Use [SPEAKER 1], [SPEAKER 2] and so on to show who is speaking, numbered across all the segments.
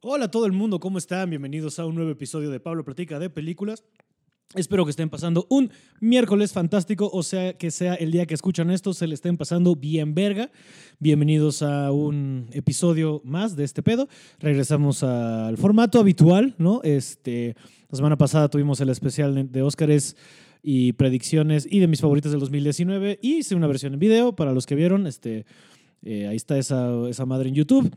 [SPEAKER 1] Hola a todo el mundo, ¿cómo están? Bienvenidos a un nuevo episodio de Pablo Platica de Películas. Espero que estén pasando un miércoles fantástico, o sea, que sea el día que escuchan esto, se le estén pasando bien verga. Bienvenidos a un episodio más de este pedo. Regresamos al formato habitual, ¿no? Este, la semana pasada tuvimos el especial de Óscares y predicciones y de mis favoritas del 2019 y hice una versión en video para los que vieron, este, eh, ahí está esa, esa madre en YouTube.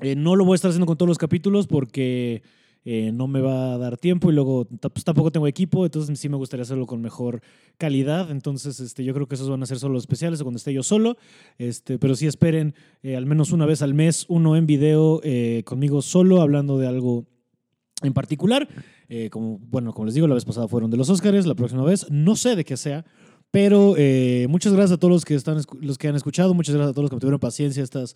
[SPEAKER 1] Eh, no lo voy a estar haciendo con todos los capítulos porque eh, no me va a dar tiempo y luego ta- pues, tampoco tengo equipo, entonces sí me gustaría hacerlo con mejor calidad. Entonces este, yo creo que esos van a ser solo especiales o cuando esté yo solo. Este, pero sí esperen eh, al menos una vez al mes uno en video eh, conmigo solo hablando de algo en particular. Eh, como, bueno, como les digo, la vez pasada fueron de los Óscares, la próxima vez no sé de qué sea. Pero eh, muchas gracias a todos los que, están, escu- los que han escuchado, muchas gracias a todos los que me tuvieron paciencia estas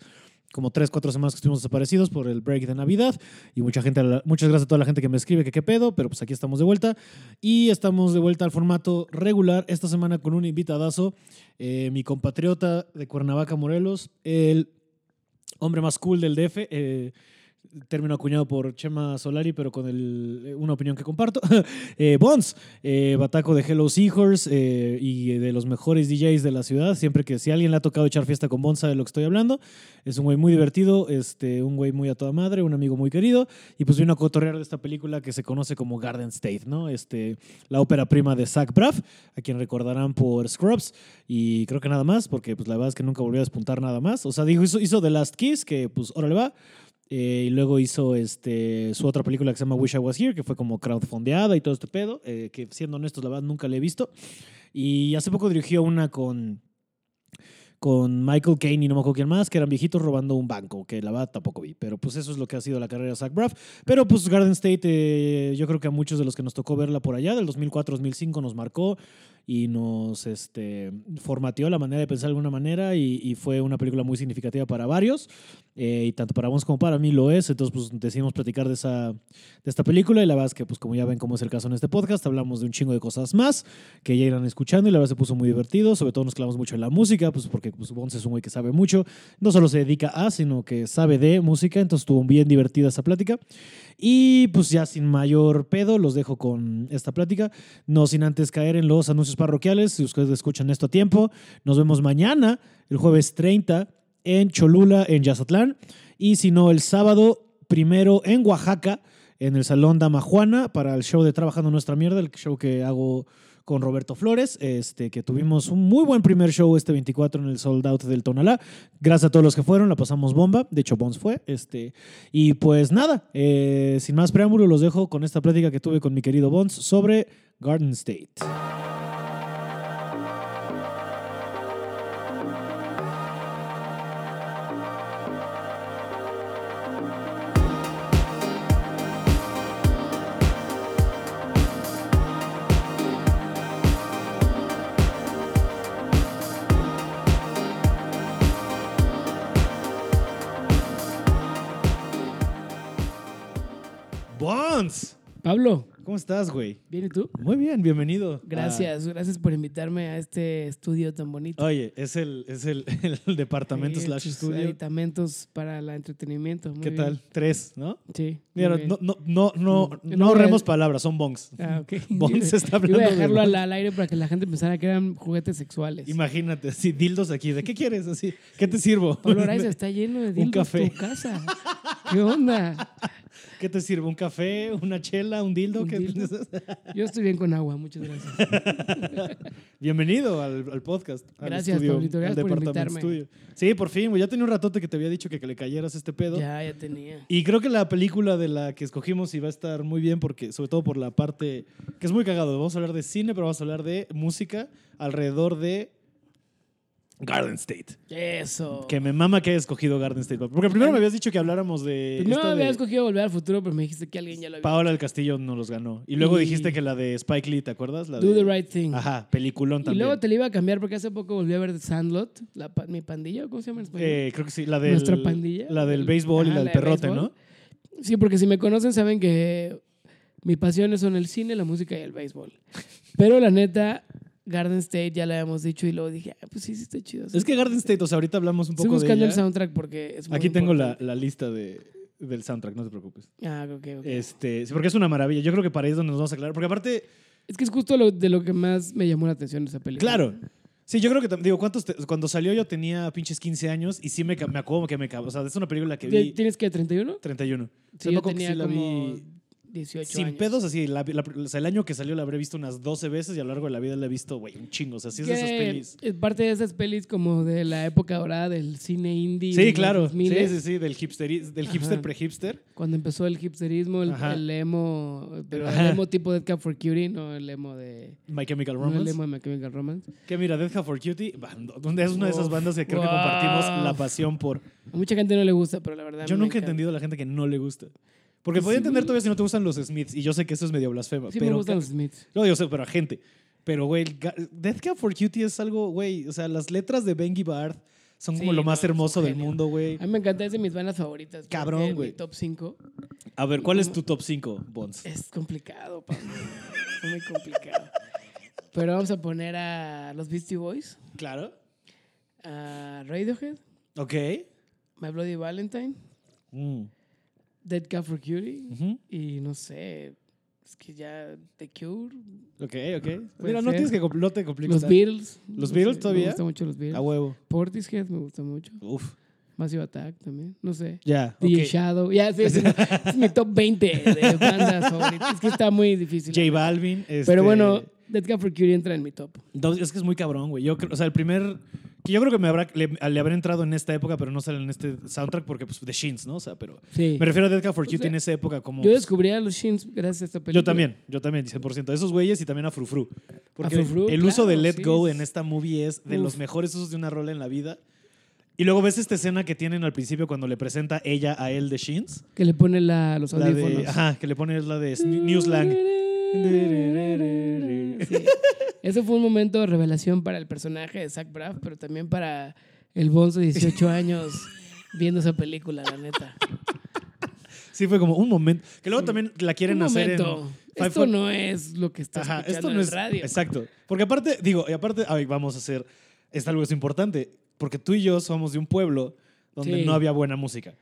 [SPEAKER 1] como tres, cuatro semanas que estuvimos desaparecidos por el break de Navidad. Y mucha gente, muchas gracias a toda la gente que me escribe que qué pedo, pero pues aquí estamos de vuelta. Y estamos de vuelta al formato regular esta semana con un invitadazo, eh, mi compatriota de Cuernavaca, Morelos, el hombre más cool del DF. eh, término acuñado por Chema Solari, pero con el- una opinión que comparto. Eh, Bonds, eh, bataco de Hello Seahorse eh, y de los mejores DJs de la ciudad. Siempre que si alguien le ha tocado echar fiesta con Bonds, sabe de lo que estoy hablando. Es un güey muy divertido, este, un güey muy a toda madre, un amigo muy querido. Y pues vino a cotorrear de esta película que se conoce como Garden State, ¿no? Este, la ópera prima de Zach Braff, a quien recordarán por Scrubs. Y creo que nada más, porque pues la verdad es que nunca volvió a despuntar nada más. O sea, dijo, hizo, hizo The Last Kiss, que pues órale va. Eh, y luego hizo este, su otra película que se llama Wish I Was Here, que fue como crowdfondeada y todo este pedo, eh, que siendo honestos, la verdad nunca la he visto. Y hace poco dirigió una con, con Michael Caine y no me acuerdo quién más, que eran viejitos robando un banco, que la verdad tampoco vi. Pero pues eso es lo que ha sido la carrera de Zach Braff. Pero pues Garden State, eh, yo creo que a muchos de los que nos tocó verla por allá, del 2004-2005, nos marcó y nos este, formateó la manera de pensar de alguna manera y, y fue una película muy significativa para varios. eh, y tanto para vos como para mí lo es. Entonces pues decidimos platicar de, esa, de esta película y la verdad es que pues como ya ven como es el caso en este podcast, hablamos de un chingo de cosas más que ya irán escuchando y la verdad se puso muy divertido. Sobre todo nos clavamos mucho en la música, pues porque pues, Bonds es un güey que sabe mucho. No solo se dedica a, sino que sabe de música. Entonces estuvo bien divertida esa plática. Y pues ya sin mayor pedo, los dejo con esta plática. No sin antes caer en los anuncios parroquiales, si ustedes escuchan esto a tiempo. Nos vemos mañana, el jueves 30, en Cholula, en Yazatlán. Y si no, el sábado primero en Oaxaca, en el Salón Dama Juana, para el show de Trabajando Nuestra Mierda, el show que hago con Roberto Flores, este, que tuvimos un muy buen primer show este 24 en el Sold Out del Tonalá. Gracias a todos los que fueron, la pasamos bomba. De hecho, Bones fue. Este, y pues nada, eh, sin más preámbulo, los dejo con esta plática que tuve con mi querido Bones sobre Garden State. Bones,
[SPEAKER 2] Pablo,
[SPEAKER 1] ¿cómo estás, güey?
[SPEAKER 2] ¿viene tú?
[SPEAKER 1] Muy bien, bienvenido.
[SPEAKER 2] Gracias, gracias por invitarme a este estudio tan bonito.
[SPEAKER 1] Ah, oye, es el, es el, el departamento
[SPEAKER 2] Sí,
[SPEAKER 1] slash
[SPEAKER 2] tus
[SPEAKER 1] estudio.
[SPEAKER 2] Aditamentos para el entretenimiento. muy
[SPEAKER 1] ¿Qué
[SPEAKER 2] bien.
[SPEAKER 1] tal? Tres, ¿no?
[SPEAKER 2] Sí. muy
[SPEAKER 1] Mira,
[SPEAKER 2] bien.
[SPEAKER 1] no, no, no, no,
[SPEAKER 2] Mm.
[SPEAKER 1] no
[SPEAKER 2] No,
[SPEAKER 1] ahorremos
[SPEAKER 2] el-
[SPEAKER 1] palabras, son bongs.
[SPEAKER 2] Ah, ok.
[SPEAKER 1] Bongs está
[SPEAKER 2] Iba
[SPEAKER 1] hablando
[SPEAKER 2] a
[SPEAKER 1] de
[SPEAKER 2] dejarlo al,
[SPEAKER 1] bongs.
[SPEAKER 2] al aire para que la gente pensara que eran juguetes sexuales.
[SPEAKER 1] Imagínate, así, dildos aquí. ¿De qué quieres? Así, ¿Qué te sirvo?
[SPEAKER 2] Pablo Araiza está lleno de dildos
[SPEAKER 1] café.
[SPEAKER 2] tu casa. ¿Qué onda?
[SPEAKER 1] ¿Qué te sirvo? ¿Un café? ¿Una chela? ¿Un dildo?
[SPEAKER 2] ¿Un
[SPEAKER 1] ¿Qué-
[SPEAKER 2] dildo? Yo estoy bien con agua, muchas gracias.
[SPEAKER 1] Bienvenido al, al podcast. al
[SPEAKER 2] Gracias,
[SPEAKER 1] estudio,
[SPEAKER 2] Pablito,
[SPEAKER 1] al
[SPEAKER 2] gracias por
[SPEAKER 1] departamento
[SPEAKER 2] invitarme.
[SPEAKER 1] estudio. Sí, por fin, güey. Ya tenía un ratote que te había dicho que, que le cayeras este pedo.
[SPEAKER 2] Ya, ya tenía.
[SPEAKER 1] Y creo que la película de la que escogimos iba a estar muy bien porque, sobre todo por la parte que es muy cagado. Vamos a hablar de cine, pero vamos a hablar de música alrededor de Garden State.
[SPEAKER 2] Eso.
[SPEAKER 1] Que me mama que haya escogido Garden State. Porque primero me habías dicho que habláramos de.
[SPEAKER 2] No
[SPEAKER 1] esta
[SPEAKER 2] había
[SPEAKER 1] de-
[SPEAKER 2] escogido volver al futuro, pero me dijiste que alguien ya lo había.
[SPEAKER 1] Paola del Castillo no los ganó. Y luego
[SPEAKER 2] Y-
[SPEAKER 1] dijiste que la de Spike Lee, ¿te acuerdas? La
[SPEAKER 2] Do
[SPEAKER 1] de-
[SPEAKER 2] the right thing.
[SPEAKER 1] Ajá, peliculón
[SPEAKER 2] Y
[SPEAKER 1] también.
[SPEAKER 2] luego te la iba a cambiar porque hace poco volví a ver Sandlot, la pa- mi pandilla, ¿cómo se llama en español?
[SPEAKER 1] Eh, creo que sí, la del,
[SPEAKER 2] Nuestra pandilla.
[SPEAKER 1] La del
[SPEAKER 2] El-
[SPEAKER 1] béisbol y
[SPEAKER 2] ajá,
[SPEAKER 1] la del
[SPEAKER 2] la de
[SPEAKER 1] perrote,
[SPEAKER 2] béisbol.
[SPEAKER 1] ¿no?
[SPEAKER 2] Sí, porque si me conocen saben que mis pasiones son el cine, la música y el béisbol. Pero la neta, Garden State ya la habíamos dicho y luego dije, ah, pues sí, sí está chido.
[SPEAKER 1] Es que Garden State, o sea, ahorita hablamos un
[SPEAKER 2] Estoy
[SPEAKER 1] poco de
[SPEAKER 2] buscando el
[SPEAKER 1] ella.
[SPEAKER 2] soundtrack porque es muy
[SPEAKER 1] Aquí tengo la,
[SPEAKER 2] importante.
[SPEAKER 1] la lista de, del soundtrack, no te preocupes.
[SPEAKER 2] Ah, ok, ok.
[SPEAKER 1] Este, sí, porque es una maravilla. Yo creo que para ahí es donde nos vamos a aclarar. Porque aparte,
[SPEAKER 2] Es que es justo lo, de lo que más me llamó la atención de esa película.
[SPEAKER 1] claro. Sí, yo creo que, tam- digo, ¿cuántos te- cuando salió yo tenía pinches 15 años y sí me, ca- me acuerdo que me... ca- O sea, es una película que
[SPEAKER 2] Ti-
[SPEAKER 1] vi
[SPEAKER 2] ¿Tienes que 31?
[SPEAKER 1] 31. O sea,
[SPEAKER 2] Sí,
[SPEAKER 1] me
[SPEAKER 2] yo
[SPEAKER 1] acuerdo que
[SPEAKER 2] tenía
[SPEAKER 1] sí la
[SPEAKER 2] como
[SPEAKER 1] vi
[SPEAKER 2] 18
[SPEAKER 1] sin
[SPEAKER 2] años.
[SPEAKER 1] pedos, así, la- la- o sea, el año que salió la habré visto unas 12 veces y a lo largo de la vida la he visto, güey, un chingo. O sea, sí es de esas
[SPEAKER 2] Que
[SPEAKER 1] pelis.
[SPEAKER 2] es parte de esas pelis como de la época dorada del cine indie. de
[SPEAKER 1] Sí,
[SPEAKER 2] los
[SPEAKER 1] claro. Sí,
[SPEAKER 2] 2000s,
[SPEAKER 1] sí, sí, del, hipsteri- del
[SPEAKER 2] Ajá.
[SPEAKER 1] hipster pre-hipster.
[SPEAKER 2] Cuando empezó el hipsterismo, el,
[SPEAKER 1] Ajá.
[SPEAKER 2] el emo, pero
[SPEAKER 1] Ajá.
[SPEAKER 2] el emo tipo Dead Cab for Cutie, no el emo de...
[SPEAKER 1] My Chemical
[SPEAKER 2] No el
[SPEAKER 1] Romance.
[SPEAKER 2] emo de My Chemical Romance.
[SPEAKER 1] que mira, Death Cab for Cutie, bando- donde es una de esas
[SPEAKER 2] Uf,
[SPEAKER 1] bandas que creo que
[SPEAKER 2] wow.
[SPEAKER 1] compartimos la pasión por.
[SPEAKER 2] A mucha gente no le gusta, pero la verdad
[SPEAKER 1] Yo
[SPEAKER 2] me
[SPEAKER 1] nunca he
[SPEAKER 2] encanta.
[SPEAKER 1] entendido a la gente que no le gusta. Porque
[SPEAKER 2] Pues
[SPEAKER 1] podía
[SPEAKER 2] sí,
[SPEAKER 1] entender
[SPEAKER 2] güey.
[SPEAKER 1] todavía si no te gustan los Smiths, y yo sé que eso es medio blasfema.
[SPEAKER 2] Sí
[SPEAKER 1] pero
[SPEAKER 2] me gustan los Smiths.
[SPEAKER 1] No, yo sé, pero a gente. Pero, güey, el ga- Death Cab for Cutie es algo, güey. O sea, las letras de Bengi Bard son como
[SPEAKER 2] Sí,
[SPEAKER 1] lo más
[SPEAKER 2] no, es un
[SPEAKER 1] hermoso del
[SPEAKER 2] genio.
[SPEAKER 1] mundo, güey.
[SPEAKER 2] A mí me encanta, es de mis bandas favoritas.
[SPEAKER 1] Cabrón,
[SPEAKER 2] porque
[SPEAKER 1] güey.
[SPEAKER 2] Mi top 5
[SPEAKER 1] A ver, ¿cuál es tu top 5, Bonds?
[SPEAKER 2] es complicado, Pablo. es muy complicado. Pero vamos a poner a los Beastie Boys,
[SPEAKER 1] Claro.
[SPEAKER 2] a Radiohead,
[SPEAKER 1] Ok.
[SPEAKER 2] My Bloody Valentine,
[SPEAKER 1] Mm.
[SPEAKER 2] Dead Cab for Cutie
[SPEAKER 1] Ujú.
[SPEAKER 2] y no sé, es que ya The Cure,
[SPEAKER 1] Ok, ok.
[SPEAKER 2] Puede
[SPEAKER 1] Mira, no,
[SPEAKER 2] ser.
[SPEAKER 1] tienes que, compl- no te compliques.
[SPEAKER 2] los
[SPEAKER 1] tanto.
[SPEAKER 2] Beatles.
[SPEAKER 1] ¿Los
[SPEAKER 2] no
[SPEAKER 1] Beatles
[SPEAKER 2] sé,
[SPEAKER 1] todavía? Ah,
[SPEAKER 2] Me gustan mucho los Beatles.
[SPEAKER 1] A huevo.
[SPEAKER 2] Portishead me gusta mucho.
[SPEAKER 1] Uf.
[SPEAKER 2] Massive Attack también, no sé.
[SPEAKER 1] Ya.
[SPEAKER 2] DJ
[SPEAKER 1] ok.
[SPEAKER 2] Shadow, ya sí, sí, es mi top 20 de bandas favoritas. Es que está muy difícil.
[SPEAKER 1] J Balvin. este,
[SPEAKER 2] Pero bueno, Dead Cab for Cutie entra en mi top.
[SPEAKER 1] no, Es que es muy cabrón, güey. Yo creo- o sea, el primer. Que yo creo que me habrá, le, le habrá entrado en esta época, pero no sale en este soundtrack porque, pues, The Shins, ¿no? O sea, pero.
[SPEAKER 2] Sí.
[SPEAKER 1] Me refiero a Dead Cab for
[SPEAKER 2] O
[SPEAKER 1] Cutie
[SPEAKER 2] sea,
[SPEAKER 1] en esa época como.
[SPEAKER 2] Yo
[SPEAKER 1] pues,
[SPEAKER 2] descubrí a los Shins gracias a esta película.
[SPEAKER 1] Yo también, yo también, 100%. A esos güeyes y también a Frufru. Porque
[SPEAKER 2] Frufru,
[SPEAKER 1] el uso de
[SPEAKER 2] claro,
[SPEAKER 1] Let
[SPEAKER 2] sí,
[SPEAKER 1] Go
[SPEAKER 2] es-
[SPEAKER 1] en esta movie es de los
[SPEAKER 2] Uf.
[SPEAKER 1] mejores usos de una rola en la vida. Y luego ves esta escena que tienen al principio cuando le presenta ella a él de Shins.
[SPEAKER 2] Que le pone la, los
[SPEAKER 1] La
[SPEAKER 2] audífonos.
[SPEAKER 1] de, ajá, que le pones la de Sn- Newslang.
[SPEAKER 2] Sí. Ese fue un momento de revelación para el personaje de Zach Braff, pero también para el Bonzo de 18 años viendo esa película, la neta.
[SPEAKER 1] Sí, fue como un momento. Que luego también la quieren
[SPEAKER 2] un
[SPEAKER 1] hacer
[SPEAKER 2] momento.
[SPEAKER 1] Five
[SPEAKER 2] Esto
[SPEAKER 1] Foot-
[SPEAKER 2] no es lo que
[SPEAKER 1] en.
[SPEAKER 2] está
[SPEAKER 1] Ajá,
[SPEAKER 2] escuchando
[SPEAKER 1] esto
[SPEAKER 2] en
[SPEAKER 1] no es.
[SPEAKER 2] radio.
[SPEAKER 1] Exacto. Porque aparte, digo, y aparte, ay, vamos a hacer. Es algo que es importante. Porque tú y yo somos de un pueblo donde
[SPEAKER 2] Sí.
[SPEAKER 1] no había buena música.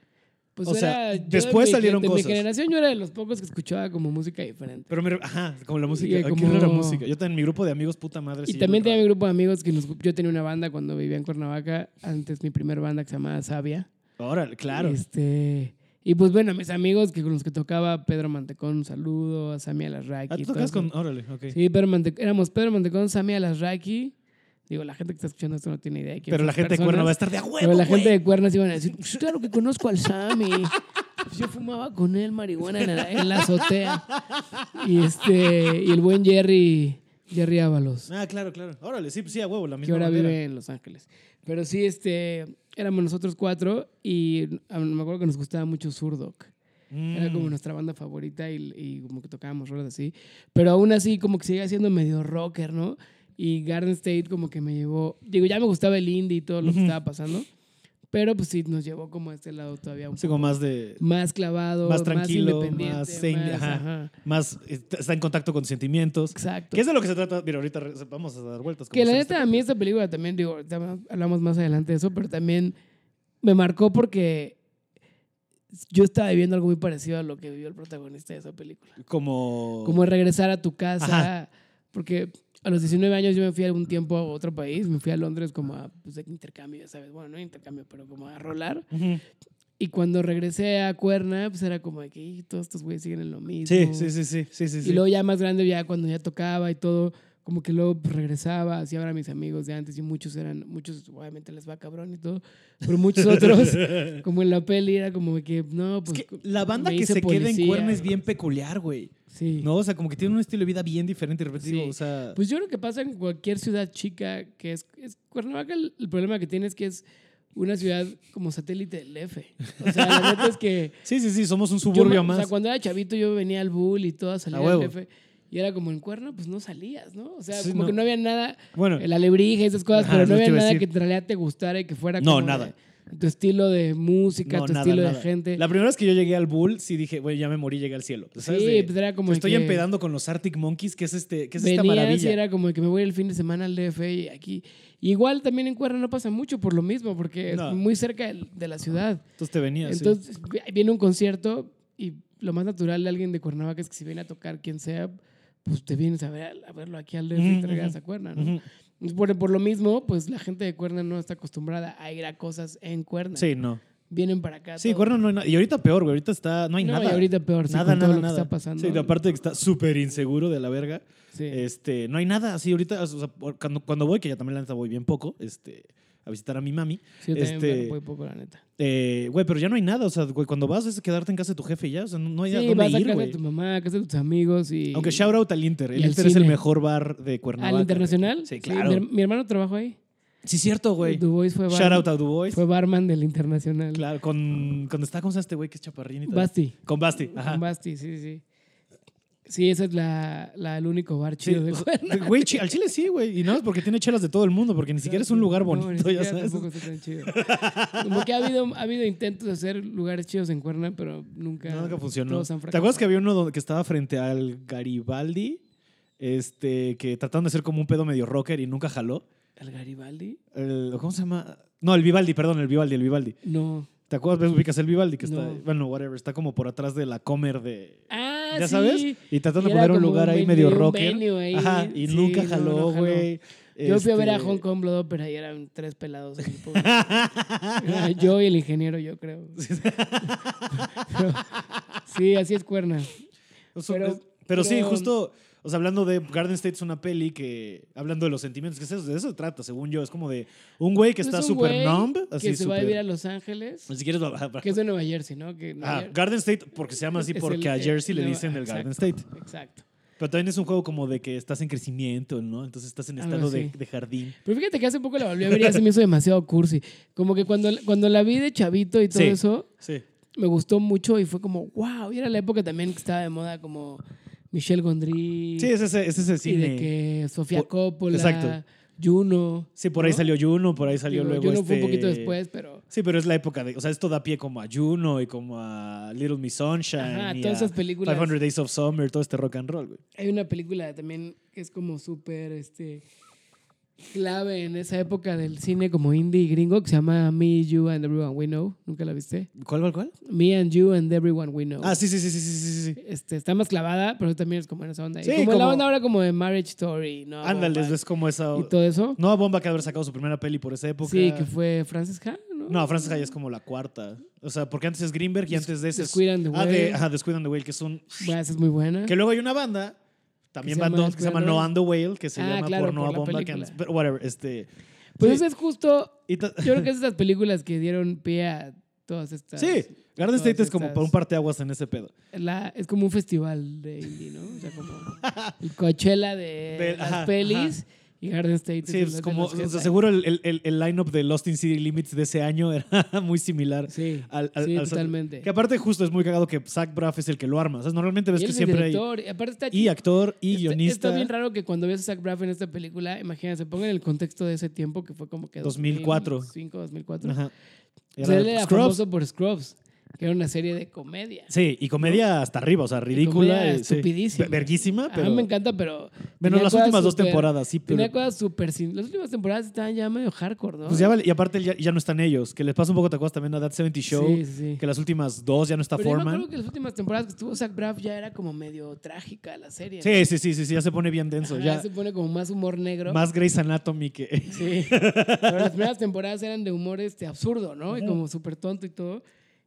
[SPEAKER 2] Pues
[SPEAKER 1] o sea,
[SPEAKER 2] yo de
[SPEAKER 1] después
[SPEAKER 2] mi-
[SPEAKER 1] salieron
[SPEAKER 2] de
[SPEAKER 1] cosas.
[SPEAKER 2] mi generación yo era de los pocos que escuchaba como música diferente.
[SPEAKER 1] Pero mira, ajá, como la música,
[SPEAKER 2] Y
[SPEAKER 1] ay, qué
[SPEAKER 2] como-
[SPEAKER 1] rara música. Yo también, mi grupo de amigos, puta madre. sí,
[SPEAKER 2] Y
[SPEAKER 1] yo
[SPEAKER 2] también
[SPEAKER 1] lo
[SPEAKER 2] tenía mi grupo de amigos que nos- yo tenía una banda cuando vivía en Cuernavaca, antes mi primer banda que se llamaba Sabia.
[SPEAKER 1] trago. ah, Órale, claro.
[SPEAKER 2] Este, y pues bueno, mis amigos que con los que tocaba Pedro Mantecón, un saludo, a Samia Alasraki.
[SPEAKER 1] Ah, tú
[SPEAKER 2] todo
[SPEAKER 1] tocas
[SPEAKER 2] eso.
[SPEAKER 1] con, órale, ok.
[SPEAKER 2] Sí, Pedro Mante- éramos Pedro Mantecón, Samia Alasraki. Digo, la gente que está escuchando esto no tiene idea de quién
[SPEAKER 1] Pero la gente de cuerno va a estar de a huevo,
[SPEAKER 2] Pero la gente
[SPEAKER 1] güey.
[SPEAKER 2] de Cuernas iban a decir, "Pues, claro que conozco al Sammy. Pues Yo fumaba con él marihuana en la, en la azotea. Y este, y el buen Jerry, Jerry Ábalos
[SPEAKER 1] Ah, claro, claro. Órale, sí, sí, a huevo, la
[SPEAKER 2] que
[SPEAKER 1] misma
[SPEAKER 2] ahora
[SPEAKER 1] bandera.
[SPEAKER 2] vive en Los Ángeles. Pero sí, este, éramos nosotros cuatro y a- me acuerdo que nos gustaba mucho Zurdok.
[SPEAKER 1] Mm.
[SPEAKER 2] Era como nuestra banda favorita y, y como que tocábamos rolas así. Pero aún así, como que seguía siendo medio rocker, ¿no? Y Garden State como que me llevó... Digo, ya me gustaba el indie y todo lo que
[SPEAKER 1] Ujú.
[SPEAKER 2] estaba pasando. Pero pues sí, nos llevó como a este lado todavía un
[SPEAKER 1] Sí,
[SPEAKER 2] poco
[SPEAKER 1] como más de...
[SPEAKER 2] más clavado,
[SPEAKER 1] Más tranquilo,
[SPEAKER 2] independiente,
[SPEAKER 1] más zen, ajá.
[SPEAKER 2] ajá.
[SPEAKER 1] Más eh, está en contacto con sentimientos.
[SPEAKER 2] Exacto.
[SPEAKER 1] Que es de lo que se trata. Mira, ahorita re- vamos a dar vueltas. como
[SPEAKER 2] Que la
[SPEAKER 1] se-
[SPEAKER 2] neta, a mí esta película también, digo, ahorita ma- hablamos más adelante de eso, pero también me marcó porque yo estaba viviendo algo muy parecido a lo que vivió el protagonista de esa película.
[SPEAKER 1] Como...
[SPEAKER 2] Como regresar a tu casa,
[SPEAKER 1] Oh. Ajá.
[SPEAKER 2] porque a los 19 años yo me fui algún tiempo a otro país, me fui a Londres como a pues, de intercambio, ya sabes, bueno, no intercambio, pero como a rolar.
[SPEAKER 1] Ujú.
[SPEAKER 2] Y cuando regresé a Cuerna, pues era como de que "Ih, todos estos güeyes siguen en lo mismo.
[SPEAKER 1] Sí, sí, sí, sí, sí, sí. sí.
[SPEAKER 2] Y luego ya más grande, ya cuando ya tocaba y todo, como que luego pues, regresaba, así ahora mis amigos de antes y muchos eran, muchos obviamente les va cabrón y todo, pero muchos otros, como en la peli era como que, no,
[SPEAKER 1] Es
[SPEAKER 2] pues...
[SPEAKER 1] que la banda
[SPEAKER 2] me
[SPEAKER 1] que
[SPEAKER 2] hice
[SPEAKER 1] se queda en
[SPEAKER 2] policía.
[SPEAKER 1] cuerno es bien peculiar, güey.
[SPEAKER 2] Sí.
[SPEAKER 1] No, o sea, como que tiene un estilo de vida bien diferente. De repente
[SPEAKER 2] Sí.
[SPEAKER 1] digo, o sea...
[SPEAKER 2] Pues yo creo que pasa en cualquier ciudad chica, que es... es Cuernavaca el, el problema que tiene es que es una ciudad como satélite del F. O sea, la neta es que...
[SPEAKER 1] sí, sí, sí, somos un
[SPEAKER 2] Yo
[SPEAKER 1] suburbio
[SPEAKER 2] me-
[SPEAKER 1] más.
[SPEAKER 2] O sea, cuando era chavito yo venía al Bull y todo, salía
[SPEAKER 1] A
[SPEAKER 2] al
[SPEAKER 1] huevo.
[SPEAKER 2] jefe. Y era como en cuerno, pues no salías, ¿no? O sea,
[SPEAKER 1] Sí,
[SPEAKER 2] como
[SPEAKER 1] no.
[SPEAKER 2] que no había nada,
[SPEAKER 1] Bueno.
[SPEAKER 2] el alebrije, esas cosas,
[SPEAKER 1] Ajá,
[SPEAKER 2] pero
[SPEAKER 1] es lo
[SPEAKER 2] no había
[SPEAKER 1] que iba a
[SPEAKER 2] nada
[SPEAKER 1] decir.
[SPEAKER 2] que en realidad te gustara y que fuera
[SPEAKER 1] No,
[SPEAKER 2] como
[SPEAKER 1] nada.
[SPEAKER 2] de- tu estilo de música,
[SPEAKER 1] No,
[SPEAKER 2] tu
[SPEAKER 1] nada,
[SPEAKER 2] este estilo
[SPEAKER 1] nada.
[SPEAKER 2] de gente.
[SPEAKER 1] La primera vez que yo llegué al Bull, sí dije, güey, ya me morí, llegué al cielo. ¿Sabes?
[SPEAKER 2] sí,
[SPEAKER 1] De-
[SPEAKER 2] pues era como
[SPEAKER 1] me
[SPEAKER 2] de
[SPEAKER 1] estoy
[SPEAKER 2] que
[SPEAKER 1] empedando con los Arctic Monkeys, que es, este, que es esta
[SPEAKER 2] venías
[SPEAKER 1] maravilla.
[SPEAKER 2] Y era como de que me voy el fin de semana al DF y aquí. Y igual también en Cuerna no pasa mucho por lo mismo, porque
[SPEAKER 1] No.
[SPEAKER 2] es muy cerca del- de la ciudad.
[SPEAKER 1] Entonces te venías. sí.
[SPEAKER 2] Entonces viene un concierto y lo más natural de alguien de Cuernavaca es que si viene a tocar quien sea, pues te vienes a, ver, a verlo aquí al DF
[SPEAKER 1] Ujú,
[SPEAKER 2] y te regresas
[SPEAKER 1] ujú.
[SPEAKER 2] a Cuerna, ¿no?
[SPEAKER 1] Ujú.
[SPEAKER 2] Y Por, por lo mismo, pues la gente de Cuerna no está acostumbrada a ir a cosas en Cuerna.
[SPEAKER 1] Sí, no.
[SPEAKER 2] Vienen para acá.
[SPEAKER 1] Sí,
[SPEAKER 2] todo.
[SPEAKER 1] Cuerno no hay nada. Y ahorita peor, güey. Ahorita está, no hay
[SPEAKER 2] No,
[SPEAKER 1] nada.
[SPEAKER 2] y ahorita peor, sí,
[SPEAKER 1] nada,
[SPEAKER 2] con
[SPEAKER 1] nada,
[SPEAKER 2] todo lo
[SPEAKER 1] nada.
[SPEAKER 2] que está pasando.
[SPEAKER 1] Sí, aparte de que está súper inseguro de la verga.
[SPEAKER 2] Sí.
[SPEAKER 1] Este, no hay nada. Así ahorita, o sea, por- cuando, cuando voy, que ya también la neta voy bien poco, este, a visitar a mi mami.
[SPEAKER 2] Sí, yo también
[SPEAKER 1] este-
[SPEAKER 2] veo muy poco, la neta.
[SPEAKER 1] Eh, güey, pero ya no hay nada. O sea, güey, cuando vas es quedarte en casa de tu jefe y ya. O sea, no, no hay a
[SPEAKER 2] Sí,
[SPEAKER 1] dónde
[SPEAKER 2] vas a
[SPEAKER 1] ir,
[SPEAKER 2] casa
[SPEAKER 1] güey.
[SPEAKER 2] de tu mamá, a casa de tus amigos y...
[SPEAKER 1] Aunque shout out al Inter. El
[SPEAKER 2] y al
[SPEAKER 1] Inter es el
[SPEAKER 2] cine.
[SPEAKER 1] mejor bar de Cuernavaca.
[SPEAKER 2] ¿Al internacional?
[SPEAKER 1] Sí, claro.
[SPEAKER 2] mi, her- mi hermano trabajó ahí.
[SPEAKER 1] Sí, cierto, güey.
[SPEAKER 2] Du Bois fue,
[SPEAKER 1] Shout
[SPEAKER 2] barman-
[SPEAKER 1] out a Du Bois.
[SPEAKER 2] fue barman del internacional.
[SPEAKER 1] Claro, con, cuando está, ¿cómo se llama este güey que es chaparrín y tal?
[SPEAKER 2] Basti.
[SPEAKER 1] Con Basti. Ajá.
[SPEAKER 2] Con Basti, sí, sí. Sí, ese es la, la- el único bar
[SPEAKER 1] Sí,
[SPEAKER 2] chido de
[SPEAKER 1] o sea,
[SPEAKER 2] Cuerna.
[SPEAKER 1] güey, chi- al chile sí, güey. Y nada más porque tiene chelas de todo el mundo, porque ni siquiera es un lugar
[SPEAKER 2] No, ni
[SPEAKER 1] bonito, ya
[SPEAKER 2] siquiera
[SPEAKER 1] sabes.
[SPEAKER 2] tampoco está tan chido. Como que ha habido, ha habido intentos de hacer lugares chidos en Cuerna, pero nunca,
[SPEAKER 1] No, nunca funcionó.
[SPEAKER 2] todos han
[SPEAKER 1] ¿Te acuerdas que
[SPEAKER 2] fracasado.
[SPEAKER 1] había uno donde- que estaba frente al Garibaldi? Este, que trataron de hacer como un pedo medio rocker y nunca jaló.
[SPEAKER 2] ¿Al Garibaldi?
[SPEAKER 1] El- ¿Cómo se llama? No, el Vivaldi, perdón, el Vivaldi, el Vivaldi.
[SPEAKER 2] No.
[SPEAKER 1] ¿Te acuerdas? ¿Ves? Ubicas el Vivaldi que está,
[SPEAKER 2] No.
[SPEAKER 1] bueno, whatever, está como por atrás de la comer de...
[SPEAKER 2] Ah,
[SPEAKER 1] ¿Ya
[SPEAKER 2] sí.
[SPEAKER 1] sabes? Y tratando de
[SPEAKER 2] Era
[SPEAKER 1] poner un
[SPEAKER 2] como
[SPEAKER 1] lugar
[SPEAKER 2] un
[SPEAKER 1] ahí
[SPEAKER 2] venue-
[SPEAKER 1] medio
[SPEAKER 2] un
[SPEAKER 1] rocker.
[SPEAKER 2] venue ahí.
[SPEAKER 1] Ajá, y
[SPEAKER 2] Sí,
[SPEAKER 1] nunca
[SPEAKER 2] no,
[SPEAKER 1] jaló,
[SPEAKER 2] no jaló.
[SPEAKER 1] güey.
[SPEAKER 2] Yo fui a ver a
[SPEAKER 1] Este-
[SPEAKER 2] Hong Kong Blood Opera y eran tres pelados en el público. Ah, yo y el ingeniero, yo creo. Pero- sí, así es cuerna.
[SPEAKER 1] O sea, es-
[SPEAKER 2] Pero-
[SPEAKER 1] pero, sí,
[SPEAKER 2] pero-
[SPEAKER 1] justo, o sea, hablando de Garden State es una peli que, hablando de los sentimientos, que es eso, de eso se trata, según yo, es como de un güey que
[SPEAKER 2] Es
[SPEAKER 1] está
[SPEAKER 2] un
[SPEAKER 1] súper
[SPEAKER 2] güey
[SPEAKER 1] numb, así
[SPEAKER 2] Que se va a
[SPEAKER 1] súper-
[SPEAKER 2] vivir a Los Ángeles,
[SPEAKER 1] Si quieres, va- va-
[SPEAKER 2] que es de Nueva Jersey, ¿no? Que Nueva
[SPEAKER 1] Ah,
[SPEAKER 2] Jer-
[SPEAKER 1] Garden State, porque se llama así,
[SPEAKER 2] es el-
[SPEAKER 1] porque a
[SPEAKER 2] eh,
[SPEAKER 1] Jersey le
[SPEAKER 2] Nueva-
[SPEAKER 1] dicen el
[SPEAKER 2] exacto,
[SPEAKER 1] Garden State.
[SPEAKER 2] Exacto.
[SPEAKER 1] Pero también es un juego como de que estás en crecimiento, ¿no? Entonces estás en
[SPEAKER 2] Algo
[SPEAKER 1] estado de,
[SPEAKER 2] así.
[SPEAKER 1] de jardín.
[SPEAKER 2] Pero fíjate que hace poco la volví a ver y ya se me hizo demasiado cursi. Como que cuando, cuando la vi de chavito y todo
[SPEAKER 1] Sí.
[SPEAKER 2] eso,
[SPEAKER 1] Sí.
[SPEAKER 2] me gustó mucho y fue como, wow. Y era la época también que estaba de moda como Michelle Gondry.
[SPEAKER 1] Sí, es ese, es ese
[SPEAKER 2] y
[SPEAKER 1] cine.
[SPEAKER 2] de que Sofía
[SPEAKER 1] Por-
[SPEAKER 2] Coppola,
[SPEAKER 1] exacto.
[SPEAKER 2] Juno.
[SPEAKER 1] Sí, por ahí
[SPEAKER 2] ¿no?
[SPEAKER 1] salió Juno, por ahí salió
[SPEAKER 2] Digo,
[SPEAKER 1] luego
[SPEAKER 2] Juno fue un
[SPEAKER 1] este-
[SPEAKER 2] poquito después, pero...
[SPEAKER 1] Sí, pero es la época de. O sea, esto da pie como a Juno y como a Little Miss Sunshine.
[SPEAKER 2] Ajá,
[SPEAKER 1] y
[SPEAKER 2] todas
[SPEAKER 1] a
[SPEAKER 2] esas películas.
[SPEAKER 1] 500 Days of Summer, todo este rock and roll, güey.
[SPEAKER 2] Hay una película también que es como súper este, clave en esa época del cine como indie y gringo que se llama Me, You and Everyone We Know. ¿Nunca la viste?
[SPEAKER 1] ¿Cuál, cuál, cuál?
[SPEAKER 2] Me and You and Everyone We Know.
[SPEAKER 1] Ah, sí, sí, sí, sí, sí, sí, sí, sí.
[SPEAKER 2] Este, está más clavada, pero también es como en esa onda. Y
[SPEAKER 1] Sí,
[SPEAKER 2] como, la
[SPEAKER 1] como-
[SPEAKER 2] onda ahora como de Marriage Story, ¿no?
[SPEAKER 1] Ándales,
[SPEAKER 2] Bomba
[SPEAKER 1] es como esa.
[SPEAKER 2] Y todo eso.
[SPEAKER 1] No, Bomba que haber sacado su primera peli por esa época.
[SPEAKER 2] Sí, que fue Frances Ha, ¿no?
[SPEAKER 1] No, Frances Ha ya es como la cuarta. O sea, porque antes es Greenberg y
[SPEAKER 2] Des-
[SPEAKER 1] antes de ese. es-
[SPEAKER 2] Descuid and the
[SPEAKER 1] Ah, de,
[SPEAKER 2] Whale.
[SPEAKER 1] ajá, Descuid and the Whale, que es un.
[SPEAKER 2] Bueno, esa es muy buena.
[SPEAKER 1] Que luego hay una banda, también
[SPEAKER 2] se
[SPEAKER 1] van
[SPEAKER 2] llama
[SPEAKER 1] dos, que se llama
[SPEAKER 2] Descuid and the
[SPEAKER 1] No
[SPEAKER 2] Whale.
[SPEAKER 1] and the Whale, que se
[SPEAKER 2] Ah,
[SPEAKER 1] llama
[SPEAKER 2] claro,
[SPEAKER 1] por Noah
[SPEAKER 2] por la
[SPEAKER 1] Bomba. que
[SPEAKER 2] película.
[SPEAKER 1] antes- Pero whatever, este.
[SPEAKER 2] Pues
[SPEAKER 1] sí,
[SPEAKER 2] esa es justo
[SPEAKER 1] y ta-
[SPEAKER 2] Yo creo que es de esas películas que dieron pie a todas estas.
[SPEAKER 1] Sí, Garden
[SPEAKER 2] todas
[SPEAKER 1] State es como
[SPEAKER 2] estas-
[SPEAKER 1] para un parteaguas en ese pedo.
[SPEAKER 2] La- es como un festival de indie, ¿no? O sea, como el Coachella de
[SPEAKER 1] Del-
[SPEAKER 2] las
[SPEAKER 1] ajá,
[SPEAKER 2] pelis y Garden State.
[SPEAKER 1] Sí,
[SPEAKER 2] de
[SPEAKER 1] es
[SPEAKER 2] las- de
[SPEAKER 1] como,
[SPEAKER 2] las que
[SPEAKER 1] o sea,
[SPEAKER 2] hay.
[SPEAKER 1] seguro el, el, el- el lineup de Lost in City Limits de ese año era muy similar.
[SPEAKER 2] Sí,
[SPEAKER 1] al- al-
[SPEAKER 2] sí,
[SPEAKER 1] al-
[SPEAKER 2] totalmente.
[SPEAKER 1] Que aparte justo es muy cagado que Zach Braff es el que lo arma. O sea, normalmente ves
[SPEAKER 2] Y él
[SPEAKER 1] que
[SPEAKER 2] es
[SPEAKER 1] siempre hay...
[SPEAKER 2] director, y aparte está
[SPEAKER 1] Y actor, y
[SPEAKER 2] está-
[SPEAKER 1] guionista.
[SPEAKER 2] Está bien raro que cuando ves a Zach Braff en esta película, imagínense, pongan el contexto de ese tiempo que fue como que
[SPEAKER 1] 2004.
[SPEAKER 2] 2005, 2004.
[SPEAKER 1] Ajá.
[SPEAKER 2] O sea,
[SPEAKER 1] Era
[SPEAKER 2] él era
[SPEAKER 1] Scrubs.
[SPEAKER 2] famoso por Scrubs, que era una serie de comedia.
[SPEAKER 1] Sí, y comedia hasta arriba, o sea, ridícula.
[SPEAKER 2] comedia
[SPEAKER 1] eh, sí.
[SPEAKER 2] estupidísima.
[SPEAKER 1] Ver- Verguísima,
[SPEAKER 2] A
[SPEAKER 1] pero...
[SPEAKER 2] mí me encanta, pero.
[SPEAKER 1] Bueno,
[SPEAKER 2] tenía
[SPEAKER 1] las
[SPEAKER 2] cosas
[SPEAKER 1] últimas dos
[SPEAKER 2] súper-
[SPEAKER 1] temporadas, sí, pero...
[SPEAKER 2] Tenía cosas súper sin. Las últimas temporadas estaban ya medio hardcore, ¿no?
[SPEAKER 1] Pues ya vale, y aparte ya, ya no están ellos, que les pasa un poco, ¿te acuerdas también a That 70 Show?
[SPEAKER 2] Sí, sí, sí.
[SPEAKER 1] Que las últimas dos ya no está
[SPEAKER 2] Pero yo me
[SPEAKER 1] Foreman.
[SPEAKER 2] acuerdo que las últimas temporadas que estuvo Zach Braff ya era como medio trágica la serie.
[SPEAKER 1] Sí, sí, sí, sí, sí, ya se pone bien denso.
[SPEAKER 2] Ajá,
[SPEAKER 1] ya
[SPEAKER 2] se pone como más humor negro.
[SPEAKER 1] más Grey's Anatomy que...
[SPEAKER 2] Sí. Pero las primeras temporadas eran de humor este absurdo, ¿no? Y como súper tonto y todo.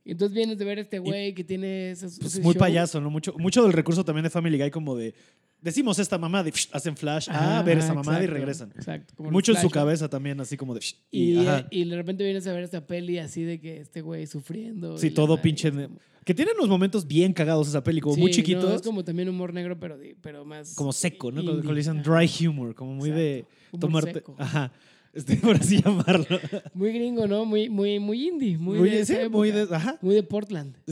[SPEAKER 2] Y entonces vienes de ver a este güey que tiene esas.
[SPEAKER 1] pues,
[SPEAKER 2] ese
[SPEAKER 1] muy
[SPEAKER 2] show.
[SPEAKER 1] payaso, ¿no? Mucho, mucho del recurso también de Family Guy como de... Decimos esta mamada y psh, hacen flash a
[SPEAKER 2] Ajá,
[SPEAKER 1] Ah, ver esa mamada y
[SPEAKER 2] exacto,
[SPEAKER 1] regresan.
[SPEAKER 2] Exacto. como los
[SPEAKER 1] Mucho en su
[SPEAKER 2] flashbacks.
[SPEAKER 1] cabeza también, así como de... psh, y,
[SPEAKER 2] Y, eh,
[SPEAKER 1] ajá.
[SPEAKER 2] y de repente vienes a ver esta peli así de que este güey sufriendo.
[SPEAKER 1] sí,
[SPEAKER 2] y la
[SPEAKER 1] todo
[SPEAKER 2] madre.
[SPEAKER 1] pinche... de- que tiene unos momentos bien cagados esa peli, como muy
[SPEAKER 2] Sí, no,
[SPEAKER 1] chiquitos.
[SPEAKER 2] es como también humor negro, pero, de- pero más.
[SPEAKER 1] como seco, ¿no? Como,
[SPEAKER 2] indie.
[SPEAKER 1] como le dicen dry humor, como muy de
[SPEAKER 2] Exacto, humor
[SPEAKER 1] tomarte.
[SPEAKER 2] seco.
[SPEAKER 1] Ajá. Este, por así llamarlo.
[SPEAKER 2] Muy gringo, ¿no? Muy, muy, muy indie. Muy,
[SPEAKER 1] Muy,
[SPEAKER 2] de
[SPEAKER 1] sí,
[SPEAKER 2] esa
[SPEAKER 1] muy
[SPEAKER 2] época.
[SPEAKER 1] de- ajá.
[SPEAKER 2] Muy de Portland.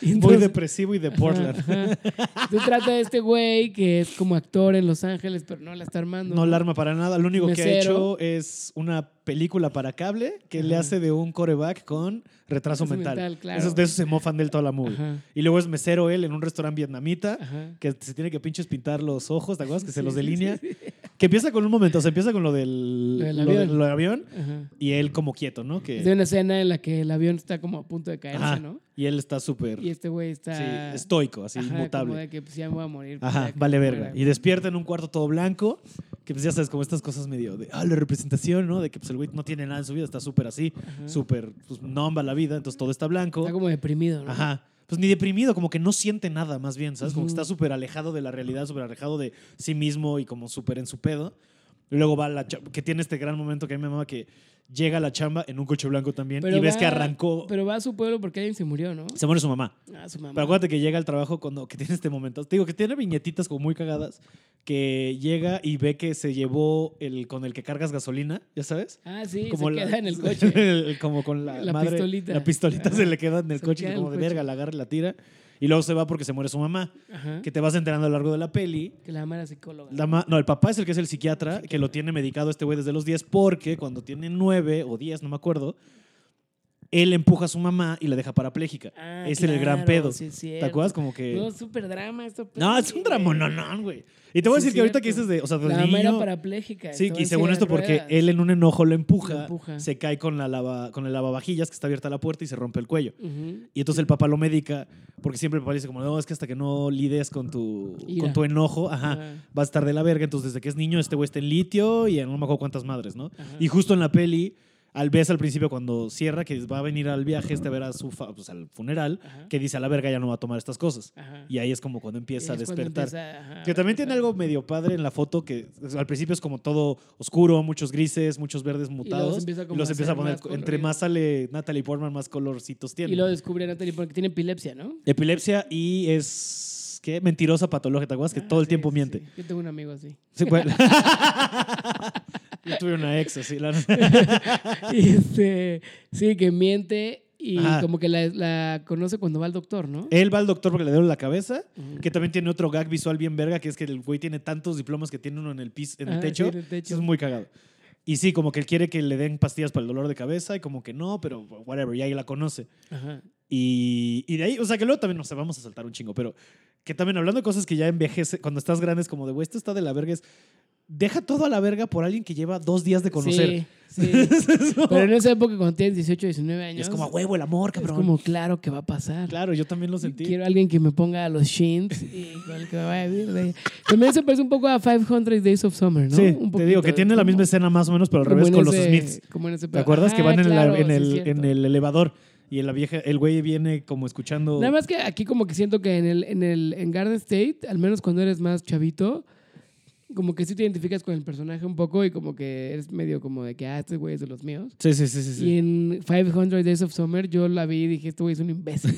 [SPEAKER 2] Y
[SPEAKER 1] Muy
[SPEAKER 2] entonces-
[SPEAKER 1] depresivo y de Portland.
[SPEAKER 2] Ajá, ajá. Se trata de este güey que es como actor en Los Ángeles, pero no la está armando.
[SPEAKER 1] No la arma para nada. Lo único que ha
[SPEAKER 2] Mesero.
[SPEAKER 1] hecho es una película para cable que le
[SPEAKER 2] Ajá.
[SPEAKER 1] hace de un coreback con retraso
[SPEAKER 2] Retraso
[SPEAKER 1] mental.
[SPEAKER 2] mental, claro.
[SPEAKER 1] Eso- de eso se mofan del toda la movie.
[SPEAKER 2] Ajá,
[SPEAKER 1] Y luego es mesero él en un restaurante vietnamita
[SPEAKER 2] ajá.
[SPEAKER 1] que se tiene que pinches pintar los ojos, ¿te acuerdas? Que se
[SPEAKER 2] Sí,
[SPEAKER 1] los
[SPEAKER 2] sí,
[SPEAKER 1] delinea.
[SPEAKER 2] sí, sí.
[SPEAKER 1] Que empieza con un momento, o sea, empieza con lo del,
[SPEAKER 2] Lo del
[SPEAKER 1] lo del-
[SPEAKER 2] avión.
[SPEAKER 1] lo del avión
[SPEAKER 2] Ajá.
[SPEAKER 1] y él como quieto, ¿no?
[SPEAKER 2] Es de
[SPEAKER 1] Que,
[SPEAKER 2] una escena en la que el avión está como a punto de caerse,
[SPEAKER 1] Eh. ajá,
[SPEAKER 2] ¿no?
[SPEAKER 1] Y él está súper
[SPEAKER 2] Y este güey
[SPEAKER 1] sí,
[SPEAKER 2] está.
[SPEAKER 1] estoico, así,
[SPEAKER 2] ajá,
[SPEAKER 1] inmutable.
[SPEAKER 2] Como de que pues, ya me voy a morir. pues, ya
[SPEAKER 1] Ajá,
[SPEAKER 2] que
[SPEAKER 1] vale
[SPEAKER 2] me
[SPEAKER 1] verga.
[SPEAKER 2] muera.
[SPEAKER 1] Y despierta en un cuarto todo blanco, que pues ya sabes, como estas cosas medio de, ah, la representación, ¿no? De que pues el güey no tiene nada en su vida, está súper así,
[SPEAKER 2] Ajá.
[SPEAKER 1] súper, pues nomba la vida, entonces todo está
[SPEAKER 2] Está
[SPEAKER 1] blanco.
[SPEAKER 2] como deprimido, ¿no?
[SPEAKER 1] Ajá. Pues ni deprimido, como que no siente nada, más bien, ¿sabes? Como que
[SPEAKER 2] Ujú.
[SPEAKER 1] está súper alejado de la realidad, súper alejado de sí mismo y como súper en su pedo. Y luego va la chamba, que tiene este gran momento que a mí me mama que llega a la chamba en un coche blanco también y ves
[SPEAKER 2] va-
[SPEAKER 1] que arrancó,
[SPEAKER 2] Pero va a su pueblo porque alguien se murió, ¿no?
[SPEAKER 1] se muere su mamá.
[SPEAKER 2] Ah, su mamá.
[SPEAKER 1] Pero acuérdate que llega al trabajo cuando que tiene este momento. Te digo que tiene viñetitas como muy cagadas que llega y ve que se llevó el con el que cargas gasolina, ya sabes.
[SPEAKER 2] ah, sí,
[SPEAKER 1] Como
[SPEAKER 2] se
[SPEAKER 1] la-
[SPEAKER 2] queda en el coche.
[SPEAKER 1] el- como con la,
[SPEAKER 2] La
[SPEAKER 1] madre-
[SPEAKER 2] pistolita.
[SPEAKER 1] La pistolita se le queda en el
[SPEAKER 2] Se le
[SPEAKER 1] coche
[SPEAKER 2] queda
[SPEAKER 1] y
[SPEAKER 2] en el
[SPEAKER 1] como de
[SPEAKER 2] coche.
[SPEAKER 1] verga la agarra y la tira. Y luego se va porque se muere su mamá.
[SPEAKER 2] Ajá.
[SPEAKER 1] Que
[SPEAKER 2] Que,
[SPEAKER 1] te vas enterando a lo largo de la peli.
[SPEAKER 2] la mamá era psicóloga.
[SPEAKER 1] La ma- no, el papá es el que es el psiquiatra, que lo tiene medicado este güey desde los 10 porque cuando tiene 9 o 10, no me acuerdo, él empuja a su mamá y la deja parapléjica.
[SPEAKER 2] Ah,
[SPEAKER 1] Ese era el gran
[SPEAKER 2] claro,
[SPEAKER 1] pedo.
[SPEAKER 2] sí es
[SPEAKER 1] ¿Te
[SPEAKER 2] cierto.
[SPEAKER 1] acuerdas? Como que...
[SPEAKER 2] No, es súper drama esto. pues,
[SPEAKER 1] No, es un dramononón, güey. Y te voy a
[SPEAKER 2] Sí,
[SPEAKER 1] decir que ahorita
[SPEAKER 2] cierto.
[SPEAKER 1] que dices de. O sea, de
[SPEAKER 2] La mamá era
[SPEAKER 1] niño-
[SPEAKER 2] parapléjica.
[SPEAKER 1] Sí,
[SPEAKER 2] estaba
[SPEAKER 1] y
[SPEAKER 2] en
[SPEAKER 1] según
[SPEAKER 2] silla
[SPEAKER 1] esto,
[SPEAKER 2] de
[SPEAKER 1] porque
[SPEAKER 2] ruedas.
[SPEAKER 1] él en un enojo lo empuja,
[SPEAKER 2] Lo empuja.
[SPEAKER 1] se cae con, la lava, con el lavavajillas que está abierta la puerta y se rompe el cuello.
[SPEAKER 2] Ujú.
[SPEAKER 1] Y entonces el papá lo medica, porque siempre el papá le dice, como, no, es que hasta que no lides con tu,
[SPEAKER 2] Ira.
[SPEAKER 1] con tu enojo, ajá,
[SPEAKER 2] Ajá.
[SPEAKER 1] va a estar de la verga. Entonces, desde que es niño, este güey está en litio y en no me acuerdo cuántas madres, ¿no?
[SPEAKER 2] Ajá.
[SPEAKER 1] Y justo en la peli, al ves al principio cuando cierra, que va a venir al viaje, este verá su fa- pues, al funeral,
[SPEAKER 2] Ajá.
[SPEAKER 1] que dice, a la verga ya no va a tomar estas cosas.
[SPEAKER 2] Ajá.
[SPEAKER 1] Y ahí es como cuando empieza a
[SPEAKER 2] Ahí es cuando
[SPEAKER 1] despertar.
[SPEAKER 2] empieza, ajá,
[SPEAKER 1] Que
[SPEAKER 2] a
[SPEAKER 1] también tiene
[SPEAKER 2] despertar.
[SPEAKER 1] algo medio padre en la foto, que es- al principio es como todo oscuro, muchos grises, muchos verdes mutados. Y los
[SPEAKER 2] empieza
[SPEAKER 1] empieza,
[SPEAKER 2] como
[SPEAKER 1] a
[SPEAKER 2] a hacer
[SPEAKER 1] poner,
[SPEAKER 2] más
[SPEAKER 1] entre
[SPEAKER 2] colorido.
[SPEAKER 1] más sale Natalie Portman, más colorcitos tiene.
[SPEAKER 2] Y lo descubre Natalie porque tiene epilepsia, ¿no?
[SPEAKER 1] Epilepsia y es, ¿qué? Mentirosa patológica, ¿te acuerdas? Que
[SPEAKER 2] Ah,
[SPEAKER 1] todo el
[SPEAKER 2] sí,
[SPEAKER 1] tiempo
[SPEAKER 2] sí,
[SPEAKER 1] miente.
[SPEAKER 2] sí. Yo tengo un amigo así.
[SPEAKER 1] Sí, bueno. Yo tuve una ex así. la-
[SPEAKER 2] Y, este, sí, que miente y
[SPEAKER 1] Ajá.
[SPEAKER 2] como que la, la conoce cuando va al doctor, ¿no?
[SPEAKER 1] Él va al doctor porque le dieron la cabeza.
[SPEAKER 2] Ujú.
[SPEAKER 1] Que también tiene otro gag visual bien verga, que es que el güey tiene tantos diplomas que tiene uno en el piso, en el
[SPEAKER 2] Ah,
[SPEAKER 1] techo.
[SPEAKER 2] sí, en el techo.
[SPEAKER 1] Eso es muy cagado. Y sí, como que él quiere que le den pastillas para el dolor de cabeza y como que no, pero whatever, y ahí la conoce.
[SPEAKER 2] Ajá.
[SPEAKER 1] Y, y de ahí, o sea, que luego también, no sé, vamos a saltar un chingo, pero que también hablando de cosas que ya envejece, cuando estás grande es como de, güey, esto está de la verga, es, deja todo a la verga por alguien que lleva dos días de conocer.
[SPEAKER 2] Sí, sí.
[SPEAKER 1] Es como-
[SPEAKER 2] Pero en esa época cuando tienes 18, 19 años.
[SPEAKER 1] es como a huevo el amor,
[SPEAKER 2] es
[SPEAKER 1] cabrón.
[SPEAKER 2] como, claro que va a pasar.
[SPEAKER 1] claro, yo también lo sentí.
[SPEAKER 2] Quiero alguien que me ponga a los shins y con el que me vaya a vivir. de- También se parece un poco a 500 Days of Summer, ¿no?
[SPEAKER 1] Sí,
[SPEAKER 2] Un
[SPEAKER 1] te
[SPEAKER 2] poquito,
[SPEAKER 1] digo que tiene la misma escena más o menos, pero al
[SPEAKER 2] como
[SPEAKER 1] revés
[SPEAKER 2] en
[SPEAKER 1] con los
[SPEAKER 2] ese-
[SPEAKER 1] Smiths.
[SPEAKER 2] como en ese
[SPEAKER 1] ¿Te
[SPEAKER 2] pedo.
[SPEAKER 1] acuerdas que
[SPEAKER 2] Ah,
[SPEAKER 1] van en, la-
[SPEAKER 2] claro,
[SPEAKER 1] en
[SPEAKER 2] sí,
[SPEAKER 1] el,
[SPEAKER 2] es
[SPEAKER 1] en
[SPEAKER 2] cierto.
[SPEAKER 1] el elevador y la vieja, el güey viene como escuchando.
[SPEAKER 2] Nada más que aquí como que siento que en el, en el en Garden State, al menos cuando eres más chavito, como que sí te identificas con el personaje un poco y como que eres medio como de que, ah, este güey es de los míos.
[SPEAKER 1] Sí, sí, sí, sí. sí.
[SPEAKER 2] Y en 500 Days of Summer yo la vi y dije, este güey es un imbécil.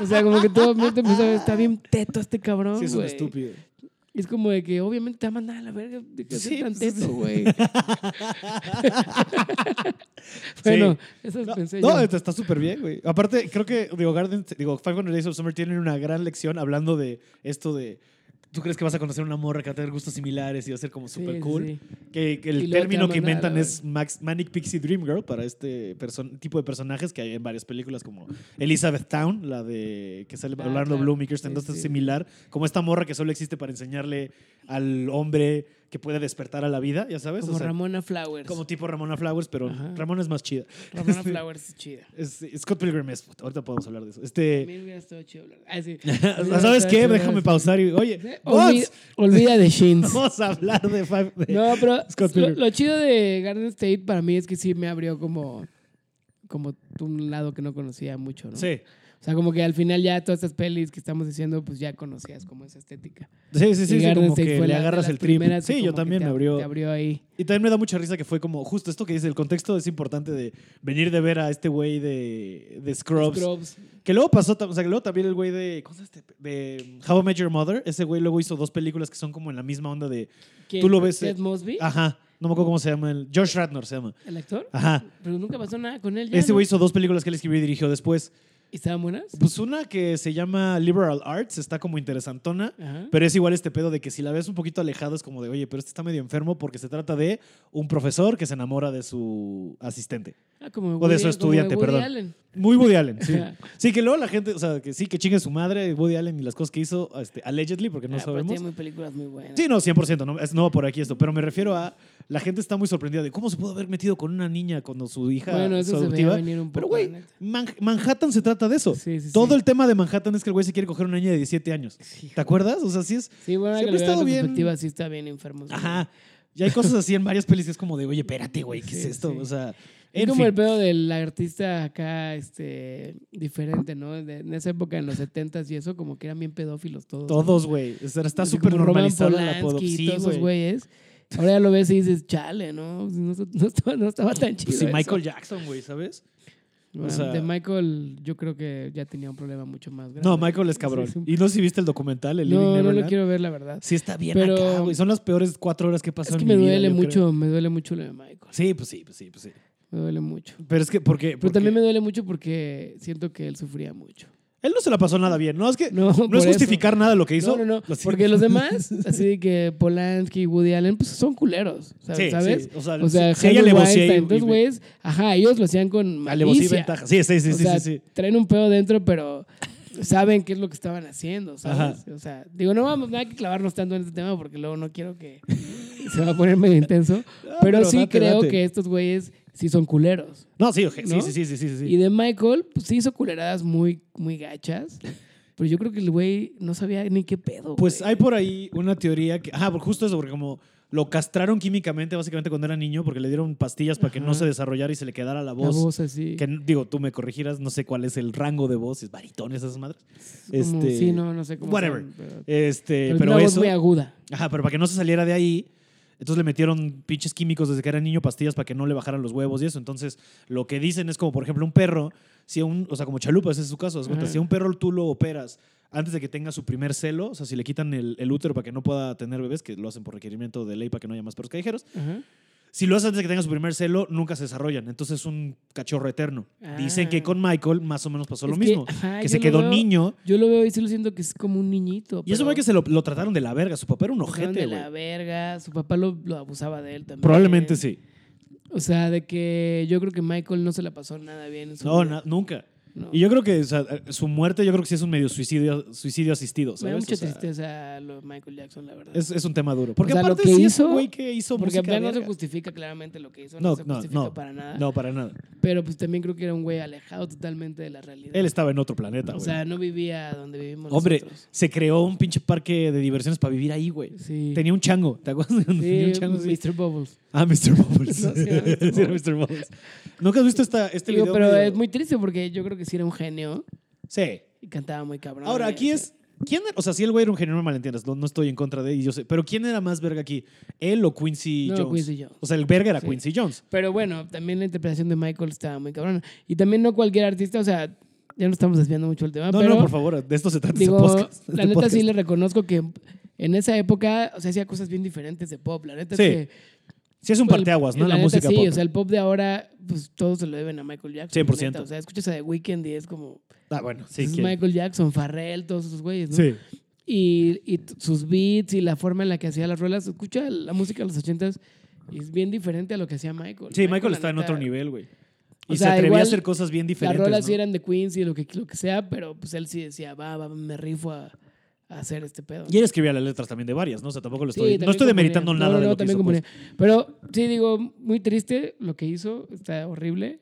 [SPEAKER 2] o sea, como que todo el mundo empezó a ver, está bien teto este cabrón,
[SPEAKER 1] Sí, es un
[SPEAKER 2] güey".
[SPEAKER 1] estúpido.
[SPEAKER 2] Y es como de que obviamente te va a mandar a la verga de que
[SPEAKER 1] Sí,
[SPEAKER 2] sí, tan
[SPEAKER 1] pues,
[SPEAKER 2] teto, güey. bueno, eso
[SPEAKER 1] No,
[SPEAKER 2] pensé
[SPEAKER 1] no,
[SPEAKER 2] yo.
[SPEAKER 1] está está súper bien, güey. Aparte, creo que, digo, Garden, digo, 500 Days of Summer tienen una gran lección hablando de esto de. ¿Tú crees que vas a conocer una morra que va a tener gustos similares y va a ser como
[SPEAKER 2] Sí,
[SPEAKER 1] súper
[SPEAKER 2] sí,
[SPEAKER 1] cool?
[SPEAKER 2] sí.
[SPEAKER 1] Que, que
[SPEAKER 2] Y
[SPEAKER 1] el
[SPEAKER 2] luego te
[SPEAKER 1] término
[SPEAKER 2] aman
[SPEAKER 1] que
[SPEAKER 2] a la
[SPEAKER 1] inventan
[SPEAKER 2] verga.
[SPEAKER 1] es Max, Manic Pixie Dream Girl para este person- tipo de personajes que hay en varias películas como Elizabeth Town, la de que sale
[SPEAKER 2] Ah,
[SPEAKER 1] Orlando
[SPEAKER 2] claro.
[SPEAKER 1] Bloom y Kirsten
[SPEAKER 2] Sí,
[SPEAKER 1] Dunst, es
[SPEAKER 2] sí.
[SPEAKER 1] similar, como esta morra que solo existe para enseñarle al hombre que puede despertar a la vida, ya sabes,
[SPEAKER 2] Como
[SPEAKER 1] O sea,
[SPEAKER 2] Ramona Flowers.
[SPEAKER 1] como tipo Ramona Flowers, pero
[SPEAKER 2] Ajá.
[SPEAKER 1] Ramona es más chida.
[SPEAKER 2] Ramona Flowers es chida.
[SPEAKER 1] Es- Scott Pilgrim es, ahorita podemos hablar de eso. Este,
[SPEAKER 2] También hubiera estado chido hablar. Ah, sí.
[SPEAKER 1] ¿sabes qué? Déjame pausar y oye,
[SPEAKER 2] Eh, olvi-
[SPEAKER 1] Bots,
[SPEAKER 2] Olvida de Shins.
[SPEAKER 1] vamos a hablar de Five. de-
[SPEAKER 2] No, pero
[SPEAKER 1] Scott
[SPEAKER 2] lo,
[SPEAKER 1] Pilgrim.
[SPEAKER 2] lo chido de Garden State para mí es que sí me abrió como, como un lado que no conocía mucho, ¿no?
[SPEAKER 1] Sí,
[SPEAKER 2] O sea, como que al final ya todas estas pelis que estamos diciendo, pues ya conocías como esa estética.
[SPEAKER 1] sí, sí, sí,
[SPEAKER 2] Y
[SPEAKER 1] sí,
[SPEAKER 2] Garden
[SPEAKER 1] como
[SPEAKER 2] State
[SPEAKER 1] que
[SPEAKER 2] fue
[SPEAKER 1] le
[SPEAKER 2] la- de
[SPEAKER 1] agarras
[SPEAKER 2] las
[SPEAKER 1] el trip.
[SPEAKER 2] primeras
[SPEAKER 1] Sí,
[SPEAKER 2] que como
[SPEAKER 1] yo
[SPEAKER 2] que
[SPEAKER 1] también
[SPEAKER 2] te-
[SPEAKER 1] me abrió.
[SPEAKER 2] Te abrió ahí.
[SPEAKER 1] Y también me da mucha risa que fue como justo esto que dice, el contexto es importante de venir de ver a este güey de, de Scrubs.
[SPEAKER 2] Scrubs.
[SPEAKER 1] Que luego pasó, tam- o sea, que luego también el güey de, ¿cómo se llama este? de How I Met Your Mother, ese güey luego hizo dos películas que son como en la misma onda de,
[SPEAKER 2] ¿Quién?
[SPEAKER 1] Tú lo ves,
[SPEAKER 2] Ted
[SPEAKER 1] eh,
[SPEAKER 2] Mosby,
[SPEAKER 1] ajá, no me acuerdo cómo se llama, el, Josh Radnor se llama.
[SPEAKER 2] el actor.
[SPEAKER 1] Ajá,
[SPEAKER 2] Pero nunca pasó nada con él. ya,
[SPEAKER 1] Ese
[SPEAKER 2] ¿no?
[SPEAKER 1] güey hizo dos películas que él escribió y dirigió después.
[SPEAKER 2] ¿Y estaban buenas?
[SPEAKER 1] Pues una que se llama Liberal Arts, está como interesantona.
[SPEAKER 2] Ajá.
[SPEAKER 1] Pero es igual este pedo de que si la ves un poquito alejado es como de, oye, pero este está medio enfermo porque se trata de un profesor que se enamora de su asistente.
[SPEAKER 2] Ah, como
[SPEAKER 1] O de su
[SPEAKER 2] como
[SPEAKER 1] estudiante,
[SPEAKER 2] Woody
[SPEAKER 1] perdón.
[SPEAKER 2] Allen.
[SPEAKER 1] Muy Woody Allen, sí.
[SPEAKER 2] Ajá.
[SPEAKER 1] Sí, que luego la gente, o sea, que sí, que chingue su madre, Woody Allen y las cosas que hizo, este, allegedly, porque no
[SPEAKER 2] Ah, pero
[SPEAKER 1] sabemos.
[SPEAKER 2] tiene muy películas muy buenas.
[SPEAKER 1] Sí, no, 100%, no, es, no va por aquí esto, pero me refiero a, la gente está muy sorprendida de cómo se pudo haber metido con una niña cuando su hija,
[SPEAKER 2] bueno,
[SPEAKER 1] su
[SPEAKER 2] eso se veía
[SPEAKER 1] adoptiva.
[SPEAKER 2] venir un poco.
[SPEAKER 1] Pero, güey,
[SPEAKER 2] la neta.
[SPEAKER 1] Man- Manhattan se trata de eso.
[SPEAKER 2] Sí, sí,
[SPEAKER 1] Todo
[SPEAKER 2] sí.
[SPEAKER 1] el tema de Manhattan es que el güey se quiere coger una niña de 17 años.
[SPEAKER 2] Sí,
[SPEAKER 1] ¿Te acuerdas? O sea, sí es...
[SPEAKER 2] Sí, bueno,
[SPEAKER 1] Siempre
[SPEAKER 2] siempre
[SPEAKER 1] he
[SPEAKER 2] que
[SPEAKER 1] estado
[SPEAKER 2] estado
[SPEAKER 1] bien-
[SPEAKER 2] bien. Perspectiva, sí está bien enfermo. sí.
[SPEAKER 1] Ajá. Y hay cosas así en varias pelis que es como de, oye, espérate, güey, ¿qué es
[SPEAKER 2] Sí,
[SPEAKER 1] esto?
[SPEAKER 2] sí.
[SPEAKER 1] O sea,
[SPEAKER 2] Es
[SPEAKER 1] en
[SPEAKER 2] como
[SPEAKER 1] fin.
[SPEAKER 2] el pedo del artista acá, este, diferente, ¿no? De- en esa época, en los 70s y eso, como que eran bien pedófilos todos. ¿no?
[SPEAKER 1] Todos, güey. O sea, está
[SPEAKER 2] Así
[SPEAKER 1] súper
[SPEAKER 2] como Roman
[SPEAKER 1] normalizada la
[SPEAKER 2] Polanski
[SPEAKER 1] podo-
[SPEAKER 2] y
[SPEAKER 1] Sí,
[SPEAKER 2] todos esos
[SPEAKER 1] güey.
[SPEAKER 2] güeyes. Ahora ya lo ves y dices, chale, ¿no? No, no estaba, no estaba tan chido.
[SPEAKER 1] Pues sí,
[SPEAKER 2] eso".
[SPEAKER 1] Michael Jackson, güey, ¿sabes?
[SPEAKER 2] Bueno,
[SPEAKER 1] sea-
[SPEAKER 2] de Michael, yo creo que ya tenía un problema mucho más grande.
[SPEAKER 1] No, Michael es cabrón.
[SPEAKER 2] Sí, sí.
[SPEAKER 1] Y no sé si viste el documental, el Living
[SPEAKER 2] no, no
[SPEAKER 1] Neverland.
[SPEAKER 2] lo quiero ver, la verdad.
[SPEAKER 1] Sí, está bien
[SPEAKER 2] Pero-
[SPEAKER 1] acá, güey. Son las peores cuatro horas que he
[SPEAKER 2] Es
[SPEAKER 1] pasado
[SPEAKER 2] que
[SPEAKER 1] en
[SPEAKER 2] me
[SPEAKER 1] mi vida,
[SPEAKER 2] duele
[SPEAKER 1] yo
[SPEAKER 2] mucho,
[SPEAKER 1] creo.
[SPEAKER 2] me duele mucho lo de Michael.
[SPEAKER 1] Sí, pues sí, pues sí, pues sí.
[SPEAKER 2] Me duele mucho.
[SPEAKER 1] Pero es que, porque.
[SPEAKER 2] Pero
[SPEAKER 1] porque
[SPEAKER 2] también me duele mucho porque siento que él sufría mucho.
[SPEAKER 1] Él no se la pasó nada bien, ¿no? Es que no,
[SPEAKER 2] No,
[SPEAKER 1] es
[SPEAKER 2] por eso.
[SPEAKER 1] justificar nada lo que hizo.
[SPEAKER 2] No, no, no.
[SPEAKER 1] Lo siento.
[SPEAKER 2] Porque los demás, así de que Polanski, Woody Allen, pues son culeros, ¿sabes?
[SPEAKER 1] Sí,
[SPEAKER 2] ¿sabes?
[SPEAKER 1] sí. O sea,
[SPEAKER 2] O sea,
[SPEAKER 1] sí, sí hay
[SPEAKER 2] Harvey
[SPEAKER 1] alevosía
[SPEAKER 2] Weinstein,
[SPEAKER 1] y-
[SPEAKER 2] entonces,
[SPEAKER 1] y-
[SPEAKER 2] güeyes, ajá, ellos lo hacían con
[SPEAKER 1] Alevosía y
[SPEAKER 2] malicia.
[SPEAKER 1] ventaja. Sí, sí, sí,
[SPEAKER 2] o
[SPEAKER 1] sí,
[SPEAKER 2] sea,
[SPEAKER 1] sí, sí.
[SPEAKER 2] traen un pedo dentro, pero saben qué es lo que estaban haciendo, ¿sabes? O sea, digo, no vamos, nada que clavarnos tanto en este tema porque luego no quiero que se va a poner medio intenso.
[SPEAKER 1] Ah,
[SPEAKER 2] pero, sí
[SPEAKER 1] date,
[SPEAKER 2] creo
[SPEAKER 1] date.
[SPEAKER 2] que estos güeyes sí son culeros.
[SPEAKER 1] No, sí, oje, sí,
[SPEAKER 2] ¿no?
[SPEAKER 1] sí, sí, sí, sí, sí.
[SPEAKER 2] Y de Michael, pues sí hizo culeradas muy, muy gachas. Pero yo creo que el güey no sabía ni qué pedo.
[SPEAKER 1] Pues
[SPEAKER 2] güey.
[SPEAKER 1] hay por ahí una teoría que. Ah, por- justo eso, porque como lo castraron químicamente, básicamente cuando era niño, porque le dieron pastillas para que no
[SPEAKER 2] Ajá.
[SPEAKER 1] se desarrollara y se le quedara la
[SPEAKER 2] La
[SPEAKER 1] voz.
[SPEAKER 2] voz así.
[SPEAKER 1] Que digo, tú me corregirás, no sé cuál es el rango de voz, es baritón esas madres.
[SPEAKER 2] Es como-
[SPEAKER 1] este,
[SPEAKER 2] sí, no, no sé cómo.
[SPEAKER 1] whatever.
[SPEAKER 2] sean, pero,
[SPEAKER 1] Este,
[SPEAKER 2] pero es
[SPEAKER 1] pero,
[SPEAKER 2] una voz
[SPEAKER 1] eso.
[SPEAKER 2] muy aguda.
[SPEAKER 1] Ajá, pero para que no se saliera de ahí. Entonces le metieron pinches químicos desde que era niño, pastillas para que no le bajaran los huevos y eso. Entonces, lo que dicen es como, por ejemplo, un perro, si un, o sea, como chalupa, ese es su caso, haz cuenta,
[SPEAKER 2] Ajá.
[SPEAKER 1] si a un perro tú lo operas antes de que tenga su primer celo, o sea, si le quitan el, el útero para que no pueda tener bebés, que lo hacen por requerimiento de ley para que no haya más perros callejeros,
[SPEAKER 2] Ajá.
[SPEAKER 1] si lo haces antes de que tenga su primer celo, nunca se desarrollan. Entonces es un cachorro eterno. Dicen
[SPEAKER 2] Ah.
[SPEAKER 1] que con Michael más o menos pasó lo
[SPEAKER 2] Es que,
[SPEAKER 1] mismo, que,
[SPEAKER 2] ajá, yo
[SPEAKER 1] se
[SPEAKER 2] lo
[SPEAKER 1] quedó
[SPEAKER 2] veo-
[SPEAKER 1] niño.
[SPEAKER 2] Yo lo veo y sí lo siento que es como un niñito.
[SPEAKER 1] Y eso fue que se lo, lo trataron de la verga, su papá era un ojete,
[SPEAKER 2] de
[SPEAKER 1] güey.
[SPEAKER 2] la verga. Su papá lo, lo abusaba de él también.
[SPEAKER 1] Probablemente sí.
[SPEAKER 2] O sea, de que yo creo que Michael no se la pasó nada bien. en su
[SPEAKER 1] No,
[SPEAKER 2] vida.
[SPEAKER 1] na- nunca.
[SPEAKER 2] No.
[SPEAKER 1] Y yo creo que o sea, eh, su muerte, yo creo que sí es un medio suicidio, suicidio asistido.
[SPEAKER 2] Me da
[SPEAKER 1] ¿sabes?
[SPEAKER 2] mucha
[SPEAKER 1] O sea,
[SPEAKER 2] tristeza lo de Michael Jackson, la verdad.
[SPEAKER 1] es, es un tema duro. Porque
[SPEAKER 2] O sea, lo
[SPEAKER 1] aparte
[SPEAKER 2] que
[SPEAKER 1] sí es
[SPEAKER 2] hizo-
[SPEAKER 1] un güey que hizo
[SPEAKER 2] Porque
[SPEAKER 1] música
[SPEAKER 2] acá no se
[SPEAKER 1] verga.
[SPEAKER 2] justifica claramente lo que hizo, no,
[SPEAKER 1] No,
[SPEAKER 2] se
[SPEAKER 1] no,
[SPEAKER 2] justifica
[SPEAKER 1] no,
[SPEAKER 2] para nada.
[SPEAKER 1] No, para nada.
[SPEAKER 2] Pero pues también creo que era un güey alejado totalmente de la realidad.
[SPEAKER 1] Él estaba en otro planeta,
[SPEAKER 2] o
[SPEAKER 1] güey.
[SPEAKER 2] sea, no vivía donde vivimos
[SPEAKER 1] Hombre,
[SPEAKER 2] nosotros.
[SPEAKER 1] se creó un pinche parque de diversiones para vivir ahí, güey.
[SPEAKER 2] Sí.
[SPEAKER 1] Tenía un chango, ¿te acuerdas? Tenía un
[SPEAKER 2] Sí,
[SPEAKER 1] chango, sí.
[SPEAKER 2] Mr. Bubbles.
[SPEAKER 1] Ah, Mr. Bubbles.
[SPEAKER 2] No, sí, era Mr.
[SPEAKER 1] Sí, era Mr. Bubbles. ¿Nunca has visto esta, este
[SPEAKER 2] Digo,
[SPEAKER 1] video?
[SPEAKER 2] pero
[SPEAKER 1] medio-
[SPEAKER 2] es muy triste porque yo creo que sí era un genio
[SPEAKER 1] Sí.
[SPEAKER 2] y cantaba muy cabrón.
[SPEAKER 1] Ahora,
[SPEAKER 2] y
[SPEAKER 1] aquí
[SPEAKER 2] así.
[SPEAKER 1] es. ¿Quién era? O sea, si el güey era un genio, no me malentiendas. No, no estoy en contra de. Y yo sé. Pero ¿quién era más verga aquí? ¿Él o Quincy
[SPEAKER 2] No,
[SPEAKER 1] Jones?
[SPEAKER 2] Quincy Jones.
[SPEAKER 1] O sea, el verga era
[SPEAKER 2] Sí.
[SPEAKER 1] Quincy Jones.
[SPEAKER 2] Pero bueno, también la interpretación de Michael estaba muy cabrón. Y también no cualquier artista, o sea, ya no estamos desviando mucho el tema.
[SPEAKER 1] no,
[SPEAKER 2] pero
[SPEAKER 1] no, por favor, de esto se trata
[SPEAKER 2] Digo,
[SPEAKER 1] este podcast.
[SPEAKER 2] la
[SPEAKER 1] este
[SPEAKER 2] neta
[SPEAKER 1] podcast.
[SPEAKER 2] sí le reconozco que en esa época, o sea, hacía cosas bien diferentes de pop. La neta
[SPEAKER 1] Sí,
[SPEAKER 2] es que
[SPEAKER 1] Sí es un
[SPEAKER 2] Pues,
[SPEAKER 1] parteaguas, ¿no?
[SPEAKER 2] La,
[SPEAKER 1] La,
[SPEAKER 2] neta,
[SPEAKER 1] música
[SPEAKER 2] sí,
[SPEAKER 1] pop.
[SPEAKER 2] o sea, el pop de ahora, pues todos se lo deben a Michael Jackson. la
[SPEAKER 1] 100%.
[SPEAKER 2] neta. O sea, escuchas a The Weeknd y es como.
[SPEAKER 1] ah, bueno, sí.
[SPEAKER 2] es
[SPEAKER 1] ¿quién?
[SPEAKER 2] Michael Jackson, Farrell, todos esos güeyes, ¿no?
[SPEAKER 1] Sí.
[SPEAKER 2] Y, y t- sus beats y la forma en la que hacía las ruedas. Escucha la música de los ochentas y es bien diferente a lo que hacía Michael.
[SPEAKER 1] Sí, Michael
[SPEAKER 2] la
[SPEAKER 1] está en
[SPEAKER 2] neta,
[SPEAKER 1] otro nivel, güey. Y
[SPEAKER 2] O sea,
[SPEAKER 1] se atrevía a
[SPEAKER 2] igual
[SPEAKER 1] hacer cosas bien
[SPEAKER 2] Las
[SPEAKER 1] diferentes.
[SPEAKER 2] rolas
[SPEAKER 1] ¿no?
[SPEAKER 2] sí eran de Queens y lo que, lo que sea, pero pues él sí decía, va, va, me rifo a, a hacer este pedo.
[SPEAKER 1] Y él escribía las letras también de varias, ¿no? O sea, tampoco lo
[SPEAKER 2] Sí,
[SPEAKER 1] estoy.
[SPEAKER 2] también
[SPEAKER 1] no estoy
[SPEAKER 2] componía.
[SPEAKER 1] demeritando
[SPEAKER 2] No,
[SPEAKER 1] nada
[SPEAKER 2] no,
[SPEAKER 1] de
[SPEAKER 2] no,
[SPEAKER 1] lo que
[SPEAKER 2] también
[SPEAKER 1] hizo, pues.
[SPEAKER 2] componía. Pero sí, digo, muy triste lo que hizo, está horrible.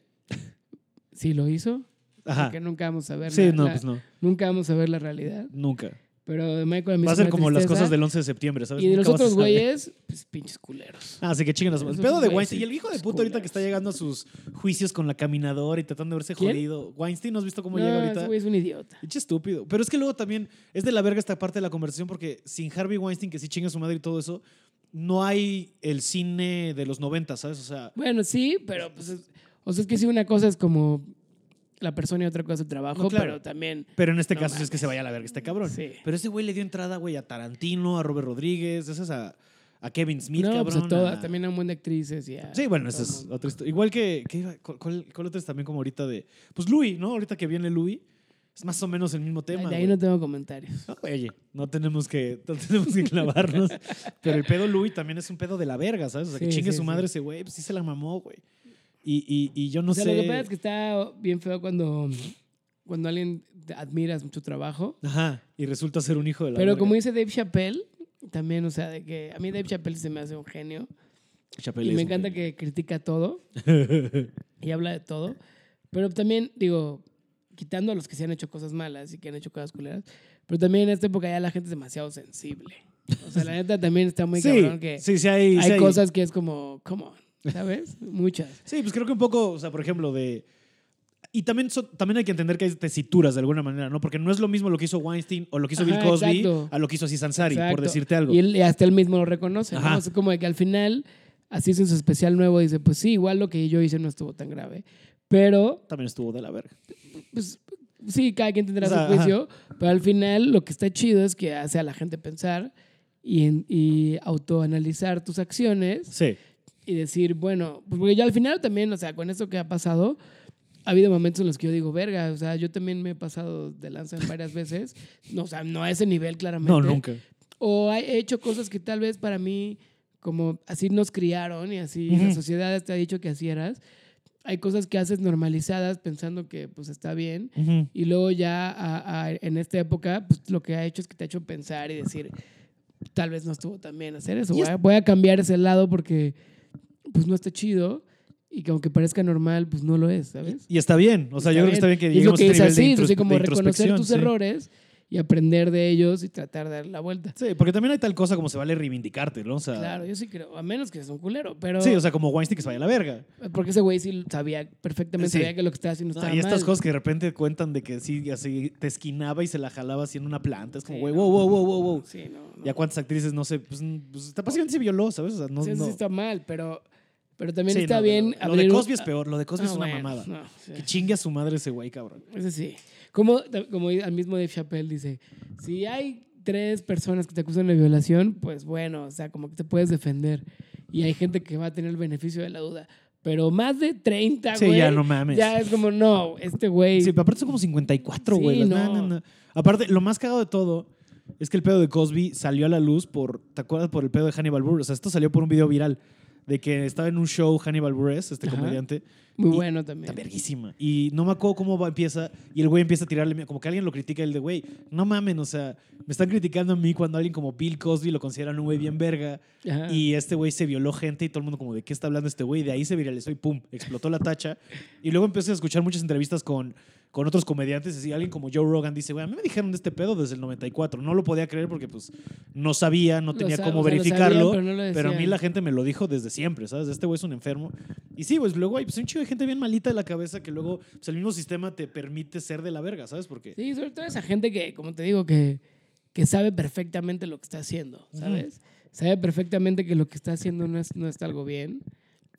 [SPEAKER 2] Sí lo hizo,
[SPEAKER 1] Ajá.
[SPEAKER 2] porque nunca vamos a ver
[SPEAKER 1] Ah. Sí,
[SPEAKER 2] la-
[SPEAKER 1] no,
[SPEAKER 2] la-
[SPEAKER 1] pues no.
[SPEAKER 2] nunca vamos a ver la realidad.
[SPEAKER 1] Nunca.
[SPEAKER 2] Pero de Michael a mí
[SPEAKER 1] Va a
[SPEAKER 2] se
[SPEAKER 1] ser
[SPEAKER 2] me da
[SPEAKER 1] como las
[SPEAKER 2] tristeza.
[SPEAKER 1] cosas del 11 de septiembre, ¿sabes?
[SPEAKER 2] Y de los
[SPEAKER 1] Nunca vas a
[SPEAKER 2] otros
[SPEAKER 1] saber.
[SPEAKER 2] güeyes, pues pinches culeros.
[SPEAKER 1] Ah, así que chingan a su- El
[SPEAKER 2] Esos
[SPEAKER 1] pedo de
[SPEAKER 2] güeyes,
[SPEAKER 1] Weinstein.
[SPEAKER 2] sí.
[SPEAKER 1] Y el hijo de
[SPEAKER 2] Los
[SPEAKER 1] puta ahorita que está
[SPEAKER 2] culeros.
[SPEAKER 1] llegando a sus juicios con la caminadora y tratando de verse
[SPEAKER 2] ¿Quién?
[SPEAKER 1] jodido. Weinstein, ¿no has visto cómo
[SPEAKER 2] no,
[SPEAKER 1] llega
[SPEAKER 2] ese
[SPEAKER 1] ahorita?
[SPEAKER 2] güey es un idiota.
[SPEAKER 1] Pinche estúpido. Pero es que luego también es de la verga esta parte de la conversación porque sin Harvey Weinstein, que sí chinga a su madre y todo eso, no hay el cine de los 90, ¿sabes? O sea,
[SPEAKER 2] Bueno, sí, pero pues... es- o sea, es que sí, una cosa es como la persona y otra cosa el trabajo,
[SPEAKER 1] No, claro.
[SPEAKER 2] pero también...
[SPEAKER 1] pero en este
[SPEAKER 2] No
[SPEAKER 1] caso sí es
[SPEAKER 2] mames.
[SPEAKER 1] que se vaya a la verga este cabrón.
[SPEAKER 2] Sí.
[SPEAKER 1] Pero ese güey le dio entrada, güey, a Tarantino, a Robert Rodríguez, esas a, a Kevin Smith,
[SPEAKER 2] no,
[SPEAKER 1] cabrón.
[SPEAKER 2] pues a todas,
[SPEAKER 1] a-
[SPEAKER 2] también a un buen de actrices y a...
[SPEAKER 1] Sí, bueno,
[SPEAKER 2] a
[SPEAKER 1] esa
[SPEAKER 2] todo
[SPEAKER 1] es
[SPEAKER 2] mundo.
[SPEAKER 1] otra historia. Igual que, que iba- ¿cuál, cuál, cuál otra es también como ahorita de... Pues Louis, ¿no? Ahorita que viene Louis, Es más o menos el mismo tema.
[SPEAKER 2] de ahí
[SPEAKER 1] güey.
[SPEAKER 2] no tengo comentarios.
[SPEAKER 1] No, oye, no tenemos que, no tenemos que clavarnos. Pero el pedo Louis también es un pedo de la verga, ¿sabes? O sea, que
[SPEAKER 2] Sí,
[SPEAKER 1] chingue
[SPEAKER 2] sí,
[SPEAKER 1] su
[SPEAKER 2] sí.
[SPEAKER 1] madre ese güey, pues sí se la mamó, güey. Y, y, y yo no
[SPEAKER 2] o sea,
[SPEAKER 1] sé.
[SPEAKER 2] lo que pasa es que está bien feo cuando, cuando alguien te- admiras mucho trabajo.
[SPEAKER 1] Ajá, y resulta ser un hijo de la
[SPEAKER 2] Pero
[SPEAKER 1] verga.
[SPEAKER 2] como dice Dave Chappelle, también, o sea, de que a mí Dave Chappelle se me hace un genio.
[SPEAKER 1] Chappelle
[SPEAKER 2] Y me
[SPEAKER 1] es un
[SPEAKER 2] encanta
[SPEAKER 1] genio.
[SPEAKER 2] que critica todo y habla de todo. Pero también, digo, quitando a los que se han hecho cosas malas y que han hecho cosas culeras, pero también en esta época ya la gente es demasiado sensible. O sea, la neta también está muy cabrón que
[SPEAKER 1] sí, sí, sí, hay, sí
[SPEAKER 2] hay
[SPEAKER 1] hay.
[SPEAKER 2] cosas que es como, come on, ¿sabes? Muchas.
[SPEAKER 1] Sí, pues creo que un poco, o sea, por ejemplo, de. Y también, so- también hay que entender que hay tesituras de alguna manera, ¿no? Porque no es lo mismo lo que hizo Weinstein o lo que hizo
[SPEAKER 2] Ajá,
[SPEAKER 1] Bill Cosby
[SPEAKER 2] exacto.
[SPEAKER 1] a lo que hizo así Ansari, por
[SPEAKER 2] Exacto.
[SPEAKER 1] decirte algo.
[SPEAKER 2] Y, él- y hasta él mismo lo reconoce. ¿no?
[SPEAKER 1] Ajá.
[SPEAKER 2] O sea, como de que al final, así es en su especial nuevo, dice, pues sí, igual lo que yo hice no estuvo tan grave. Pero
[SPEAKER 1] También estuvo de la verga.
[SPEAKER 2] pues sí, cada quien tendrá
[SPEAKER 1] O sea,
[SPEAKER 2] su juicio, pero al final lo que está chido es que hace a la gente pensar y, en- y autoanalizar tus acciones
[SPEAKER 1] Sí.
[SPEAKER 2] y decir, bueno, pues porque yo al final también, o sea, con esto que ha pasado, ha habido momentos en los que yo digo, verga, o sea, yo también me he pasado de lanza en varias veces, no, o sea, no a ese nivel claramente.
[SPEAKER 1] No, nunca.
[SPEAKER 2] O he he hecho cosas que tal vez para mí, como así nos criaron y así
[SPEAKER 1] Ujú.
[SPEAKER 2] la sociedad te ha dicho que así eras. Hay cosas que haces normalizadas pensando que pues está bien
[SPEAKER 1] Ujú.
[SPEAKER 2] y luego ya a- a- en esta época, pues lo que ha hecho es que te ha hecho pensar y decir, tal vez no estuvo tan bien hacer eso.
[SPEAKER 1] Y
[SPEAKER 2] Voy a, voy a cambiar ese lado porque pues no está chido y que aunque parezca normal, pues no lo es, ¿sabes?
[SPEAKER 1] Y está bien. O sea, yo creo que está bien que
[SPEAKER 2] Y es lo
[SPEAKER 1] lleguemos
[SPEAKER 2] que
[SPEAKER 1] a
[SPEAKER 2] es
[SPEAKER 1] este
[SPEAKER 2] así,
[SPEAKER 1] nivel de,
[SPEAKER 2] es así
[SPEAKER 1] intros-
[SPEAKER 2] como
[SPEAKER 1] de
[SPEAKER 2] reconocer
[SPEAKER 1] introspección.
[SPEAKER 2] tus
[SPEAKER 1] sí.
[SPEAKER 2] errores y aprender de ellos y tratar de dar la vuelta.
[SPEAKER 1] Sí, porque también hay tal cosa como se vale reivindicarte, ¿no? O sea,
[SPEAKER 2] Claro, yo sí creo, a menos que seas un culero, pero...
[SPEAKER 1] Sí, o sea, como Weinstein que se vaya a la verga.
[SPEAKER 2] porque ese güey sí sabía perfectamente,
[SPEAKER 1] Sí.
[SPEAKER 2] sabía que lo que estaba haciendo
[SPEAKER 1] No,
[SPEAKER 2] estaba
[SPEAKER 1] y estas
[SPEAKER 2] mal.
[SPEAKER 1] cosas que de repente cuentan de que sí, así te esquinaba y se la jalaba así en una planta. Es como,
[SPEAKER 2] Sí,
[SPEAKER 1] güey,
[SPEAKER 2] no.
[SPEAKER 1] wow, wow, wow, wow, wow.
[SPEAKER 2] Sí, no, no.
[SPEAKER 1] Ya cuántas actrices, no sé, pues, mm, pues está básicamente se violó, ¿sabes? O sea, no,
[SPEAKER 2] Sí, eso
[SPEAKER 1] no.
[SPEAKER 2] sí está mal, pero, pero también
[SPEAKER 1] Sí,
[SPEAKER 2] está
[SPEAKER 1] no,
[SPEAKER 2] bien
[SPEAKER 1] no, no. Lo de
[SPEAKER 2] un-
[SPEAKER 1] Cosby es peor, lo de Cosby
[SPEAKER 2] Ah,
[SPEAKER 1] es una
[SPEAKER 2] bueno,
[SPEAKER 1] mamada.
[SPEAKER 2] no, sí.
[SPEAKER 1] Que chingue a su madre ese güey, cabrón.
[SPEAKER 2] Eso sí. Como, como al mismo Dave Chappelle dice, si hay tres personas que te acusan de violación, pues bueno, o sea, como que te puedes defender. Y hay gente que va a tener el beneficio de la duda. Pero más de 30,
[SPEAKER 1] Sí,
[SPEAKER 2] güey.
[SPEAKER 1] ya no mames.
[SPEAKER 2] Ya es como, no, este güey.
[SPEAKER 1] Sí, pero aparte son como 54,
[SPEAKER 2] Sí,
[SPEAKER 1] güey. las-
[SPEAKER 2] no.
[SPEAKER 1] na, na, na. Aparte, lo más cagado de todo es que el pedo de Cosby salió a la luz por, ¿te acuerdas? Por el pedo de Hannibal Buress. O sea, esto salió por un video viral de que estaba en un show Hannibal Buress, este
[SPEAKER 2] Ajá.
[SPEAKER 1] comediante.
[SPEAKER 2] muy
[SPEAKER 1] y-
[SPEAKER 2] bueno también.
[SPEAKER 1] Está verguísima. Y no me acuerdo cómo va, empieza. Y el güey empieza a tirarle. mierda, Como que alguien lo critica. El de güey, no mamen. O sea, me están criticando a mí cuando alguien como Bill Cosby lo consideran un güey bien verga.
[SPEAKER 2] Ajá.
[SPEAKER 1] Y este güey se violó gente y todo el mundo como, ¿de qué está hablando este güey? De ahí se viralizó y pum, explotó la tacha. Y luego empecé a escuchar muchas entrevistas con, con otros comediantes. Y alguien como Joe Rogan dice, güey, a mí me dijeron de este pedo desde el 94. No lo podía creer porque pues no sabía, no
[SPEAKER 2] Lo
[SPEAKER 1] tenía
[SPEAKER 2] sa-
[SPEAKER 1] cómo
[SPEAKER 2] o sea, lo
[SPEAKER 1] verificarlo.
[SPEAKER 2] sabían, pero no lo
[SPEAKER 1] pero a mí
[SPEAKER 2] decían.
[SPEAKER 1] la gente me lo dijo desde siempre, ¿sabes? Este güey es un enfermo. Y sí, pues luego hay pues, un chico de gente bien malita de la cabeza que luego pues, el mismo sistema te permite ser de la verga, ¿sabes? Porque...
[SPEAKER 2] Sí, sobre todo esa gente que, como te digo, que, que sabe perfectamente lo que está haciendo, ¿sabes? Sabe perfectamente que lo que está haciendo no, es, no está algo bien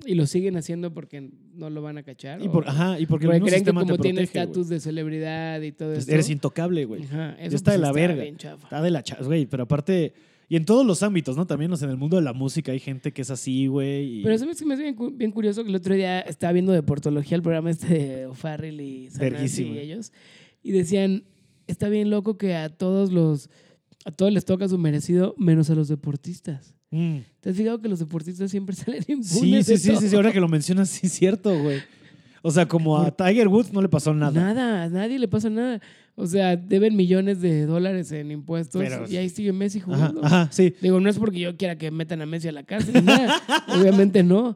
[SPEAKER 2] y lo siguen haciendo porque no lo van a cachar.
[SPEAKER 1] Y,
[SPEAKER 2] o-
[SPEAKER 1] por- ajá, y porque el
[SPEAKER 2] porque
[SPEAKER 1] mismo
[SPEAKER 2] creen que
[SPEAKER 1] sistema
[SPEAKER 2] como
[SPEAKER 1] te
[SPEAKER 2] tiene
[SPEAKER 1] protege, güey. Pues,
[SPEAKER 2] estatus de celebridad y todo eso.
[SPEAKER 1] Eres intocable, güey.
[SPEAKER 2] Ajá, eso
[SPEAKER 1] está de
[SPEAKER 2] pues
[SPEAKER 1] la verga.
[SPEAKER 2] bien chafa.
[SPEAKER 1] Está de la cha- güey, pero aparte. Y en todos los ámbitos, ¿no? También, o sea, en el mundo de la música hay gente que es así, güey. y-
[SPEAKER 2] Pero sabes que me hace bien, cu- bien curioso que el otro día estaba viendo de portología el programa este de O'Farrell y Sanasi
[SPEAKER 1] Verguísima.
[SPEAKER 2] y ellos. Y decían, está bien loco que a todos los, a todos les toca su merecido, menos a los deportistas.
[SPEAKER 1] Mm.
[SPEAKER 2] ¿Te has fijado que los deportistas siempre salen
[SPEAKER 1] Sí,
[SPEAKER 2] impunes?
[SPEAKER 1] sí,
[SPEAKER 2] de
[SPEAKER 1] sí, sí, sí,
[SPEAKER 2] todo?
[SPEAKER 1] ahora que lo mencionas, sí, es cierto, güey. O sea, como a Tiger Woods no le pasó nada.
[SPEAKER 2] Nada, a nadie le pasa nada. O sea, deben millones de dólares en impuestos
[SPEAKER 1] Pero-
[SPEAKER 2] y ahí sigue Messi
[SPEAKER 1] Ajá,
[SPEAKER 2] jugando.
[SPEAKER 1] ajá, sí.
[SPEAKER 2] Digo, no es porque yo quiera que metan a Messi a la cárcel, ni nada. obviamente no.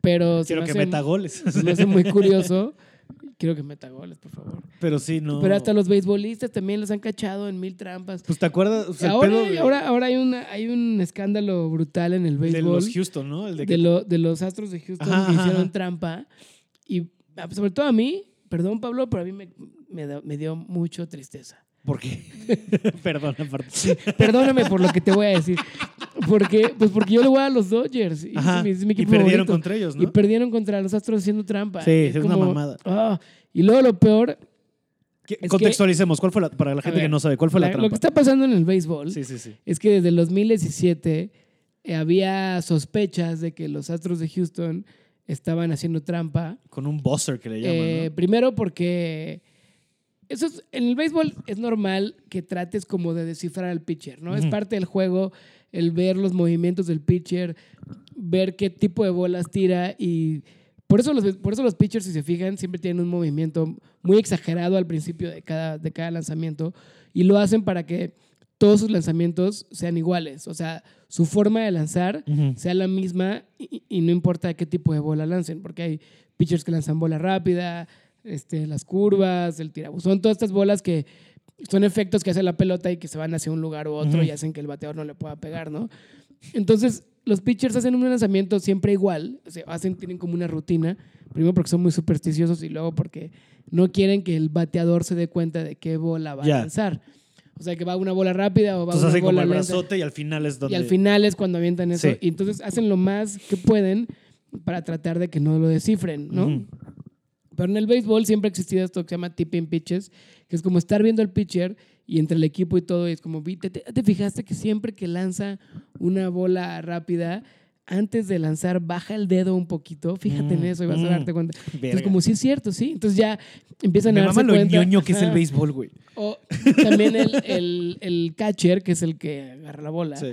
[SPEAKER 2] Pero se
[SPEAKER 1] Quiero
[SPEAKER 2] me
[SPEAKER 1] que
[SPEAKER 2] hace-
[SPEAKER 1] meta goles.
[SPEAKER 2] se me hace muy curioso. Quiero que meta goles, por favor.
[SPEAKER 1] Pero sí, no.
[SPEAKER 2] Pero hasta los beisbolistas también los han cachado en mil trampas.
[SPEAKER 1] Pues te acuerdas. O sea, el
[SPEAKER 2] ahora,
[SPEAKER 1] pedo de-
[SPEAKER 2] ahora, ahora hay, una, hay un escándalo brutal en el
[SPEAKER 1] de,
[SPEAKER 2] béisbol.
[SPEAKER 1] los Houston, ¿no? El de,
[SPEAKER 2] de,
[SPEAKER 1] que-
[SPEAKER 2] lo- de los Astros de Houston
[SPEAKER 1] Ajá,
[SPEAKER 2] que
[SPEAKER 1] ajá,
[SPEAKER 2] hicieron
[SPEAKER 1] ajá.
[SPEAKER 2] trampa. Y ah, sobre todo a mí, perdón Pablo, pero a mí me, me da- me dio mucho tristeza.
[SPEAKER 1] ¿Por qué? Perdón, aparte.
[SPEAKER 2] Perdóname por lo que te voy a decir. Porque, pues porque yo le voy a los Dodgers. Y,
[SPEAKER 1] Ajá,
[SPEAKER 2] es mi- es mi
[SPEAKER 1] y
[SPEAKER 2] equipo
[SPEAKER 1] perdieron
[SPEAKER 2] favorito.
[SPEAKER 1] contra ellos, ¿no?
[SPEAKER 2] Y perdieron contra los Astros haciendo trampa.
[SPEAKER 1] Sí, es una
[SPEAKER 2] como,
[SPEAKER 1] mamada.
[SPEAKER 2] ah. y luego lo peor,
[SPEAKER 1] ¿Qué-
[SPEAKER 2] que-
[SPEAKER 1] Contextualicemos. ¿Cuál fue la, para la gente que
[SPEAKER 2] ver,
[SPEAKER 1] no sabe, ¿cuál fue la,
[SPEAKER 2] la- lo que
[SPEAKER 1] trampa?
[SPEAKER 2] está pasando en el béisbol
[SPEAKER 1] Sí, sí, sí.
[SPEAKER 2] es que desde el 2017 eh, había sospechas de que los Astros de Houston estaban haciendo trampa.
[SPEAKER 1] Con un buzzer que le llaman.
[SPEAKER 2] Eh,
[SPEAKER 1] ¿no?
[SPEAKER 2] Primero porque Eso es- en el béisbol es normal que trates como de descifrar al pitcher, ¿no? Es
[SPEAKER 1] Ujú.
[SPEAKER 2] parte del juego el ver los movimientos del pitcher, ver qué tipo de bolas tira y por eso los, por eso los pitchers, si se fijan, siempre tienen un movimiento muy exagerado al principio de cada, de cada lanzamiento y lo hacen para que todos sus lanzamientos sean iguales. O sea, su forma de lanzar
[SPEAKER 1] Ujú.
[SPEAKER 2] sea la misma y, y no importa qué tipo de bola lancen, porque hay pitchers que lanzan bola rápida, este, las curvas, el tirabuzón, todas estas bolas que son efectos que hace la pelota y que se van hacia un lugar u otro
[SPEAKER 1] Ujú.
[SPEAKER 2] y hacen que el bateador no le pueda pegar, ¿no? Entonces, los pitchers hacen un lanzamiento siempre igual, o sea, hacen, tienen como una rutina, primero porque son muy supersticiosos y luego porque no quieren que el bateador se dé cuenta de qué bola va
[SPEAKER 1] Ya.
[SPEAKER 2] a lanzar. O sea, que va una bola rápida o va
[SPEAKER 1] Entonces
[SPEAKER 2] una
[SPEAKER 1] hacen como
[SPEAKER 2] bola
[SPEAKER 1] el
[SPEAKER 2] lenta.
[SPEAKER 1] brazote y al final es donde.
[SPEAKER 2] Y al final es cuando avientan eso.
[SPEAKER 1] Sí.
[SPEAKER 2] Y entonces hacen lo más que pueden para tratar de que no lo descifren, ¿no?
[SPEAKER 1] Ujú.
[SPEAKER 2] Pero en el béisbol siempre ha existido esto que se llama tipping pitches, que es como estar viendo al pitcher y entre el equipo y todo, y es como, "Vi, ¿te, te- te fijaste que siempre que lanza una bola rápida, antes de lanzar baja el dedo un poquito? Fíjate en
[SPEAKER 1] Mm,
[SPEAKER 2] eso y vas a
[SPEAKER 1] mm.
[SPEAKER 2] darte cuenta.
[SPEAKER 1] Verga.
[SPEAKER 2] Entonces como, sí es cierto, sí. Entonces ya empiezan
[SPEAKER 1] Me
[SPEAKER 2] a darse
[SPEAKER 1] mama lo
[SPEAKER 2] cuenta.
[SPEAKER 1] ñoño que es el
[SPEAKER 2] Ajá.
[SPEAKER 1] béisbol, güey.
[SPEAKER 2] O también el, el- el catcher, que es el que agarra la bola
[SPEAKER 1] Sí.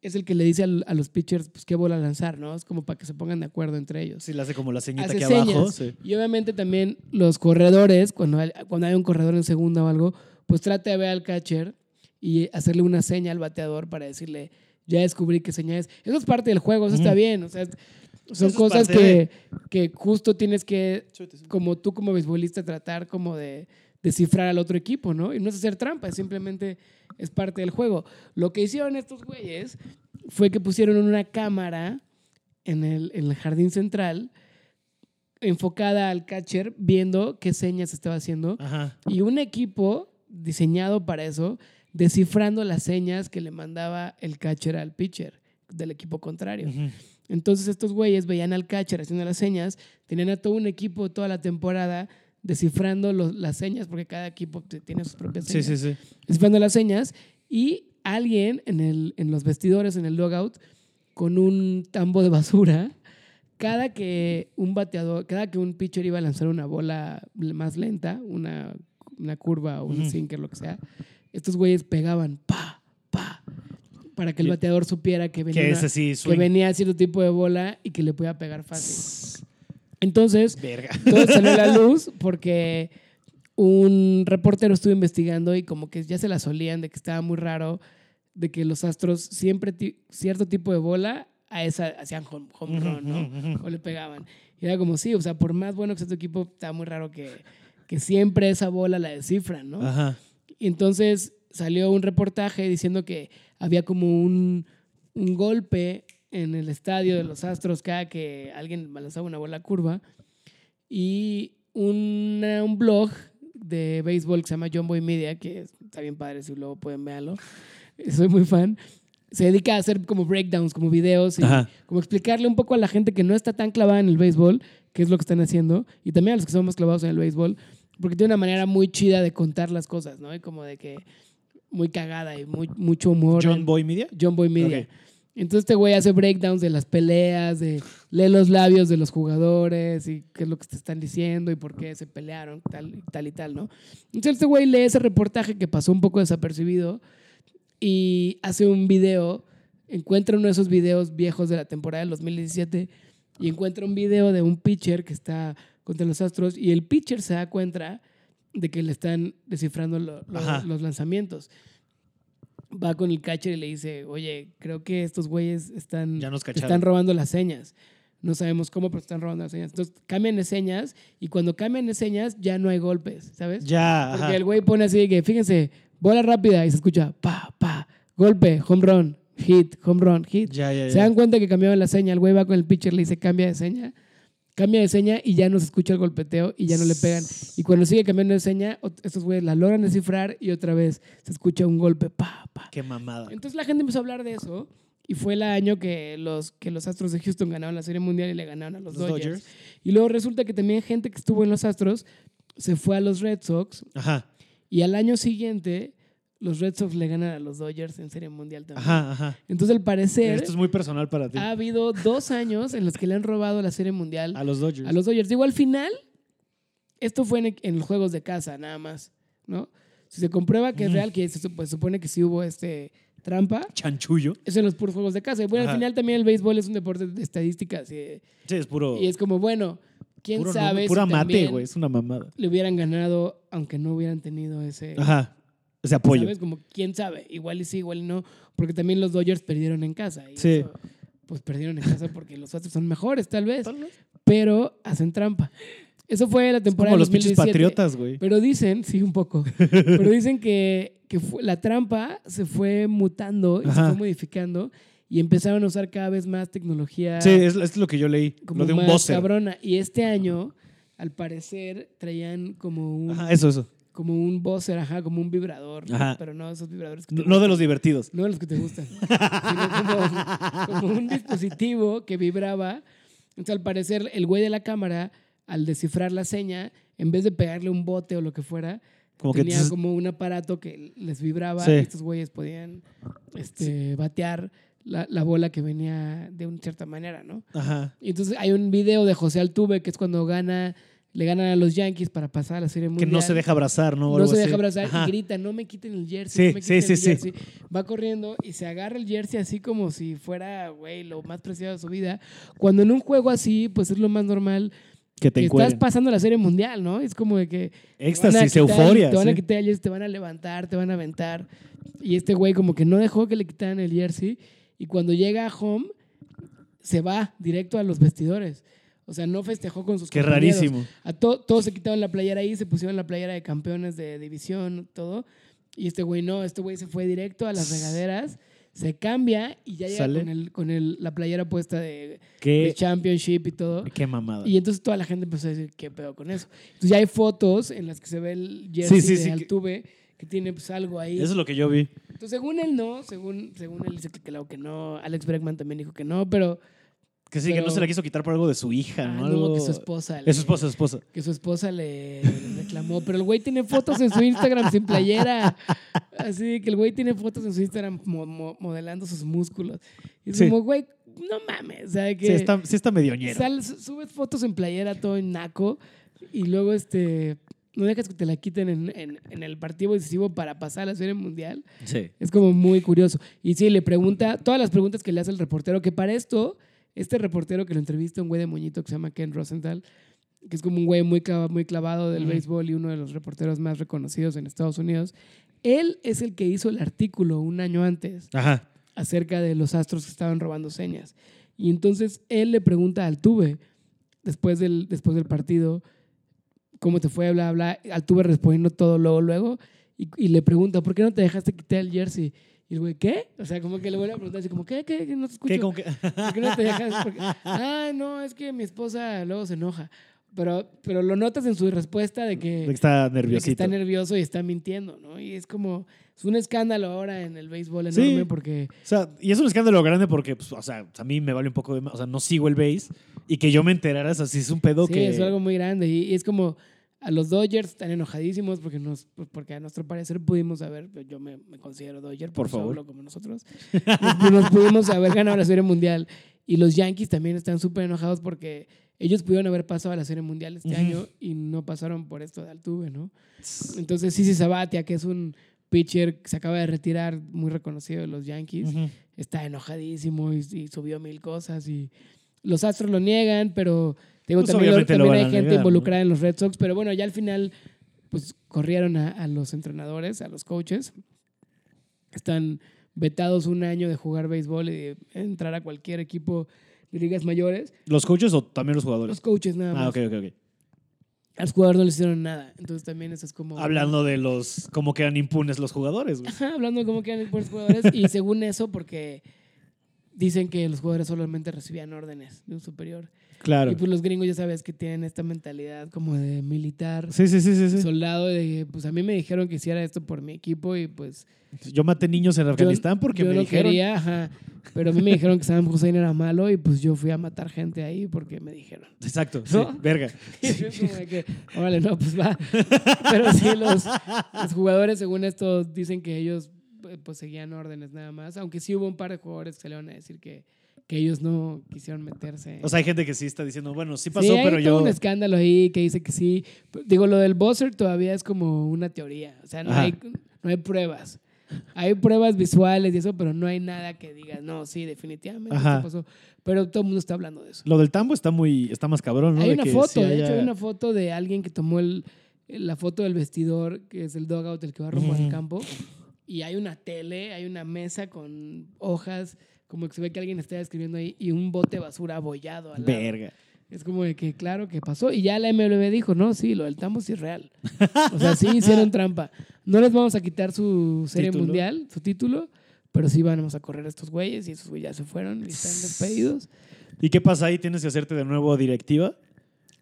[SPEAKER 2] es el que le dice al- a los pitchers pues, qué bola lanzar, ¿no? Es como para que se pongan de acuerdo entre ellos.
[SPEAKER 1] Sí, le hace como la ceñita
[SPEAKER 2] Hace
[SPEAKER 1] aquí
[SPEAKER 2] señas.
[SPEAKER 1] abajo. Sí.
[SPEAKER 2] Y obviamente también los corredores, cuando hay, cuando hay un corredor en segunda o algo, pues trate de ver al catcher y hacerle una seña al bateador para decirle, ya descubrí qué seña es. Eso es parte del juego, eso está
[SPEAKER 1] Ujú.
[SPEAKER 2] bien. O sea, es- son
[SPEAKER 1] es
[SPEAKER 2] cosas
[SPEAKER 1] parte de-
[SPEAKER 2] que, que justo tienes que, como tú como beisbolista, tratar como de descifrar al otro equipo, ¿no? Y no es hacer trampa, es simplemente es parte del juego. Lo que hicieron estos güeyes fue que pusieron una cámara en el, en el jardín central enfocada al catcher viendo qué señas estaba haciendo
[SPEAKER 1] Ajá.
[SPEAKER 2] y un equipo diseñado para eso descifrando las señas que le mandaba el catcher al pitcher del equipo contrario.
[SPEAKER 1] Ujú.
[SPEAKER 2] Entonces estos güeyes veían al catcher haciendo las señas, tenían a todo un equipo toda la temporada descifrando los- las señas porque cada equipo t- tiene sus propias
[SPEAKER 1] Sí,
[SPEAKER 2] señas
[SPEAKER 1] sí, sí.
[SPEAKER 2] descifrando las señas y alguien en, el, en los vestidores, en el logout, con un tambo de basura, cada que un bateador, cada que un pitcher iba a lanzar una bola más lenta, una, una curva o un
[SPEAKER 1] Ujú.
[SPEAKER 2] sinker, lo que sea, estos güeyes pegaban pa, pa, para que el
[SPEAKER 1] Y-
[SPEAKER 2] bateador supiera que venía,
[SPEAKER 1] Que
[SPEAKER 2] una-
[SPEAKER 1] ese sí
[SPEAKER 2] que
[SPEAKER 1] swing.
[SPEAKER 2] venía cierto tipo de bola y que le podía pegar fácil. Entonces,
[SPEAKER 1] Verga.
[SPEAKER 2] todo salió a la luz porque un reportero estuvo investigando y como que ya se la solían de que estaba muy raro de que los astros siempre ti- cierto tipo de bola a esa hacían home, home run, ¿no?
[SPEAKER 1] Ujú, ujú.
[SPEAKER 2] O le pegaban. Y era como, sí, o sea, por más bueno que sea tu equipo, está muy raro que, que siempre esa bola la descifran, ¿no?
[SPEAKER 1] Ajá.
[SPEAKER 2] Y entonces salió un reportaje diciendo que había como un, un golpe en el estadio de los Astros cada que alguien lanzaba una bola curva. Y una- un blog de béisbol que se llama John Boy Media, que está bien padre, si luego pueden verlo. Soy muy fan. Se dedica a hacer como breakdowns, como videos y
[SPEAKER 1] Ajá.
[SPEAKER 2] como explicarle un poco a la gente que no está tan clavada en el béisbol, qué es lo que están haciendo, y también a los que somos clavados en el béisbol, porque tiene una manera muy chida de contar las cosas, ¿no? Y como de que muy cagada y muy, mucho humor.
[SPEAKER 1] John Boy Media.
[SPEAKER 2] John Boy Media.
[SPEAKER 1] Ok.
[SPEAKER 2] Entonces este güey hace breakdowns de las peleas, de lee los labios de los jugadores y qué es lo que te están diciendo y por qué se pelearon, tal y tal y tal, ¿no? Entonces este güey lee ese reportaje que pasó un poco desapercibido y hace un video, encuentra uno de esos videos viejos de la temporada del 2017 y encuentra un video de un pitcher que está contra los Astros y el pitcher se da cuenta de que le están descifrando lo- lo-
[SPEAKER 1] Ajá.
[SPEAKER 2] los lanzamientos. Va con el catcher y le dice, oye, creo que estos güeyes están,
[SPEAKER 1] Ya nos
[SPEAKER 2] te
[SPEAKER 1] cacharon.
[SPEAKER 2] están robando las señas. No sabemos cómo, pero están robando las señas. Entonces cambian de señas y cuando cambian de señas ya no hay golpes, ¿sabes?
[SPEAKER 1] Ya,
[SPEAKER 2] Porque
[SPEAKER 1] ajá.
[SPEAKER 2] el güey pone así de que, fíjense, bola rápida y se escucha, pa, pa, golpe, home run, hit, home run, hit.
[SPEAKER 1] Ya, ya, ya.
[SPEAKER 2] Se dan cuenta que cambiaron la seña, el güey va con el pitcher, le dice, cambia de seña, cambia de seña y ya no se escucha el golpeteo y ya no le pegan. Y cuando sigue cambiando de seña, ot- estos güeyes la logran descifrar y otra vez se escucha un golpe, pa, pa.
[SPEAKER 1] Qué mamada.
[SPEAKER 2] Entonces la gente empezó a hablar de eso y fue el año que los, que los Astros de Houston ganaron la Serie Mundial y le ganaron a los,
[SPEAKER 1] Los
[SPEAKER 2] Dodgers.
[SPEAKER 1] Dodgers.
[SPEAKER 2] Y luego resulta que también gente que estuvo en los Astros se fue a los Red Sox
[SPEAKER 1] Ajá,
[SPEAKER 2] y al año siguiente los Red Sox le ganan a los Dodgers en Serie Mundial también.
[SPEAKER 1] ajá, ajá.
[SPEAKER 2] Entonces al parecer
[SPEAKER 1] Esto es muy personal para ti.
[SPEAKER 2] ha habido dos años en los que le han robado la Serie Mundial
[SPEAKER 1] A los Dodgers.
[SPEAKER 2] a los Dodgers. Digo, al final, esto fue en, en los juegos de casa, nada más. ¿no? Si se comprueba que es real, que se sup- pues, supone que sí hubo este trampa,
[SPEAKER 1] Chanchullo.
[SPEAKER 2] eso en los puros juegos de casa. Y bueno,
[SPEAKER 1] Ajá.
[SPEAKER 2] al final también el béisbol es un deporte de estadísticas y,
[SPEAKER 1] Sí, es puro.
[SPEAKER 2] y es como, bueno, quién
[SPEAKER 1] Oh. puro número,
[SPEAKER 2] sabe
[SPEAKER 1] pura
[SPEAKER 2] si
[SPEAKER 1] mate,
[SPEAKER 2] también
[SPEAKER 1] güey. Es una mamada.
[SPEAKER 2] le hubieran ganado aunque no hubieran tenido ese...
[SPEAKER 1] Ajá. Ese apoyo.
[SPEAKER 2] ¿Sabes? Como quién sabe, igual y sí, igual y no, porque también los Dodgers perdieron en casa. y
[SPEAKER 1] Sí.
[SPEAKER 2] eso, pues perdieron en casa porque los Astros son mejores, tal vez,
[SPEAKER 1] Tal vez.
[SPEAKER 2] pero hacen trampa. Eso fue la
[SPEAKER 1] Es
[SPEAKER 2] temporada
[SPEAKER 1] como los pinches
[SPEAKER 2] 2017.
[SPEAKER 1] patriotas, güey.
[SPEAKER 2] Pero dicen, sí, un poco, pero dicen que, que fue- la trampa se fue mutando y se
[SPEAKER 1] Ajá.
[SPEAKER 2] fue modificando y empezaron a usar cada vez más tecnología
[SPEAKER 1] Sí, es, es lo que yo leí.
[SPEAKER 2] como
[SPEAKER 1] lo de un
[SPEAKER 2] más
[SPEAKER 1] buzzer.
[SPEAKER 2] cabrona. Y este año, al parecer, traían como un,
[SPEAKER 1] Ajá, eso, eso.
[SPEAKER 2] como un buzzer, ajá, como un vibrador, ¿no?
[SPEAKER 1] Ajá.
[SPEAKER 2] pero no esos vibradores que te
[SPEAKER 1] No de los divertidos.
[SPEAKER 2] no de los que te gustan. sino como, como un dispositivo que vibraba. Entonces, al parecer, el güey de la cámara, al descifrar la seña, en vez de pegarle un bote o lo que fuera,
[SPEAKER 1] Como que
[SPEAKER 2] tenía
[SPEAKER 1] tss-
[SPEAKER 2] como un aparato que les vibraba
[SPEAKER 1] Sí.
[SPEAKER 2] y estos güeyes podían este, batear la, la bola que venía de una cierta manera, ¿no?
[SPEAKER 1] Ajá.
[SPEAKER 2] Y entonces hay un video de José Altuve que es cuando gana, le ganan a los Yankees para pasar a la serie
[SPEAKER 1] Que
[SPEAKER 2] mundial
[SPEAKER 1] no se deja abrazar, ¿no? O
[SPEAKER 2] no
[SPEAKER 1] algo
[SPEAKER 2] se deja
[SPEAKER 1] así.
[SPEAKER 2] abrazar
[SPEAKER 1] Ajá.
[SPEAKER 2] y grita, no me quiten el jersey.
[SPEAKER 1] Sí,
[SPEAKER 2] no me
[SPEAKER 1] sí,
[SPEAKER 2] quiten
[SPEAKER 1] sí,
[SPEAKER 2] el
[SPEAKER 1] sí.
[SPEAKER 2] jersey". Va corriendo y se agarra el jersey así como si fuera, güey, lo más preciado de su vida. Cuando en un juego así, pues es lo más normal.
[SPEAKER 1] Que te
[SPEAKER 2] que estás
[SPEAKER 1] encuentren.
[SPEAKER 2] pasando la serie mundial, ¿no? Es como de que... te van a
[SPEAKER 1] Éxtasis, ¿eh?
[SPEAKER 2] quitar-
[SPEAKER 1] euforia.
[SPEAKER 2] Te van a
[SPEAKER 1] sí.
[SPEAKER 2] quitar el jersey, te van a levantar, te van a aventar. Y este güey como que no dejó que le quitaran el jersey. Y cuando llega a home, se va directo a los vestidores. O sea, no festejó con sus
[SPEAKER 1] Qué
[SPEAKER 2] compañeros.
[SPEAKER 1] rarísimo.
[SPEAKER 2] A to- todos se quitaron la playera ahí, se pusieron la playera de campeones de división, todo. Y este güey no, este güey se fue directo a las regaderas, se cambia y ya llega
[SPEAKER 1] Sale. Eh,
[SPEAKER 2] con, el, con el- la playera puesta de, de
[SPEAKER 1] Qué,
[SPEAKER 2] championship y todo.
[SPEAKER 1] qué mamada.
[SPEAKER 2] Y entonces toda la gente empezó a decir, ¿qué pedo con eso? Entonces ya hay fotos en las que se ve el
[SPEAKER 1] Sí,
[SPEAKER 2] jersey
[SPEAKER 1] sí, sí,
[SPEAKER 2] de
[SPEAKER 1] que-
[SPEAKER 2] Altuve que tiene pues algo ahí.
[SPEAKER 1] Eso es lo que yo vi.
[SPEAKER 2] Entonces según él no, según, según él dice que claro que no, Alex Bregman también dijo que no, pero
[SPEAKER 1] Que sí, que
[SPEAKER 2] Pero-
[SPEAKER 1] no se la quiso quitar por algo de su hija,
[SPEAKER 2] ah,
[SPEAKER 1] ¿no?
[SPEAKER 2] no,
[SPEAKER 1] Algo-
[SPEAKER 2] que su esposa. le-
[SPEAKER 1] Es su esposa, su esposa.
[SPEAKER 2] que su esposa le le reclamó. Pero el güey tiene fotos en su Instagram sin playera. Así que el güey tiene fotos en su Instagram mo- mo- modelando sus músculos. Y es
[SPEAKER 1] Sí.
[SPEAKER 2] como, güey, no mames. O sea, que
[SPEAKER 1] Sí está, sí está medioñero.
[SPEAKER 2] sales- subes fotos en playera todo en naco y luego este no dejas que te la quiten en, en- en el partido decisivo para pasar a la serie mundial.
[SPEAKER 1] Sí.
[SPEAKER 2] Es como muy curioso. Y sí, le pregunta todas las preguntas que le hace el reportero, que para esto, este reportero que lo entrevista, un güey de moñito que se llama Ken Rosenthal, que es como un güey muy, clava- muy clavado del
[SPEAKER 1] Ujú.
[SPEAKER 2] béisbol y uno de los reporteros más reconocidos en Estados Unidos, él es el que hizo el artículo un año antes
[SPEAKER 1] Ajá.
[SPEAKER 2] acerca de los astros que estaban robando señas. Y entonces él le pregunta a Altuve, después del, después del partido, cómo te fue, bla, bla. Altuve respondiendo todo luego, luego. Y, y le pregunta, ¿por qué no te dejaste quitar el jersey? Y el güey, ¿qué? O sea, como que le vuelve a preguntar, así como, ¿qué? ¿Qué? ¿Qué? No te escucho.
[SPEAKER 1] ¿Qué, como que...
[SPEAKER 2] ¿Por qué no te dejas? Porque- Ah, no, es que mi esposa luego se enoja. Pero, pero lo notas en su respuesta de que...
[SPEAKER 1] Está
[SPEAKER 2] De que
[SPEAKER 1] nerviosito.
[SPEAKER 2] está nervioso y está mintiendo, ¿no? Y es como, es un escándalo ahora en el béisbol
[SPEAKER 1] Sí.
[SPEAKER 2] enorme porque
[SPEAKER 1] O sea, y es un escándalo grande porque, pues, o sea, a mí me vale un poco de... ma- O sea, no sigo el base y que yo me enterara, o sea, sí es un pedo
[SPEAKER 2] sí,
[SPEAKER 1] que...
[SPEAKER 2] es algo muy grande. Y, y es como, a los Dodgers están enojadísimos porque, nos, porque a nuestro parecer pudimos haber, yo me, me considero Dodger,
[SPEAKER 1] Por
[SPEAKER 2] por
[SPEAKER 1] favor.
[SPEAKER 2] favor, como nosotros, nos, nos pudimos haber ganado la Serie Mundial. Y los Yankees también están súper enojados porque ellos pudieron haber pasado a la Serie Mundial este
[SPEAKER 1] Ujú.
[SPEAKER 2] año y no pasaron por esto de Altuve, ¿no? Entonces, Sisi Sabatia, que es un pitcher que se acaba de retirar, muy reconocido de los Yankees,
[SPEAKER 1] Ujú.
[SPEAKER 2] está enojadísimo y, y subió mil cosas y los Astros lo niegan, pero te digo,
[SPEAKER 1] Pues
[SPEAKER 2] también,
[SPEAKER 1] obviamente lo
[SPEAKER 2] también
[SPEAKER 1] van
[SPEAKER 2] hay
[SPEAKER 1] a
[SPEAKER 2] gente
[SPEAKER 1] negar,
[SPEAKER 2] involucrada en los Red Sox, pero bueno, ya al final pues corrieron a, a los entrenadores, a los coaches. Están vetados un año de jugar béisbol y de entrar a cualquier equipo de ligas mayores.
[SPEAKER 1] ¿Los coaches o también los jugadores?
[SPEAKER 2] Los coaches nada más.
[SPEAKER 1] Ah, ok, ok, ok.
[SPEAKER 2] A los jugadores no les hicieron nada. Entonces también eso es como...
[SPEAKER 1] Hablando de los... Cómo quedan impunes los jugadores, güey.
[SPEAKER 2] Ajá, hablando de cómo quedan los buenos jugadores. y según eso, porque dicen que los jugadores solamente recibían órdenes de un superior.
[SPEAKER 1] Claro.
[SPEAKER 2] Y pues los gringos ya sabes que tienen esta mentalidad como de militar,
[SPEAKER 1] Sí, sí, sí, sí, sí.
[SPEAKER 2] soldado, de pues a mí me dijeron que hiciera esto por mi equipo y pues
[SPEAKER 1] Yo maté niños en Afganistán porque
[SPEAKER 2] yo
[SPEAKER 1] me
[SPEAKER 2] no
[SPEAKER 1] dijeron...
[SPEAKER 2] quería, ajá, pero a mí me dijeron que Saddam Hussein era malo y pues yo fui a matar gente ahí porque me dijeron.
[SPEAKER 1] Exacto, sí,
[SPEAKER 2] ¿No?
[SPEAKER 1] verga.
[SPEAKER 2] Y yo como de que, órale, no, pues va. Pero sí, los, los jugadores según esto dicen que ellos eh, pues seguían órdenes nada más, aunque sí hubo un par de jugadores que salieron a decir que que ellos no quisieron meterse.
[SPEAKER 1] O sea, hay gente que sí está diciendo, bueno, sí
[SPEAKER 2] Sí,
[SPEAKER 1] pasó,
[SPEAKER 2] hay
[SPEAKER 1] pero
[SPEAKER 2] todo
[SPEAKER 1] yo.
[SPEAKER 2] un escándalo ahí que dice que sí. Digo, lo del buzzer todavía es como una teoría. O sea, no,
[SPEAKER 1] Ajá.
[SPEAKER 2] hay, no hay pruebas. Hay pruebas visuales y eso, pero no hay nada que digas, no, sí, definitivamente
[SPEAKER 1] Ajá.
[SPEAKER 2] esto pasó. Pero todo el mundo está hablando de eso.
[SPEAKER 1] Lo del tambo está muy, está más cabrón, ¿no?
[SPEAKER 2] hay
[SPEAKER 1] De
[SPEAKER 2] una
[SPEAKER 1] que
[SPEAKER 2] foto,
[SPEAKER 1] sí
[SPEAKER 2] de hecho,
[SPEAKER 1] haya-
[SPEAKER 2] hay una foto de alguien que tomó el, la foto del vestidor, que es el dogout, el que va rumbo al
[SPEAKER 1] Ujú.
[SPEAKER 2] campo. Y hay una tele, hay una mesa con hojas, como que se ve que alguien está escribiendo ahí, y un bote de basura abollado al lado.
[SPEAKER 1] Verga.
[SPEAKER 2] Es como de que, claro, que pasó. Y ya la MLB dijo, no, sí, lo del tambo sí es real. O sea, sí hicieron trampa. No les vamos a quitar su serie
[SPEAKER 1] Título.
[SPEAKER 2] mundial, su título, pero sí vamos a correr a estos güeyes y esos güeyes ya se fueron y están despedidos.
[SPEAKER 1] ¿Y qué pasa ahí? ¿Tienes que hacerte de nuevo directiva?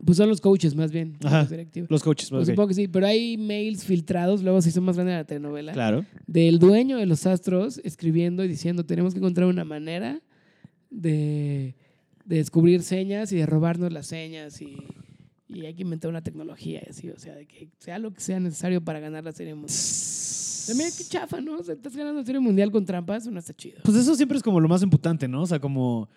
[SPEAKER 2] Pues son los coaches más bien,
[SPEAKER 1] Ajá.
[SPEAKER 2] los directivos.
[SPEAKER 1] Los coaches,
[SPEAKER 2] Pues
[SPEAKER 1] ok.
[SPEAKER 2] Supongo que sí, pero hay mails filtrados, luego se hizo más grande la telenovela,
[SPEAKER 1] Claro.
[SPEAKER 2] del dueño de los Astros escribiendo y diciendo, tenemos que encontrar una manera de, de descubrir señas y de robarnos las señas y, y hay que inventar una tecnología, y así, o sea, de que sea lo que sea necesario para ganar la Serie Mundial. También qué chafa, ¿no? O sea, estás ganando la Serie Mundial con trampas, eso no está chido.
[SPEAKER 1] Pues eso siempre es como lo más imputante, ¿no? O sea, como.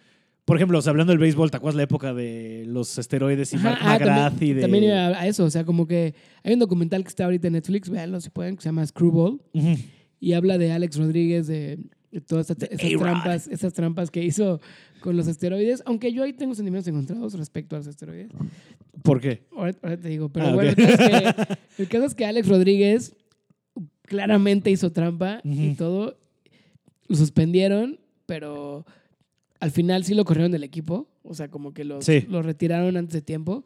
[SPEAKER 1] Por ejemplo, o sea, hablando del béisbol, ¿te acuerdas la época de los esteroides y
[SPEAKER 2] Ajá,
[SPEAKER 1] Mark
[SPEAKER 2] ah,
[SPEAKER 1] McGrath
[SPEAKER 2] también,
[SPEAKER 1] y de.
[SPEAKER 2] también iba a a eso, o sea, como que hay un documental que está ahorita en Netflix, véanlo si pueden, que se llama Screwball.
[SPEAKER 1] Ujú.
[SPEAKER 2] y habla de Alex Rodríguez, de, de todas estas,
[SPEAKER 1] De
[SPEAKER 2] esas
[SPEAKER 1] A-Rod.
[SPEAKER 2] trampas, esas trampas que hizo con los esteroides, aunque yo ahí tengo sentimientos encontrados respecto a los esteroides.
[SPEAKER 1] ¿Por qué?
[SPEAKER 2] Ahora, ahora te digo, pero
[SPEAKER 1] Ah, ok.
[SPEAKER 2] bueno, el, caso es que, el caso es que Alex Rodríguez claramente hizo trampa y
[SPEAKER 1] Ujú.
[SPEAKER 2] todo, lo suspendieron, pero al final sí lo corrieron del equipo, o sea, como que lo
[SPEAKER 1] Sí.
[SPEAKER 2] los retiraron antes de tiempo,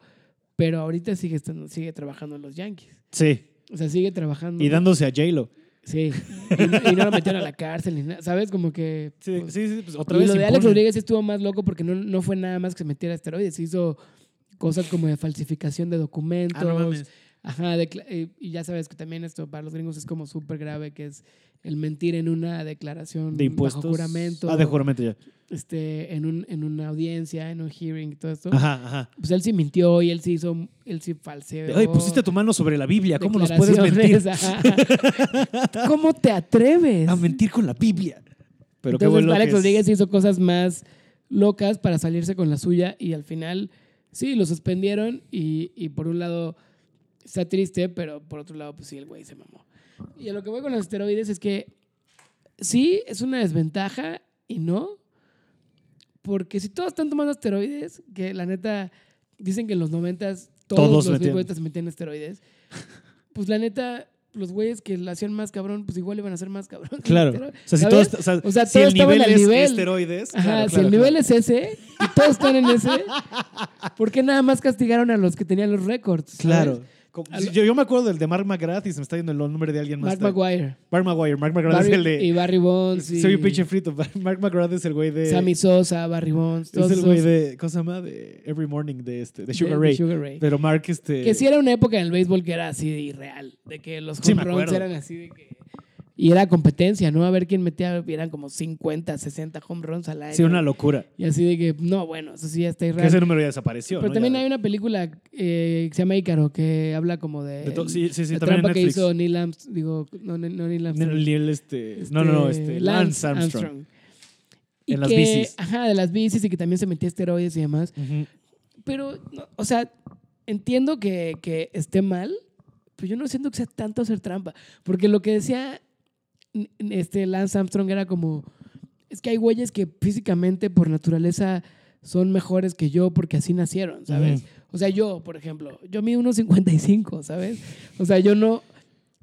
[SPEAKER 2] pero ahorita sigue, estando- sigue trabajando en los Yankees.
[SPEAKER 1] Sí.
[SPEAKER 2] O sea, sigue trabajando.
[SPEAKER 1] Y dándose a J-Lo.
[SPEAKER 2] Sí, y, no- y no lo metieron a la cárcel ni nada, ¿sabes? Como que...
[SPEAKER 1] Sí,
[SPEAKER 2] pues,
[SPEAKER 1] sí, sí, pues otra
[SPEAKER 2] y
[SPEAKER 1] vez.
[SPEAKER 2] lo de Alex
[SPEAKER 1] impone.
[SPEAKER 2] Rodríguez sí estuvo más loco porque no, no fue nada más que se metiera esteroides, hizo cosas como de falsificación de documentos.
[SPEAKER 1] Ah, no mames.
[SPEAKER 2] Ajá, decla- eh, y ya sabes que también esto para los gringos es como súper grave, que es el mentir en una declaración
[SPEAKER 1] De impuestos.
[SPEAKER 2] bajo juramento,
[SPEAKER 1] Ah, de juramento ya.
[SPEAKER 2] este, en, un, en una audiencia, en un hearing y todo esto.
[SPEAKER 1] Ajá, ajá.
[SPEAKER 2] Pues él sí mintió y él sí hizo, él sí
[SPEAKER 1] De,
[SPEAKER 2] falseó.
[SPEAKER 1] Oye, pusiste tu mano sobre la Biblia. ¿Cómo nos puedes mentir?
[SPEAKER 2] declaraciones, ajá. ¿Cómo te atreves?
[SPEAKER 1] A mentir con la Biblia. Pero qué
[SPEAKER 2] Entonces,
[SPEAKER 1] bueno
[SPEAKER 2] Alex
[SPEAKER 1] que es.
[SPEAKER 2] Rodríguez hizo cosas más locas para salirse con la suya y al final, sí, lo suspendieron y, y por un lado está triste, pero por otro lado, pues sí, el güey se mamó. Y a lo que voy con los esteroides es que sí, es una desventaja y no, porque si todos están tomando esteroides, que la neta dicen que en los noventas todos,
[SPEAKER 1] Todos
[SPEAKER 2] los
[SPEAKER 1] metían.
[SPEAKER 2] beisbolistas metían esteroides, pues la neta... Los güeyes que la hacían más cabrón, pues igual iban a ser más cabrón.
[SPEAKER 1] Claro. O sea, si, todo
[SPEAKER 2] ¿Sabes?
[SPEAKER 1] está- o sea,
[SPEAKER 2] O sea,
[SPEAKER 1] si
[SPEAKER 2] todos
[SPEAKER 1] el
[SPEAKER 2] estaban
[SPEAKER 1] nivel
[SPEAKER 2] al
[SPEAKER 1] es
[SPEAKER 2] nivel.
[SPEAKER 1] esteroides.
[SPEAKER 2] Ajá,
[SPEAKER 1] claro,
[SPEAKER 2] si
[SPEAKER 1] claro,
[SPEAKER 2] el nivel
[SPEAKER 1] claro.
[SPEAKER 2] es ese y todos están en ese, ¿por qué nada más castigaron a los que tenían los récords?
[SPEAKER 1] Claro.
[SPEAKER 2] ¿sabes?
[SPEAKER 1] Como-
[SPEAKER 2] Al-
[SPEAKER 1] Yo, yo me acuerdo del de Mark McGrath y se me está yendo el nombre de alguien más.
[SPEAKER 2] Mark
[SPEAKER 1] tarde.
[SPEAKER 2] McGuire.
[SPEAKER 1] Mark McGuire. Mark McGrath es el de.
[SPEAKER 2] y Barry Bonds. Y
[SPEAKER 1] Soy un pinche frito. Mark McGrath es el güey de.
[SPEAKER 2] Sammy Sosa, Barry Bonds.
[SPEAKER 1] es
[SPEAKER 2] todos
[SPEAKER 1] el güey
[SPEAKER 2] esos-
[SPEAKER 1] de. ¿Cómo se llama? De Every Morning de, este, de Sugar
[SPEAKER 2] de- de
[SPEAKER 1] Ray.
[SPEAKER 2] Sugar Ray.
[SPEAKER 1] Pero Mark, este.
[SPEAKER 2] Que sí era una época en el béisbol que era así de irreal. De que los
[SPEAKER 1] Sí, me
[SPEAKER 2] home runs
[SPEAKER 1] acuerdo.
[SPEAKER 2] eran así de que... Y era competencia, ¿no? A ver quién metía, eran como 50, 60 home runs al año.
[SPEAKER 1] Sí, una locura.
[SPEAKER 2] Y así de que, no, bueno, eso sí ya está
[SPEAKER 1] Que
[SPEAKER 2] irreal.
[SPEAKER 1] ese número ya desapareció.
[SPEAKER 2] Pero
[SPEAKER 1] ¿no?
[SPEAKER 2] también
[SPEAKER 1] Ya-
[SPEAKER 2] hay una película eh, que se llama Ícaro, que habla como de,
[SPEAKER 1] de to- Sí, sí, sí. También
[SPEAKER 2] la
[SPEAKER 1] en
[SPEAKER 2] trampa que
[SPEAKER 1] Netflix.
[SPEAKER 2] hizo Neil Armstrong, digo, no, no no Neil
[SPEAKER 1] Ni-
[SPEAKER 2] Armstrong.
[SPEAKER 1] ni el, este, no, no, no, este, Lance Armstrong.
[SPEAKER 2] Y
[SPEAKER 1] En las
[SPEAKER 2] que-
[SPEAKER 1] bicis.
[SPEAKER 2] Ajá, de las bicis y que también se metía esteroides y demás.
[SPEAKER 1] Ujú.
[SPEAKER 2] Pero, no, o sea, entiendo que, que esté mal, pero yo no siento que sea tanto hacer trampa. Porque lo que decía n- este Lance Armstrong era como, es que hay güeyes que físicamente, por naturaleza, son mejores que yo porque así nacieron, ¿sabes?
[SPEAKER 1] Ujú.
[SPEAKER 2] O sea, yo, por ejemplo, yo mido unos 55, ¿sabes? O sea, yo no,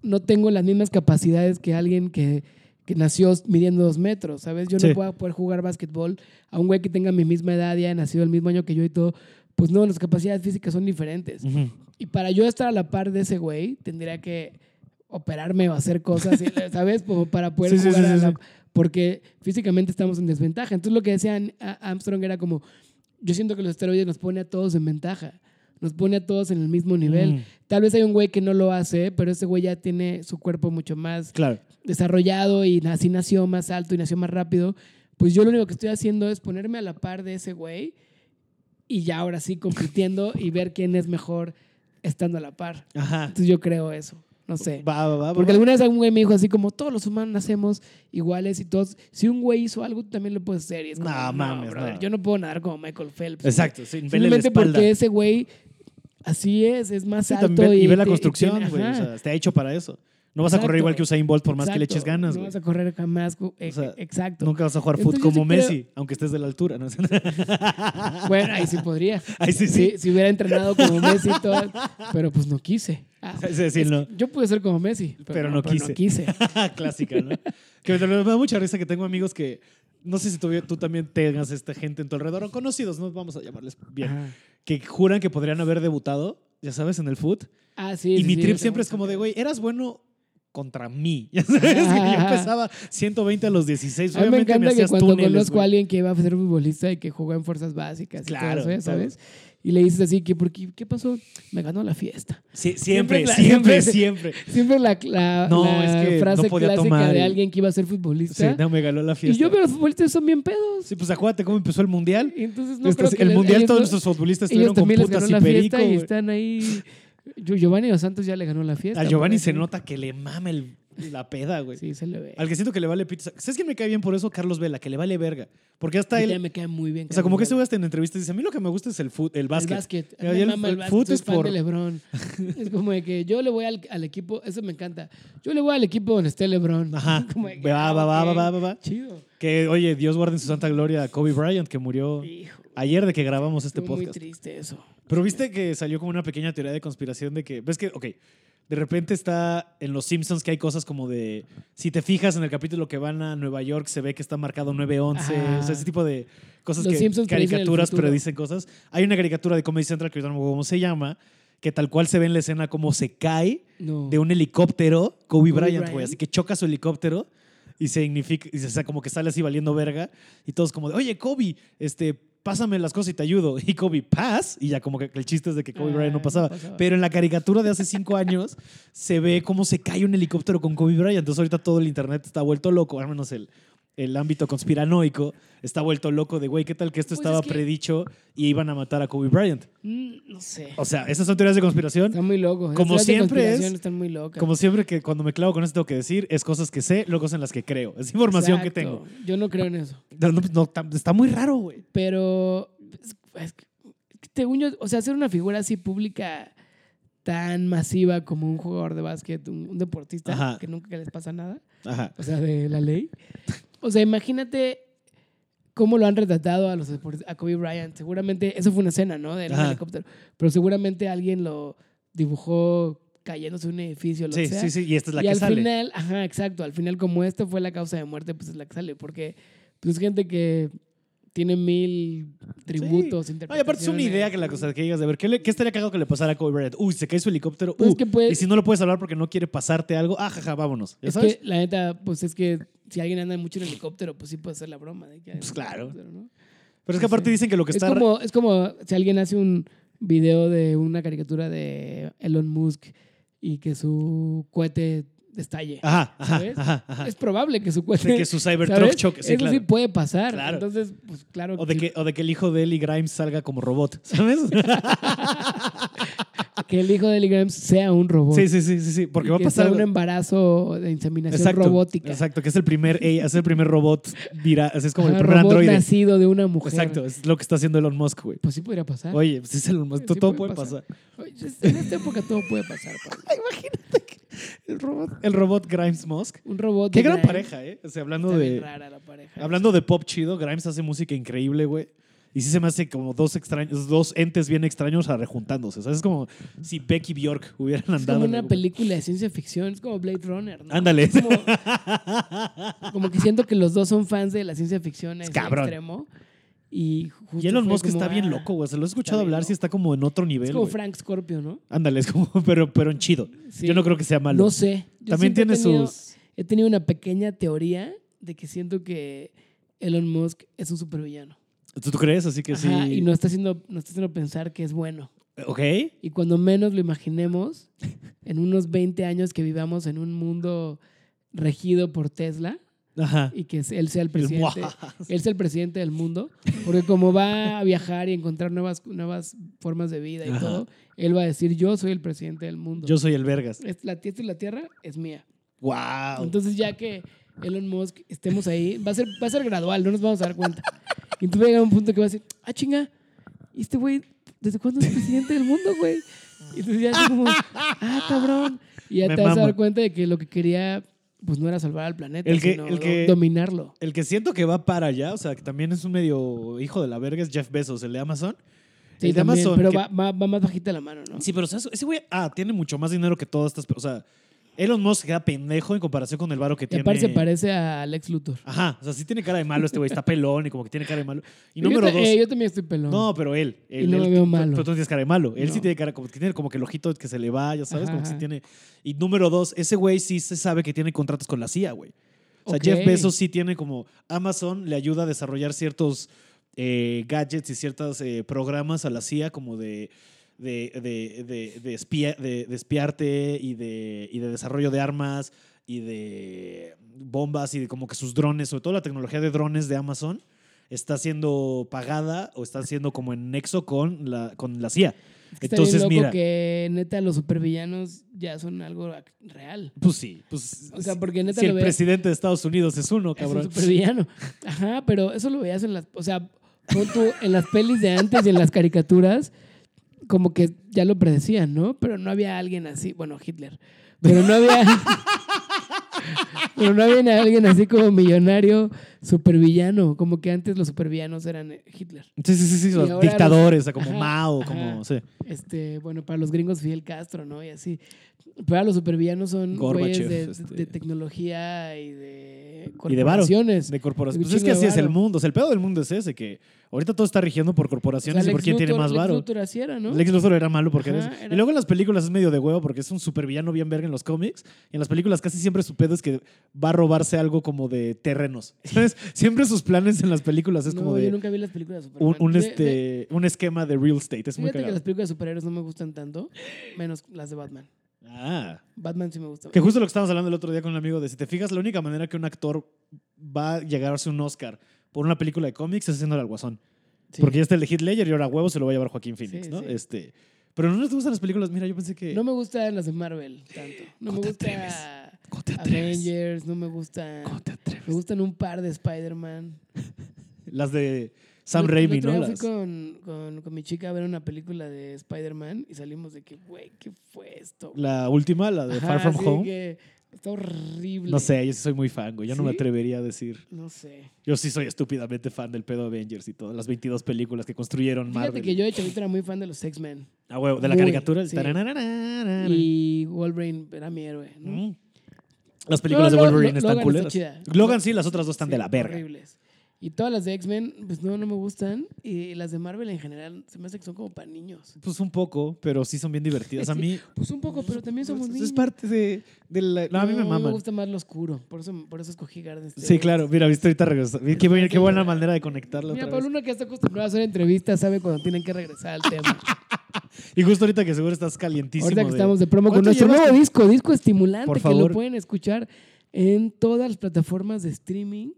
[SPEAKER 2] no tengo las mismas capacidades que alguien que, que nació midiendo dos metros, ¿sabes? Yo
[SPEAKER 1] Sí.
[SPEAKER 2] no puedo poder jugar básquetbol a un güey que tenga mi misma edad y haya nacido el mismo año que yo y todo. Pues no, las capacidades físicas son diferentes.
[SPEAKER 1] Ujú.
[SPEAKER 2] Y para yo estar a la par de ese güey, tendría que operarme o hacer cosas, y- ¿sabes? Como para poder
[SPEAKER 1] Sí, sí,
[SPEAKER 2] jugar
[SPEAKER 1] sí,
[SPEAKER 2] a
[SPEAKER 1] sí,
[SPEAKER 2] la-
[SPEAKER 1] sí.
[SPEAKER 2] Porque físicamente estamos en desventaja. Entonces lo que decía An- a- Armstrong era como, yo siento que los esteroides nos pone a todos en ventaja. Nos pone a todos en el mismo nivel.
[SPEAKER 1] Ujú.
[SPEAKER 2] Tal vez hay un güey que no lo hace, pero ese güey ya tiene su cuerpo mucho más
[SPEAKER 1] Claro.
[SPEAKER 2] desarrollado y así nació más alto y nació más rápido, pues yo lo único que estoy haciendo es ponerme a la par de ese güey y ya ahora sí compitiendo y ver quién es mejor estando a la par.
[SPEAKER 1] Ajá.
[SPEAKER 2] Entonces yo creo eso. No sé.
[SPEAKER 1] Va, va, va, va,
[SPEAKER 2] Porque
[SPEAKER 1] va.
[SPEAKER 2] alguna vez algún güey me dijo así como, todos los humanos nacemos iguales y todos. Si un güey hizo algo, tú también lo puedes hacer. Y es como,
[SPEAKER 1] No,
[SPEAKER 2] no,
[SPEAKER 1] mames,
[SPEAKER 2] brother,
[SPEAKER 1] no.
[SPEAKER 2] Yo no puedo nadar como Michael Phelps. güey".
[SPEAKER 1] Exacto, sin vele la
[SPEAKER 2] Simplemente
[SPEAKER 1] espalda.
[SPEAKER 2] porque ese güey así es, es más
[SPEAKER 1] Sí,
[SPEAKER 2] alto.
[SPEAKER 1] también ve- y ve la
[SPEAKER 2] te-
[SPEAKER 1] construcción,
[SPEAKER 2] tiene-
[SPEAKER 1] güey. O
[SPEAKER 2] ajá,
[SPEAKER 1] sea, está hecho para eso. No vas a correr
[SPEAKER 2] Exacto.
[SPEAKER 1] igual que Usain Bolt por más que le
[SPEAKER 2] exacto,
[SPEAKER 1] eches ganas,
[SPEAKER 2] No
[SPEAKER 1] güey.
[SPEAKER 2] vas a correr jamás. co- eh,
[SPEAKER 1] O sea,
[SPEAKER 2] exacto.
[SPEAKER 1] Nunca vas a jugar fútbol
[SPEAKER 2] Entonces, yo sí
[SPEAKER 1] como
[SPEAKER 2] creo-
[SPEAKER 1] Messi, aunque estés de la altura. ¿no?
[SPEAKER 2] Bueno, ahí sí podría.
[SPEAKER 1] Ahí sí, sí.
[SPEAKER 2] Si, si hubiera entrenado como Messi y todo, pero pues no quise. Ah,
[SPEAKER 1] Sí, sí, sí,
[SPEAKER 2] es-
[SPEAKER 1] no.
[SPEAKER 2] Yo pude ser como Messi, pero,
[SPEAKER 1] Pero
[SPEAKER 2] no,
[SPEAKER 1] no
[SPEAKER 2] pero no quise.
[SPEAKER 1] Clásica, ¿no? que me, me da mucha risa que tengo amigos que. No sé si tú, tú también tengas esta gente en tu alrededor, o conocidos, no vamos a llamarles bien,
[SPEAKER 2] Ajá.
[SPEAKER 1] que juran que podrían haber debutado, ya sabes, en el foot.
[SPEAKER 2] Ah, sí.
[SPEAKER 1] y
[SPEAKER 2] sí,
[SPEAKER 1] mi
[SPEAKER 2] sí,
[SPEAKER 1] trip
[SPEAKER 2] lo
[SPEAKER 1] siempre es
[SPEAKER 2] tengo
[SPEAKER 1] como de, güey, eras bueno contra mí. Ya sabes, que yo
[SPEAKER 2] Ajá.
[SPEAKER 1] pesaba 120 a los 16.
[SPEAKER 2] A mí me
[SPEAKER 1] Obviamente me
[SPEAKER 2] encanta que
[SPEAKER 1] hacías
[SPEAKER 2] cuando
[SPEAKER 1] túneles,
[SPEAKER 2] conozco
[SPEAKER 1] güey.
[SPEAKER 2] a alguien que va a ser futbolista y que juega en fuerzas básicas, y
[SPEAKER 1] Claro,
[SPEAKER 2] todo eso, ya
[SPEAKER 1] todo.
[SPEAKER 2] ¿sabes? Y le dices así, que, ¿por qué, ¿qué pasó? Me ganó la fiesta.
[SPEAKER 1] Sí, siempre, siempre,
[SPEAKER 2] Siempre-
[SPEAKER 1] siempre.
[SPEAKER 2] Siempre la, la-
[SPEAKER 1] No,
[SPEAKER 2] la
[SPEAKER 1] es que no
[SPEAKER 2] frase
[SPEAKER 1] podía
[SPEAKER 2] clásica
[SPEAKER 1] tomar y-
[SPEAKER 2] de alguien que iba a ser
[SPEAKER 1] Sí,
[SPEAKER 2] futbolista.
[SPEAKER 1] no, me ganó la
[SPEAKER 2] y
[SPEAKER 1] fiesta.
[SPEAKER 2] yo veo los futbolistas son bien pedos.
[SPEAKER 1] Sí, pues acuérdate cómo empezó el mundial.
[SPEAKER 2] Y Entonces no
[SPEAKER 1] Estas-
[SPEAKER 2] creo que
[SPEAKER 1] el
[SPEAKER 2] les-
[SPEAKER 1] mundial
[SPEAKER 2] ellos
[SPEAKER 1] todos
[SPEAKER 2] no-
[SPEAKER 1] nuestros futbolistas
[SPEAKER 2] ellos
[SPEAKER 1] estuvieron con
[SPEAKER 2] también les ganó
[SPEAKER 1] putas y
[SPEAKER 2] la
[SPEAKER 1] perico.
[SPEAKER 2] fiesta y
[SPEAKER 1] güey.
[SPEAKER 2] están ahí. Yo- Giovanni Dos Santos ya le ganó la fiesta.
[SPEAKER 1] A Giovanni
[SPEAKER 2] por
[SPEAKER 1] se
[SPEAKER 2] eso.
[SPEAKER 1] nota que le mama el- la peda, güey.
[SPEAKER 2] Sí, se le ve.
[SPEAKER 1] Al que siento que le vale pizza. ¿Sabes quién me cae bien por eso? Carlos Vela, que le vale verga. Porque hasta
[SPEAKER 2] Y ya
[SPEAKER 1] él.
[SPEAKER 2] me cae muy bien.
[SPEAKER 1] O sea, como que ese
[SPEAKER 2] Carlos
[SPEAKER 1] güey hasta en entrevistas dice: A mí lo que me gusta es el, fut, el
[SPEAKER 2] El
[SPEAKER 1] básquet.
[SPEAKER 2] básquet.
[SPEAKER 1] Ya,
[SPEAKER 2] Me
[SPEAKER 1] ya el
[SPEAKER 2] mama el
[SPEAKER 1] fut-
[SPEAKER 2] básquet,
[SPEAKER 1] fut
[SPEAKER 2] soy
[SPEAKER 1] es
[SPEAKER 2] fan
[SPEAKER 1] por-
[SPEAKER 2] de LeBron. es como de que yo le voy al, al equipo, eso me encanta. Yo le voy al equipo donde esté LeBron.
[SPEAKER 1] Ajá.
[SPEAKER 2] Como de que,
[SPEAKER 1] Va,
[SPEAKER 2] ah,
[SPEAKER 1] va, va,
[SPEAKER 2] ok,
[SPEAKER 1] va, va, va, va.
[SPEAKER 2] Chido.
[SPEAKER 1] Que, oye, Dios guarde en su santa gloria a Kobe Bryant, que murió
[SPEAKER 2] Hijo.
[SPEAKER 1] ayer de que grabamos este
[SPEAKER 2] estuvo muy
[SPEAKER 1] podcast.
[SPEAKER 2] triste eso.
[SPEAKER 1] Pero viste que salió como una pequeña teoría de conspiración de que, ves que, ok, de repente está en Los Simpsons que hay cosas como de, si te fijas en el capítulo que van a Nueva York, se ve que está marcado 911,
[SPEAKER 2] Ajá.
[SPEAKER 1] o sea, ese tipo de cosas
[SPEAKER 2] Los
[SPEAKER 1] que,
[SPEAKER 2] Simpsons predicen el
[SPEAKER 1] caricaturas
[SPEAKER 2] futuro.
[SPEAKER 1] predicen cosas. Hay una caricatura de Comedy Central, que ahorita no me acuerdo cómo se llama, que tal cual se ve en la escena como se cae
[SPEAKER 2] No.
[SPEAKER 1] de un helicóptero Kobe,
[SPEAKER 2] Kobe
[SPEAKER 1] Bryant, güey.
[SPEAKER 2] Bryant.
[SPEAKER 1] Así que choca su helicóptero y se significa, y se, o sea, como que sale así valiendo verga y todos como de, oye, Kobe, este, pásame las cosas y te ayudo. Y Kobe, paz. Y ya como que el chiste es de que Kobe
[SPEAKER 2] Ah,
[SPEAKER 1] Bryant no
[SPEAKER 2] no
[SPEAKER 1] pasaba.
[SPEAKER 2] pasaba.
[SPEAKER 1] Pero en la caricatura de hace cinco años se ve cómo se cae un helicóptero con Kobe Bryant. Entonces ahorita todo el internet está vuelto loco, al menos el... El ámbito conspiranoico está vuelto loco de, güey, ¿qué tal que esto
[SPEAKER 2] Pues
[SPEAKER 1] estaba
[SPEAKER 2] es que-
[SPEAKER 1] predicho y iban a matar a Kobe Bryant?
[SPEAKER 2] Mm, no sé.
[SPEAKER 1] O sea, esas son teorías de conspiración.
[SPEAKER 2] Están muy locos. Las
[SPEAKER 1] como
[SPEAKER 2] teorías de
[SPEAKER 1] siempre es-
[SPEAKER 2] conspiración Están muy locas.
[SPEAKER 1] Como siempre que cuando me clavo con esto tengo que decir, es cosas que sé, luego en las que creo. Es información que
[SPEAKER 2] Exacto.
[SPEAKER 1] tengo.
[SPEAKER 2] Yo no creo en eso.
[SPEAKER 1] No, no, no, tam- está muy raro, güey.
[SPEAKER 2] Pero, es- es que- según yo, o sea, ser una figura así pública tan masiva como un jugador de básquet, un, un deportista,
[SPEAKER 1] Ajá.
[SPEAKER 2] que nunca les pasa nada,
[SPEAKER 1] Ajá.
[SPEAKER 2] o sea, de la ley. O sea, imagínate cómo lo han retratado a los depor- a Kobe Bryant. Seguramente, eso fue una escena, ¿no? Del
[SPEAKER 1] Ajá.
[SPEAKER 2] helicóptero. Pero seguramente alguien lo dibujó cayéndose de un edificio, lo
[SPEAKER 1] Sí,
[SPEAKER 2] que sea.
[SPEAKER 1] sí, sí. Y esta es la
[SPEAKER 2] y
[SPEAKER 1] que
[SPEAKER 2] al
[SPEAKER 1] sale.
[SPEAKER 2] final, ajá, exacto. Al final, como esto fue la causa de muerte, pues es la que sale. Porque pues, es gente que tiene mil tributos,
[SPEAKER 1] No, y aparte es una idea que la cosa que digas, de ver, ¿qué, le- qué estaría cagado que le pasara a Kobe Bryant? Uy, se cae su helicóptero.
[SPEAKER 2] Pues
[SPEAKER 1] uh,
[SPEAKER 2] es que puede-
[SPEAKER 1] Y si no lo puedes hablar porque no quiere pasarte algo, ah, jaja, vámonos. ¿Ya
[SPEAKER 2] Es
[SPEAKER 1] sabes?
[SPEAKER 2] que la neta, pues es que si alguien anda mucho en helicóptero, pues sí puede hacer la broma. De que hay
[SPEAKER 1] Pues,
[SPEAKER 2] un
[SPEAKER 1] claro.
[SPEAKER 2] helicóptero, ¿no?
[SPEAKER 1] Pero es que aparte
[SPEAKER 2] sí.
[SPEAKER 1] dicen que lo que
[SPEAKER 2] Es,
[SPEAKER 1] está...
[SPEAKER 2] como, es como si alguien hace un video de una caricatura de Elon Musk y que su cohete estalle.
[SPEAKER 1] Ajá, Ah, ajá,
[SPEAKER 2] ¿sabes?
[SPEAKER 1] ajá, ajá.
[SPEAKER 2] Es probable que su cohete.
[SPEAKER 1] De que su Cybertruck
[SPEAKER 2] ¿sabes?
[SPEAKER 1] choque. Sí,
[SPEAKER 2] Eso
[SPEAKER 1] claro.
[SPEAKER 2] sí puede pasar.
[SPEAKER 1] Claro.
[SPEAKER 2] Entonces, pues claro.
[SPEAKER 1] o, de
[SPEAKER 2] sí
[SPEAKER 1] que, o de que el hijo de Ellie Grimes salga como robot, ¿sabes?
[SPEAKER 2] que el hijo de Ellie Grimes sea un robot.
[SPEAKER 1] sí, sí, sí, sí, sí. Porque
[SPEAKER 2] Y
[SPEAKER 1] va a
[SPEAKER 2] que
[SPEAKER 1] pasar...
[SPEAKER 2] sea un embarazo de inseminación robótica.
[SPEAKER 1] Exacto, que es el primer, eh, es el primer robot viral, es como el
[SPEAKER 2] Ajá,
[SPEAKER 1] primer
[SPEAKER 2] robot
[SPEAKER 1] androide.
[SPEAKER 2] nacido de una mujer.
[SPEAKER 1] Exacto, es lo que está haciendo Elon Musk, güey.
[SPEAKER 2] Pues sí podría pasar.
[SPEAKER 1] Oye, pues es Elon Musk,
[SPEAKER 2] Sí,
[SPEAKER 1] to-
[SPEAKER 2] sí
[SPEAKER 1] todo puede
[SPEAKER 2] puede
[SPEAKER 1] pasar.
[SPEAKER 2] Oye, En esta época todo puede pasar. Pablo.
[SPEAKER 1] El robot, el robot Grimes Musk.
[SPEAKER 2] Un robot.
[SPEAKER 1] Qué
[SPEAKER 2] de
[SPEAKER 1] gran
[SPEAKER 2] Grimes.
[SPEAKER 1] pareja, ¿eh? O sea, hablando
[SPEAKER 2] Está bien
[SPEAKER 1] de,
[SPEAKER 2] rara la pareja.
[SPEAKER 1] hablando de pop chido, Grimes hace música increíble, güey. Y sí se me hace como dos extraños, dos entes bien extraños a rejuntándose. O sea, es como si Beck y Bjork hubieran
[SPEAKER 2] Es
[SPEAKER 1] andado.
[SPEAKER 2] como
[SPEAKER 1] en
[SPEAKER 2] una
[SPEAKER 1] algún-
[SPEAKER 2] película de ciencia ficción, es como Blade Runner. ¿no?
[SPEAKER 1] Ándale.
[SPEAKER 2] Es Como, como que siento que los dos son fans de la ciencia ficción en
[SPEAKER 1] cabrón.
[SPEAKER 2] extremo. Y, justo
[SPEAKER 1] Y Elon
[SPEAKER 2] fue
[SPEAKER 1] Musk
[SPEAKER 2] como,
[SPEAKER 1] está bien
[SPEAKER 2] ah,
[SPEAKER 1] loco, güey. Se lo he escuchado
[SPEAKER 2] está bien
[SPEAKER 1] hablar, sí
[SPEAKER 2] loco.
[SPEAKER 1] está como en otro nivel.
[SPEAKER 2] Es como
[SPEAKER 1] güey.
[SPEAKER 2] Frank Scorpio, ¿no?
[SPEAKER 1] Ándale, es como, pero, pero en chido.
[SPEAKER 2] Sí.
[SPEAKER 1] Yo no creo que sea malo.
[SPEAKER 2] No sé. Yo
[SPEAKER 1] También
[SPEAKER 2] siempre
[SPEAKER 1] tiene
[SPEAKER 2] he tenido-
[SPEAKER 1] sus.
[SPEAKER 2] He tenido una pequeña teoría de que siento que Elon Musk es un supervillano.
[SPEAKER 1] ¿Tú, tú crees? Así que
[SPEAKER 2] Ajá,
[SPEAKER 1] sí.
[SPEAKER 2] Y nos está, haciendo, nos está haciendo pensar que es bueno.
[SPEAKER 1] Ok.
[SPEAKER 2] Y cuando menos lo imaginemos, en unos 20 años que vivamos en un mundo regido por Tesla,
[SPEAKER 1] Ajá.
[SPEAKER 2] y que él sea el
[SPEAKER 1] El
[SPEAKER 2] presidente.
[SPEAKER 1] Moas.
[SPEAKER 2] él sea el presidente del mundo, porque como va a viajar y encontrar nuevas, nuevas formas de vida y
[SPEAKER 1] Ajá.
[SPEAKER 2] todo, él va a decir, yo soy el presidente del mundo.
[SPEAKER 1] Yo soy el Vergas.
[SPEAKER 2] Es- la, esta es la tierra es mía.
[SPEAKER 1] ¡Wow!
[SPEAKER 2] Entonces ya que Elon Musk estemos ahí, va a ser, va a ser gradual, no nos vamos a dar cuenta. Y tú va a llegar un punto que va a decir, ah, chinga, ¿y este güey desde cuándo es presidente del mundo, güey? Y entonces ya así como, ah, cabrón. Y ya
[SPEAKER 1] Me
[SPEAKER 2] te vas a
[SPEAKER 1] mama.
[SPEAKER 2] dar cuenta de que lo que quería, pues no era salvar al planeta,
[SPEAKER 1] El que-
[SPEAKER 2] sino
[SPEAKER 1] el que-
[SPEAKER 2] dominarlo.
[SPEAKER 1] El que siento que va para allá, o sea, que también es un medio hijo de la verga, es Jeff Bezos, el de Amazon.
[SPEAKER 2] Sí,
[SPEAKER 1] el de
[SPEAKER 2] también,
[SPEAKER 1] Amazon.
[SPEAKER 2] pero
[SPEAKER 1] que-
[SPEAKER 2] va, va- va más bajita la mano, ¿no?
[SPEAKER 1] Sí, pero o sea, ese güey ah, tiene mucho más dinero que todas estas. pe- O sea, Elon Musk queda pendejo en comparación con el varo que
[SPEAKER 2] Y
[SPEAKER 1] tiene. Ah,
[SPEAKER 2] aparte se parece a Alex Luthor.
[SPEAKER 1] Ajá, o sea, sí tiene cara de malo este güey, está pelón y como que tiene cara de malo. Y
[SPEAKER 2] Yo
[SPEAKER 1] número
[SPEAKER 2] ta-
[SPEAKER 1] dos.
[SPEAKER 2] eh, yo también estoy pelón.
[SPEAKER 1] No, pero él. él
[SPEAKER 2] no
[SPEAKER 1] él-
[SPEAKER 2] lo veo
[SPEAKER 1] pero-
[SPEAKER 2] malo.
[SPEAKER 1] Pero tú no tienes cara de malo. Él sí
[SPEAKER 2] No.
[SPEAKER 1] tiene cara, como que tiene como que el ojito que se le va, ya sabes, como que sí
[SPEAKER 2] Ajá.
[SPEAKER 1] tiene. Y número dos, ese güey sí se sabe que tiene contratos con la CIA, güey. O sea,
[SPEAKER 2] Ok.
[SPEAKER 1] Jeff Bezos sí tiene como Amazon le ayuda a desarrollar ciertos eh, gadgets y ciertos eh, programas a la CIA como de de, de, de, de espía- de- de espiarte y de, y de desarrollo de armas y de bombas y de como que sus drones, sobre todo la tecnología de drones de Amazon, está siendo pagada o está siendo como en nexo con la, con la CIA.
[SPEAKER 2] Es que está bien
[SPEAKER 1] Entonces,
[SPEAKER 2] loco
[SPEAKER 1] mira,
[SPEAKER 2] que neta los supervillanos ya son algo ac- real.
[SPEAKER 1] pues sí, pues
[SPEAKER 2] O sea, porque neta
[SPEAKER 1] si
[SPEAKER 2] lo
[SPEAKER 1] el
[SPEAKER 2] veas-
[SPEAKER 1] presidente de Estados Unidos es uno,
[SPEAKER 2] Es un
[SPEAKER 1] cabrón.
[SPEAKER 2] supervillano. Oh, Ajá, pero eso lo veías en las. O sea, pon tú, en las pelis de antes y en las caricaturas, como que ya lo predecían, ¿no? Pero no había alguien así. Bueno, Hitler. Pero no había. pero no había alguien así como millonario, supervillano. Como que antes los supervillanos eran eh, Hitler.
[SPEAKER 1] Sí, sí, sí, sí,
[SPEAKER 2] Y
[SPEAKER 1] los
[SPEAKER 2] ahora
[SPEAKER 1] dictadores,
[SPEAKER 2] los-
[SPEAKER 1] o sea, como
[SPEAKER 2] ajá,
[SPEAKER 1] Mao,
[SPEAKER 2] ajá.
[SPEAKER 1] como, sí.
[SPEAKER 2] Este, bueno, para los gringos Fidel Castro, ¿no? Y así. Pero los supervillanos son güeyes
[SPEAKER 1] Gorbachev,
[SPEAKER 2] de,
[SPEAKER 1] este.
[SPEAKER 2] de tecnología y de
[SPEAKER 1] Y de varo.
[SPEAKER 2] corporaciones.
[SPEAKER 1] De corporaciones.
[SPEAKER 2] Un
[SPEAKER 1] Pues es
[SPEAKER 2] chingo
[SPEAKER 1] que
[SPEAKER 2] de
[SPEAKER 1] así es el
[SPEAKER 2] varo.
[SPEAKER 1] mundo. O sea, el pedo del mundo es ese, que ahorita todo está rigiendo por
[SPEAKER 2] O sea,
[SPEAKER 1] corporaciones y por
[SPEAKER 2] Lex
[SPEAKER 1] quién tiene
[SPEAKER 2] Luthor-
[SPEAKER 1] más
[SPEAKER 2] Lex
[SPEAKER 1] varo.
[SPEAKER 2] Luthor así era, ¿no?
[SPEAKER 1] Lex Luthor era malo porque era
[SPEAKER 2] Ajá,
[SPEAKER 1] eso. Y
[SPEAKER 2] era-
[SPEAKER 1] luego en las películas es medio de huevo porque es un supervillano bien verga en los cómics. Y en las películas casi siempre su pedo es que va a robarse algo como de terrenos. ¿Sabes? Siempre sus planes en las películas es
[SPEAKER 2] no,
[SPEAKER 1] como
[SPEAKER 2] yo
[SPEAKER 1] de
[SPEAKER 2] nunca vi las películas de
[SPEAKER 1] un,
[SPEAKER 2] Superman.
[SPEAKER 1] un,
[SPEAKER 2] De-
[SPEAKER 1] este,
[SPEAKER 2] de-
[SPEAKER 1] un esquema de real estate. Es muy
[SPEAKER 2] fíjate que
[SPEAKER 1] cagado.
[SPEAKER 2] las películas de superhéroes no me gustan tanto, menos las de Batman.
[SPEAKER 1] Ah.
[SPEAKER 2] Batman sí me gusta.
[SPEAKER 1] Que justo lo que estábamos hablando el otro día con un amigo de si te fijas, la única manera que un actor va a llegarse un Oscar por una película de cómics es haciendo el guasón.
[SPEAKER 2] Sí.
[SPEAKER 1] Porque ya está el de Heath Ledger y ahora a huevo se lo va a llevar Joaquín Phoenix,
[SPEAKER 2] Sí,
[SPEAKER 1] ¿no?
[SPEAKER 2] sí.
[SPEAKER 1] Este, pero no nos gustan las películas. Mira, yo pensé que.
[SPEAKER 2] No me gustan las de Marvel tanto. No
[SPEAKER 1] ¿Cómo
[SPEAKER 2] me
[SPEAKER 1] te
[SPEAKER 2] gusta
[SPEAKER 1] ¿Cómo te atreves?
[SPEAKER 2] Avengers, no me gustan.
[SPEAKER 1] ¿Cómo te atreves?
[SPEAKER 2] Me gustan un par de Spider-Man.
[SPEAKER 1] Las de Sam
[SPEAKER 2] El- el
[SPEAKER 1] Raimi,
[SPEAKER 2] otro
[SPEAKER 1] ¿no?
[SPEAKER 2] día Fui
[SPEAKER 1] Las-
[SPEAKER 2] con, con, con mi chica a ver una película de Spider-Man y salimos de que, güey, ¿qué fue esto?
[SPEAKER 1] La última, la de Far
[SPEAKER 2] Ajá,
[SPEAKER 1] From
[SPEAKER 2] sí,
[SPEAKER 1] Home.
[SPEAKER 2] que está horrible.
[SPEAKER 1] No sé, yo sí soy muy fan, güey. Yo no me
[SPEAKER 2] ¿Sí?
[SPEAKER 1] atrevería a decir.
[SPEAKER 2] No sé.
[SPEAKER 1] Yo sí soy estúpidamente fan del pedo Avengers y todas las 22 películas que construyeron
[SPEAKER 2] Fíjate
[SPEAKER 1] Marvel.
[SPEAKER 2] que yo de chavito era muy fan de los X-Men.
[SPEAKER 1] A huevo, de la
[SPEAKER 2] Muy,
[SPEAKER 1] caricatura. el
[SPEAKER 2] sí.
[SPEAKER 1] taranararara.
[SPEAKER 2] Y Wolverine era mi héroe. ¿no?
[SPEAKER 1] Mm. Las películas
[SPEAKER 2] No,
[SPEAKER 1] de
[SPEAKER 2] Lo-
[SPEAKER 1] Wolverine
[SPEAKER 2] Lo-
[SPEAKER 1] están
[SPEAKER 2] Logan
[SPEAKER 1] culeras.
[SPEAKER 2] está chida.
[SPEAKER 1] Logan sí, las otras dos están
[SPEAKER 2] Sí,
[SPEAKER 1] de la verga.
[SPEAKER 2] horribles. Y todas las de X-Men, pues no, no me gustan. Y las de Marvel en general, se me hace que son como para niños.
[SPEAKER 1] Pues un poco, pero sí son bien divertidas. A mí.
[SPEAKER 2] Pues un poco, pero también
[SPEAKER 1] es,
[SPEAKER 2] somos niños.
[SPEAKER 1] Pues, es parte de, de la. No, a mí me
[SPEAKER 2] me
[SPEAKER 1] maman.
[SPEAKER 2] gusta más lo oscuro. Por eso, por eso escogí Garden State.
[SPEAKER 1] Sí, claro. Mira, viste ahorita regresar. Qué, buena- qué buena manera de conectarla
[SPEAKER 2] Mira,
[SPEAKER 1] otra vez.
[SPEAKER 2] Pablo, uno que está acostumbrado a hacer entrevistas sabe cuando tienen que regresar al tema.
[SPEAKER 1] Y justo ahorita que seguro estás calientísimo.
[SPEAKER 2] Ahorita que
[SPEAKER 1] de-
[SPEAKER 2] estamos de promo con
[SPEAKER 1] ¿Cuánto
[SPEAKER 2] nuestro
[SPEAKER 1] llevas
[SPEAKER 2] nuevo
[SPEAKER 1] con-
[SPEAKER 2] disco, disco estimulante,
[SPEAKER 1] Por
[SPEAKER 2] que lo
[SPEAKER 1] favor.
[SPEAKER 2] pueden escuchar en todas las plataformas de streaming.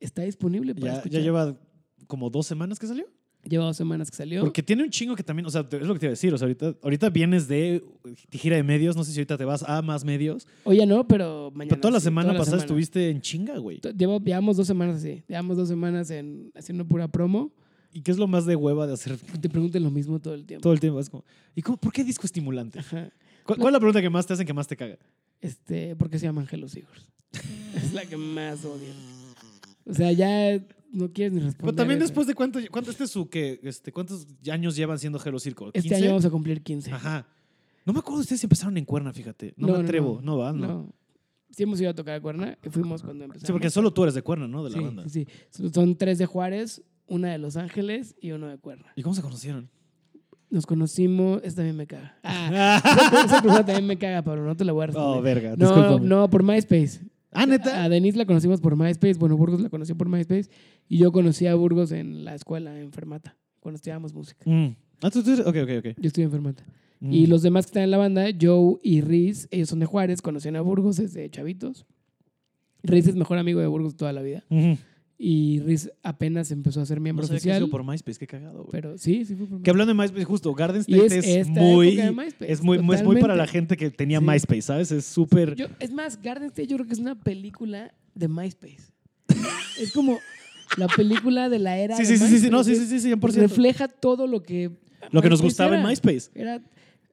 [SPEAKER 2] Está disponible para
[SPEAKER 1] Ya,
[SPEAKER 2] escuchar.
[SPEAKER 1] ya lleva como dos semanas que salió.
[SPEAKER 2] Lleva dos semanas que salió.
[SPEAKER 1] Porque tiene un chingo que también. O sea, te- es lo que te iba a decir. O sea, ahorita, ahorita vienes de gira de medios. No sé si ahorita te vas a más medios.
[SPEAKER 2] Hoy ya no, pero mañana.
[SPEAKER 1] Pero toda la
[SPEAKER 2] sí,
[SPEAKER 1] semana
[SPEAKER 2] toda la
[SPEAKER 1] pasada
[SPEAKER 2] semana.
[SPEAKER 1] estuviste en chinga, güey.
[SPEAKER 2] To- llevo- llevamos dos semanas así. Llevamos dos semanas en, haciendo pura promo.
[SPEAKER 1] ¿Y qué es lo más de hueva de hacer
[SPEAKER 2] Te pregunten lo mismo todo el tiempo.
[SPEAKER 1] todo el tiempo? Es como, ¿Y cómo, por qué disco estimulante?
[SPEAKER 2] Ajá.
[SPEAKER 1] ¿Cuál, cuál es la pregunta que más te hacen que más te caga?
[SPEAKER 2] Este, ¿Por qué se llaman Hello Seagulls? es la que más odio. O sea, ya no quieres ni responder.
[SPEAKER 1] Pero también
[SPEAKER 2] eso.
[SPEAKER 1] después de cuánto, cuánto este es su que, este, cuántos años llevan siendo Hello Circle.
[SPEAKER 2] Este año vamos a cumplir 15.
[SPEAKER 1] Ajá. No me acuerdo de ustedes si empezaron en cuerna, fíjate. No, me atrevo. No, va, no.
[SPEAKER 2] Sí hemos ido a tocar a Cuerna y fuimos cuando empezamos.
[SPEAKER 1] Sí, porque solo tú eres de cuerna, ¿no? De la
[SPEAKER 2] pues, Sí,
[SPEAKER 1] banda.
[SPEAKER 2] sí, sí. Son tres de Juárez, una de Los Ángeles y uno de Cuerna.
[SPEAKER 1] ¿Y cómo se conocieron?
[SPEAKER 2] Nos conocimos... Esta también me caga. Ah, esa, esa persona también me caga, Pablo. No te la voy a responder.
[SPEAKER 1] oh, verga.
[SPEAKER 2] No,
[SPEAKER 1] discúlpame.
[SPEAKER 2] no, por MySpace.
[SPEAKER 1] Ah, neta.
[SPEAKER 2] A Denise la conocimos por MySpace, bueno, Burgos la conoció por MySpace y yo conocí a Burgos en la escuela, en Fermata, cuando estudiábamos música.
[SPEAKER 1] Mm. Ah, tú, tú eres- Ok, ok, ok.
[SPEAKER 2] Yo estudié en Fermata.
[SPEAKER 1] Mm.
[SPEAKER 2] Y los demás que están en la banda, Joe y Riz, ellos son de Juárez, conocían a Burgos desde chavitos. Riz es mejor amigo de Burgos toda la vida.
[SPEAKER 1] Ujú.
[SPEAKER 2] Y Riz apenas empezó a
[SPEAKER 1] Mm.
[SPEAKER 2] ser
[SPEAKER 1] No
[SPEAKER 2] miembro
[SPEAKER 1] sabía que ha
[SPEAKER 2] oficial.
[SPEAKER 1] sido por MySpace, qué cagado, güey.
[SPEAKER 2] Pero sí, sí fue por
[SPEAKER 1] Que hablando de MySpace, justo, Garden
[SPEAKER 2] Y
[SPEAKER 1] State
[SPEAKER 2] es
[SPEAKER 1] es,
[SPEAKER 2] esta
[SPEAKER 1] muy,
[SPEAKER 2] época de MySpace,
[SPEAKER 1] es muy, es muy para la
[SPEAKER 2] totalmente.
[SPEAKER 1] gente que tenía
[SPEAKER 2] Sí.
[SPEAKER 1] MySpace, ¿sabes? Es súper...
[SPEAKER 2] Yo- es más, Garden State yo creo que es una película de MySpace. es como la película de la era
[SPEAKER 1] Sí,
[SPEAKER 2] de
[SPEAKER 1] sí, sí, sí, sí,
[SPEAKER 2] MySpace,
[SPEAKER 1] no, sí,
[SPEAKER 2] es-
[SPEAKER 1] sí, sí, 100%.
[SPEAKER 2] Refleja todo lo que...
[SPEAKER 1] Lo que nos gustaba en
[SPEAKER 2] era.
[SPEAKER 1] MySpace.
[SPEAKER 2] Era,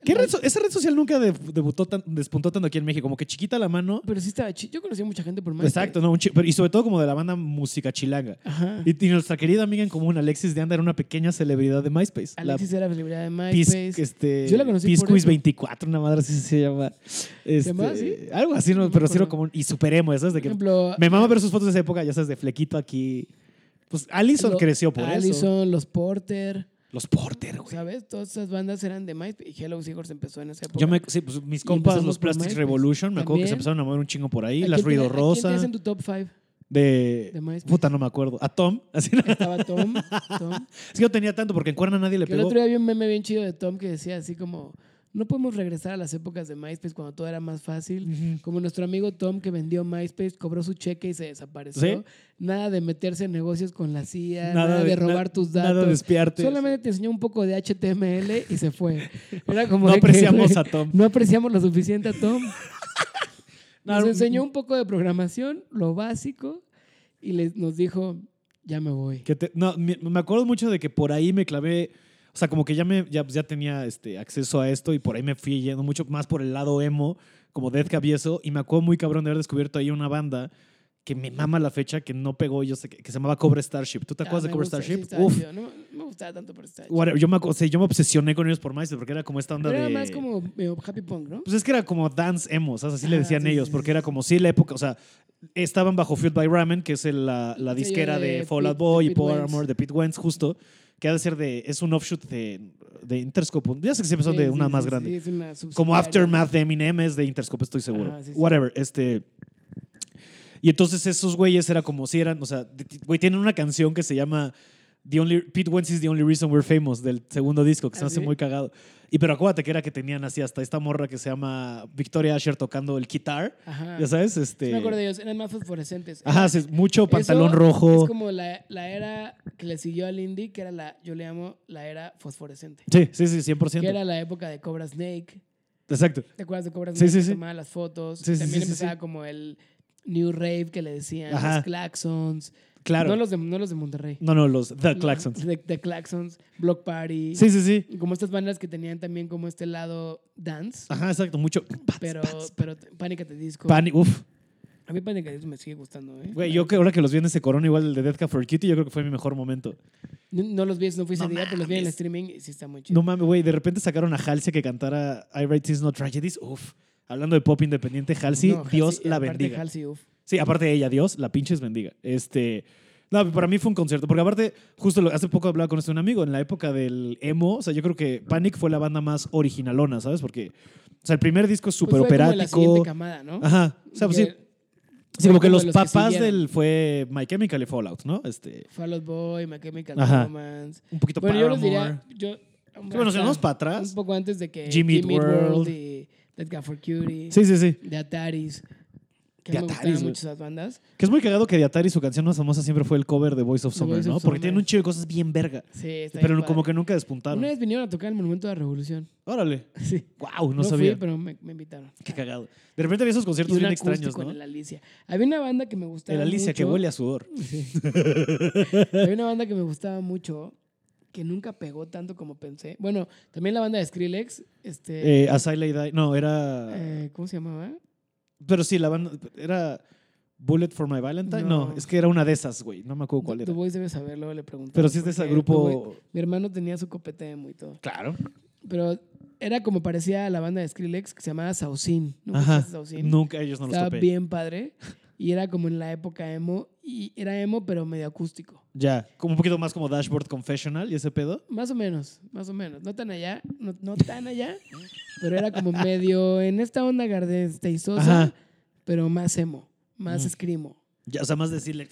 [SPEAKER 1] ¿Qué red so- esa red social nunca de- debutó tan- despuntó tanto aquí en México, como que chiquita la mano.
[SPEAKER 2] Pero sí estaba chido. Yo conocí a mucha gente por MySpace.
[SPEAKER 1] Exacto, no, un chi- pero- y sobre todo como de la banda música chilanga.
[SPEAKER 2] Ajá.
[SPEAKER 1] Y, y nuestra querida amiga en común, Alexis de Anda, era una pequeña celebridad de MySpace.
[SPEAKER 2] Alexis era celebridad de
[SPEAKER 1] la Pis-
[SPEAKER 2] MySace.
[SPEAKER 1] este,
[SPEAKER 2] Yo la conocí por
[SPEAKER 1] Piscuis
[SPEAKER 2] eso.
[SPEAKER 1] 24, una madre así se llama. Este,
[SPEAKER 2] llamaba así?
[SPEAKER 1] Algo así, ¿no?
[SPEAKER 2] No me
[SPEAKER 1] pero sí era
[SPEAKER 2] acuerdo.
[SPEAKER 1] común. Y superemos, ¿sabes? De
[SPEAKER 2] Por
[SPEAKER 1] que
[SPEAKER 2] ejemplo,
[SPEAKER 1] Me mama ver sus fotos de esa época, ya sabes, de flequito aquí. Pues Allison
[SPEAKER 2] lo-
[SPEAKER 1] creció por eso.
[SPEAKER 2] Allison, los Porter,
[SPEAKER 1] Los Porter, güey.
[SPEAKER 2] ¿sabes? Todas esas bandas eran de MySpace. Y Hello Seahorse empezó en esa época.
[SPEAKER 1] Yo me, sí, pues mis
[SPEAKER 2] Y
[SPEAKER 1] compas,
[SPEAKER 2] empezamos
[SPEAKER 1] los
[SPEAKER 2] por
[SPEAKER 1] Plastic
[SPEAKER 2] MySpace.
[SPEAKER 1] Revolution, me acuerdo que se
[SPEAKER 2] También.
[SPEAKER 1] empezaron a mover un chingo por
[SPEAKER 2] ¿A
[SPEAKER 1] ahí.
[SPEAKER 2] quién
[SPEAKER 1] Las
[SPEAKER 2] te-
[SPEAKER 1] Ruido
[SPEAKER 2] a quién te
[SPEAKER 1] Rosa.
[SPEAKER 2] hacen tu top 5?
[SPEAKER 1] De.
[SPEAKER 2] De MySpace.
[SPEAKER 1] Puta, no me acuerdo. A Tom. Así no.
[SPEAKER 2] Estaba Tom. Tom.
[SPEAKER 1] Es que yo tenía tanto porque en Cuerna nadie le
[SPEAKER 2] Que el
[SPEAKER 1] pegó.
[SPEAKER 2] otro día vi un meme bien chido de Tom que decía así como... No podemos regresar a las épocas de MySpace cuando todo era más fácil.
[SPEAKER 1] Ujú.
[SPEAKER 2] Como nuestro amigo Tom que vendió MySpace, cobró su cheque y se desapareció.
[SPEAKER 1] Sí.
[SPEAKER 2] Nada de meterse en negocios con la CIA, nada, de, robar
[SPEAKER 1] na-
[SPEAKER 2] tus datos.
[SPEAKER 1] Nada de espiarte.
[SPEAKER 2] Solamente te enseñó un poco de HTML y se fue. Era como
[SPEAKER 1] No
[SPEAKER 2] de que,
[SPEAKER 1] apreciamos
[SPEAKER 2] güey,
[SPEAKER 1] a Tom.
[SPEAKER 2] No apreciamos lo suficiente a Tom.
[SPEAKER 1] No,
[SPEAKER 2] Nos
[SPEAKER 1] no-
[SPEAKER 2] enseñó un poco de programación, lo básico, y les, nos dijo, ya me voy.
[SPEAKER 1] Que te- no, me, me acuerdo mucho de que por ahí me clavé. O sea, como que ya, me, ya, ya tenía este, acceso a esto y por ahí me fui yendo mucho más por el lado emo, como Death Cab y eso. Y me acuerdo muy cabrón de haber descubierto ahí una banda que me mama la fecha, que no pegó, yo sé que, que se llamaba Cobra Starship. ¿Tú te acuerdas
[SPEAKER 2] Ah,
[SPEAKER 1] de
[SPEAKER 2] me
[SPEAKER 1] Cobra
[SPEAKER 2] gusta, sí,
[SPEAKER 1] Starship?
[SPEAKER 2] estaba
[SPEAKER 1] Uf,
[SPEAKER 2] chido. No, no me gustaba tanto, pero estaba chido.
[SPEAKER 1] whatever. yo me, acu- o sea, yo me obsesioné con ellos por MySpace porque era como esta onda
[SPEAKER 2] Pero era
[SPEAKER 1] de.
[SPEAKER 2] más como medio happy punk, ¿no?
[SPEAKER 1] Pues es que era como dance emo, ¿sabes? Así le
[SPEAKER 2] Ah,
[SPEAKER 1] decían
[SPEAKER 2] sí, sí,
[SPEAKER 1] ellos,
[SPEAKER 2] sí,
[SPEAKER 1] porque
[SPEAKER 2] sí,
[SPEAKER 1] era
[SPEAKER 2] sí.
[SPEAKER 1] como sí la época, o sea, estaban bajo Fueled by Ramen, que es el- la, la
[SPEAKER 2] El sello
[SPEAKER 1] disquera de,
[SPEAKER 2] de
[SPEAKER 1] Fall Out
[SPEAKER 2] Pete-
[SPEAKER 1] Boy
[SPEAKER 2] de
[SPEAKER 1] y
[SPEAKER 2] Pete
[SPEAKER 1] Power
[SPEAKER 2] Wentz.
[SPEAKER 1] Armor de Pete Wentz, justo, que ha de ser de, es un offshoot de, de Interscope, ya sé que siempre son de
[SPEAKER 2] Sí,
[SPEAKER 1] una
[SPEAKER 2] sí,
[SPEAKER 1] más
[SPEAKER 2] sí,
[SPEAKER 1] grande.
[SPEAKER 2] sí, es una
[SPEAKER 1] Como
[SPEAKER 2] subsidiaria.
[SPEAKER 1] Aftermath de Eminem es de Interscope, estoy seguro.
[SPEAKER 2] Ajá, sí, sí.
[SPEAKER 1] Whatever, este... Y entonces esos güeyes era como si eran, o sea, de- de- güey, tienen una canción que se llama The Only, Pete Wentz is the Only Reason We're Famous, del segundo disco, que se
[SPEAKER 2] ¿Ah,
[SPEAKER 1] me hace
[SPEAKER 2] sí?
[SPEAKER 1] muy cagado. Y pero acuérdate que era que tenían así hasta esta morra que se llama Victoria Asher tocando el guitar,
[SPEAKER 2] Ajá.
[SPEAKER 1] ya sabes, este...
[SPEAKER 2] Ah, Sí me acuerdo de ellos, eran más fosforescentes.
[SPEAKER 1] Ajá, sí, mucho
[SPEAKER 2] Eso
[SPEAKER 1] pantalón
[SPEAKER 2] Es
[SPEAKER 1] rojo.
[SPEAKER 2] como la, la era que le siguió al indie, que era la, yo le llamo la era fosforescente.
[SPEAKER 1] Sí, sí, sí, 100%.
[SPEAKER 2] Que era la época de Cobra Snake.
[SPEAKER 1] Exacto.
[SPEAKER 2] ¿Te acuerdas de Cobra
[SPEAKER 1] Sí,
[SPEAKER 2] Snake?
[SPEAKER 1] sí,
[SPEAKER 2] que
[SPEAKER 1] sí.
[SPEAKER 2] Tomaba las fotos.
[SPEAKER 1] Sí, sí,
[SPEAKER 2] También
[SPEAKER 1] sí, sí,
[SPEAKER 2] empezaba
[SPEAKER 1] sí.
[SPEAKER 2] como el New Rave que le decían,
[SPEAKER 1] Ajá.
[SPEAKER 2] los Claxons.
[SPEAKER 1] Claro.
[SPEAKER 2] No los de, no los de Monterrey.
[SPEAKER 1] no, no, los The
[SPEAKER 2] No,
[SPEAKER 1] Claxons.
[SPEAKER 2] De, de Claxons, Block Party.
[SPEAKER 1] Sí, sí, sí.
[SPEAKER 2] Y Como estas bandas que tenían también como este lado dance.
[SPEAKER 1] Ajá, exacto, mucho.
[SPEAKER 2] pero, pero Pánica te disco.
[SPEAKER 1] Pani, uf.
[SPEAKER 2] A mí Pánica te disco me sigue gustando, ¿eh?
[SPEAKER 1] Güey, yo que ahora que los vi en ese corona igual el de Dead Cab for Cutie, yo creo que fue mi mejor momento.
[SPEAKER 2] No, no los vi, no fui ese
[SPEAKER 1] No
[SPEAKER 2] día, pero los vi en el
[SPEAKER 1] mames.
[SPEAKER 2] streaming y sí está muy chido.
[SPEAKER 1] No mames, güey, de repente sacaron a Halsey que cantara I Write Things Not Tragedies. Uf. Hablando de pop independiente, Halsey,
[SPEAKER 2] No,
[SPEAKER 1] Dios
[SPEAKER 2] Halsey-
[SPEAKER 1] la
[SPEAKER 2] aparte
[SPEAKER 1] bendiga.
[SPEAKER 2] Halsey, uf. Pues
[SPEAKER 1] Sí, aparte de ella, Dios, la pinches bendiga. Este. No, para mí fue un concierto, porque aparte, justo lo- hace poco hablaba con este un amigo, en la época del emo, o sea, yo creo que Panic fue la banda más originalona, ¿sabes? Porque, o sea, el primer disco es súper
[SPEAKER 2] Pues fue como la siguiente
[SPEAKER 1] operático.
[SPEAKER 2] camada, ¿no?
[SPEAKER 1] Ajá. O sea, pues sí,
[SPEAKER 2] Que
[SPEAKER 1] sí, como que
[SPEAKER 2] como
[SPEAKER 1] los
[SPEAKER 2] los que
[SPEAKER 1] papás
[SPEAKER 2] siguieron.
[SPEAKER 1] del fue My Chemical y Fallout, ¿no? Este,
[SPEAKER 2] Fall Out Boy, My Chemical
[SPEAKER 1] Ajá.
[SPEAKER 2] Romance.
[SPEAKER 1] un poquito
[SPEAKER 2] Bueno, yo los
[SPEAKER 1] Paramore.
[SPEAKER 2] diría, yo...
[SPEAKER 1] Sí, bueno, si nos vamos para
[SPEAKER 2] Un
[SPEAKER 1] atrás.
[SPEAKER 2] poco antes de que
[SPEAKER 1] Jimmy Eat
[SPEAKER 2] Jimmy Eat
[SPEAKER 1] World.
[SPEAKER 2] World y That Guy for Cutie,
[SPEAKER 1] Sí, sí, sí.
[SPEAKER 2] de Ataris, que
[SPEAKER 1] De
[SPEAKER 2] me
[SPEAKER 1] Ataris,
[SPEAKER 2] gustaban
[SPEAKER 1] güey.
[SPEAKER 2] mucho esas bandas.
[SPEAKER 1] Que es muy cagado que de Atari su canción más famosa siempre fue el cover de Voice of
[SPEAKER 2] The
[SPEAKER 1] Summer,
[SPEAKER 2] Voice
[SPEAKER 1] ¿no?
[SPEAKER 2] of
[SPEAKER 1] Porque
[SPEAKER 2] Summer.
[SPEAKER 1] tienen un chido de cosas bien verga.
[SPEAKER 2] Sí, está
[SPEAKER 1] Pero
[SPEAKER 2] bien
[SPEAKER 1] como
[SPEAKER 2] padre.
[SPEAKER 1] que nunca
[SPEAKER 2] Una
[SPEAKER 1] despuntaron.
[SPEAKER 2] vez vinieron a tocar el Monumento de la Revolución.
[SPEAKER 1] Órale.
[SPEAKER 2] Sí.
[SPEAKER 1] Wow, no,
[SPEAKER 2] No,
[SPEAKER 1] sabía.
[SPEAKER 2] fui, pero me, me invitaron.
[SPEAKER 1] Qué cagado. De repente había esos conciertos bien extraños,
[SPEAKER 2] con
[SPEAKER 1] ¿no?
[SPEAKER 2] el
[SPEAKER 1] El,
[SPEAKER 2] Alicia. Había una banda que me gustaba
[SPEAKER 1] Alicia
[SPEAKER 2] mucho.
[SPEAKER 1] que huele a sudor.
[SPEAKER 2] Había una banda que me gustaba mucho que nunca pegó tanto como pensé. Bueno, también la banda de Skrillex, este,
[SPEAKER 1] Eh, As I Lay Dying- No, era.
[SPEAKER 2] eh, ¿cómo se llamaba?
[SPEAKER 1] pero sí, la banda. Era Bullet for My Valentine. No.
[SPEAKER 2] No.
[SPEAKER 1] es que era una de esas, güey. No me acuerdo cuál
[SPEAKER 2] Tu
[SPEAKER 1] era.
[SPEAKER 2] voice debe saberlo, le pregunté.
[SPEAKER 1] Pero sí es de ese
[SPEAKER 2] porque Tu
[SPEAKER 1] grupo.
[SPEAKER 2] Boy- Mi hermano tenía su copete emo y todo.
[SPEAKER 1] Claro.
[SPEAKER 2] Pero era como parecía a la banda de Skrillex que se llamaba Saucin. ¿Nunca
[SPEAKER 1] Ajá.
[SPEAKER 2] escuchaste Saucin?
[SPEAKER 1] Nunca ellos no los
[SPEAKER 2] Estaba
[SPEAKER 1] topé.
[SPEAKER 2] bien padre. Y era como en la época emo. Y era emo, pero medio acústico.
[SPEAKER 1] Ya. Como un poquito más como Dashboard Confessional y ese pedo.
[SPEAKER 2] Más o menos, más o menos. No tan allá, no, no tan allá, pero era como medio en esta onda gardesteizosa,
[SPEAKER 1] Ajá.
[SPEAKER 2] pero más emo, más
[SPEAKER 1] Mm.
[SPEAKER 2] escrimo.
[SPEAKER 1] Ya, o sea, más decirle.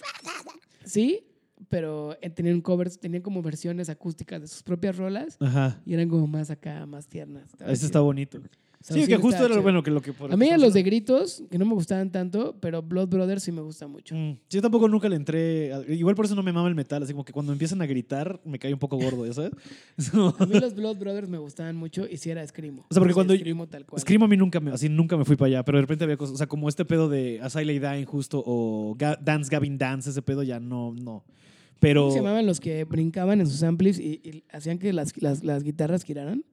[SPEAKER 2] Sí, pero eh, tenían covers, tenían como versiones acústicas de sus propias rolas
[SPEAKER 1] Ajá.
[SPEAKER 2] y eran como más acá, más tiernas. Estaba
[SPEAKER 1] Ese
[SPEAKER 2] chido.
[SPEAKER 1] está bonito. "Ah,
[SPEAKER 2] sea,
[SPEAKER 1] Sí, que
[SPEAKER 2] está
[SPEAKER 1] justo era
[SPEAKER 2] chido.
[SPEAKER 1] lo bueno que lo que... por lo
[SPEAKER 2] A mí
[SPEAKER 1] que
[SPEAKER 2] eran los de
[SPEAKER 1] estamos
[SPEAKER 2] gritos, que no me gustaban tanto, pero Blood Brothers sí me gusta mucho.
[SPEAKER 1] hablando. Mm, sí, Yo tampoco nunca le entré... a- Igual por eso no me mama el metal, así como que cuando empiezan a gritar me cae un poco gordo, ¿ya sabes? So,
[SPEAKER 2] A mí los Blood Brothers me gustaban mucho y sí era Screamo.
[SPEAKER 1] O sea, porque
[SPEAKER 2] Sí,
[SPEAKER 1] cuando-
[SPEAKER 2] Screamo tal cual.
[SPEAKER 1] Scream a mí nunca me, así nunca me fui para allá, pero de repente había cosas, o sea, como este pedo de As I Lay Dying justo o Ga- Dance Gavin Dance, ese pedo ya no, no. Pero...
[SPEAKER 2] ¿Cómo se llamaban los que brincaban en sus amplis y, y hacían que las, las, las guitarras giraran?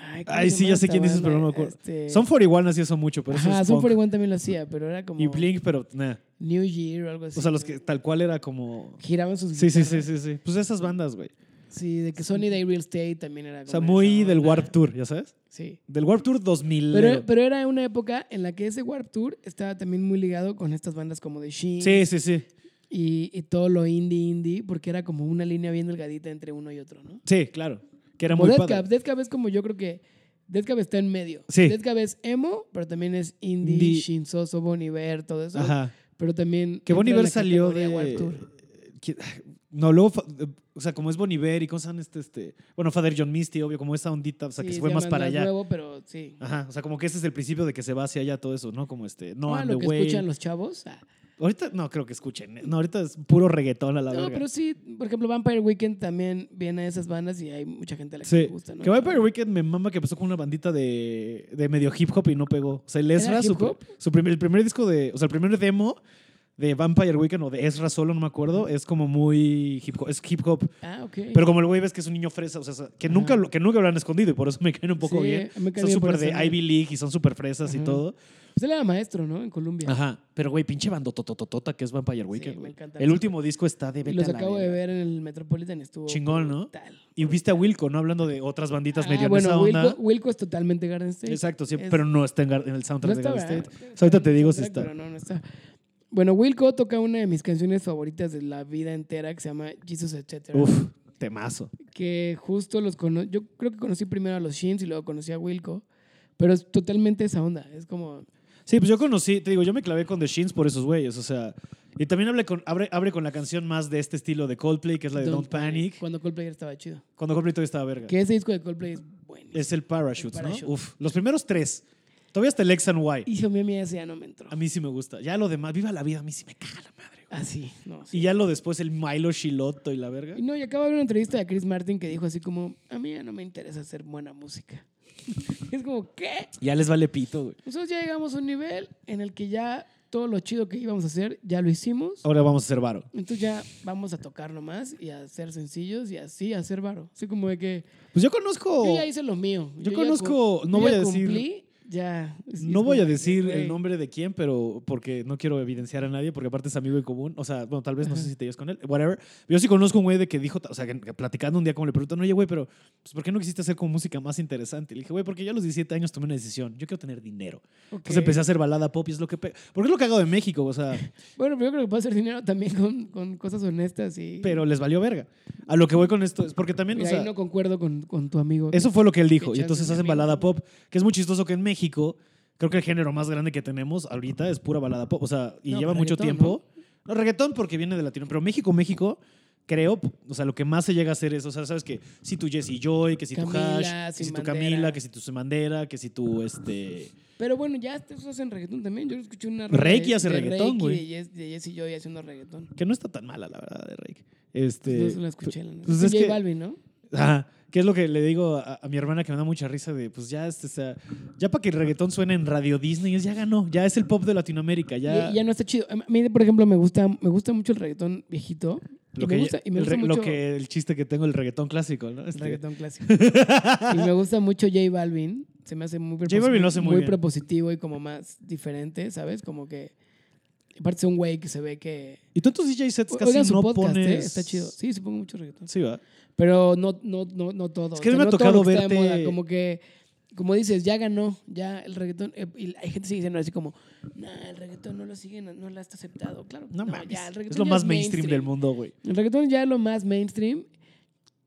[SPEAKER 2] Ay, ¿cómo
[SPEAKER 1] Ay,
[SPEAKER 2] se
[SPEAKER 1] sí,
[SPEAKER 2] llama
[SPEAKER 1] ya sé
[SPEAKER 2] esta
[SPEAKER 1] quién dices, pero no me
[SPEAKER 2] banda?
[SPEAKER 1] acuerdo.
[SPEAKER 2] Este-
[SPEAKER 1] Son 41 hacía eso mucho, pero eso
[SPEAKER 2] Ajá,
[SPEAKER 1] es
[SPEAKER 2] Son
[SPEAKER 1] punk.
[SPEAKER 2] 41 también lo hacía, pero era como
[SPEAKER 1] Y Blink, pero nah.
[SPEAKER 2] New Year o algo así.
[SPEAKER 1] O sea, los que tal cual era como...
[SPEAKER 2] giraban sus
[SPEAKER 1] Sí, sí,
[SPEAKER 2] guitarras.
[SPEAKER 1] sí, sí, sí. Pues esas bandas, güey.
[SPEAKER 2] Sí, de que Sony Day Real Estate también era
[SPEAKER 1] O sea,
[SPEAKER 2] como
[SPEAKER 1] muy
[SPEAKER 2] esa
[SPEAKER 1] del
[SPEAKER 2] onda.
[SPEAKER 1] Warp Tour, ¿ya sabes?
[SPEAKER 2] Sí.
[SPEAKER 1] Del Warp Tour 2000.
[SPEAKER 2] Pero, pero era una época en la que ese Warp Tour estaba también muy ligado con estas bandas como The Sheen
[SPEAKER 1] sí, sí, sí.
[SPEAKER 2] y, y todo lo indie indie, porque era como una línea bien delgadita entre uno y otro, ¿no?
[SPEAKER 1] Sí, claro. Que era
[SPEAKER 2] Como
[SPEAKER 1] muy
[SPEAKER 2] Death
[SPEAKER 1] padre.
[SPEAKER 2] Cab. Death Cab es como yo creo que. Death Cab está en medio.
[SPEAKER 1] Sí.
[SPEAKER 2] Death Cab es emo, pero también es indie,
[SPEAKER 1] Indie.
[SPEAKER 2] Shinsoso, Bon Iver, todo eso.
[SPEAKER 1] Ajá.
[SPEAKER 2] Pero también.
[SPEAKER 1] Que Bon
[SPEAKER 2] entra en
[SPEAKER 1] Iver
[SPEAKER 2] la
[SPEAKER 1] salió
[SPEAKER 2] categoría
[SPEAKER 1] de...
[SPEAKER 2] Warped Tour.
[SPEAKER 1] ¿Quién- No, luego, fa- eh, o sea, como es Bon Iver y cómo se llama este, este, bueno, Father John Misty, obvio, como esa ondita, o sea, que
[SPEAKER 2] Sí,
[SPEAKER 1] se fue
[SPEAKER 2] ya
[SPEAKER 1] más para allá.
[SPEAKER 2] nuevo, pero sí.
[SPEAKER 1] Ajá, o sea, como que ese es el principio de que se va hacia allá todo eso, ¿no? Como este, no,
[SPEAKER 2] Ah,
[SPEAKER 1] and
[SPEAKER 2] lo
[SPEAKER 1] the
[SPEAKER 2] que
[SPEAKER 1] Way.
[SPEAKER 2] escuchan los chavos. ah.
[SPEAKER 1] Ahorita no creo que escuchen. No, ahorita es puro reggaetón a la
[SPEAKER 2] No,
[SPEAKER 1] verga.
[SPEAKER 2] pero sí, por ejemplo, Vampire Weekend también viene de esas bandas y hay mucha gente a la que
[SPEAKER 1] Sí.
[SPEAKER 2] le gusta, ¿no?
[SPEAKER 1] Que Vampire Weekend me mama que empezó con una bandita de, de medio hip hop y no pegó. O sea, el Ezra,
[SPEAKER 2] ¿Era
[SPEAKER 1] su,
[SPEAKER 2] hip hop?
[SPEAKER 1] su primer, el primer disco de. O sea, el primer demo de Vampire Weekend o de Ezra solo, no me acuerdo, es como muy hip hop. Es hip hop.
[SPEAKER 2] Ah, ok.
[SPEAKER 1] Pero como el güey ves que es un niño fresa, o sea, que
[SPEAKER 2] Ajá.
[SPEAKER 1] nunca, lo- que nunca lo han escondido y por eso me caen un poco
[SPEAKER 2] Sí,
[SPEAKER 1] bien.
[SPEAKER 2] me cae
[SPEAKER 1] Son
[SPEAKER 2] bien por
[SPEAKER 1] súper de
[SPEAKER 2] esa onda.
[SPEAKER 1] Ivy League y son súper fresas y
[SPEAKER 2] Ajá.
[SPEAKER 1] todo.
[SPEAKER 2] Pues él era maestro, ¿no? En Colombia.
[SPEAKER 1] Ajá. Pero güey, pinche bandotototota que es Vampire Weekend,
[SPEAKER 2] me
[SPEAKER 1] güey.
[SPEAKER 2] encanta
[SPEAKER 1] el
[SPEAKER 2] eso.
[SPEAKER 1] último disco está de
[SPEAKER 2] Y
[SPEAKER 1] vete
[SPEAKER 2] los
[SPEAKER 1] a la
[SPEAKER 2] acabo de
[SPEAKER 1] verga.
[SPEAKER 2] ver en el Metropolitan. Estuvo
[SPEAKER 1] Chingón, ¿no?
[SPEAKER 2] brutal.
[SPEAKER 1] Y viste a Wilco, ¿no? Hablando de otras banditas
[SPEAKER 2] Ah,
[SPEAKER 1] medio en esa
[SPEAKER 2] bueno,
[SPEAKER 1] onda.
[SPEAKER 2] Wilco, Wilco es totalmente Garden State.
[SPEAKER 1] Exacto, sí,
[SPEAKER 2] Es-
[SPEAKER 1] pero no está en, Gar- en el soundtrack de Garden
[SPEAKER 2] ¿verdad?
[SPEAKER 1] State. O sea, ahorita te
[SPEAKER 2] en el
[SPEAKER 1] digo si
[SPEAKER 2] soundtrack,
[SPEAKER 1] está.
[SPEAKER 2] pero no, no está. Bueno, Wilco toca una de mis canciones favoritas de la vida entera que se llama Jesus Etc.
[SPEAKER 1] Uf, temazo.
[SPEAKER 2] Que justo los cono Yo creo que conocí primero a los Shins y luego conocí a Wilco. Pero es totalmente esa onda. Es como.
[SPEAKER 1] Sí, pues yo conocí, te digo, yo me clavé con The Shins por esos güeyes, o sea. Y también hablé con, abre, abre con la canción más de este estilo de Coldplay, que es la de Don't, Panic,
[SPEAKER 2] Cuando Coldplay estaba chido.
[SPEAKER 1] cuando Coldplay todavía estaba verga.
[SPEAKER 2] Que ese disco de Coldplay es bueno.
[SPEAKER 1] Es el Parachutes,
[SPEAKER 2] El Parachute.
[SPEAKER 1] ¿no? Uf, los primeros tres. Todavía está el X and Y.
[SPEAKER 2] Y yo, mi amiga, ese ya no me entró.
[SPEAKER 1] A mí sí me gusta. Ya lo demás, viva la vida, a mí sí me caga la madre. güey.
[SPEAKER 2] Así, no. sí.
[SPEAKER 1] Y ya lo después, el Milo Shiloto y la verga.
[SPEAKER 2] Y no, y acabo de ver una entrevista de Chris Martin que dijo así como, a mí ya no me interesa hacer buena música. Y es como, ¿qué?
[SPEAKER 1] Ya les vale pito, güey.
[SPEAKER 2] Nosotros ya llegamos a un nivel en el que ya todo lo chido que íbamos a hacer, ya lo hicimos.
[SPEAKER 1] Ahora vamos a hacer varo.
[SPEAKER 2] Entonces ya vamos a tocar nomás y a ser sencillos y así a hacer varo. Así como de que
[SPEAKER 1] Pues yo conozco.
[SPEAKER 2] yo ya hice lo mío.
[SPEAKER 1] yo
[SPEAKER 2] ya
[SPEAKER 1] conozco-
[SPEAKER 2] cu-
[SPEAKER 1] no
[SPEAKER 2] yo
[SPEAKER 1] voy
[SPEAKER 2] ya
[SPEAKER 1] a decir-
[SPEAKER 2] cumplí, ya. Es-
[SPEAKER 1] No
[SPEAKER 2] es
[SPEAKER 1] voy a
[SPEAKER 2] como que,
[SPEAKER 1] decir
[SPEAKER 2] güey,
[SPEAKER 1] el nombre de quién, pero porque no quiero evidenciar a nadie, porque aparte es amigo en común. O sea, bueno, tal vez no sé
[SPEAKER 2] Ajá.
[SPEAKER 1] si te llevas con él, whatever. Yo sí conozco un güey de que dijo, o sea, que platicando un día como le preguntan, oye, güey, pero pues, ¿por qué no quisiste hacer como música más interesante? Le dije, güey, porque yo a los 17 años tomé una decisión. Yo quiero tener dinero. Entonces
[SPEAKER 2] ok.
[SPEAKER 1] empecé a hacer balada pop y es lo que. pe- Porque es lo que hago de México, o sea,
[SPEAKER 2] Bueno, pero yo creo que puedo hacer dinero también con, con cosas honestas y...
[SPEAKER 1] pero les valió verga. A lo que voy con esto es porque también.
[SPEAKER 2] y
[SPEAKER 1] o
[SPEAKER 2] ahí
[SPEAKER 1] sea,
[SPEAKER 2] no concuerdo con, con tu amigo. que-
[SPEAKER 1] Eso fue lo que él dijo.
[SPEAKER 2] Qué
[SPEAKER 1] Y entonces
[SPEAKER 2] chance,
[SPEAKER 1] hacen
[SPEAKER 2] mi amigo.
[SPEAKER 1] balada pop, que es muy chistoso que en México, creo que el género más grande que tenemos ahorita es pura balada pop. O sea, y
[SPEAKER 2] No,
[SPEAKER 1] lleva
[SPEAKER 2] pero
[SPEAKER 1] mucho
[SPEAKER 2] reggaetón,
[SPEAKER 1] tiempo. ¿no? reggaetón porque viene de latino. Pero México, México, creo, p- o sea, lo que más se llega a hacer es, o sea, sabes que si tu Jesse Joy, que si
[SPEAKER 2] Camila,
[SPEAKER 1] tu Hash, que
[SPEAKER 2] Sin
[SPEAKER 1] si tu
[SPEAKER 2] Bandera.
[SPEAKER 1] Camila, que si tu Semandera, que si tu este.
[SPEAKER 2] Pero bueno, ya estos hacen reggaetón también. Yo escuché una
[SPEAKER 1] Reiki
[SPEAKER 2] de-
[SPEAKER 1] hace
[SPEAKER 2] de
[SPEAKER 1] reggaetón,
[SPEAKER 2] Reiki,
[SPEAKER 1] güey.
[SPEAKER 2] De Jess, de Jess y yo y haciendo reggaetón.
[SPEAKER 1] Que no está tan mala, la verdad, de Rake. Este.
[SPEAKER 2] Entonces no la escuché. La neta.
[SPEAKER 1] pues
[SPEAKER 2] Con
[SPEAKER 1] es
[SPEAKER 2] J
[SPEAKER 1] que-
[SPEAKER 2] Balvin, ¿no?
[SPEAKER 1] Ajá. Que es lo que le digo a, a mi hermana que me da mucha risa de, pues ya, este, o sea, ya para que el reggaetón suene en Radio Disney, es, ya ganó, ya es el pop de Latinoamérica, ya...
[SPEAKER 2] Ya, ya no está chido. A mí, por ejemplo, me gusta, me gusta mucho el reggaetón viejito.
[SPEAKER 1] lo
[SPEAKER 2] y
[SPEAKER 1] que,
[SPEAKER 2] me gusta, y me
[SPEAKER 1] el,
[SPEAKER 2] gusta
[SPEAKER 1] re-
[SPEAKER 2] mucho
[SPEAKER 1] lo que el chiste que tengo, el reggaetón clásico, ¿no?
[SPEAKER 2] el
[SPEAKER 1] Este,
[SPEAKER 2] reggaetón clásico. y me gusta mucho J Balvin. Se me hace muy,
[SPEAKER 1] J Balvin lo hace muy bien.
[SPEAKER 2] propositivo y como más diferente, ¿sabes? Como que... Aparte es un güey que se ve que...
[SPEAKER 1] Y tú en tus DJ sets casi
[SPEAKER 2] Oigan su
[SPEAKER 1] no
[SPEAKER 2] podcast, ¿eh?
[SPEAKER 1] pones...
[SPEAKER 2] Está chido. Sí, sí pongo mucho reggaetón.
[SPEAKER 1] Sí, va.
[SPEAKER 2] Pero no, no, no, no todo.
[SPEAKER 1] Es que
[SPEAKER 2] O sea,
[SPEAKER 1] me ha
[SPEAKER 2] no todo
[SPEAKER 1] tocado
[SPEAKER 2] lo que está
[SPEAKER 1] verte-
[SPEAKER 2] de moda, como que, como dices, ya ganó, ya el reggaetón. eh, Y hay gente sigue diciendo así como, nah, el reggaetón no lo siguen, no lo está aceptado. Claro,
[SPEAKER 1] No,
[SPEAKER 2] no,
[SPEAKER 1] mames.
[SPEAKER 2] ya, el reggaetón
[SPEAKER 1] es lo
[SPEAKER 2] ya
[SPEAKER 1] más mainstream, del mundo, güey.
[SPEAKER 2] El reggaetón ya es lo más mainstream.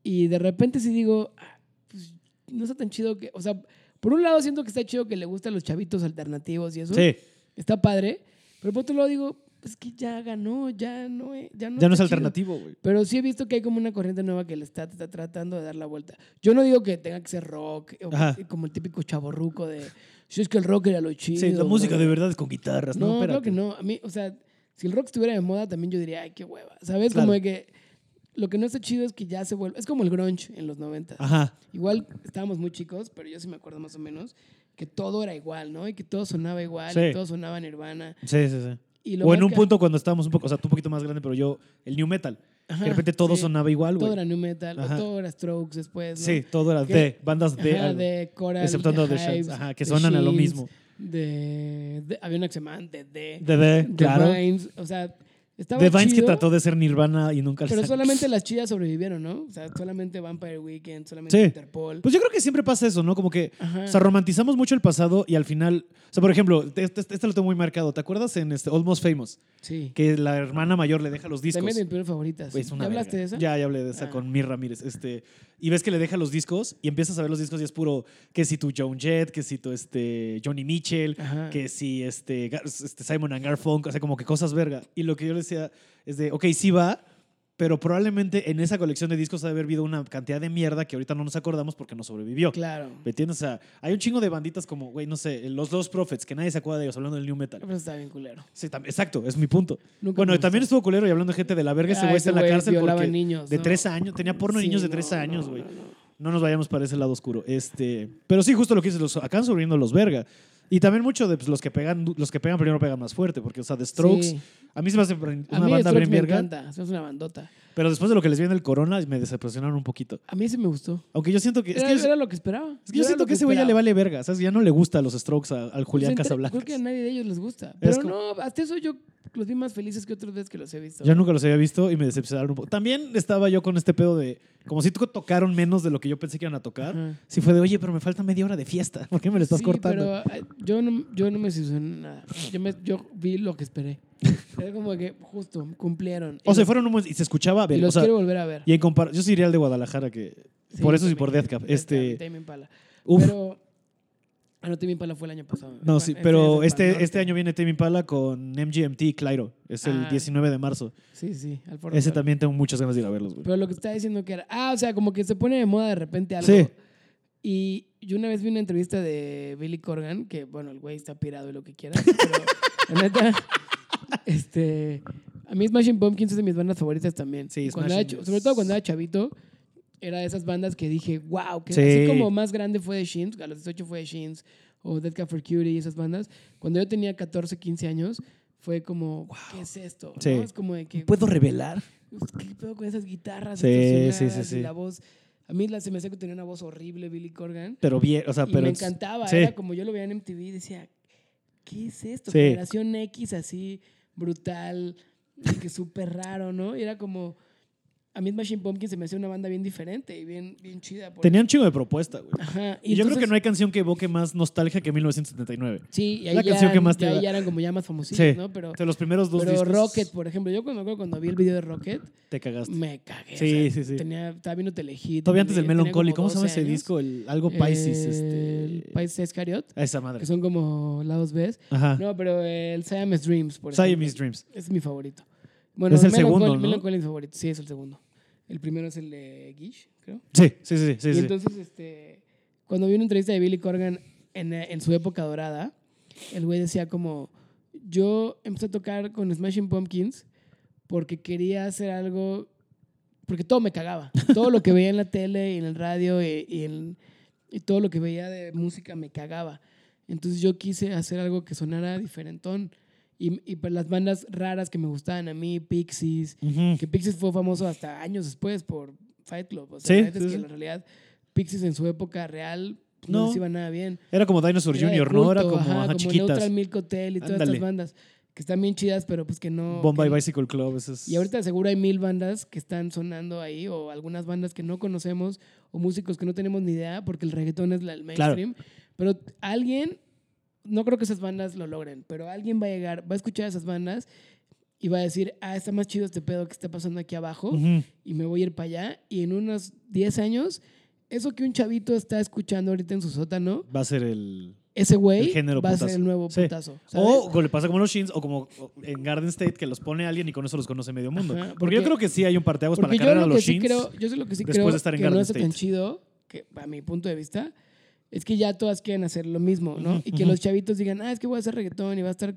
[SPEAKER 2] Y de repente sí digo, ah, pues no está tan chido que, o sea, por un lado siento que está chido que le gustan los chavitos alternativos y eso.
[SPEAKER 1] Sí.
[SPEAKER 2] Está padre. Pero por otro lado digo, es que ya ganó, ya no, es- ya no,
[SPEAKER 1] Ya no es
[SPEAKER 2] está chido".
[SPEAKER 1] alternativo, güey.
[SPEAKER 2] Pero sí he visto que hay como una corriente nueva que le está, está tratando de dar la vuelta. Yo no digo que tenga que ser rock, o
[SPEAKER 1] Ajá.
[SPEAKER 2] como el típico chaborruco de. Si es que el rock era lo chido.
[SPEAKER 1] Sí, la música
[SPEAKER 2] güey".
[SPEAKER 1] de verdad es con guitarras, ¿no?
[SPEAKER 2] No, creo
[SPEAKER 1] Espérate.
[SPEAKER 2] que no. A mí, o sea, si el rock estuviera de moda, también yo diría, ay, qué hueva. ¿Sabes?
[SPEAKER 1] Claro.
[SPEAKER 2] Como de que lo que no está chido es que ya se vuelve. Es como el grunge en los 90.
[SPEAKER 1] Ajá.
[SPEAKER 2] Igual estábamos muy chicos, pero yo sí me acuerdo más o menos que todo era igual, ¿no? Y que todo sonaba igual,
[SPEAKER 1] Sí.
[SPEAKER 2] y todo sonaba Nirvana.
[SPEAKER 1] Sí, sí, sí.
[SPEAKER 2] Y lo
[SPEAKER 1] O
[SPEAKER 2] más
[SPEAKER 1] en un
[SPEAKER 2] ca-
[SPEAKER 1] punto cuando estábamos un poco, o sea, tú un poquito más grande, pero yo, el new metal.
[SPEAKER 2] Ajá,
[SPEAKER 1] de repente todo
[SPEAKER 2] sí.
[SPEAKER 1] sonaba igual,
[SPEAKER 2] Todo
[SPEAKER 1] güey.
[SPEAKER 2] era new metal,
[SPEAKER 1] Ajá.
[SPEAKER 2] o todo era strokes después, ¿no?
[SPEAKER 1] Sí, todo era
[SPEAKER 2] Que-
[SPEAKER 1] de bandas de,
[SPEAKER 2] Ajá,
[SPEAKER 1] algo,
[SPEAKER 2] de Coral,
[SPEAKER 1] exceptuando
[SPEAKER 2] de
[SPEAKER 1] de Shines,
[SPEAKER 2] Hives,
[SPEAKER 1] ajá, que
[SPEAKER 2] de
[SPEAKER 1] suenan a lo
[SPEAKER 2] Shins,
[SPEAKER 1] mismo.
[SPEAKER 2] De, de- había una que se llamaban de de,
[SPEAKER 1] De de, claro.
[SPEAKER 2] Vines, o sea, estaba
[SPEAKER 1] De Vines que
[SPEAKER 2] chido,
[SPEAKER 1] trató de ser Nirvana y nunca
[SPEAKER 2] Pero
[SPEAKER 1] salió.
[SPEAKER 2] solamente las chidas sobrevivieron, ¿no? O sea, solamente Vampire Weekend, solamente
[SPEAKER 1] Sí.
[SPEAKER 2] Interpol.
[SPEAKER 1] Pues yo creo que siempre pasa eso, ¿no? Como que,
[SPEAKER 2] Ajá.
[SPEAKER 1] o sea, romantizamos mucho el pasado y al final, o sea, por ejemplo, este, este- este lo tengo muy marcado. ¿Te acuerdas en este Almost Famous?
[SPEAKER 2] sí.
[SPEAKER 1] Que la hermana mayor le deja los discos.
[SPEAKER 2] También de mis peores favoritas.
[SPEAKER 1] Güey, es una
[SPEAKER 2] ¿Ya hablaste
[SPEAKER 1] verga.
[SPEAKER 2] de esa?
[SPEAKER 1] Ya, ya hablé de esa
[SPEAKER 2] Ah.
[SPEAKER 1] con Mir Ramírez. Este, y ves que le deja los discos y empiezas a ver los discos y es puro que si tu Joan Jett, que si tu este, Johnny Mitchell,
[SPEAKER 2] Ajá.
[SPEAKER 1] que si este, Gar- este Simon and Garfunkel, o sea, como que cosas verga. Y lo que yo le decía es de, ok, sí va, pero probablemente en esa colección de discos ha de haber habido una cantidad de mierda que ahorita no nos acordamos porque no sobrevivió.
[SPEAKER 2] Claro.
[SPEAKER 1] ¿Me entiendes? O sea, hay un chingo de banditas como, güey, no sé, los Los Prophets, que nadie se acuerda de ellos hablando del New Metal.
[SPEAKER 2] Pero pues, está bien culero.
[SPEAKER 1] Sí, tam- exacto, es mi punto.
[SPEAKER 2] Nunca me
[SPEAKER 1] bueno,
[SPEAKER 2] gustó.
[SPEAKER 1] también estuvo culero y hablando de gente de la verga, ese
[SPEAKER 2] Ah,
[SPEAKER 1] güey está
[SPEAKER 2] ese
[SPEAKER 1] en la
[SPEAKER 2] güey
[SPEAKER 1] cárcel
[SPEAKER 2] violaba
[SPEAKER 1] porque
[SPEAKER 2] niños,
[SPEAKER 1] de
[SPEAKER 2] no.
[SPEAKER 1] tres años, tenía porno de
[SPEAKER 2] Sí,
[SPEAKER 1] niños de
[SPEAKER 2] no,
[SPEAKER 1] tres
[SPEAKER 2] no,
[SPEAKER 1] años, güey.
[SPEAKER 2] no,
[SPEAKER 1] No,
[SPEAKER 2] no.
[SPEAKER 1] nos vayamos para ese lado oscuro. Este, pero sí, justo lo que dices, los acaban sobreviviendo los verga. Y también mucho de pues, los que pegan, los que pegan primero pegan más fuerte, porque, o sea, The Strokes,
[SPEAKER 2] Sí.
[SPEAKER 1] a mí se me hace br-
[SPEAKER 2] A
[SPEAKER 1] una
[SPEAKER 2] mí
[SPEAKER 1] banda
[SPEAKER 2] Strokes
[SPEAKER 1] bien
[SPEAKER 2] me
[SPEAKER 1] verga,
[SPEAKER 2] encanta. Es una bandota.
[SPEAKER 1] pero después de lo que les viene el corona, me decepcionaron un poquito.
[SPEAKER 2] A mí sí me gustó.
[SPEAKER 1] Aunque yo siento que, es
[SPEAKER 2] Era,
[SPEAKER 1] que, yo-
[SPEAKER 2] era lo que esperaba.
[SPEAKER 1] es que yo siento que ese güey ya le vale verga, ¿sabes? Ya no le gusta a los Strokes, a- al Julián Casablancas.
[SPEAKER 2] Creo que a nadie de ellos les gusta. Pero
[SPEAKER 1] como-
[SPEAKER 2] no, hasta eso yo los vi más felices que otras veces que los he visto.
[SPEAKER 1] Yo nunca los había visto y me decepcionaron un poco. También estaba yo con este pedo de, como si to- tocaron menos de lo que yo pensé que iban a tocar.
[SPEAKER 2] Ajá.
[SPEAKER 1] Sí fue de, oye, pero me falta media hora de fiesta. ¿Por qué me lo estás
[SPEAKER 2] Sí,
[SPEAKER 1] cortando?
[SPEAKER 2] Pero ah, yo no, yo no me decepcioné en nada. Yo, me- yo vi lo que esperé. Era como que justo cumplieron.
[SPEAKER 1] O
[SPEAKER 2] Y
[SPEAKER 1] sea,
[SPEAKER 2] los-
[SPEAKER 1] fueron un buen- y se escuchaba
[SPEAKER 2] Y
[SPEAKER 1] bien.
[SPEAKER 2] los
[SPEAKER 1] o sea,
[SPEAKER 2] quiero volver a ver.
[SPEAKER 1] y en compar yo sí iría al de Guadalajara, que
[SPEAKER 2] Sí,
[SPEAKER 1] por eso y
[SPEAKER 2] también.
[SPEAKER 1] por Death Cab.
[SPEAKER 2] También,
[SPEAKER 1] Este,
[SPEAKER 2] Tame Impala.
[SPEAKER 1] uf,
[SPEAKER 2] Pero. Ah, no, Tame Impala fue el año pasado.
[SPEAKER 1] no,
[SPEAKER 2] Bueno,
[SPEAKER 1] sí,
[SPEAKER 2] este
[SPEAKER 1] pero
[SPEAKER 2] es el
[SPEAKER 1] este,
[SPEAKER 2] Pal
[SPEAKER 1] este
[SPEAKER 2] Norte.
[SPEAKER 1] año viene Tame Impala con MGMT y Clairo. Es el
[SPEAKER 2] Ah.
[SPEAKER 1] 19 de marzo.
[SPEAKER 2] Sí, sí, al Foro
[SPEAKER 1] Ese
[SPEAKER 2] Sol.
[SPEAKER 1] también tengo muchas ganas de ir a verlos, güey.
[SPEAKER 2] Pero lo que está diciendo que era. Ah, o sea, como que se pone de moda de repente algo.
[SPEAKER 1] Sí.
[SPEAKER 2] Y yo una vez vi una entrevista de Billy Corgan, que bueno, el güey está pirado y lo que quieras. pero la neta. Este. A mí Smashing Pumpkins es de mis bandas favoritas también.
[SPEAKER 1] Sí,
[SPEAKER 2] Y cuando
[SPEAKER 1] Smashing
[SPEAKER 2] era ch-
[SPEAKER 1] es-
[SPEAKER 2] Sobre todo cuando era chavito, era de esas bandas que dije, wow, que
[SPEAKER 1] Sí.
[SPEAKER 2] así como más grande fue de Shins, a los 18 fue de Shins, o Dead Cat for Cutie y esas bandas. Cuando yo tenía 14, 15 años, fue como, ¿qué es esto? ¿no?
[SPEAKER 1] Sí.
[SPEAKER 2] Es como de que.
[SPEAKER 1] ¿Puedo revelar?
[SPEAKER 2] Pues, ¿Qué pedo con esas guitarras?
[SPEAKER 1] Sí,
[SPEAKER 2] distorsionadas
[SPEAKER 1] sí, sí, sí.
[SPEAKER 2] Y la voz. A mí la, se me hacía que tenía una voz horrible, Billy Corgan.
[SPEAKER 1] Pero bien, o sea,
[SPEAKER 2] y
[SPEAKER 1] Ah, pero...
[SPEAKER 2] me encantaba.
[SPEAKER 1] sí.
[SPEAKER 2] Era como yo lo veía en MTV y decía, ¿qué es esto?
[SPEAKER 1] Sí.
[SPEAKER 2] Generación X así, brutal, y que súper raro, ¿no? Y era como. A mí Machine Pumpkin se me hacía una banda bien diferente y bien, bien chida. por-
[SPEAKER 1] Tenía un chingo de propuesta, güey.
[SPEAKER 2] Ajá.
[SPEAKER 1] Y yo creo que no hay canción que evoque más nostalgia que 1979.
[SPEAKER 2] Sí, y ahí
[SPEAKER 1] la
[SPEAKER 2] ya
[SPEAKER 1] canción que
[SPEAKER 2] eran-
[SPEAKER 1] más te
[SPEAKER 2] ya,
[SPEAKER 1] da.
[SPEAKER 2] ya eran como ya más famosos,
[SPEAKER 1] Sí.
[SPEAKER 2] ¿no? Pero,
[SPEAKER 1] O sea, los primeros dos
[SPEAKER 2] pero
[SPEAKER 1] discos
[SPEAKER 2] Rocket, por ejemplo, yo cuando, me acuerdo cuando vi el video de Rocket,
[SPEAKER 1] te cagaste.
[SPEAKER 2] Me
[SPEAKER 1] Sí,
[SPEAKER 2] cagué. o sea,
[SPEAKER 1] sí, sí.
[SPEAKER 2] Tenía, estaba viendo Telehit.
[SPEAKER 1] Todavía antes del
[SPEAKER 2] tenía
[SPEAKER 1] Melon
[SPEAKER 2] como
[SPEAKER 1] Collie, ¿cómo se llama
[SPEAKER 2] 12
[SPEAKER 1] ese
[SPEAKER 2] años.
[SPEAKER 1] disco? El, algo Pisces,
[SPEAKER 2] Eh, El
[SPEAKER 1] este.
[SPEAKER 2] Pisces Iscariot,
[SPEAKER 1] A esa madre.
[SPEAKER 2] que son como lados B.
[SPEAKER 1] Ajá.
[SPEAKER 2] No, pero el Siamese Dreams, por ejemplo.
[SPEAKER 1] Ah. Siamese Dreams.
[SPEAKER 2] Es mi favorito. Bueno,
[SPEAKER 1] Es el
[SPEAKER 2] Melon
[SPEAKER 1] segundo,
[SPEAKER 2] Collie-
[SPEAKER 1] ¿no?
[SPEAKER 2] Melon Collie es mi favorito, sí, es el segundo. El primero es el de Gish, creo.
[SPEAKER 1] Sí, sí, sí, sí,
[SPEAKER 2] y
[SPEAKER 1] sí.
[SPEAKER 2] entonces, este, cuando vi una entrevista de Billy Corgan en, en su época dorada, el güey decía como, yo empecé a tocar con Smashing Pumpkins porque quería hacer algo, porque todo me cagaba. Todo lo que veía en la tele y en el radio y, y en- y todo lo que veía de música me cagaba. Entonces yo quise hacer algo que sonara diferentón. Y, y para las bandas raras que me gustaban a mí, Pixies,
[SPEAKER 1] Ujú.
[SPEAKER 2] que Pixies fue famoso hasta años después por Fight Club. O sea,
[SPEAKER 1] Sí,
[SPEAKER 2] la neta
[SPEAKER 1] sí,
[SPEAKER 2] es que
[SPEAKER 1] sí.
[SPEAKER 2] en realidad Pixies en su época real pues, no,
[SPEAKER 1] No.
[SPEAKER 2] les iba nada bien.
[SPEAKER 1] Era como Dinosaur
[SPEAKER 2] Era de
[SPEAKER 1] Jr., ¿no? Era
[SPEAKER 2] culto,
[SPEAKER 1] como,
[SPEAKER 2] ajá,
[SPEAKER 1] ajá,
[SPEAKER 2] como
[SPEAKER 1] chiquitas.
[SPEAKER 2] Neutral Milk Hotel y todas
[SPEAKER 1] Ándale.
[SPEAKER 2] estas bandas que están bien chidas, pero pues que no.
[SPEAKER 1] Bombay
[SPEAKER 2] que-
[SPEAKER 1] Bicycle Club. ese es-
[SPEAKER 2] Y ahorita seguro hay mil bandas que están sonando ahí o algunas bandas que no conocemos o músicos que no tenemos ni idea porque el reggaetón es la- el
[SPEAKER 1] Claro.
[SPEAKER 2] mainstream. Pero alguien, no creo que esas bandas lo logren, pero alguien va a llegar, va a escuchar esas bandas y va a decir, ah, está más chido este pedo que está pasando aquí abajo
[SPEAKER 1] Ujú.
[SPEAKER 2] y me voy a ir para allá. Y en unos 10 años, eso que un chavito está escuchando ahorita en su sótano
[SPEAKER 1] Va a ser el.
[SPEAKER 2] ese güey
[SPEAKER 1] El género
[SPEAKER 2] va a ser
[SPEAKER 1] putazo.
[SPEAKER 2] el nuevo
[SPEAKER 1] Sí.
[SPEAKER 2] putazo. ¿sabes?
[SPEAKER 1] O co- le pasa como a los Shins o como o en Garden State que los pone alguien y con eso los conoce medio mundo.
[SPEAKER 2] Ajá,
[SPEAKER 1] porque,
[SPEAKER 2] porque-
[SPEAKER 1] yo creo que sí hay un parteaguas para
[SPEAKER 2] Porque
[SPEAKER 1] la
[SPEAKER 2] yo
[SPEAKER 1] carrera de
[SPEAKER 2] lo que
[SPEAKER 1] los
[SPEAKER 2] sí
[SPEAKER 1] Shins.
[SPEAKER 2] creo, yo sé lo que sí
[SPEAKER 1] después
[SPEAKER 2] creo
[SPEAKER 1] de estar en
[SPEAKER 2] que
[SPEAKER 1] Garden
[SPEAKER 2] no está tan
[SPEAKER 1] State.
[SPEAKER 2] chido, que a mi punto de vista, es que ya todas quieren hacer lo mismo, ¿no? Y que los chavitos digan, ah, es que voy a hacer reggaetón y va a estar...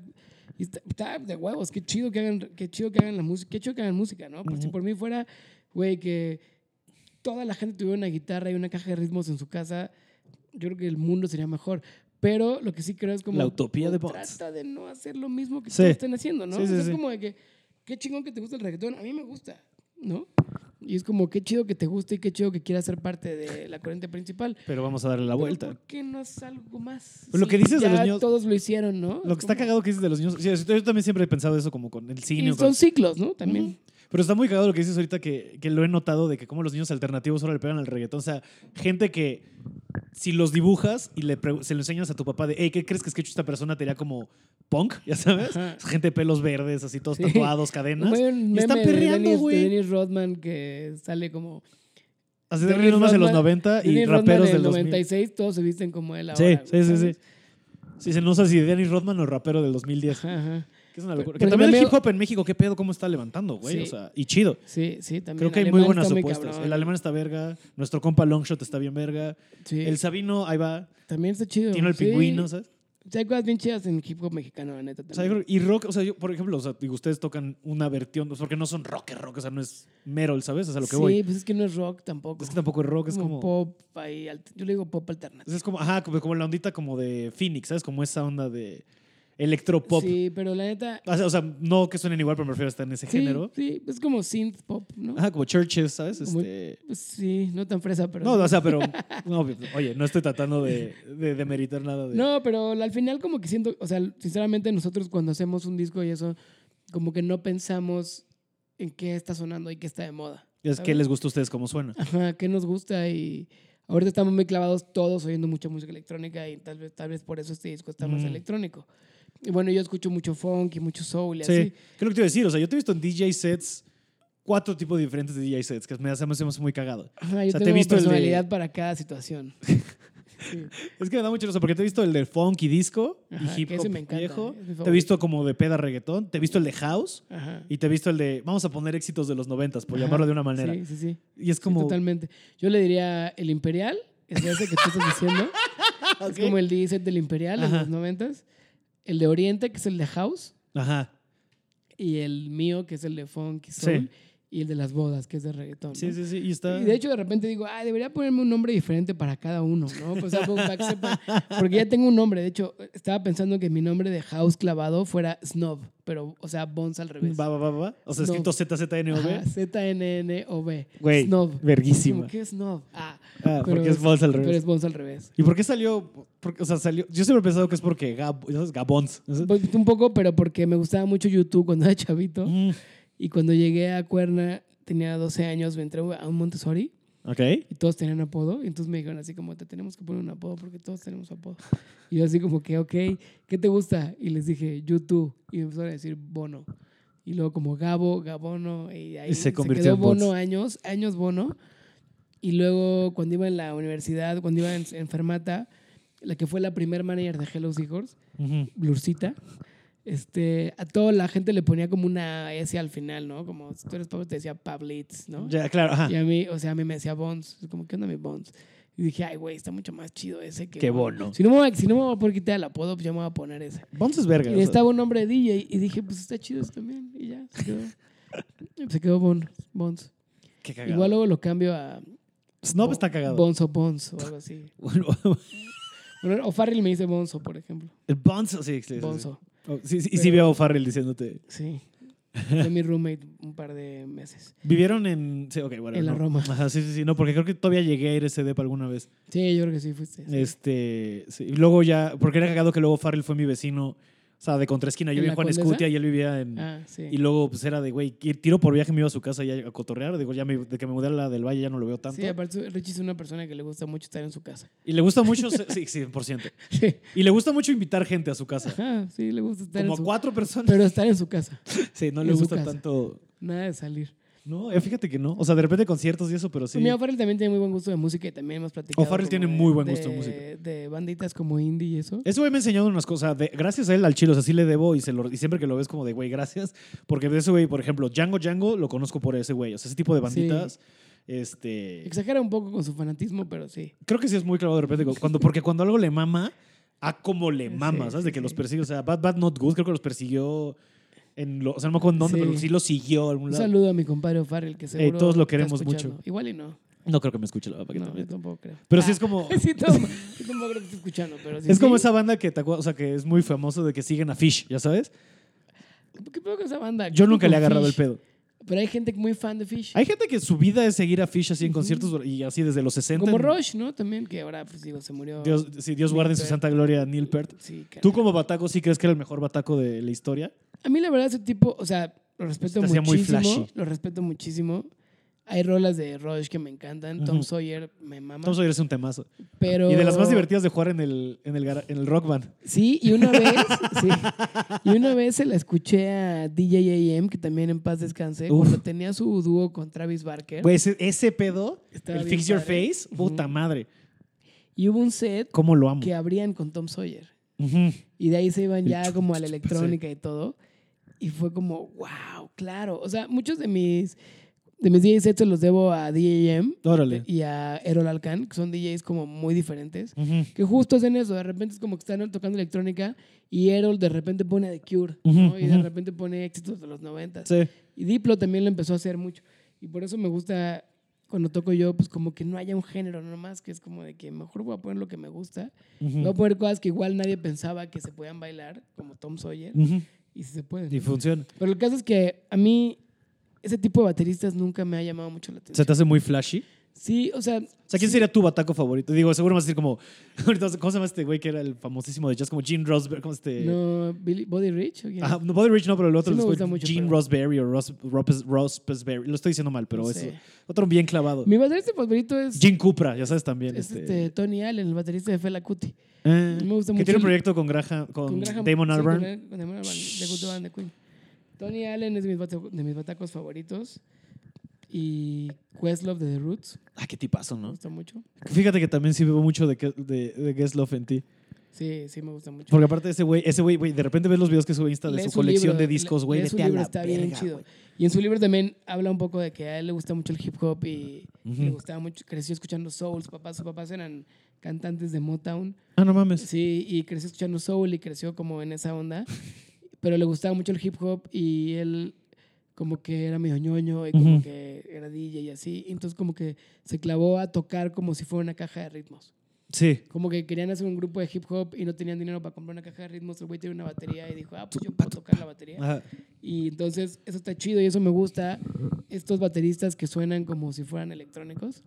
[SPEAKER 2] y está, está de huevos, qué chido que hagan, qué chido que hagan la música, qué chido que hagan música, ¿no? Por si
[SPEAKER 1] Ujú.
[SPEAKER 2] por mí fuera, güey, que toda la gente tuviera una guitarra y una caja de ritmos en su casa, yo creo que el mundo sería mejor. Pero lo que sí creo es como...
[SPEAKER 1] La utopía de
[SPEAKER 2] como
[SPEAKER 1] Bots.
[SPEAKER 2] Trata de no hacer lo mismo que
[SPEAKER 1] Sí.
[SPEAKER 2] todos están haciendo, ¿no?
[SPEAKER 1] Sí,
[SPEAKER 2] O sea,
[SPEAKER 1] sí,
[SPEAKER 2] es
[SPEAKER 1] sí.
[SPEAKER 2] como de que, qué chingón que te gusta el reggaetón, a mí me gusta, ¿no? Y es como, qué chido que te guste y qué chido que quieras ser parte de la corriente principal.
[SPEAKER 1] Pero vamos a darle la
[SPEAKER 2] Pero
[SPEAKER 1] vuelta.
[SPEAKER 2] ¿Por qué no es algo más?
[SPEAKER 1] Pero lo que dices de
[SPEAKER 2] ya
[SPEAKER 1] los niños-
[SPEAKER 2] todos lo hicieron, ¿no?
[SPEAKER 1] Lo que está
[SPEAKER 2] Como-
[SPEAKER 1] cagado que dices de los niños. sí, yo también siempre he pensado eso como con el cine.
[SPEAKER 2] Y
[SPEAKER 1] o con-
[SPEAKER 2] son ciclos, ¿no? También.
[SPEAKER 1] Ujú. Pero está muy cagado lo que dices ahorita que, que lo he notado de que como los niños alternativos ahora le pegan al reggaetón. O sea, gente que si los dibujas y le pregu- se lo enseñas a tu papá de, hey, ¿qué crees que escucha esta persona? Te haría como punk, ya sabes.
[SPEAKER 2] Ajá.
[SPEAKER 1] Gente de pelos verdes, así todos
[SPEAKER 2] Sí.
[SPEAKER 1] tatuados, cadenas.
[SPEAKER 2] Hay un
[SPEAKER 1] Y están
[SPEAKER 2] meme de
[SPEAKER 1] perreando,
[SPEAKER 2] Dennis-
[SPEAKER 1] güey.
[SPEAKER 2] De Dennis Rodman que sale como...
[SPEAKER 1] Así de
[SPEAKER 2] Dennis
[SPEAKER 1] Río más de los
[SPEAKER 2] Rodman-
[SPEAKER 1] 90 Ah, y
[SPEAKER 2] Dennis
[SPEAKER 1] raperos
[SPEAKER 2] Rodman
[SPEAKER 1] del 2000.
[SPEAKER 2] 96, todos se visten como él ahora.
[SPEAKER 1] Sí, sí,
[SPEAKER 2] güey,
[SPEAKER 1] sí, sí.
[SPEAKER 2] ¿sabes?
[SPEAKER 1] Sí, se no sé si Dennis Rodman o rapero del 2010.
[SPEAKER 2] Ajá, ajá.
[SPEAKER 1] Que es una locura.
[SPEAKER 2] Pero-
[SPEAKER 1] Que
[SPEAKER 2] pero
[SPEAKER 1] también el
[SPEAKER 2] también-
[SPEAKER 1] hip hop en México, qué pedo, cómo está levantando, güey.
[SPEAKER 2] Sí.
[SPEAKER 1] O sea, y chido.
[SPEAKER 2] Sí, sí, también.
[SPEAKER 1] Creo que hay muy
[SPEAKER 2] Alemán
[SPEAKER 1] buenas
[SPEAKER 2] está muy
[SPEAKER 1] apuestas.
[SPEAKER 2] cabrón.
[SPEAKER 1] el alemán está verga, nuestro compa Longshot está bien verga,
[SPEAKER 2] Sí,
[SPEAKER 1] el Sabino ahí va,
[SPEAKER 2] también está chido.
[SPEAKER 1] Tino el
[SPEAKER 2] sí.
[SPEAKER 1] pingüino, ¿sabes?
[SPEAKER 2] O sea, hay cosas bien chidas en hip hop mexicano, la neta.
[SPEAKER 1] O sea,
[SPEAKER 2] también.
[SPEAKER 1] yo creo- y rock, o sea, yo, por ejemplo, o sea, digo, ustedes tocan una versión, porque no son rock, rock, o sea, no es Merol, ¿sabes? O sea, lo que
[SPEAKER 2] sí,
[SPEAKER 1] voy.
[SPEAKER 2] pues es que no es rock tampoco.
[SPEAKER 1] Es que tampoco es rock, es como.
[SPEAKER 2] pop ahí, alt- yo le digo pop alternativo.
[SPEAKER 1] Es como, ajá, como, como la ondita como de Phoenix, ¿sabes? Como esa onda de electropop.
[SPEAKER 2] Sí, pero la neta.
[SPEAKER 1] O sea, o sea, no que suenen igual, pero me refiero a estar en ese
[SPEAKER 2] Sí,
[SPEAKER 1] género.
[SPEAKER 2] sí, es como synth pop, ¿no?
[SPEAKER 1] Ajá, como churches, ¿sabes?
[SPEAKER 2] Como-
[SPEAKER 1] Este,
[SPEAKER 2] Pues sí, no tan fresa, pero.
[SPEAKER 1] no,
[SPEAKER 2] sí.
[SPEAKER 1] o sea, pero. no, oye, no estoy tratando de, de demeritar nada de.
[SPEAKER 2] No, pero al final como que siento, o sea, sinceramente nosotros cuando hacemos un disco y eso, como que no pensamos en qué está sonando y qué está de moda.
[SPEAKER 1] es que
[SPEAKER 2] ¿sabes?
[SPEAKER 1] les gusta a ustedes cómo suena.
[SPEAKER 2] Ajá, qué nos gusta y ahorita estamos muy clavados todos oyendo mucha música electrónica y tal vez, tal vez por eso este disco está más
[SPEAKER 1] Mm.
[SPEAKER 2] electrónico. Y bueno, yo escucho mucho funk y mucho soul y
[SPEAKER 1] Sí,
[SPEAKER 2] así.
[SPEAKER 1] que es lo que te iba a decir. O sea, yo te he visto en DJ sets, cuatro tipos diferentes de DJ sets, que me hace, me hace muy cagado.
[SPEAKER 2] Ajá, yo
[SPEAKER 1] O sea, te he
[SPEAKER 2] tengo
[SPEAKER 1] visto el de-
[SPEAKER 2] personalidad para cada situación. Sí.
[SPEAKER 1] Es que me da mucho risa porque te he visto el de funk y disco
[SPEAKER 2] Ajá,
[SPEAKER 1] y hip
[SPEAKER 2] que ese
[SPEAKER 1] hop
[SPEAKER 2] me encanta, eh,
[SPEAKER 1] viejo.
[SPEAKER 2] es mi
[SPEAKER 1] Te
[SPEAKER 2] favorito.
[SPEAKER 1] he visto como de peda reggaetón. Te he visto el de house
[SPEAKER 2] Ajá.
[SPEAKER 1] y te he visto el de vamos a poner éxitos de los noventas, por
[SPEAKER 2] Ajá.
[SPEAKER 1] llamarlo de una manera.
[SPEAKER 2] Sí, sí, sí.
[SPEAKER 1] Y es
[SPEAKER 2] Sí,
[SPEAKER 1] como.
[SPEAKER 2] totalmente. Yo le diría el Imperial, que es ese que tú estás diciendo.
[SPEAKER 1] Ok.
[SPEAKER 2] Es como el D-set del Imperial en
[SPEAKER 1] Ajá.
[SPEAKER 2] los noventas. El de Oriente, que es el de House.
[SPEAKER 1] Ajá.
[SPEAKER 2] Y el mío, que es el de Funk y
[SPEAKER 1] Sí.
[SPEAKER 2] Soul. Y el de las bodas, que es de reggaetón.
[SPEAKER 1] Sí,
[SPEAKER 2] ¿no?
[SPEAKER 1] sí, sí. Y está.
[SPEAKER 2] Y de hecho, de repente digo, ah, debería ponerme un nombre diferente para cada uno, ¿no? Pues, algo para que sepa. Porque ya tengo un nombre. De hecho, estaba pensando que mi nombre de house clavado fuera Snob, pero, o sea, Bones al revés.
[SPEAKER 1] Va, va, va, va. O sea,
[SPEAKER 2] No.
[SPEAKER 1] escrito ZZNOB.
[SPEAKER 2] Ajá, Z-N-N-O-B.
[SPEAKER 1] Güey,
[SPEAKER 2] Snob.
[SPEAKER 1] verguísima.
[SPEAKER 2] Como, ¿Qué es Snob? Ah,
[SPEAKER 1] Ah,
[SPEAKER 2] pero
[SPEAKER 1] porque es falso al
[SPEAKER 2] Pero
[SPEAKER 1] revés.
[SPEAKER 2] es Bones al revés.
[SPEAKER 1] ¿Y por qué salió? por- o sea, salió. Yo siempre he pensado que es porque Gab, ¿sabes? Gabons.
[SPEAKER 2] Pues, un poco, pero porque me gustaba mucho YouTube cuando era chavito.
[SPEAKER 1] Mm,
[SPEAKER 2] Y cuando llegué a Cuerna, tenía 12 años, me entré a un Montessori.
[SPEAKER 1] Ok.
[SPEAKER 2] Y todos tenían apodo. Y entonces me dijeron así como, te tenemos que poner un apodo porque todos tenemos apodo. Y yo así como que, ok, ¿qué te gusta? Y les dije, YouTube. Y me empezaron a decir Bono. Y luego como Gabo, Gabono. Y ahí
[SPEAKER 1] Y se convirtió
[SPEAKER 2] quedó
[SPEAKER 1] en bots.
[SPEAKER 2] Bono años, años Bono. Y luego cuando iba en la universidad, cuando iba en, en Fermata, la que fue la primer manager de Hello Seahorse,
[SPEAKER 1] Ujú.
[SPEAKER 2] Blurcita, este, a toda la gente le ponía como una S al final, ¿no? Como si tú eres Pablo te decía Pablitz, ¿no?
[SPEAKER 1] Ya, claro. Ajá.
[SPEAKER 2] Y a mí, o sea, a mí me decía Bones. Como, ¿qué onda mi Bones? Y dije, ay, güey, está mucho más chido ese que
[SPEAKER 1] Qué
[SPEAKER 2] Bones".
[SPEAKER 1] bono.
[SPEAKER 2] Si no, me voy, a- si no me voy a poder quitar el apodo, pues yo me voy a poner ese.
[SPEAKER 1] Bones es verga.
[SPEAKER 2] Y
[SPEAKER 1] o sea.
[SPEAKER 2] estaba un nombre de DJ y dije, pues está chido ese también. Y ya, se quedó. se quedó Bones. Bones.
[SPEAKER 1] Qué cagado.
[SPEAKER 2] Igual luego lo cambio a
[SPEAKER 1] Snob está cagado.
[SPEAKER 2] Bonzo Bones o algo así. Bueno, O Farrell me dice Bonzo, por ejemplo.
[SPEAKER 1] El Bonzo, sí, sí, sí, sí.
[SPEAKER 2] Bonzo.
[SPEAKER 1] Oh, sí, sí, Y sí
[SPEAKER 2] Pero-
[SPEAKER 1] veo a Farrell diciéndote.
[SPEAKER 2] Sí. Fue mi roommate un par de meses.
[SPEAKER 1] Vivieron en. Sí, ok, bueno.
[SPEAKER 2] En la
[SPEAKER 1] no.
[SPEAKER 2] Roma.
[SPEAKER 1] Ajá, sí, sí, sí. No, porque creo que todavía llegué a ir a ese depa alguna vez.
[SPEAKER 2] Sí, yo creo que sí fuiste. sí.
[SPEAKER 1] Este. Sí. y Luego ya. Porque era cagado que luego Farrell fue mi vecino. O sea, de contraesquina. Yo
[SPEAKER 2] ¿En
[SPEAKER 1] vivía
[SPEAKER 2] la
[SPEAKER 1] en Juan
[SPEAKER 2] Condesa?
[SPEAKER 1] Escutia y él vivía en.
[SPEAKER 2] Ah, sí.
[SPEAKER 1] Y luego, pues era de, güey, que tiro por viaje me iba a su casa ya a cotorrear. Digo, ya me- de que me mudé a la del Valle ya no lo veo tanto.
[SPEAKER 2] Sí, aparte Richie es una persona que le gusta mucho estar en su casa.
[SPEAKER 1] y le gusta mucho. se- sí, 100%.
[SPEAKER 2] Sí.
[SPEAKER 1] Y le gusta mucho invitar gente a su casa.
[SPEAKER 2] Ajá, sí, le gusta estar
[SPEAKER 1] Como
[SPEAKER 2] en
[SPEAKER 1] a
[SPEAKER 2] su
[SPEAKER 1] cuatro personas.
[SPEAKER 2] Pero estar en su casa,
[SPEAKER 1] sí, no le
[SPEAKER 2] en su
[SPEAKER 1] gusta
[SPEAKER 2] casa.
[SPEAKER 1] tanto.
[SPEAKER 2] nada de salir.
[SPEAKER 1] No, eh, fíjate que no. O sea, de repente conciertos y eso, pero sí.
[SPEAKER 2] Mira, O'Farrell también tiene muy buen gusto de música y también hemos platicado.
[SPEAKER 1] O'Farrell
[SPEAKER 2] como
[SPEAKER 1] tiene
[SPEAKER 2] de-
[SPEAKER 1] muy buen gusto de música. Eh,
[SPEAKER 2] De banditas como indie y eso.
[SPEAKER 1] Ese güey me ha enseñado unas cosas. de- gracias a él, al chilo, o sea, sí le debo y, se lo- y siempre que lo ves como de, güey, gracias. Porque de ese güey, por ejemplo, Django Django lo conozco por ese güey. O sea, ese tipo de banditas. Este.
[SPEAKER 2] Exagera un poco con su fanatismo, pero sí.
[SPEAKER 1] Creo que sí es muy claro de repente. Cuando, porque cuando algo le mama, a como le
[SPEAKER 2] Sí,
[SPEAKER 1] mama, ¿sabes? De
[SPEAKER 2] sí,
[SPEAKER 1] que los
[SPEAKER 2] sí.
[SPEAKER 1] persigue. O sea, Bad Bad Not Good, creo que los persiguió. En lo- o sea, no me acuerdo en dónde,
[SPEAKER 2] Sí.
[SPEAKER 1] pero sí lo siguió a algún
[SPEAKER 2] Un
[SPEAKER 1] lado. Eh,
[SPEAKER 2] saludo a mi compadre O'Farrell, que seguro.
[SPEAKER 1] todos lo
[SPEAKER 2] está
[SPEAKER 1] queremos
[SPEAKER 2] escuchando.
[SPEAKER 1] mucho.
[SPEAKER 2] Igual y no.
[SPEAKER 1] No creo que me escuche la papá que
[SPEAKER 2] No, yo
[SPEAKER 1] también.
[SPEAKER 2] tampoco creo.
[SPEAKER 1] Pero sí
[SPEAKER 2] Ah,
[SPEAKER 1] es como.
[SPEAKER 2] sí, tampoco, sí, tampoco creo que esté escuchando, pero sí.
[SPEAKER 1] Es como
[SPEAKER 2] sí.
[SPEAKER 1] esa banda que, te acuerdas, o sea, que es muy famoso de que siguen a Fish, ¿ya sabes?
[SPEAKER 2] ¿Qué pedo con esa banda?
[SPEAKER 1] Yo
[SPEAKER 2] ¿Qué
[SPEAKER 1] nunca
[SPEAKER 2] pedo
[SPEAKER 1] le he
[SPEAKER 2] con
[SPEAKER 1] agarrado el
[SPEAKER 2] Fish?
[SPEAKER 1] pedo.
[SPEAKER 2] Pero hay gente muy fan de Fish.
[SPEAKER 1] Hay gente que su vida es seguir a Fish así en
[SPEAKER 2] Ujú.
[SPEAKER 1] conciertos y así desde los 60.
[SPEAKER 2] como
[SPEAKER 1] en-
[SPEAKER 2] Rush, ¿no? También, que ahora, pues digo, se murió.
[SPEAKER 1] Dios, sí, Dios guarde en su
[SPEAKER 2] Neil Peart.
[SPEAKER 1] santa gloria a Neil Peart.
[SPEAKER 2] Sí, cara.
[SPEAKER 1] ¿Tú como bataco sí crees que era el mejor bataco de la historia?
[SPEAKER 2] A mí la verdad ese tipo, o sea, lo respeto
[SPEAKER 1] Se hacía muy
[SPEAKER 2] muchísimo.
[SPEAKER 1] flashy.
[SPEAKER 2] Lo respeto muchísimo. Hay rolas de Rush que me encantan. Tom
[SPEAKER 1] Ujú.
[SPEAKER 2] Sawyer me mama.
[SPEAKER 1] Tom Sawyer es un temazo.
[SPEAKER 2] pero...
[SPEAKER 1] Y de las más divertidas de jugar en el, en el, gara- en el rock band.
[SPEAKER 2] Sí, y una vez, sí, y una vez se la escuché a DJ AM, que también en paz descanse,
[SPEAKER 1] Uf.
[SPEAKER 2] cuando tenía su dúo con Travis Barker.
[SPEAKER 1] Güey, ese, Pues, e-, ese pedo,
[SPEAKER 2] ¿Eh? Estaba
[SPEAKER 1] el
[SPEAKER 2] bien
[SPEAKER 1] Fix Your
[SPEAKER 2] padre.
[SPEAKER 1] Face, puta
[SPEAKER 2] Ujú.
[SPEAKER 1] madre.
[SPEAKER 2] Y hubo un set
[SPEAKER 1] ¿Cómo lo amo?
[SPEAKER 2] que abrían con Tom Sawyer.
[SPEAKER 1] Ujú.
[SPEAKER 2] Y de ahí se iban
[SPEAKER 1] El
[SPEAKER 2] ya
[SPEAKER 1] chu-
[SPEAKER 2] como a la
[SPEAKER 1] chu- chu-
[SPEAKER 2] electrónica y todo. Y fue como, wow, claro. O sea, muchos de mis, de mis DJ sets se los debo a DJM
[SPEAKER 1] Órale.
[SPEAKER 2] y a Erol Alcan, que son DJs como muy diferentes.
[SPEAKER 1] Ujú.
[SPEAKER 2] Que justo hacen eso, de repente es como que están tocando electrónica y Erol de repente pone The Cure,
[SPEAKER 1] Ujú,
[SPEAKER 2] ¿no? Y de
[SPEAKER 1] ujú.
[SPEAKER 2] repente pone éxitos de los 90.
[SPEAKER 1] Sí.
[SPEAKER 2] Y Diplo también lo empezó a hacer mucho. Y por eso me gusta cuando toco yo, pues como que no haya un género nomás, que es como de que mejor voy a poner lo que me gusta.
[SPEAKER 1] Ujú.
[SPEAKER 2] Voy a poner cosas que igual nadie pensaba que se podían bailar, como Tom Sawyer,
[SPEAKER 1] Ujú.
[SPEAKER 2] y si se pueden.
[SPEAKER 1] Y funciona.
[SPEAKER 2] Pero el caso es que a mí ese tipo de bateristas nunca me ha llamado mucho la
[SPEAKER 1] ¿Se
[SPEAKER 2] atención.
[SPEAKER 1] te hace muy flashy?
[SPEAKER 2] Sí, o sea,
[SPEAKER 1] O sea, ¿quién sería tu bataco favorito? Digo, seguro vas a decir como... ahorita, ¿Cómo se llama este güey que era el famosísimo de jazz? Como Gene Rosberg. ¿Cómo este...?
[SPEAKER 2] no, Billy, Body Rich, ¿o quién?
[SPEAKER 1] Ajá, no, Body Rich no, pero el otro
[SPEAKER 2] Sí me
[SPEAKER 1] les fue
[SPEAKER 2] gusta mucho,
[SPEAKER 1] Gene
[SPEAKER 2] pero-
[SPEAKER 1] Rosberry o Ross, Ropes- Ross Pesberry. Lo estoy diciendo mal, pero
[SPEAKER 2] No
[SPEAKER 1] es
[SPEAKER 2] sé.
[SPEAKER 1] otro bien clavado.
[SPEAKER 2] Mi baterista favorito es,
[SPEAKER 1] Gene Cupra, ya sabes también.
[SPEAKER 2] es
[SPEAKER 1] este,
[SPEAKER 2] este, Tony Allen, el baterista de Fela Kuti.
[SPEAKER 1] ah,
[SPEAKER 2] me gusta
[SPEAKER 1] que
[SPEAKER 2] mucho
[SPEAKER 1] tiene un
[SPEAKER 2] el-
[SPEAKER 1] proyecto con, Graham, con,
[SPEAKER 2] Graham-
[SPEAKER 1] Damon
[SPEAKER 2] sí, con
[SPEAKER 1] Albarn.
[SPEAKER 2] Graham- con Damon Albarn, de Good Band de Queen. Tony Allen es de mis, bataco- de mis batacos favoritos. Y Questlove de The Roots,
[SPEAKER 1] Ah, qué tipazo,
[SPEAKER 2] me
[SPEAKER 1] ¿no?
[SPEAKER 2] gusta mucho.
[SPEAKER 1] Fíjate que también sí veo mucho de, que- de, de Guess Love en ti.
[SPEAKER 2] Sí, sí, me gusta mucho.
[SPEAKER 1] Porque aparte de ese güey, ese güey, güey, de repente ves los videos que sube Insta de
[SPEAKER 2] Lee
[SPEAKER 1] su colección
[SPEAKER 2] libro,
[SPEAKER 1] de discos,
[SPEAKER 2] le-
[SPEAKER 1] güey,
[SPEAKER 2] lee su
[SPEAKER 1] vete a
[SPEAKER 2] libro,
[SPEAKER 1] la
[SPEAKER 2] está
[SPEAKER 1] verga,
[SPEAKER 2] bien chido.
[SPEAKER 1] güey.
[SPEAKER 2] Y en su libro también habla un poco de que a él le gusta mucho el hip hop y
[SPEAKER 1] Ujú.
[SPEAKER 2] le gustaba mucho, creció escuchando soul, sus papás, sus papás eran cantantes de Motown.
[SPEAKER 1] Ah, no mames.
[SPEAKER 2] Sí, y creció escuchando soul y creció como en esa onda, pero le gustaba mucho el hip hop y él como que era medio ñoño y como
[SPEAKER 1] Ujú.
[SPEAKER 2] que era DJ y así, y entonces como que se clavó a tocar como si fuera una caja de ritmos.
[SPEAKER 1] Sí.
[SPEAKER 2] Como que querían hacer un grupo de hip hop y no tenían dinero para comprar una caja de ritmos, el güey tiene una batería y dijo, "Ah, pues yo puedo tocar la batería."
[SPEAKER 1] Ajá.
[SPEAKER 2] Y entonces eso está chido y eso me gusta. Estos bateristas que suenan como si fueran electrónicos,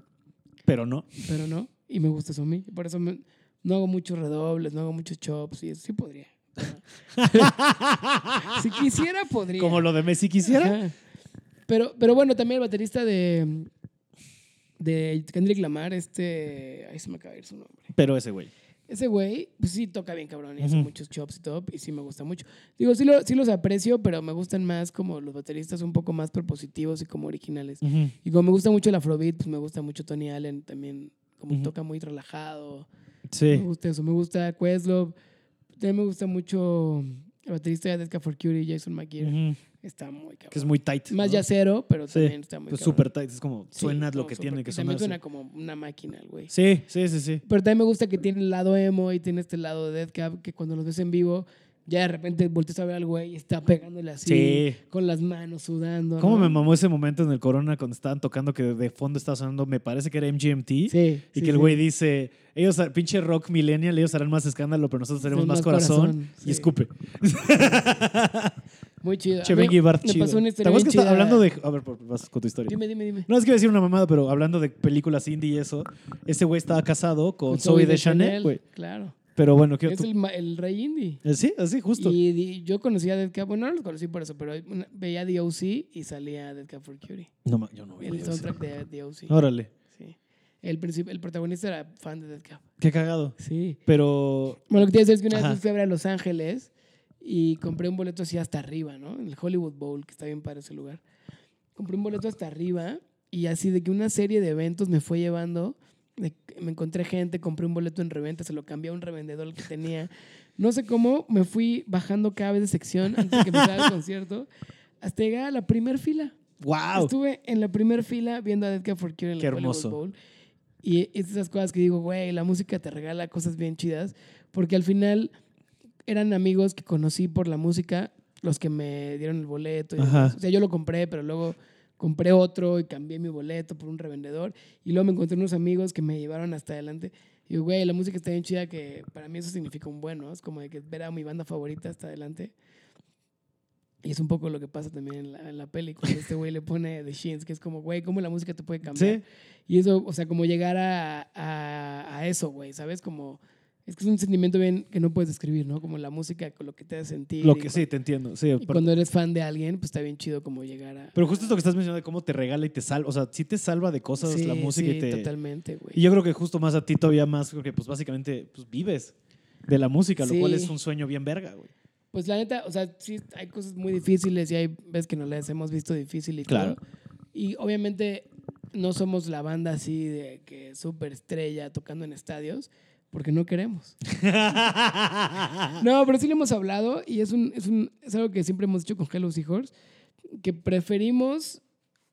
[SPEAKER 1] Pero no.
[SPEAKER 2] pero no. Y me gusta eso a mí. Por eso me- no hago muchos redobles, no hago muchos chops y eso sí podría. Si quisiera, podría.
[SPEAKER 1] Como lo de Messi quisiera.
[SPEAKER 2] Ajá. Pero, pero bueno, también el baterista de, de Kendrick Lamar, este... Ahí se me acaba de ir su nombre.
[SPEAKER 1] Pero ese güey.
[SPEAKER 2] Ese güey, pues sí toca bien cabrón y hace
[SPEAKER 1] Ujú.
[SPEAKER 2] muchos chops y top y sí me gusta mucho. Digo, sí, lo- sí los aprecio, pero me gustan más como los bateristas un poco más propositivos y como originales.
[SPEAKER 1] Ujú.
[SPEAKER 2] Y como me gusta mucho el afrobeat, pues me gusta mucho Tony Allen también, como
[SPEAKER 1] Ujú.
[SPEAKER 2] toca muy relajado.
[SPEAKER 1] Sí.
[SPEAKER 2] Me gusta eso, me gusta Questlove. También me gusta mucho el baterista de Dead Cab for Cutie, Jason McGear.
[SPEAKER 1] Ujú.
[SPEAKER 2] Está muy cabrón.
[SPEAKER 1] Que es muy tight.
[SPEAKER 2] más
[SPEAKER 1] ¿no?
[SPEAKER 2] yacero, pero
[SPEAKER 1] Sí,
[SPEAKER 2] también está muy
[SPEAKER 1] Pues
[SPEAKER 2] cabrón.
[SPEAKER 1] súper tight, es como
[SPEAKER 2] Sí,
[SPEAKER 1] suena
[SPEAKER 2] como
[SPEAKER 1] lo que
[SPEAKER 2] súper-
[SPEAKER 1] tiene que
[SPEAKER 2] y También
[SPEAKER 1] sonar.
[SPEAKER 2] suena como una máquina el güey.
[SPEAKER 1] Sí, sí, sí, sí.
[SPEAKER 2] Pero también me gusta que tiene el lado emo y tiene este lado de Dead Cab que cuando los ves en vivo, ya de repente volteas a ver al güey y está pegándole así,
[SPEAKER 1] Sí.
[SPEAKER 2] con las manos sudando.
[SPEAKER 1] ¿Cómo
[SPEAKER 2] ¿no?
[SPEAKER 1] me mamó ese momento en el Corona cuando estaban tocando que de fondo estaba sonando, me parece que era MGMT? Y
[SPEAKER 2] Sí. sí,
[SPEAKER 1] que el
[SPEAKER 2] sí.
[SPEAKER 1] güey dice, ellos, har- pinche rock millennial, ellos harán más escándalo, pero nosotros haremos
[SPEAKER 2] Son
[SPEAKER 1] más,
[SPEAKER 2] más
[SPEAKER 1] corazón.
[SPEAKER 2] corazón, sí.
[SPEAKER 1] Y escupe.
[SPEAKER 2] Muy chido.
[SPEAKER 1] Che,
[SPEAKER 2] A mí
[SPEAKER 1] Benji Bart,
[SPEAKER 2] me
[SPEAKER 1] chido.
[SPEAKER 2] pasó este una
[SPEAKER 1] ¿Te
[SPEAKER 2] historia
[SPEAKER 1] acuerdas que
[SPEAKER 2] bien
[SPEAKER 1] está
[SPEAKER 2] chida.
[SPEAKER 1] hablando de... A ver, por- vas con tu historia.
[SPEAKER 2] Dime, dime, dime.
[SPEAKER 1] No, es que iba a decir una mamada, pero hablando de películas indie y eso, ese güey estaba casado con, Zoe de Chanel, güey.
[SPEAKER 2] Claro.
[SPEAKER 1] Pero bueno, ¿qué Eh,
[SPEAKER 2] Es el, ma- el rey indie.
[SPEAKER 1] Sí, así, justo.
[SPEAKER 2] Y, di- yo conocía a Dead Cab, bueno, no los conocí por eso, pero una- veía DOC y salía Dead Cab for Cutie.
[SPEAKER 1] No, ma- yo no vi.
[SPEAKER 2] El
[SPEAKER 1] eso.
[SPEAKER 2] soundtrack de DOC.
[SPEAKER 1] Órale,
[SPEAKER 2] Sí. El, princip- el protagonista era fan de Dead Cab.
[SPEAKER 1] qué cagado.
[SPEAKER 2] Sí.
[SPEAKER 1] Pero
[SPEAKER 2] Bueno, lo que te decía es que una
[SPEAKER 1] Ajá.
[SPEAKER 2] vez fui a ver a Los Ángeles y compré un boleto así hasta arriba, ¿no? En el Hollywood Bowl, que está bien para ese lugar. compré un boleto hasta arriba y así de que una serie de eventos me fue llevando. de que me encontré gente, compré un boleto en reventa, se lo cambié a un revendedor que tenía. No sé cómo, me fui bajando cada vez de sección antes de que empezara el concierto hasta llegar a la primer fila.
[SPEAKER 1] ¡Wow!
[SPEAKER 2] Estuve en la primera fila viendo a Dead Cat for Cure en
[SPEAKER 1] Qué
[SPEAKER 2] la Hollywood
[SPEAKER 1] hermoso.
[SPEAKER 2] Bowl. Y es de esas cosas que digo, güey, la música te regala cosas bien chidas. Porque al final eran amigos que conocí por la música, los que me dieron el boleto. y
[SPEAKER 1] Ajá.
[SPEAKER 2] demás. O sea, yo lo compré, pero luego compré otro y cambié mi boleto por un revendedor. Y luego me encontré unos amigos que me llevaron hasta adelante. Y digo, güey, la música está bien chida, que para mí eso significa un buen, ¿no? Es como de que ver a mi banda favorita hasta adelante. Y es un poco lo que pasa también en la, en la peli, cuando este güey le pone The Shins, que es como, güey, ¿cómo la música te puede cambiar?
[SPEAKER 1] Sí,
[SPEAKER 2] Y eso, o sea, como llegar a, a- a eso, güey, ¿sabes? Como, es que es un sentimiento bien que no puedes describir, ¿no? Como la música, con lo que te hace sentir.
[SPEAKER 1] lo
[SPEAKER 2] y
[SPEAKER 1] que
[SPEAKER 2] cu-
[SPEAKER 1] sí, te entiendo. Sí,
[SPEAKER 2] Y
[SPEAKER 1] por-
[SPEAKER 2] cuando eres fan de alguien, pues está bien chido como llegar a...
[SPEAKER 1] pero justo esto que estás mencionando de cómo te regala y te salva, o sea, sí te salva de cosas
[SPEAKER 2] Sí,
[SPEAKER 1] la música
[SPEAKER 2] sí,
[SPEAKER 1] y te...
[SPEAKER 2] totalmente, güey.
[SPEAKER 1] Y yo creo que justo más a ti todavía más, porque pues básicamente pues, vives de la música, lo
[SPEAKER 2] Sí.
[SPEAKER 1] cual es un sueño bien verga, güey.
[SPEAKER 2] Pues la neta, o sea, sí hay cosas muy difíciles y hay veces que nos las hemos visto difícil y
[SPEAKER 1] Claro.
[SPEAKER 2] todo. Y obviamente no somos la banda así de que súper estrella tocando en estadios, porque no queremos. No, pero sí lo hemos hablado y es, un, es, un, es algo que siempre hemos dicho con Hello Seahorse, que preferimos,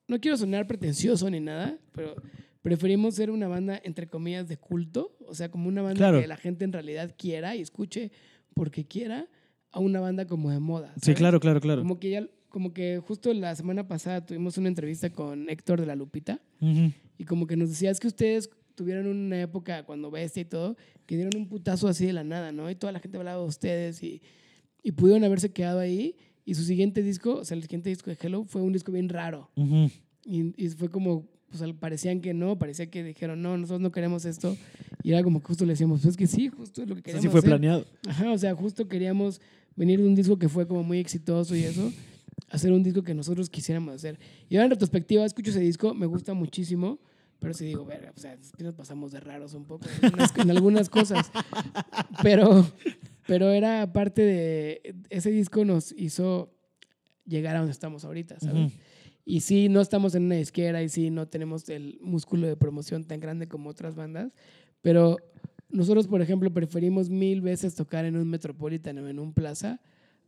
[SPEAKER 2] no quiero sonar pretencioso ni nada, pero preferimos ser una banda, entre comillas, de culto, o sea, como una banda
[SPEAKER 1] Claro.
[SPEAKER 2] que la gente en realidad quiera y escuche porque quiera, a una banda como de moda.
[SPEAKER 1] Sí,
[SPEAKER 2] ¿sabes?
[SPEAKER 1] claro, claro, claro.
[SPEAKER 2] Como que ya, como que justo la semana pasada tuvimos una entrevista con Héctor de la Lupita
[SPEAKER 1] Ujú.
[SPEAKER 2] y como que nos decías que ustedes tuvieron una época cuando bestia y todo, que dieron un putazo así de la nada, ¿no? Y toda la gente hablaba de ustedes y, y pudieron haberse quedado ahí. Y su siguiente disco, o sea, el siguiente disco de Hello fue un disco bien raro.
[SPEAKER 1] Ujú.
[SPEAKER 2] Y, y fue como, pues al- parecían que no, parecía que dijeron, no, nosotros no queremos esto. Y era como que justo le decíamos, pues es que sí, justo es lo que
[SPEAKER 1] Eso
[SPEAKER 2] queremos.
[SPEAKER 1] sí fue
[SPEAKER 2] hacer".
[SPEAKER 1] planeado.
[SPEAKER 2] Ajá, o sea, justo queríamos venir de un disco que fue como muy exitoso y eso, hacer un disco que nosotros quisiéramos hacer. Y ahora en retrospectiva escucho ese disco, me gusta muchísimo, pero sí digo, verga, o sea, sí nos pasamos de raros un poco en algunas, en algunas cosas. Pero, pero era parte de. Ese disco nos hizo llegar a donde estamos ahorita,
[SPEAKER 1] Ujú.
[SPEAKER 2] ¿sabes? Y sí, no estamos en una disquera y sí, no tenemos el músculo de promoción tan grande como otras bandas, pero nosotros, por ejemplo, preferimos mil veces tocar en un Metropolitan o en un Plaza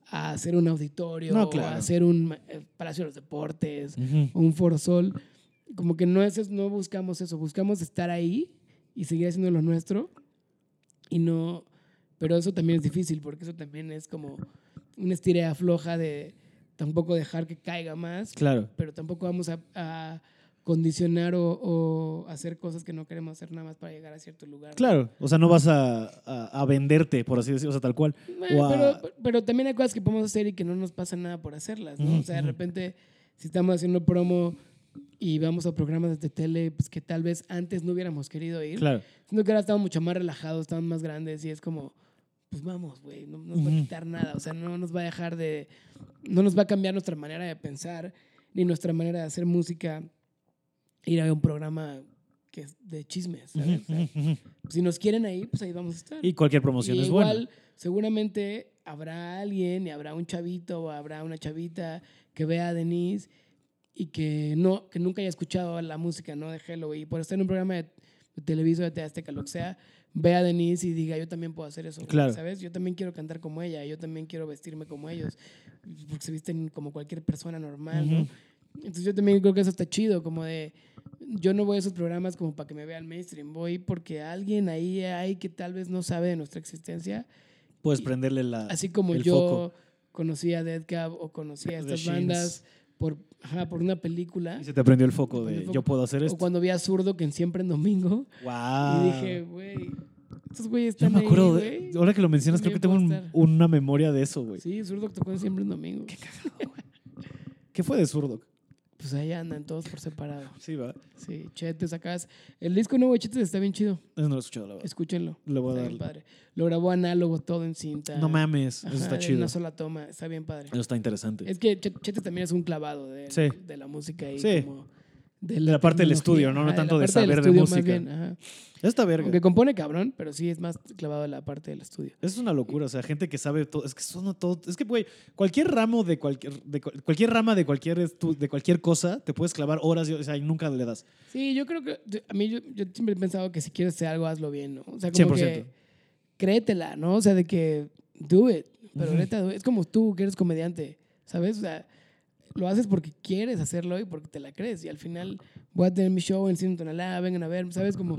[SPEAKER 2] a hacer un auditorio,
[SPEAKER 1] No,
[SPEAKER 2] o
[SPEAKER 1] claro.
[SPEAKER 2] a hacer un eh, Palacio de los Deportes,
[SPEAKER 1] Ujú.
[SPEAKER 2] o un Foro Sol. Como que no, es, es- no buscamos eso, buscamos estar ahí y seguir haciendo lo nuestro y no... Pero eso también es difícil porque eso también es como una estira floja de tampoco dejar que caiga más
[SPEAKER 1] Claro.
[SPEAKER 2] pero tampoco vamos a, a condicionar o, o hacer cosas que no queremos hacer nada más para llegar a cierto lugar. ¿no?
[SPEAKER 1] Claro, o sea, no vas a, a- a venderte, por así decirlo, o sea, tal cual.
[SPEAKER 2] Eh,
[SPEAKER 1] o a-
[SPEAKER 2] pero, pero también hay cosas que podemos hacer y que no nos pasa nada por hacerlas, ¿no?
[SPEAKER 1] Ujú,
[SPEAKER 2] o sea, de
[SPEAKER 1] ujú.
[SPEAKER 2] repente, si estamos haciendo promo y vamos a programas de tele pues, que tal vez antes no hubiéramos querido ir,
[SPEAKER 1] Claro,
[SPEAKER 2] siento que ahora estamos mucho más relajados, estamos más grandes y es como, pues vamos, güey, no nos va a
[SPEAKER 1] Ujú.
[SPEAKER 2] quitar nada, o sea, no nos va a dejar de, no nos va a cambiar nuestra manera de pensar, ni nuestra manera de hacer música, ir a un programa que es de chismes, ¿sabes? O
[SPEAKER 1] Ujú,
[SPEAKER 2] sea,
[SPEAKER 1] ujú, ujú.
[SPEAKER 2] si nos quieren ahí, pues ahí vamos a estar.
[SPEAKER 1] Y cualquier promoción
[SPEAKER 2] Y
[SPEAKER 1] es
[SPEAKER 2] igual,
[SPEAKER 1] buena.
[SPEAKER 2] seguramente habrá alguien y habrá un chavito o habrá una chavita que vea a Denise y que no que nunca haya escuchado la música no de Hello y por estar en un programa de, de Televisa de Azteca lo que sea vea a Denise y diga yo también puedo hacer eso güey",
[SPEAKER 1] Claro.
[SPEAKER 2] sabes yo también quiero cantar como ella yo también quiero vestirme como ellos porque se visten como cualquier persona normal ¿no?
[SPEAKER 1] Ujú.
[SPEAKER 2] entonces yo también creo que eso está chido como de yo no voy a esos programas como para que me vea el mainstream voy porque alguien ahí hay que tal vez no sabe de nuestra existencia
[SPEAKER 1] Puedes
[SPEAKER 2] y-
[SPEAKER 1] prenderle la.
[SPEAKER 2] Así como
[SPEAKER 1] el
[SPEAKER 2] yo
[SPEAKER 1] foco.
[SPEAKER 2] conocí a Dead Cab o conocí
[SPEAKER 1] The
[SPEAKER 2] a estas
[SPEAKER 1] Shins.
[SPEAKER 2] bandas por, ajá, por una película.
[SPEAKER 1] Y se te prendió el foco
[SPEAKER 2] ¿Ah? Prendió
[SPEAKER 1] de
[SPEAKER 2] el foco.
[SPEAKER 1] yo puedo hacer
[SPEAKER 2] O
[SPEAKER 1] esto.
[SPEAKER 2] cuando vi a Zurdo, que en siempre en domingo.
[SPEAKER 1] Wow.
[SPEAKER 2] Y dije, güey, estos güeyes
[SPEAKER 1] Ah. Yo
[SPEAKER 2] están
[SPEAKER 1] me acuerdo,
[SPEAKER 2] ahí,
[SPEAKER 1] de-
[SPEAKER 2] güey".
[SPEAKER 1] ahora que lo mencionas, creo que tengo
[SPEAKER 2] También
[SPEAKER 1] un-
[SPEAKER 2] puedo estar.
[SPEAKER 1] una memoria de eso, güey.
[SPEAKER 2] Sí, Zurdo tocó en siempre en domingo.
[SPEAKER 1] ¿Qué fue de Zurdo?
[SPEAKER 2] Pues ahí andan todos por separado.
[SPEAKER 1] Sí, va.
[SPEAKER 2] Sí, Chetes, acá. es- El disco nuevo de Chetes está bien chido.
[SPEAKER 1] Eso no lo he escuchado, la verdad.
[SPEAKER 2] Escúchenlo.
[SPEAKER 1] Lo voy a
[SPEAKER 2] Está
[SPEAKER 1] dar.
[SPEAKER 2] bien padre. Lo grabó análogo, todo en cinta.
[SPEAKER 1] No mames,
[SPEAKER 2] Ajá,
[SPEAKER 1] eso está
[SPEAKER 2] en
[SPEAKER 1] chido.
[SPEAKER 2] Una
[SPEAKER 1] Eso
[SPEAKER 2] sola toma, está bien padre.
[SPEAKER 1] está interesante.
[SPEAKER 2] Es que Ch- Chete también es un clavado de,
[SPEAKER 1] Sí.
[SPEAKER 2] de la música y
[SPEAKER 1] Sí.
[SPEAKER 2] como
[SPEAKER 1] De la parte del
[SPEAKER 2] tecnología,
[SPEAKER 1] estudio, ¿no? No
[SPEAKER 2] ajá, la
[SPEAKER 1] tanto de
[SPEAKER 2] parte del
[SPEAKER 1] saber de
[SPEAKER 2] estudio, más
[SPEAKER 1] música.
[SPEAKER 2] bien, ajá.
[SPEAKER 1] Esta verga.
[SPEAKER 2] Aunque compone cabrón, pero sí es más clavado en la parte del estudio.
[SPEAKER 1] Es una locura, o sea, gente que sabe todo, es que son todo, es que güey, cualquier ramo de cualquier de cual- cualquier rama de cualquier estu- de cualquier cosa te puedes clavar horas, y, o sea, y nunca le das.
[SPEAKER 2] Sí, yo creo que yo- a mí yo, yo siempre he pensado que si quieres hacer algo, hazlo bien, ¿no? O sea, como
[SPEAKER 1] 100%.
[SPEAKER 2] que créetela, ¿no? O sea, de que do it, pero
[SPEAKER 1] Ujú.
[SPEAKER 2] neta, do it. es como tú que eres comediante, ¿sabes? O sea, lo haces porque quieres hacerlo y porque te la crees y al final voy a tener mi show en Cine Tonalá, vengan a ver, ¿sabes? Como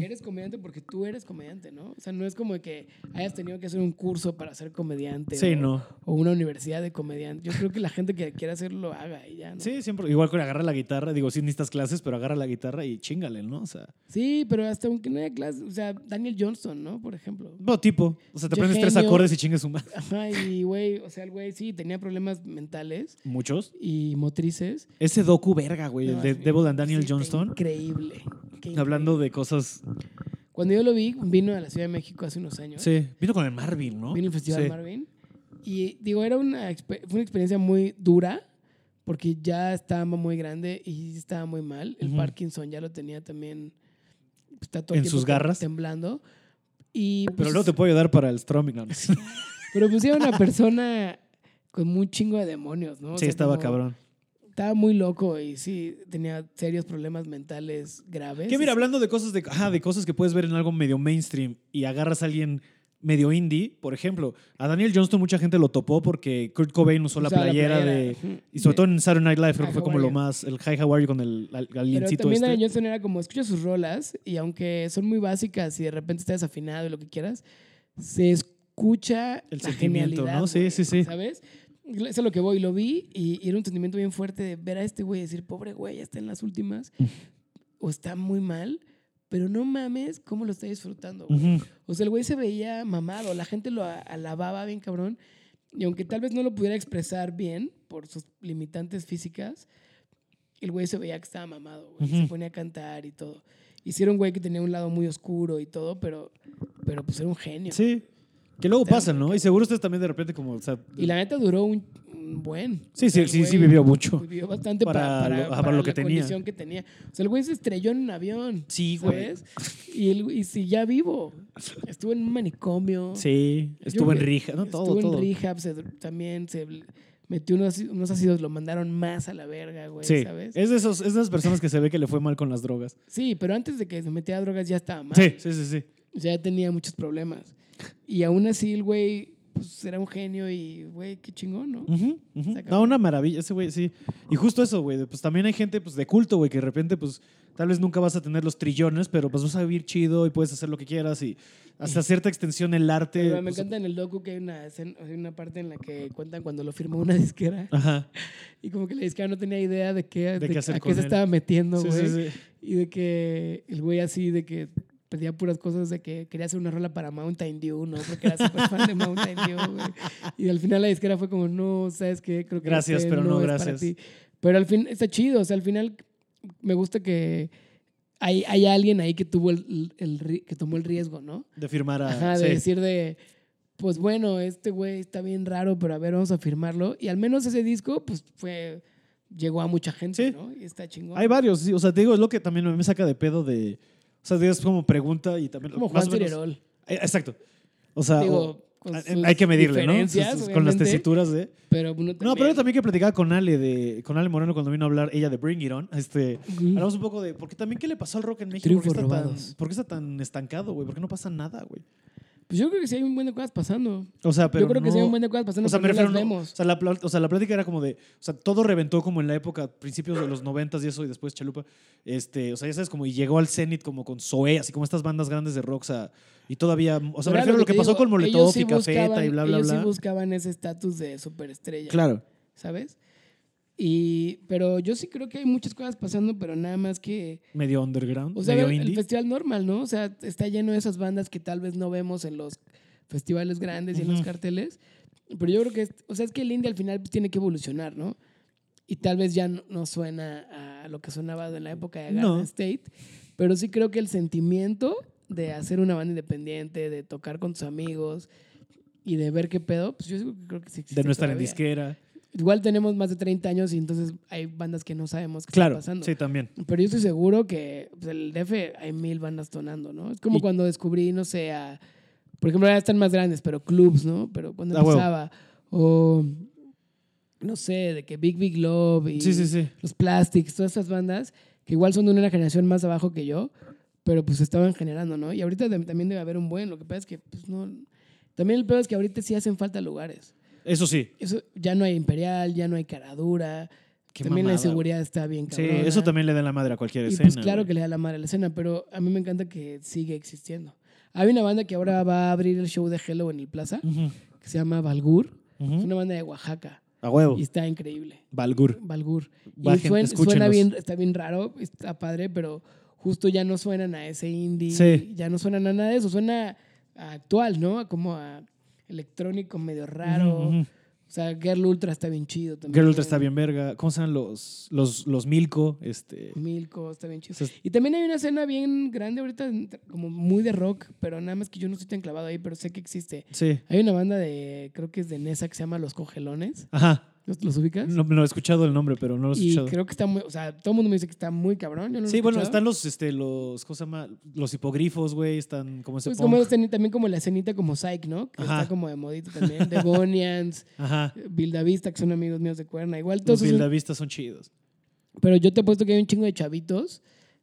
[SPEAKER 2] eres comediante porque tú eres comediante, ¿no? O sea, no es como que hayas tenido que hacer un curso para ser comediante
[SPEAKER 1] Sí,
[SPEAKER 2] o,
[SPEAKER 1] no.
[SPEAKER 2] o una universidad de comediante. Yo creo que la gente que quiera hacerlo lo haga y ya, ¿no?
[SPEAKER 1] Sí, siempre igual con agarrar la guitarra, digo, sí necesitas clases, pero agarra la guitarra y chingale, ¿no? O sea,
[SPEAKER 2] Sí, pero hasta aunque no haya clase, o sea, Daniel Johnston, ¿no? Por ejemplo.
[SPEAKER 1] no tipo, o sea, te
[SPEAKER 2] Yo
[SPEAKER 1] aprendes tres
[SPEAKER 2] genio.
[SPEAKER 1] acordes y chingues su madre.
[SPEAKER 2] Ajá, y güey, o sea, el güey sí tenía problemas mentales
[SPEAKER 1] Muchos.
[SPEAKER 2] y motrices.
[SPEAKER 1] Ese docu verga, güey, el
[SPEAKER 2] No,
[SPEAKER 1] de
[SPEAKER 2] sí,
[SPEAKER 1] Devil and Daniel
[SPEAKER 2] sí, está
[SPEAKER 1] Johnston,
[SPEAKER 2] Increíble. increíble.
[SPEAKER 1] hablando de cosas.
[SPEAKER 2] Cuando yo lo vi, vino a la Ciudad de México hace unos años.
[SPEAKER 1] Sí, vino con el Marvin, ¿no?
[SPEAKER 2] Vino al Festival
[SPEAKER 1] Sí.
[SPEAKER 2] Marvin. Y digo, era una, expe- fue una experiencia muy dura porque ya estaba muy grande y estaba muy mal. El
[SPEAKER 1] Ujú.
[SPEAKER 2] Parkinson ya lo tenía también. pues, Está todo el
[SPEAKER 1] En
[SPEAKER 2] tiempo
[SPEAKER 1] sus garras.
[SPEAKER 2] Temblando. Y,
[SPEAKER 1] Pero
[SPEAKER 2] pues,
[SPEAKER 1] luego te puedo ayudar para el strumming. ¿no? Sí,
[SPEAKER 2] Pero pues era una persona con un chingo de demonios, ¿no? O sea,
[SPEAKER 1] estaba
[SPEAKER 2] como-
[SPEAKER 1] cabrón.
[SPEAKER 2] Estaba muy loco y sí, tenía serios problemas mentales graves.
[SPEAKER 1] Que mira, hablando de cosas de, ajá, de cosas que puedes ver en algo medio mainstream y agarras a alguien medio indie, por ejemplo, a Daniel Johnston mucha gente lo topó porque Kurt Cobain usó la
[SPEAKER 2] Usaba
[SPEAKER 1] playera, de
[SPEAKER 2] ujú,
[SPEAKER 1] y sobre
[SPEAKER 2] de-
[SPEAKER 1] todo en Saturday Night Live creo que
[SPEAKER 2] Hi,
[SPEAKER 1] fue
[SPEAKER 2] how
[SPEAKER 1] como
[SPEAKER 2] are
[SPEAKER 1] lo
[SPEAKER 2] you?
[SPEAKER 1] más el Hi How Are You con el al-
[SPEAKER 2] Pero
[SPEAKER 1] aliencito
[SPEAKER 2] también Daniel
[SPEAKER 1] este.
[SPEAKER 2] Johnston era como, escucha sus rolas y aunque son muy básicas y de repente está desafinado y lo que quieras, se escucha
[SPEAKER 1] El
[SPEAKER 2] la
[SPEAKER 1] sentimiento,
[SPEAKER 2] genialidad,
[SPEAKER 1] ¿no? Sí,
[SPEAKER 2] güey,
[SPEAKER 1] sí, sí.
[SPEAKER 2] ¿Sabes? Eso es a lo que voy, lo vi y, y era un sentimiento bien fuerte de ver a este güey y decir, pobre güey, ya está en las últimas
[SPEAKER 1] Mm.
[SPEAKER 2] o está muy mal, pero no mames cómo lo está disfrutando, güey.
[SPEAKER 1] Ujú.
[SPEAKER 2] O sea, el güey se veía mamado, la gente lo a- alababa bien cabrón. Y aunque tal vez no lo pudiera expresar bien por sus limitantes físicas, el güey se veía que estaba mamado, güey.
[SPEAKER 1] Ujú.
[SPEAKER 2] Se ponía a cantar y todo. Hicieron un güey que tenía un lado muy oscuro y todo, pero, pero pues era un genio.
[SPEAKER 1] Sí. Que luego
[SPEAKER 2] Está
[SPEAKER 1] pasa, ¿no? Y seguro ustedes también de repente como, o sea,
[SPEAKER 2] Y la neta duró un, un buen.
[SPEAKER 1] Sí,
[SPEAKER 2] O sea,
[SPEAKER 1] sí,
[SPEAKER 2] el
[SPEAKER 1] sí, sí
[SPEAKER 2] güey
[SPEAKER 1] vivió mucho.
[SPEAKER 2] Vivió bastante
[SPEAKER 1] Para
[SPEAKER 2] para, para,
[SPEAKER 1] lo- ajá, para
[SPEAKER 2] para
[SPEAKER 1] lo que
[SPEAKER 2] la
[SPEAKER 1] tenía.
[SPEAKER 2] condición que tenía. O sea, el güey se estrelló en un avión.
[SPEAKER 1] Sí, güey.
[SPEAKER 2] ¿Sabes? Y, el, y si ya vivo. Estuvo en un manicomio.
[SPEAKER 1] Sí, estuvo
[SPEAKER 2] Yo-
[SPEAKER 1] en rija, no todo,
[SPEAKER 2] Estuvo
[SPEAKER 1] todo.
[SPEAKER 2] en rehab, se dr- también se bl- metió unos, áci- unos ácidos, lo mandaron más a la verga, güey,
[SPEAKER 1] Sí,
[SPEAKER 2] ¿sabes?
[SPEAKER 1] es de esos, es de esas personas que se ve que le fue mal con las drogas.
[SPEAKER 2] Sí, pero antes de que se metiera a drogas ya estaba mal.
[SPEAKER 1] Sí, sí, sí, sí.
[SPEAKER 2] O sea, ya tenía muchos problemas. Y aún así el güey pues, era un genio y, güey, qué chingón, ¿no?
[SPEAKER 1] Ujú, ujú.
[SPEAKER 2] Se acabó.
[SPEAKER 1] No, una maravilla, ese güey, sí. Y justo eso, güey, de- pues también hay gente pues, de culto, güey, que de repente, pues, tal vez nunca vas a tener los trillones, pero pues vas a vivir chido y puedes hacer lo que quieras y hasta cierta extensión el arte.
[SPEAKER 2] Pero me
[SPEAKER 1] pues,
[SPEAKER 2] encanta en el docu que hay una, escena- hay una parte en la que cuentan cuando lo firmó una disquera
[SPEAKER 1] Ajá.
[SPEAKER 2] y como que la disquera no tenía idea de qué, de
[SPEAKER 1] Ah. qué
[SPEAKER 2] a
[SPEAKER 1] hacer
[SPEAKER 2] qué
[SPEAKER 1] con
[SPEAKER 2] se
[SPEAKER 1] él.
[SPEAKER 2] estaba metiendo,
[SPEAKER 1] Sí,
[SPEAKER 2] güey.
[SPEAKER 1] sí, sí.
[SPEAKER 2] Y de que el güey así, de que pedía puras cosas, de que quería hacer una rola para Mountain Dew, ¿no? Porque era súper fan de Mountain Dew, güey. Y al final la disquera fue como, no, ¿sabes qué? Creo que
[SPEAKER 1] Gracias,
[SPEAKER 2] este
[SPEAKER 1] pero no,
[SPEAKER 2] es para
[SPEAKER 1] gracias.
[SPEAKER 2] ti". Pero al fin, está chido, o sea, al final me gusta que hay, hay alguien ahí que tuvo el, el ri- que tomó el riesgo, ¿no?
[SPEAKER 1] De firmar a.
[SPEAKER 2] Ajá,
[SPEAKER 1] Ah, sí.
[SPEAKER 2] de decir de, pues bueno, este güey está bien raro, pero a ver, vamos a firmarlo. Y al menos ese disco, pues fue, llegó a mucha gente,
[SPEAKER 1] Sí.
[SPEAKER 2] ¿no? Y está chingón.
[SPEAKER 1] Hay varios, sí, o sea, te digo, es lo que también me saca de pedo de. O sea, es como pregunta y también.
[SPEAKER 2] Como
[SPEAKER 1] más
[SPEAKER 2] Juan
[SPEAKER 1] o menos-
[SPEAKER 2] Tirerol.
[SPEAKER 1] Eh, Exacto. O sea,
[SPEAKER 2] Digo,
[SPEAKER 1] o-
[SPEAKER 2] con
[SPEAKER 1] hay-
[SPEAKER 2] sus
[SPEAKER 1] hay que medirle, ¿no?
[SPEAKER 2] diferencias,
[SPEAKER 1] Sus- sus- con las
[SPEAKER 2] obviamente,
[SPEAKER 1] tesituras de.
[SPEAKER 2] Pero pues, uno
[SPEAKER 1] No, pero yo también que platicaba con Ale de con Ale Moreno cuando vino a hablar ella de Bring It On, este,
[SPEAKER 2] Ujú.
[SPEAKER 1] hablamos un poco de porque también qué le pasó al rock en México, ¿Por
[SPEAKER 2] Triunfos
[SPEAKER 1] qué, está tan,
[SPEAKER 2] robados.
[SPEAKER 1] por qué está tan estancado, güey, por qué no pasa nada, güey.
[SPEAKER 2] Pues yo creo que sí hay un buen de cosas pasando.
[SPEAKER 1] O sea, pero
[SPEAKER 2] yo creo que sí hay
[SPEAKER 1] no-
[SPEAKER 2] un buen de cosas pasando,
[SPEAKER 1] o sea, me
[SPEAKER 2] pero no
[SPEAKER 1] refiero,
[SPEAKER 2] las
[SPEAKER 1] no- o,
[SPEAKER 2] vemos.
[SPEAKER 1] sea, la, pla- o sea, la plática era como de, o sea, todo reventó como en la época, principios de los noventas y eso, y después Chalupa, este, o sea, ya sabes, como, y llegó al Zenit como con Zoé, así como estas bandas grandes de rock, o sea, y todavía, o sea, me
[SPEAKER 2] Pero era
[SPEAKER 1] refiero a lo que
[SPEAKER 2] te
[SPEAKER 1] pasó
[SPEAKER 2] digo,
[SPEAKER 1] con Molotov
[SPEAKER 2] ellos sí
[SPEAKER 1] y Cafeta
[SPEAKER 2] buscaban-
[SPEAKER 1] y bla, bla,
[SPEAKER 2] ellos
[SPEAKER 1] bla.
[SPEAKER 2] sí buscaban ese estatus de superestrella,
[SPEAKER 1] claro.
[SPEAKER 2] ¿sabes? Y, pero yo sí creo que hay muchas cosas pasando, pero nada más que...
[SPEAKER 1] Medio underground,
[SPEAKER 2] O sea,
[SPEAKER 1] medio
[SPEAKER 2] el, el
[SPEAKER 1] indie.
[SPEAKER 2] festival normal, ¿no? O sea, está lleno de esas bandas que tal vez no vemos en los festivales grandes y en los
[SPEAKER 1] Ujú.
[SPEAKER 2] carteles. Pero yo creo que, es, o sea, es que el indie al final pues, tiene que evolucionar, ¿no? Y tal vez ya no, no suena a lo que sonaba en la época de Garden
[SPEAKER 1] No.
[SPEAKER 2] State. Pero sí creo que el sentimiento de hacer una banda independiente, de tocar con tus amigos y de ver qué pedo, pues yo creo que sí existe
[SPEAKER 1] de no estar en
[SPEAKER 2] todavía.
[SPEAKER 1] disquera.
[SPEAKER 2] Igual tenemos más de 30 años y entonces hay bandas que no sabemos qué
[SPEAKER 1] Claro,
[SPEAKER 2] está pasando.
[SPEAKER 1] sí, también.
[SPEAKER 2] Pero yo estoy seguro que pues, el DF hay mil bandas tonando, ¿no? Es como
[SPEAKER 1] Y-
[SPEAKER 2] cuando descubrí, no sé, a- por ejemplo, ahora están más grandes, pero clubs, ¿no? Pero cuando
[SPEAKER 1] Ah, huevo.
[SPEAKER 2] empezaba, o no sé, de que Big Big Love y
[SPEAKER 1] Sí, sí, sí.
[SPEAKER 2] los Plastics, todas estas bandas, que igual son de una generación más abajo que yo, pero pues estaban generando, ¿no? Y ahorita tam- también debe haber un buen, lo que pasa es que, pues no. También el peor es que ahorita sí hacen falta lugares.
[SPEAKER 1] Eso sí.
[SPEAKER 2] Eso, ya no hay Imperial, ya no hay Caradura.
[SPEAKER 1] Qué
[SPEAKER 2] también la
[SPEAKER 1] mamada,
[SPEAKER 2] inseguridad está bien
[SPEAKER 1] Sí,
[SPEAKER 2] cabrona.
[SPEAKER 1] eso también le da la madre a cualquier
[SPEAKER 2] Y
[SPEAKER 1] escena.
[SPEAKER 2] pues claro
[SPEAKER 1] güey.
[SPEAKER 2] que le da la madre a la escena, pero a mí me encanta que sigue existiendo. Hay una banda que ahora va a abrir el show de Hello en el Plaza,
[SPEAKER 1] Ujú,
[SPEAKER 2] que se llama Valgur.
[SPEAKER 1] ujú.
[SPEAKER 2] Es una banda de Oaxaca
[SPEAKER 1] A huevo.
[SPEAKER 2] y está increíble.
[SPEAKER 1] Valgur.
[SPEAKER 2] Valgur. Y
[SPEAKER 1] Bajen,
[SPEAKER 2] suen- suena
[SPEAKER 1] escúchenlos.
[SPEAKER 2] bien, está bien raro, está padre, pero justo ya no suenan a ese indie,
[SPEAKER 1] Sí.
[SPEAKER 2] ya no suenan a nada de eso, suena a actual, ¿no? A Como a electrónico medio raro.
[SPEAKER 1] Ujú, ujú.
[SPEAKER 2] O sea, Girl Ultra está bien chido también.
[SPEAKER 1] Girl Ultra está bien verga. ¿Cómo se llaman los, los, los Milko? Este,
[SPEAKER 2] Milko, está bien chido.
[SPEAKER 1] Eso es-
[SPEAKER 2] Y también hay una escena bien grande ahorita, entre- como muy de rock, pero nada más que yo no estoy tan clavado ahí, pero sé que existe.
[SPEAKER 1] sí.
[SPEAKER 2] Hay una banda de, creo que es de Nesa, que se llama Los Cogelones.
[SPEAKER 1] Ajá.
[SPEAKER 2] ¿Los, los ubicas?
[SPEAKER 1] No, no he escuchado el nombre, pero no lo he
[SPEAKER 2] y
[SPEAKER 1] escuchado.
[SPEAKER 2] creo que está muy, o sea, todo el mundo me dice que está muy cabrón. Yo no lo he
[SPEAKER 1] Sí, bueno,
[SPEAKER 2] escuchado.
[SPEAKER 1] están los, este, los, ¿cómo se llama? Los hipogrifos, güey, están como ese
[SPEAKER 2] Pues
[SPEAKER 1] punk.
[SPEAKER 2] como escena- también como la escenita como Psych, ¿no? Que
[SPEAKER 1] Ajá.
[SPEAKER 2] está como de modito también. Devonians,
[SPEAKER 1] Ajá.
[SPEAKER 2] Vildavista, que son amigos míos de Cuerna. Igual
[SPEAKER 1] Los
[SPEAKER 2] todos esos-
[SPEAKER 1] Vildavistas son chidos.
[SPEAKER 2] Pero yo te apuesto que hay un chingo de chavitos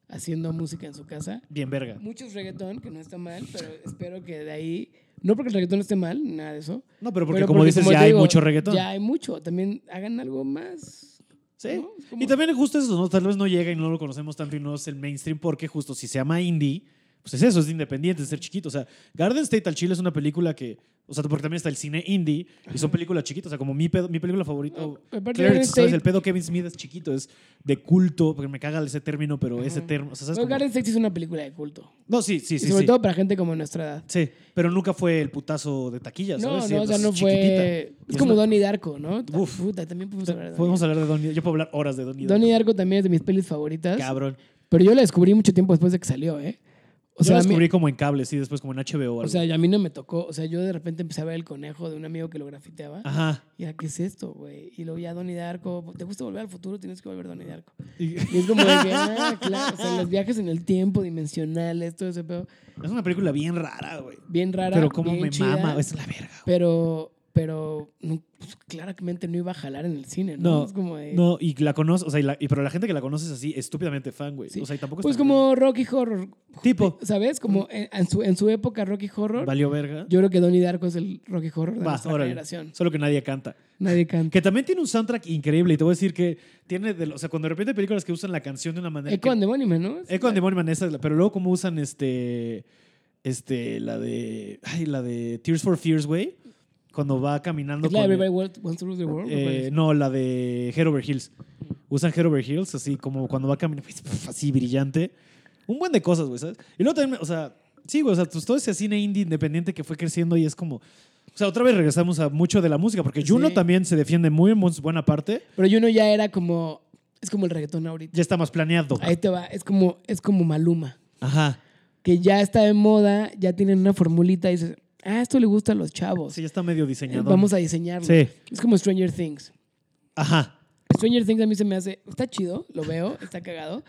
[SPEAKER 2] haciendo música en su casa.
[SPEAKER 1] Bien verga.
[SPEAKER 2] Muchos reggaetón, que no está mal, pero espero que de ahí... No porque el reggaetón esté mal, nada de eso.
[SPEAKER 1] No, pero porque
[SPEAKER 2] pero
[SPEAKER 1] como dices,
[SPEAKER 2] te
[SPEAKER 1] ya hay
[SPEAKER 2] digo,
[SPEAKER 1] mucho reggaetón.
[SPEAKER 2] Ya hay mucho. También hagan algo más.
[SPEAKER 1] Sí.
[SPEAKER 2] ¿no? Es como-
[SPEAKER 1] Y también justo eso, ¿no? Tal vez no llega y no lo conocemos tanto y no es el mainstream porque justo si se llama indie, pues es eso, es de independiente, es ser chiquito. O sea, Garden State al Chile es una película que, o sea, porque también está el cine indie y son películas chiquitas. O sea, como mi, pedo- mi película favorita,
[SPEAKER 2] No, aparte Garden
[SPEAKER 1] Clerks, ¿sabes?
[SPEAKER 2] State-
[SPEAKER 1] El pedo Kevin Smith es chiquito, es de culto, porque me caga ese término, pero ese término, o sea, ¿sabes?
[SPEAKER 2] Pero
[SPEAKER 1] Como-
[SPEAKER 2] Garden State es una película de culto.
[SPEAKER 1] No, sí, sí,
[SPEAKER 2] Y
[SPEAKER 1] sí.
[SPEAKER 2] sobre
[SPEAKER 1] sí.
[SPEAKER 2] todo para gente como nuestra edad.
[SPEAKER 1] Sí, pero nunca fue el putazo de taquillas,
[SPEAKER 2] No,
[SPEAKER 1] ¿sabes?
[SPEAKER 2] no, o
[SPEAKER 1] Sí,
[SPEAKER 2] sea,
[SPEAKER 1] es
[SPEAKER 2] no
[SPEAKER 1] chiquitita.
[SPEAKER 2] fue.
[SPEAKER 1] Y
[SPEAKER 2] Es
[SPEAKER 1] es
[SPEAKER 2] como
[SPEAKER 1] una-
[SPEAKER 2] Donnie Darko, ¿no?
[SPEAKER 1] Uf.
[SPEAKER 2] Puta, también podemos hablar de
[SPEAKER 1] Podemos
[SPEAKER 2] Donnie.
[SPEAKER 1] hablar de Donnie. Yo puedo hablar horas de Donnie.
[SPEAKER 2] Donnie Darko también es de mis pelis favoritas.
[SPEAKER 1] Cabrón.
[SPEAKER 2] Pero yo la descubrí mucho tiempo después de que salió, ¿eh? O
[SPEAKER 1] Yo
[SPEAKER 2] sea,
[SPEAKER 1] la
[SPEAKER 2] a mí-
[SPEAKER 1] descubrí como en cable, sí, después como en HBO. o
[SPEAKER 2] o
[SPEAKER 1] algo.
[SPEAKER 2] sea, a mí no me tocó. O sea, yo de repente empecé a ver el conejo de un amigo que lo grafiteaba.
[SPEAKER 1] Ajá.
[SPEAKER 2] Y era, ¿qué es esto, güey? Y luego ya Donnie Darko. ¿Te gusta volver al futuro? Tienes que volver a Donnie Darko.
[SPEAKER 1] Y-
[SPEAKER 2] Y es como de que, ah, claro. O sea, los viajes en el tiempo, dimensionales, todo ese pedo.
[SPEAKER 1] Es una película bien rara, güey.
[SPEAKER 2] Bien rara.
[SPEAKER 1] Pero como
[SPEAKER 2] bien
[SPEAKER 1] me
[SPEAKER 2] chida,
[SPEAKER 1] mama, es la verga. güey.
[SPEAKER 2] Pero, pero no, pues, claramente no iba a jalar en el cine, ¿no?
[SPEAKER 1] No,
[SPEAKER 2] es como de,
[SPEAKER 1] No, y la conoces, o sea, y la- y- pero la gente que la conoce es así, estúpidamente fan, güey.
[SPEAKER 2] Sí.
[SPEAKER 1] O sea, y tampoco es
[SPEAKER 2] Pues
[SPEAKER 1] tan-
[SPEAKER 2] como Rocky Horror,
[SPEAKER 1] Tipo,
[SPEAKER 2] ¿sabes? Como en, en su, en su época Rocky Horror,
[SPEAKER 1] valió verga.
[SPEAKER 2] yo creo que Donnie Darko es el Rocky Horror de
[SPEAKER 1] Va,
[SPEAKER 2] nuestra
[SPEAKER 1] órale.
[SPEAKER 2] generación.
[SPEAKER 1] Solo que nadie canta.
[SPEAKER 2] Nadie canta.
[SPEAKER 1] Que también tiene un soundtrack increíble. Y te voy a decir que tiene. de lo- o sea, cuando de repente hay películas que usan la canción de una manera.
[SPEAKER 2] Echo
[SPEAKER 1] que-
[SPEAKER 2] and the Bunnymen, ¿no?
[SPEAKER 1] Echo and the Bunnymen, esa es la- pero luego como usan este, este, la de, ay, la de Tears for Fears, güey, cuando va caminando.
[SPEAKER 2] ¿Es la de
[SPEAKER 1] con-
[SPEAKER 2] Everybody Wants Wants to Rule the World? ¿o cuál
[SPEAKER 1] eh,
[SPEAKER 2] es?
[SPEAKER 1] no, la de Head Over Heels. Usan Head Over Heels, así como cuando va caminando, pues, pf, así brillante. Un buen de cosas, güey, ¿sabes? Y luego también, o sea, sí, güey, o sea, pues, todo ese cine indie independiente que fue creciendo y es como... O sea, otra vez regresamos a mucho de la música, porque Juno
[SPEAKER 2] Sí.
[SPEAKER 1] también se defiende muy en buena parte.
[SPEAKER 2] Pero Juno ya era como, es como el reggaetón ahorita.
[SPEAKER 1] Ya está más planeado.
[SPEAKER 2] Ahí te va, es como, es como Maluma.
[SPEAKER 1] Ajá.
[SPEAKER 2] que ya está de moda, ya tienen una formulita y dices, ah, esto le gusta a los chavos.
[SPEAKER 1] Sí, ya está medio
[SPEAKER 2] Eh,
[SPEAKER 1] diseñado.
[SPEAKER 2] Vamos a diseñarlo.
[SPEAKER 1] Sí.
[SPEAKER 2] Es como Stranger Things.
[SPEAKER 1] Ajá.
[SPEAKER 2] Stranger Things a mí se me hace, está chido, lo veo, está cagado,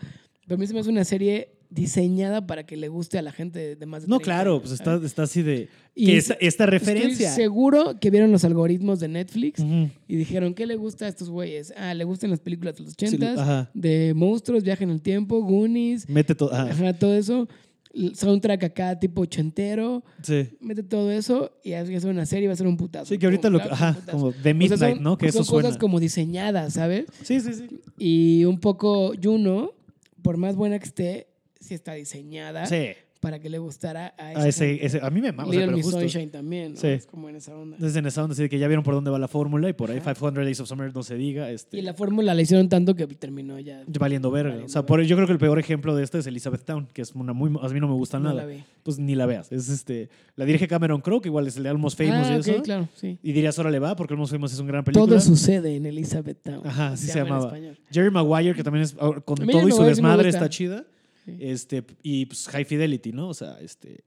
[SPEAKER 2] pero a mí se me hace una serie diseñada para que le guste a la gente de más de
[SPEAKER 1] No,
[SPEAKER 2] 30
[SPEAKER 1] claro,
[SPEAKER 2] años,
[SPEAKER 1] pues está,
[SPEAKER 2] ¿sabes?
[SPEAKER 1] está así de.
[SPEAKER 2] Y
[SPEAKER 1] que
[SPEAKER 2] es-
[SPEAKER 1] esta, esta referencia.
[SPEAKER 2] Estoy seguro que vieron los algoritmos de Netflix
[SPEAKER 1] Ujú.
[SPEAKER 2] y dijeron, ¿qué le gusta a estos güeyes? Ah, le gustan las películas de los
[SPEAKER 1] Sí,
[SPEAKER 2] 80s,
[SPEAKER 1] ajá.
[SPEAKER 2] de monstruos, viaje en el tiempo, Goonies,
[SPEAKER 1] Mete todo. ajá,
[SPEAKER 2] ajá, todo eso. El Soundtrack acá tipo ochentero.
[SPEAKER 1] Sí.
[SPEAKER 2] mete todo eso y hace hace una serie y va a ser un putazo.
[SPEAKER 1] Sí, que ahorita
[SPEAKER 2] Como,
[SPEAKER 1] lo.
[SPEAKER 2] claro, un
[SPEAKER 1] Ajá,
[SPEAKER 2] putazo.
[SPEAKER 1] como The
[SPEAKER 2] O sea,
[SPEAKER 1] Midnight,
[SPEAKER 2] son-
[SPEAKER 1] ¿no? Que eso
[SPEAKER 2] son
[SPEAKER 1] suena.
[SPEAKER 2] cosas como diseñadas, ¿sabes?
[SPEAKER 1] Sí, sí, sí.
[SPEAKER 2] Y un poco Juno, por más buena que esté, sí está diseñada
[SPEAKER 1] Sí.
[SPEAKER 2] para que le gustara a,
[SPEAKER 1] A, ese, ese- a mí me mama. o sea,
[SPEAKER 2] Little
[SPEAKER 1] pero
[SPEAKER 2] Miss
[SPEAKER 1] justo.
[SPEAKER 2] Sunshine también, ¿no?
[SPEAKER 1] Sí.
[SPEAKER 2] Es como en esa onda.
[SPEAKER 1] Entonces en esa onda, así de que ya vieron por dónde va la fórmula y por ahí
[SPEAKER 2] Ajá.
[SPEAKER 1] 500 Days of Summer no se diga. Este,
[SPEAKER 2] Y la fórmula la hicieron tanto que terminó ya.
[SPEAKER 1] Valiendo verga.
[SPEAKER 2] Valiendo
[SPEAKER 1] o sea,
[SPEAKER 2] verga.
[SPEAKER 1] por, yo creo que el peor ejemplo de esto es Elizabeth Town, que es una muy. A mí no me gusta
[SPEAKER 2] No
[SPEAKER 1] nada.
[SPEAKER 2] la vi.
[SPEAKER 1] pues ni la veas. Es este. La dirige Cameron Crowe, que igual es el de Almost Famous
[SPEAKER 2] ah,
[SPEAKER 1] y
[SPEAKER 2] ok,
[SPEAKER 1] eso.
[SPEAKER 2] claro, sí.
[SPEAKER 1] Y dirías, ahora le va, porque Almost Famous es un gran película.
[SPEAKER 2] Todo sucede en Elizabeth Town.
[SPEAKER 1] Ajá, sí se
[SPEAKER 2] llama en
[SPEAKER 1] llamaba.
[SPEAKER 2] español.
[SPEAKER 1] Jerry Maguire, que también es ah, con todo
[SPEAKER 2] A
[SPEAKER 1] y
[SPEAKER 2] mí
[SPEAKER 1] su
[SPEAKER 2] Jerry Maguire sí me
[SPEAKER 1] desmadre
[SPEAKER 2] gusta.
[SPEAKER 1] está chida.
[SPEAKER 2] Sí.
[SPEAKER 1] Este, y pues High Fidelity, ¿no? O sea, este.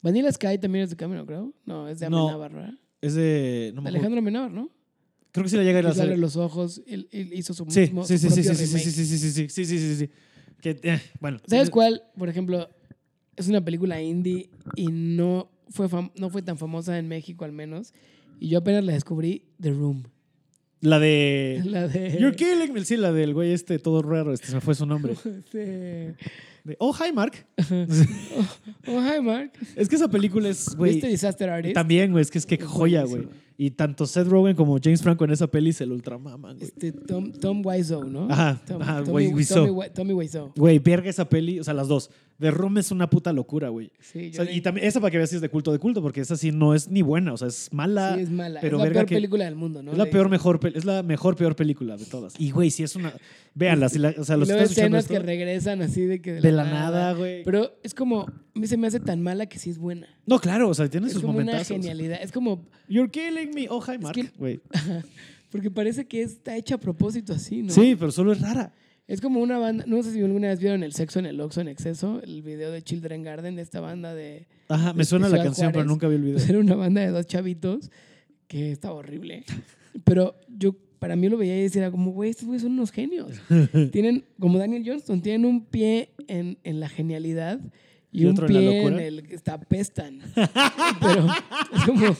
[SPEAKER 2] Vanilla Sky también es de Cameron Crowe. No, es de
[SPEAKER 1] No.
[SPEAKER 2] Amenábar, ¿verdad?
[SPEAKER 1] Es de. No me acuerdo.
[SPEAKER 2] De Alejandro Amenábar, ¿no?
[SPEAKER 1] Creo que sí la llega a ir a
[SPEAKER 2] quitarle
[SPEAKER 1] hacer.
[SPEAKER 2] los ojos. Él, él hizo su
[SPEAKER 1] Sí,
[SPEAKER 2] mismo
[SPEAKER 1] sí,
[SPEAKER 2] su
[SPEAKER 1] sí, sí,
[SPEAKER 2] propio
[SPEAKER 1] sí, sí, sí,
[SPEAKER 2] remake.
[SPEAKER 1] sí, sí, sí, sí, sí, sí, sí, sí. Que, eh, bueno.
[SPEAKER 2] ¿Sabes cuál? Por ejemplo, es una película indie y no fue, fam- no fue tan famosa en México al menos. Y yo apenas la descubrí, The Room.
[SPEAKER 1] La de...
[SPEAKER 2] La de...
[SPEAKER 1] You're killing me. Sí, la del güey este todo raro. Este, se me fue su nombre.
[SPEAKER 2] Este,
[SPEAKER 1] De, oh, hi, Mark.
[SPEAKER 2] Oh, hi, Mark.
[SPEAKER 1] Es que esa película es, güey...
[SPEAKER 2] ¿Viste Disaster Artist?
[SPEAKER 1] También, güey, es que es que
[SPEAKER 2] Es
[SPEAKER 1] joya, güey.
[SPEAKER 2] buenísima.
[SPEAKER 1] Y tanto Seth Rogen como James Franco en esa peli se lo ultramaman, güey.
[SPEAKER 2] Este, Tom, Tom Wiseau, ¿no?
[SPEAKER 1] Ajá,
[SPEAKER 2] Tom,
[SPEAKER 1] ajá,
[SPEAKER 2] Tommy,
[SPEAKER 1] Wiseau.
[SPEAKER 2] Tommy Wi- Tommy Wiseau.
[SPEAKER 1] Güey, verga esa peli, o sea, las dos. The Room es una puta locura, güey.
[SPEAKER 2] Sí,
[SPEAKER 1] O
[SPEAKER 2] yo
[SPEAKER 1] sea,
[SPEAKER 2] le-
[SPEAKER 1] y también esa para que veas si es de culto de culto, porque esa sí no es ni buena, o sea, es mala.
[SPEAKER 2] sí, es mala.
[SPEAKER 1] pero
[SPEAKER 2] es la
[SPEAKER 1] verga
[SPEAKER 2] peor
[SPEAKER 1] que-
[SPEAKER 2] película del mundo, ¿no?
[SPEAKER 1] es la
[SPEAKER 2] De-
[SPEAKER 1] peor mejor pel- es la mejor peor película de todas. Y güey, si es una véanla, si la- o sea,
[SPEAKER 2] y
[SPEAKER 1] los que
[SPEAKER 2] luego
[SPEAKER 1] están escuchando
[SPEAKER 2] escenas que
[SPEAKER 1] esto,
[SPEAKER 2] regresan así de que
[SPEAKER 1] de la nada, güey.
[SPEAKER 2] Pero es como, a mí se me hace tan mala que sí es buena.
[SPEAKER 1] No, claro, o sea, tiene
[SPEAKER 2] Es
[SPEAKER 1] sus
[SPEAKER 2] como una
[SPEAKER 1] momentazos.
[SPEAKER 2] genialidad. Es como,
[SPEAKER 1] You're killing me, oh hi Mark,
[SPEAKER 2] que-
[SPEAKER 1] güey.
[SPEAKER 2] porque parece que está hecha a propósito así, ¿no?
[SPEAKER 1] Sí, pero solo es rara.
[SPEAKER 2] Es como una banda, no sé si alguna vez vieron El Sexo en el Oxxo en Exceso, el video de Children Garden, esta banda de...
[SPEAKER 1] Ajá, me
[SPEAKER 2] De
[SPEAKER 1] suena la
[SPEAKER 2] Ciudad
[SPEAKER 1] canción, pero
[SPEAKER 2] Juárez.
[SPEAKER 1] nunca vi el video.
[SPEAKER 2] Pues era una banda de dos chavitos que estaba horrible. Pero yo, para mí lo veía y decía como, güey, estos güeyes son unos genios. tienen, como Daniel Johnston, tienen un pie en, en la genialidad y,
[SPEAKER 1] Y
[SPEAKER 2] un
[SPEAKER 1] otro en la
[SPEAKER 2] pie en,
[SPEAKER 1] locura.
[SPEAKER 2] el que está apestan. Pero es como, es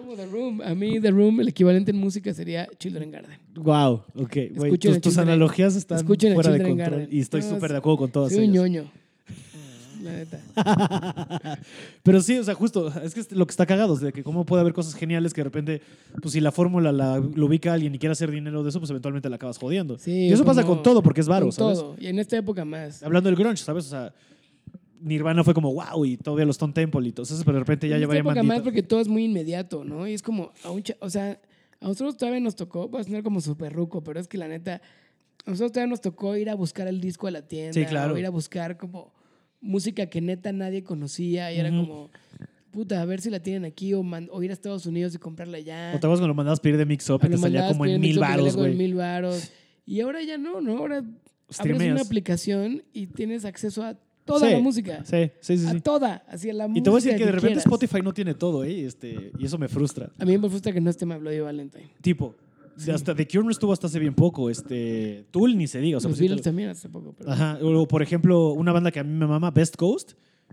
[SPEAKER 2] como The Room. A mí The Room, el equivalente en música sería Children Garden.
[SPEAKER 1] Wow, ok, güey.
[SPEAKER 2] Escuchen
[SPEAKER 1] Tus,
[SPEAKER 2] a
[SPEAKER 1] tus
[SPEAKER 2] Children-
[SPEAKER 1] analogías están
[SPEAKER 2] escuchen a
[SPEAKER 1] fuera de
[SPEAKER 2] Children
[SPEAKER 1] control
[SPEAKER 2] Garden.
[SPEAKER 1] y estoy
[SPEAKER 2] No,
[SPEAKER 1] súper
[SPEAKER 2] sí.
[SPEAKER 1] de acuerdo con todas
[SPEAKER 2] Soy un
[SPEAKER 1] ellas.
[SPEAKER 2] ñoño. La neta.
[SPEAKER 1] Pero sí, o sea, justo, es que es lo que está cagado, es de que cómo puede haber cosas geniales que de repente, pues si la fórmula la, lo ubica alguien y quiere hacer dinero de eso, pues eventualmente la acabas jodiendo.
[SPEAKER 2] Sí,
[SPEAKER 1] y eso pasa
[SPEAKER 2] como-
[SPEAKER 1] con todo, porque es varo,
[SPEAKER 2] Con
[SPEAKER 1] ¿sabes?
[SPEAKER 2] todo. Y en esta época más.
[SPEAKER 1] Hablando del grunge, ¿sabes? O sea, Nirvana fue como wow y todavía los Stone Temple y todo eso, pero de repente ya
[SPEAKER 2] En esta
[SPEAKER 1] llevaría
[SPEAKER 2] época más
[SPEAKER 1] mandito.
[SPEAKER 2] porque todo es muy inmediato, ¿no? Y es como, a un cha- o sea, a nosotros todavía nos tocó, va a sonar como súper ruco, pero es que la neta, a nosotros todavía nos tocó ir a buscar el disco a la tienda,
[SPEAKER 1] Sí, claro.
[SPEAKER 2] o ir a buscar como música que neta nadie conocía y era
[SPEAKER 1] Ujú.
[SPEAKER 2] como, puta, a ver si la tienen aquí o, man- o ir a Estados Unidos y comprarla Ah, allá.
[SPEAKER 1] O te acuerdas cuando lo mandabas pedir de Mix Up
[SPEAKER 2] O
[SPEAKER 1] y
[SPEAKER 2] lo
[SPEAKER 1] te salía
[SPEAKER 2] mandabas
[SPEAKER 1] como en
[SPEAKER 2] pedir
[SPEAKER 1] mil
[SPEAKER 2] mixo que salía
[SPEAKER 1] varos,
[SPEAKER 2] como en
[SPEAKER 1] güey.
[SPEAKER 2] mil varos. Y ahora ya no, ¿no? Ahora abres una
[SPEAKER 1] Streameas.
[SPEAKER 2] aplicación y tienes acceso a toda
[SPEAKER 1] Sí,
[SPEAKER 2] la música.
[SPEAKER 1] Sí, sí, sí.
[SPEAKER 2] A
[SPEAKER 1] sí.
[SPEAKER 2] toda, así a la música.
[SPEAKER 1] Y te voy a decir que de repente
[SPEAKER 2] quieras.
[SPEAKER 1] Spotify no tiene todo, ¿eh? Este, y eso me frustra.
[SPEAKER 2] A mí me frustra que no esté My Bloody Valentine.
[SPEAKER 1] Tipo, hasta The Cure no estuvo hasta hace bien poco. Este, Tool ni se diga. O sea, pues,
[SPEAKER 2] Los
[SPEAKER 1] sí te-
[SPEAKER 2] Beatles también hace poco. Pero...
[SPEAKER 1] Ajá. O, por ejemplo, una banda que a mí me mama, Best Coast.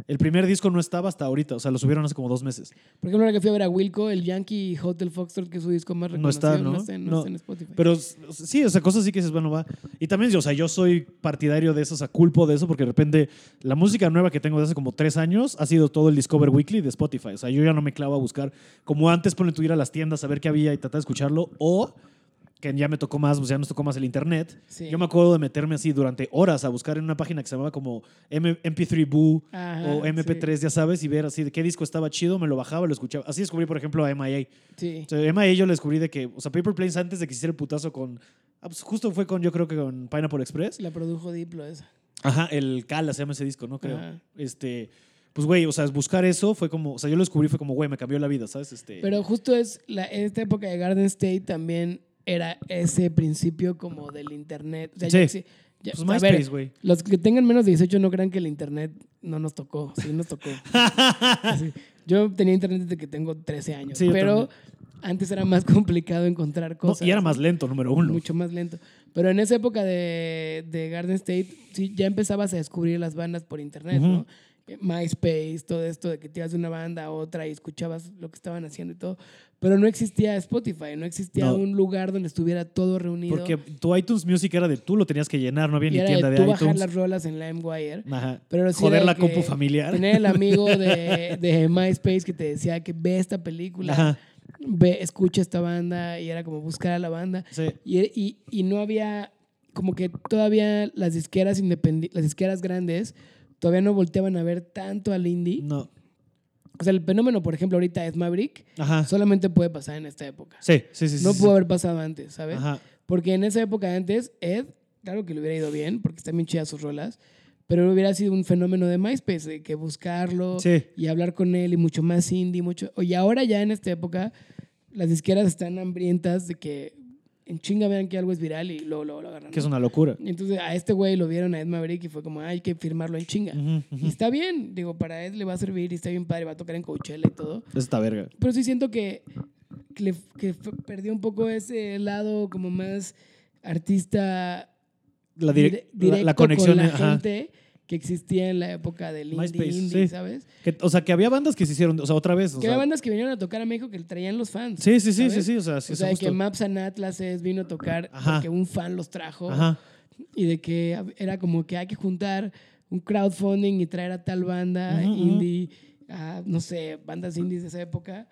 [SPEAKER 1] El primer disco no estaba hasta ahorita. O sea, lo subieron hace como dos meses.
[SPEAKER 2] Por ejemplo, ahora que fui a ver a Wilco, el Yankee Hotel Foxtrot, que es su disco más
[SPEAKER 1] No está,
[SPEAKER 2] reconocido,
[SPEAKER 1] ¿no?
[SPEAKER 2] está, en- no
[SPEAKER 1] No.
[SPEAKER 2] está en Spotify.
[SPEAKER 1] Pero s- sí, o sea, cosas sí que dices, bueno, va. Y también, yo, o sea, yo soy partidario de eso, o sea, culpo de eso, porque de repente la música nueva que tengo de hace como tres años ha sido todo el Discover Weekly de Spotify. O sea, yo ya no me clavo a buscar, como antes, ponle tú ir a las tiendas a ver qué había y tratar de escucharlo, o que ya me tocó más, o sea, nos tocó más el internet.
[SPEAKER 2] Sí.
[SPEAKER 1] Yo me acuerdo de meterme así durante horas a buscar en una página que se llamaba como M- MP3 Boo
[SPEAKER 2] Ajá,
[SPEAKER 1] o MP3, ya sabes, y ver así de qué disco estaba chido, me lo bajaba, lo escuchaba. Así descubrí, por ejemplo, a MIA.
[SPEAKER 2] Sí.
[SPEAKER 1] O sea, Emma y yo le descubrí de que, o sea, Paper Planes antes de que hiciera el putazo con. ah, pues justo fue con, yo creo que con Pineapple Express.
[SPEAKER 2] La produjo Diplo esa.
[SPEAKER 1] Ajá, el Cala se llama ese disco, ¿no? Creo.
[SPEAKER 2] Ajá.
[SPEAKER 1] Este. Pues, güey, o sea, buscar eso fue como. O sea, yo lo descubrí, fue como, güey, me cambió la vida, ¿sabes? Este,
[SPEAKER 2] Pero justo es la, en esta época de Garden State también era ese principio como del internet. O sea, ya
[SPEAKER 1] Sí.
[SPEAKER 2] exi- ya-
[SPEAKER 1] pues
[SPEAKER 2] a ver,
[SPEAKER 1] MySpace, güey.
[SPEAKER 2] los que tengan menos de 18 no crean que el internet no nos tocó. Sí, nos tocó. Sí. Yo tenía internet desde que tengo 13 años.
[SPEAKER 1] Sí, yo
[SPEAKER 2] pero antes era más complicado encontrar
[SPEAKER 1] No,
[SPEAKER 2] cosas.
[SPEAKER 1] y era más lento, número uno.
[SPEAKER 2] Mucho más lento. Pero en esa época de, de Garden State, sí, ya empezabas a descubrir las bandas por internet, ¿no?
[SPEAKER 1] Ujú.
[SPEAKER 2] Eh, MySpace, todo esto de que te ibas de una banda a otra y escuchabas lo que estaban haciendo y todo. Pero no existía Spotify, no existía
[SPEAKER 1] No.
[SPEAKER 2] un lugar donde estuviera todo reunido.
[SPEAKER 1] Porque tu iTunes Music era de tú, lo tenías que llenar, no había
[SPEAKER 2] y
[SPEAKER 1] ni
[SPEAKER 2] era
[SPEAKER 1] tienda
[SPEAKER 2] de
[SPEAKER 1] de,
[SPEAKER 2] tú bajar
[SPEAKER 1] iTunes.
[SPEAKER 2] las rolas en LimeWire.
[SPEAKER 1] Ajá.
[SPEAKER 2] Pero sí
[SPEAKER 1] Joder
[SPEAKER 2] era
[SPEAKER 1] la
[SPEAKER 2] que
[SPEAKER 1] compu familiar.
[SPEAKER 2] Tener el amigo de, de MySpace que te decía que ve esta película,
[SPEAKER 1] Ajá.
[SPEAKER 2] ve, escucha esta banda y era como buscar a la banda.
[SPEAKER 1] Sí.
[SPEAKER 2] Y, y- y no había, como que todavía las disqueras independi- las disqueras grandes todavía no volteaban a ver tanto al indie.
[SPEAKER 1] No.
[SPEAKER 2] O sea, el fenómeno, por ejemplo, ahorita es Maverick,
[SPEAKER 1] Ajá.
[SPEAKER 2] solamente puede pasar en esta época.
[SPEAKER 1] Sí, Ah. sí, sí. sí,
[SPEAKER 2] no ¿eh?
[SPEAKER 1] sí.
[SPEAKER 2] pudo haber pasado antes, ¿sabes?
[SPEAKER 1] Ajá.
[SPEAKER 2] Porque en esa época de antes, Ed, claro que le hubiera ido bien, porque están bien chidas sus rolas, pero hubiera sido un fenómeno de MySpace, de que buscarlo
[SPEAKER 1] Sí.
[SPEAKER 2] y hablar con él y mucho más indie, mucho... Y ahora ya en esta época, las disqueras están hambrientas de que en chinga vean que algo es viral y luego, luego lo agarran.
[SPEAKER 1] Que es
[SPEAKER 2] ¿no?
[SPEAKER 1] una locura.
[SPEAKER 2] Entonces a este güey lo vieron a Ed Maverick y fue como, "Ah, hay que firmarlo en chinga.
[SPEAKER 1] Ujú,
[SPEAKER 2] Y
[SPEAKER 1] ujú.
[SPEAKER 2] está bien, digo, para Ed le va a servir y está bien padre, va a tocar en Coachella y todo.
[SPEAKER 1] Es esta verga.
[SPEAKER 2] Pero sí siento que que, le- que f- perdió un poco ese lado como más artista
[SPEAKER 1] La, dire-
[SPEAKER 2] dire-
[SPEAKER 1] la- la,
[SPEAKER 2] directo
[SPEAKER 1] conexión.
[SPEAKER 2] con la
[SPEAKER 1] ajá.
[SPEAKER 2] gente que existía en la época del indie,
[SPEAKER 1] MySpace,
[SPEAKER 2] indie,
[SPEAKER 1] sí.
[SPEAKER 2] ¿sabes?
[SPEAKER 1] Que- o sea, que había bandas que se hicieron, o sea, otra vez. o
[SPEAKER 2] Que
[SPEAKER 1] sea,
[SPEAKER 2] había bandas que vinieron a tocar a México que traían los fans.
[SPEAKER 1] Sí, sí, sí, sí,
[SPEAKER 2] ¿sabes?
[SPEAKER 1] sí, o sea, sí,
[SPEAKER 2] o sea, de
[SPEAKER 1] somos
[SPEAKER 2] que
[SPEAKER 1] to-
[SPEAKER 2] Maps and Atlases vino a tocar
[SPEAKER 1] Ajá.
[SPEAKER 2] porque un fan los trajo
[SPEAKER 1] Ajá.
[SPEAKER 2] y de que hab- era como que hay que juntar un crowdfunding y traer a tal banda
[SPEAKER 1] Ujú, ujú.
[SPEAKER 2] indie, a, no sé, bandas indies de esa época.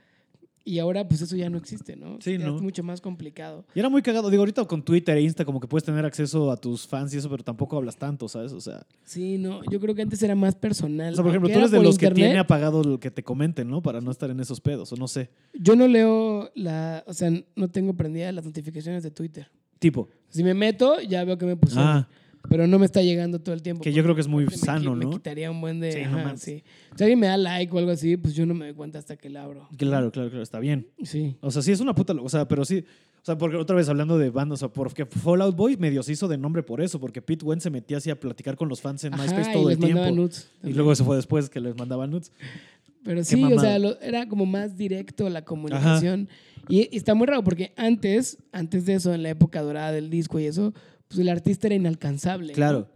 [SPEAKER 2] Y ahora pues eso ya no existe, ¿no?
[SPEAKER 1] Sí,
[SPEAKER 2] Ya
[SPEAKER 1] ¿no?
[SPEAKER 2] Es mucho más complicado.
[SPEAKER 1] Y era muy cagado. Digo, ahorita con Twitter e Insta, como que puedes tener acceso a tus fans y eso, pero tampoco hablas tanto, ¿sabes? O sea,
[SPEAKER 2] Sí, no, yo creo que antes era más personal.
[SPEAKER 1] o sea por ejemplo,
[SPEAKER 2] Aunque
[SPEAKER 1] tú
[SPEAKER 2] era
[SPEAKER 1] eres de
[SPEAKER 2] por
[SPEAKER 1] los que
[SPEAKER 2] internet,
[SPEAKER 1] tiene apagado lo que te comenten, ¿no? Para no estar en esos pedos, o no sé.
[SPEAKER 2] Yo no leo la, o sea, no tengo prendidas las notificaciones de Twitter.
[SPEAKER 1] Tipo.
[SPEAKER 2] Si me meto, ya veo que me pusieron.
[SPEAKER 1] Ah,
[SPEAKER 2] Pero no me está llegando todo el tiempo.
[SPEAKER 1] que yo creo que es muy
[SPEAKER 2] Pues, porque me qui-
[SPEAKER 1] sano,
[SPEAKER 2] Me
[SPEAKER 1] ¿no?
[SPEAKER 2] quitaría un buen de.
[SPEAKER 1] Sí, no
[SPEAKER 2] ajá,
[SPEAKER 1] mames.
[SPEAKER 2] sí. Si alguien me da like o algo así, pues yo no me doy cuenta hasta que la abro.
[SPEAKER 1] Claro, claro, claro, está bien.
[SPEAKER 2] Sí.
[SPEAKER 1] O sea, sí es una puta, lo- o sea, pero sí, o sea, porque otra vez hablando de bandas, o sea, porque Fallout Boy medio se hizo de nombre por eso, porque Pete Wentz se metía así a platicar con los fans en
[SPEAKER 2] Ajá,
[SPEAKER 1] MySpace
[SPEAKER 2] y
[SPEAKER 1] todo
[SPEAKER 2] les
[SPEAKER 1] el tiempo.
[SPEAKER 2] mandaba nudes
[SPEAKER 1] y
[SPEAKER 2] también.
[SPEAKER 1] luego eso fue después que les mandaban nudes.
[SPEAKER 2] Pero sí, o
[SPEAKER 1] mamada.
[SPEAKER 2] sea, lo- era como más directo la comunicación. Y, y está muy raro porque antes, antes de eso, en la época dorada del disco y eso, pues el artista era inalcanzable. ¿no?
[SPEAKER 1] Claro.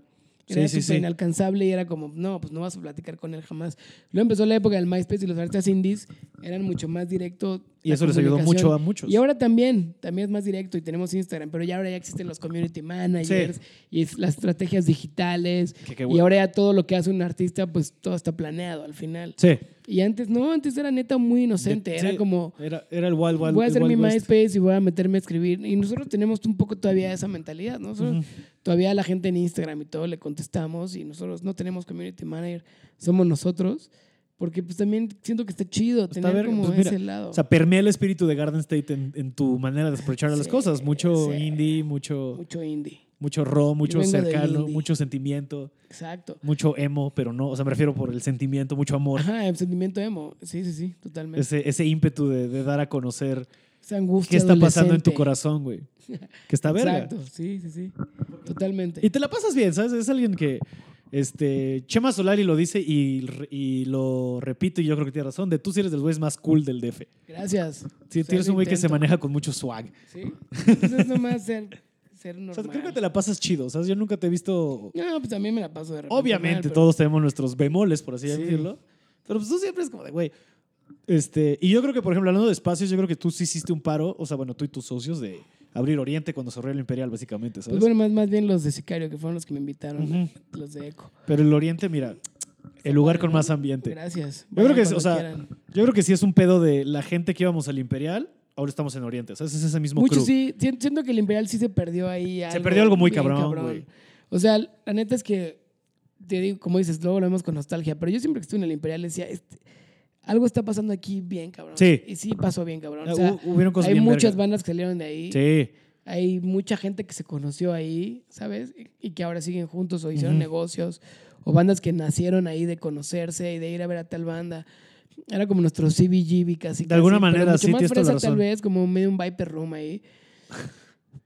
[SPEAKER 2] Era
[SPEAKER 1] Sí, sí,
[SPEAKER 2] súper
[SPEAKER 1] sí.
[SPEAKER 2] inalcanzable y era como, no, pues no vas a platicar con él jamás. Luego empezó la época del MySpace y los artistas indies eran mucho más directos.
[SPEAKER 1] Y
[SPEAKER 2] la
[SPEAKER 1] eso les ayudó
[SPEAKER 2] comunicación.
[SPEAKER 1] mucho a muchos.
[SPEAKER 2] Y ahora también, también es más directo y tenemos Instagram, pero ya ahora ya existen los community managers
[SPEAKER 1] Sí.
[SPEAKER 2] y es- las estrategias digitales.
[SPEAKER 1] Que- que
[SPEAKER 2] y
[SPEAKER 1] bueno.
[SPEAKER 2] ahora ya todo lo que hace un artista, pues todo está planeado al final.
[SPEAKER 1] Sí.
[SPEAKER 2] Y antes no, antes era neta muy inocente,
[SPEAKER 1] De-
[SPEAKER 2] era
[SPEAKER 1] sí,
[SPEAKER 2] como
[SPEAKER 1] Era, era el Wild Wild
[SPEAKER 2] voy a hacer
[SPEAKER 1] Wild
[SPEAKER 2] mi
[SPEAKER 1] West.
[SPEAKER 2] MySpace y voy a meterme a escribir. Y nosotros tenemos un poco todavía esa mentalidad, ¿no? Nosotros
[SPEAKER 1] Ujú.
[SPEAKER 2] Todavía la gente en Instagram y todo le contestamos y nosotros no tenemos community manager, somos nosotros. Porque pues también siento que está chido
[SPEAKER 1] Está
[SPEAKER 2] tener
[SPEAKER 1] verga,
[SPEAKER 2] como
[SPEAKER 1] pues, mira,
[SPEAKER 2] ese lado.
[SPEAKER 1] O sea, permea el espíritu de Garden State en, en tu manera de aprovechar las
[SPEAKER 2] Sí,
[SPEAKER 1] cosas. Mucho
[SPEAKER 2] sí.
[SPEAKER 1] indie, mucho,
[SPEAKER 2] mucho indie.
[SPEAKER 1] mucho raw, mucho
[SPEAKER 2] vengo del
[SPEAKER 1] cercano,
[SPEAKER 2] indie.
[SPEAKER 1] mucho sentimiento,
[SPEAKER 2] Exacto.
[SPEAKER 1] mucho emo, pero no, o sea, me refiero por el sentimiento, mucho amor.
[SPEAKER 2] Ajá, el sentimiento emo. Sí, sí, sí, totalmente.
[SPEAKER 1] Ese, ese ímpetu de, de dar a conocer
[SPEAKER 2] Esa angustia.
[SPEAKER 1] qué está pasando en tu
[SPEAKER 2] adolescente.
[SPEAKER 1] corazón, güey. Que está verga.
[SPEAKER 2] Exacto, sí, sí, sí. Totalmente.
[SPEAKER 1] Y te la pasas bien, ¿sabes? Es alguien que. Este, Chema Solari lo dice y, re- y lo repito, y yo creo que tiene razón: de tú sí eres del güey más cool del DF.
[SPEAKER 2] Gracias.
[SPEAKER 1] Sí,
[SPEAKER 2] O sea,
[SPEAKER 1] tienes
[SPEAKER 2] lo
[SPEAKER 1] un güey que se
[SPEAKER 2] intento.
[SPEAKER 1] maneja con mucho swag.
[SPEAKER 2] Sí. Entonces es nomás ser, ser
[SPEAKER 1] O
[SPEAKER 2] normal.
[SPEAKER 1] sea, creo que te la pasas chido, ¿sabes? Yo nunca te he visto.
[SPEAKER 2] No, pues también me la paso de repente. mal,
[SPEAKER 1] Obviamente,
[SPEAKER 2] pero-
[SPEAKER 1] todos tenemos nuestros bemoles, por así
[SPEAKER 2] Sí.
[SPEAKER 1] decirlo. Pero pues tú siempre es como de, güey. Este, y yo creo que, por ejemplo, hablando de espacios, yo creo que tú sí hiciste un paro, o sea, bueno, tú y tus socios, de abrir Oriente cuando cerró el Imperial, básicamente,
[SPEAKER 2] Pues
[SPEAKER 1] ¿sabes?
[SPEAKER 2] bueno, más, más bien los de Sicario, que fueron los que me invitaron,
[SPEAKER 1] Ujú.
[SPEAKER 2] los de Eco.
[SPEAKER 1] Pero el Oriente, mira, el lugar con más ambiente.
[SPEAKER 2] Gracias.
[SPEAKER 1] Yo creo que es,
[SPEAKER 2] Vayan
[SPEAKER 1] o
[SPEAKER 2] cuando
[SPEAKER 1] sea,
[SPEAKER 2] quieran.
[SPEAKER 1] yo creo que sí es un pedo de la gente que íbamos al Imperial, ahora estamos en Oriente, ¿sabes? Es ese mismo
[SPEAKER 2] Mucho
[SPEAKER 1] crew.
[SPEAKER 2] sí, siento, siento que el Imperial sí se perdió ahí.
[SPEAKER 1] Se perdió algo muy
[SPEAKER 2] bien
[SPEAKER 1] cabrón, güey.
[SPEAKER 2] O sea, la neta es que, te digo, como dices, luego lo vemos con nostalgia, pero yo siempre que estuve en el Imperial decía, este, algo está pasando aquí bien cabrón.
[SPEAKER 1] Sí.
[SPEAKER 2] Y sí pasó bien cabrón.
[SPEAKER 1] Ah,
[SPEAKER 2] O sea,
[SPEAKER 1] hu- hubieron cosas
[SPEAKER 2] hay
[SPEAKER 1] bien
[SPEAKER 2] muchas
[SPEAKER 1] verga.
[SPEAKER 2] bandas que salieron de ahí.
[SPEAKER 1] Sí.
[SPEAKER 2] Hay mucha gente que se conoció ahí, ¿sabes? Y- Y que ahora siguen juntos o hicieron
[SPEAKER 1] Ujú.
[SPEAKER 2] negocios. O bandas que nacieron ahí de conocerse y de ir a ver a tal banda. Era como nuestro CBGB casi.
[SPEAKER 1] De alguna
[SPEAKER 2] casi, pero
[SPEAKER 1] manera,
[SPEAKER 2] mucho
[SPEAKER 1] sí,
[SPEAKER 2] más
[SPEAKER 1] tienes toda la
[SPEAKER 2] fresa,
[SPEAKER 1] razón.
[SPEAKER 2] tal vez, como medio un Viper Room ahí.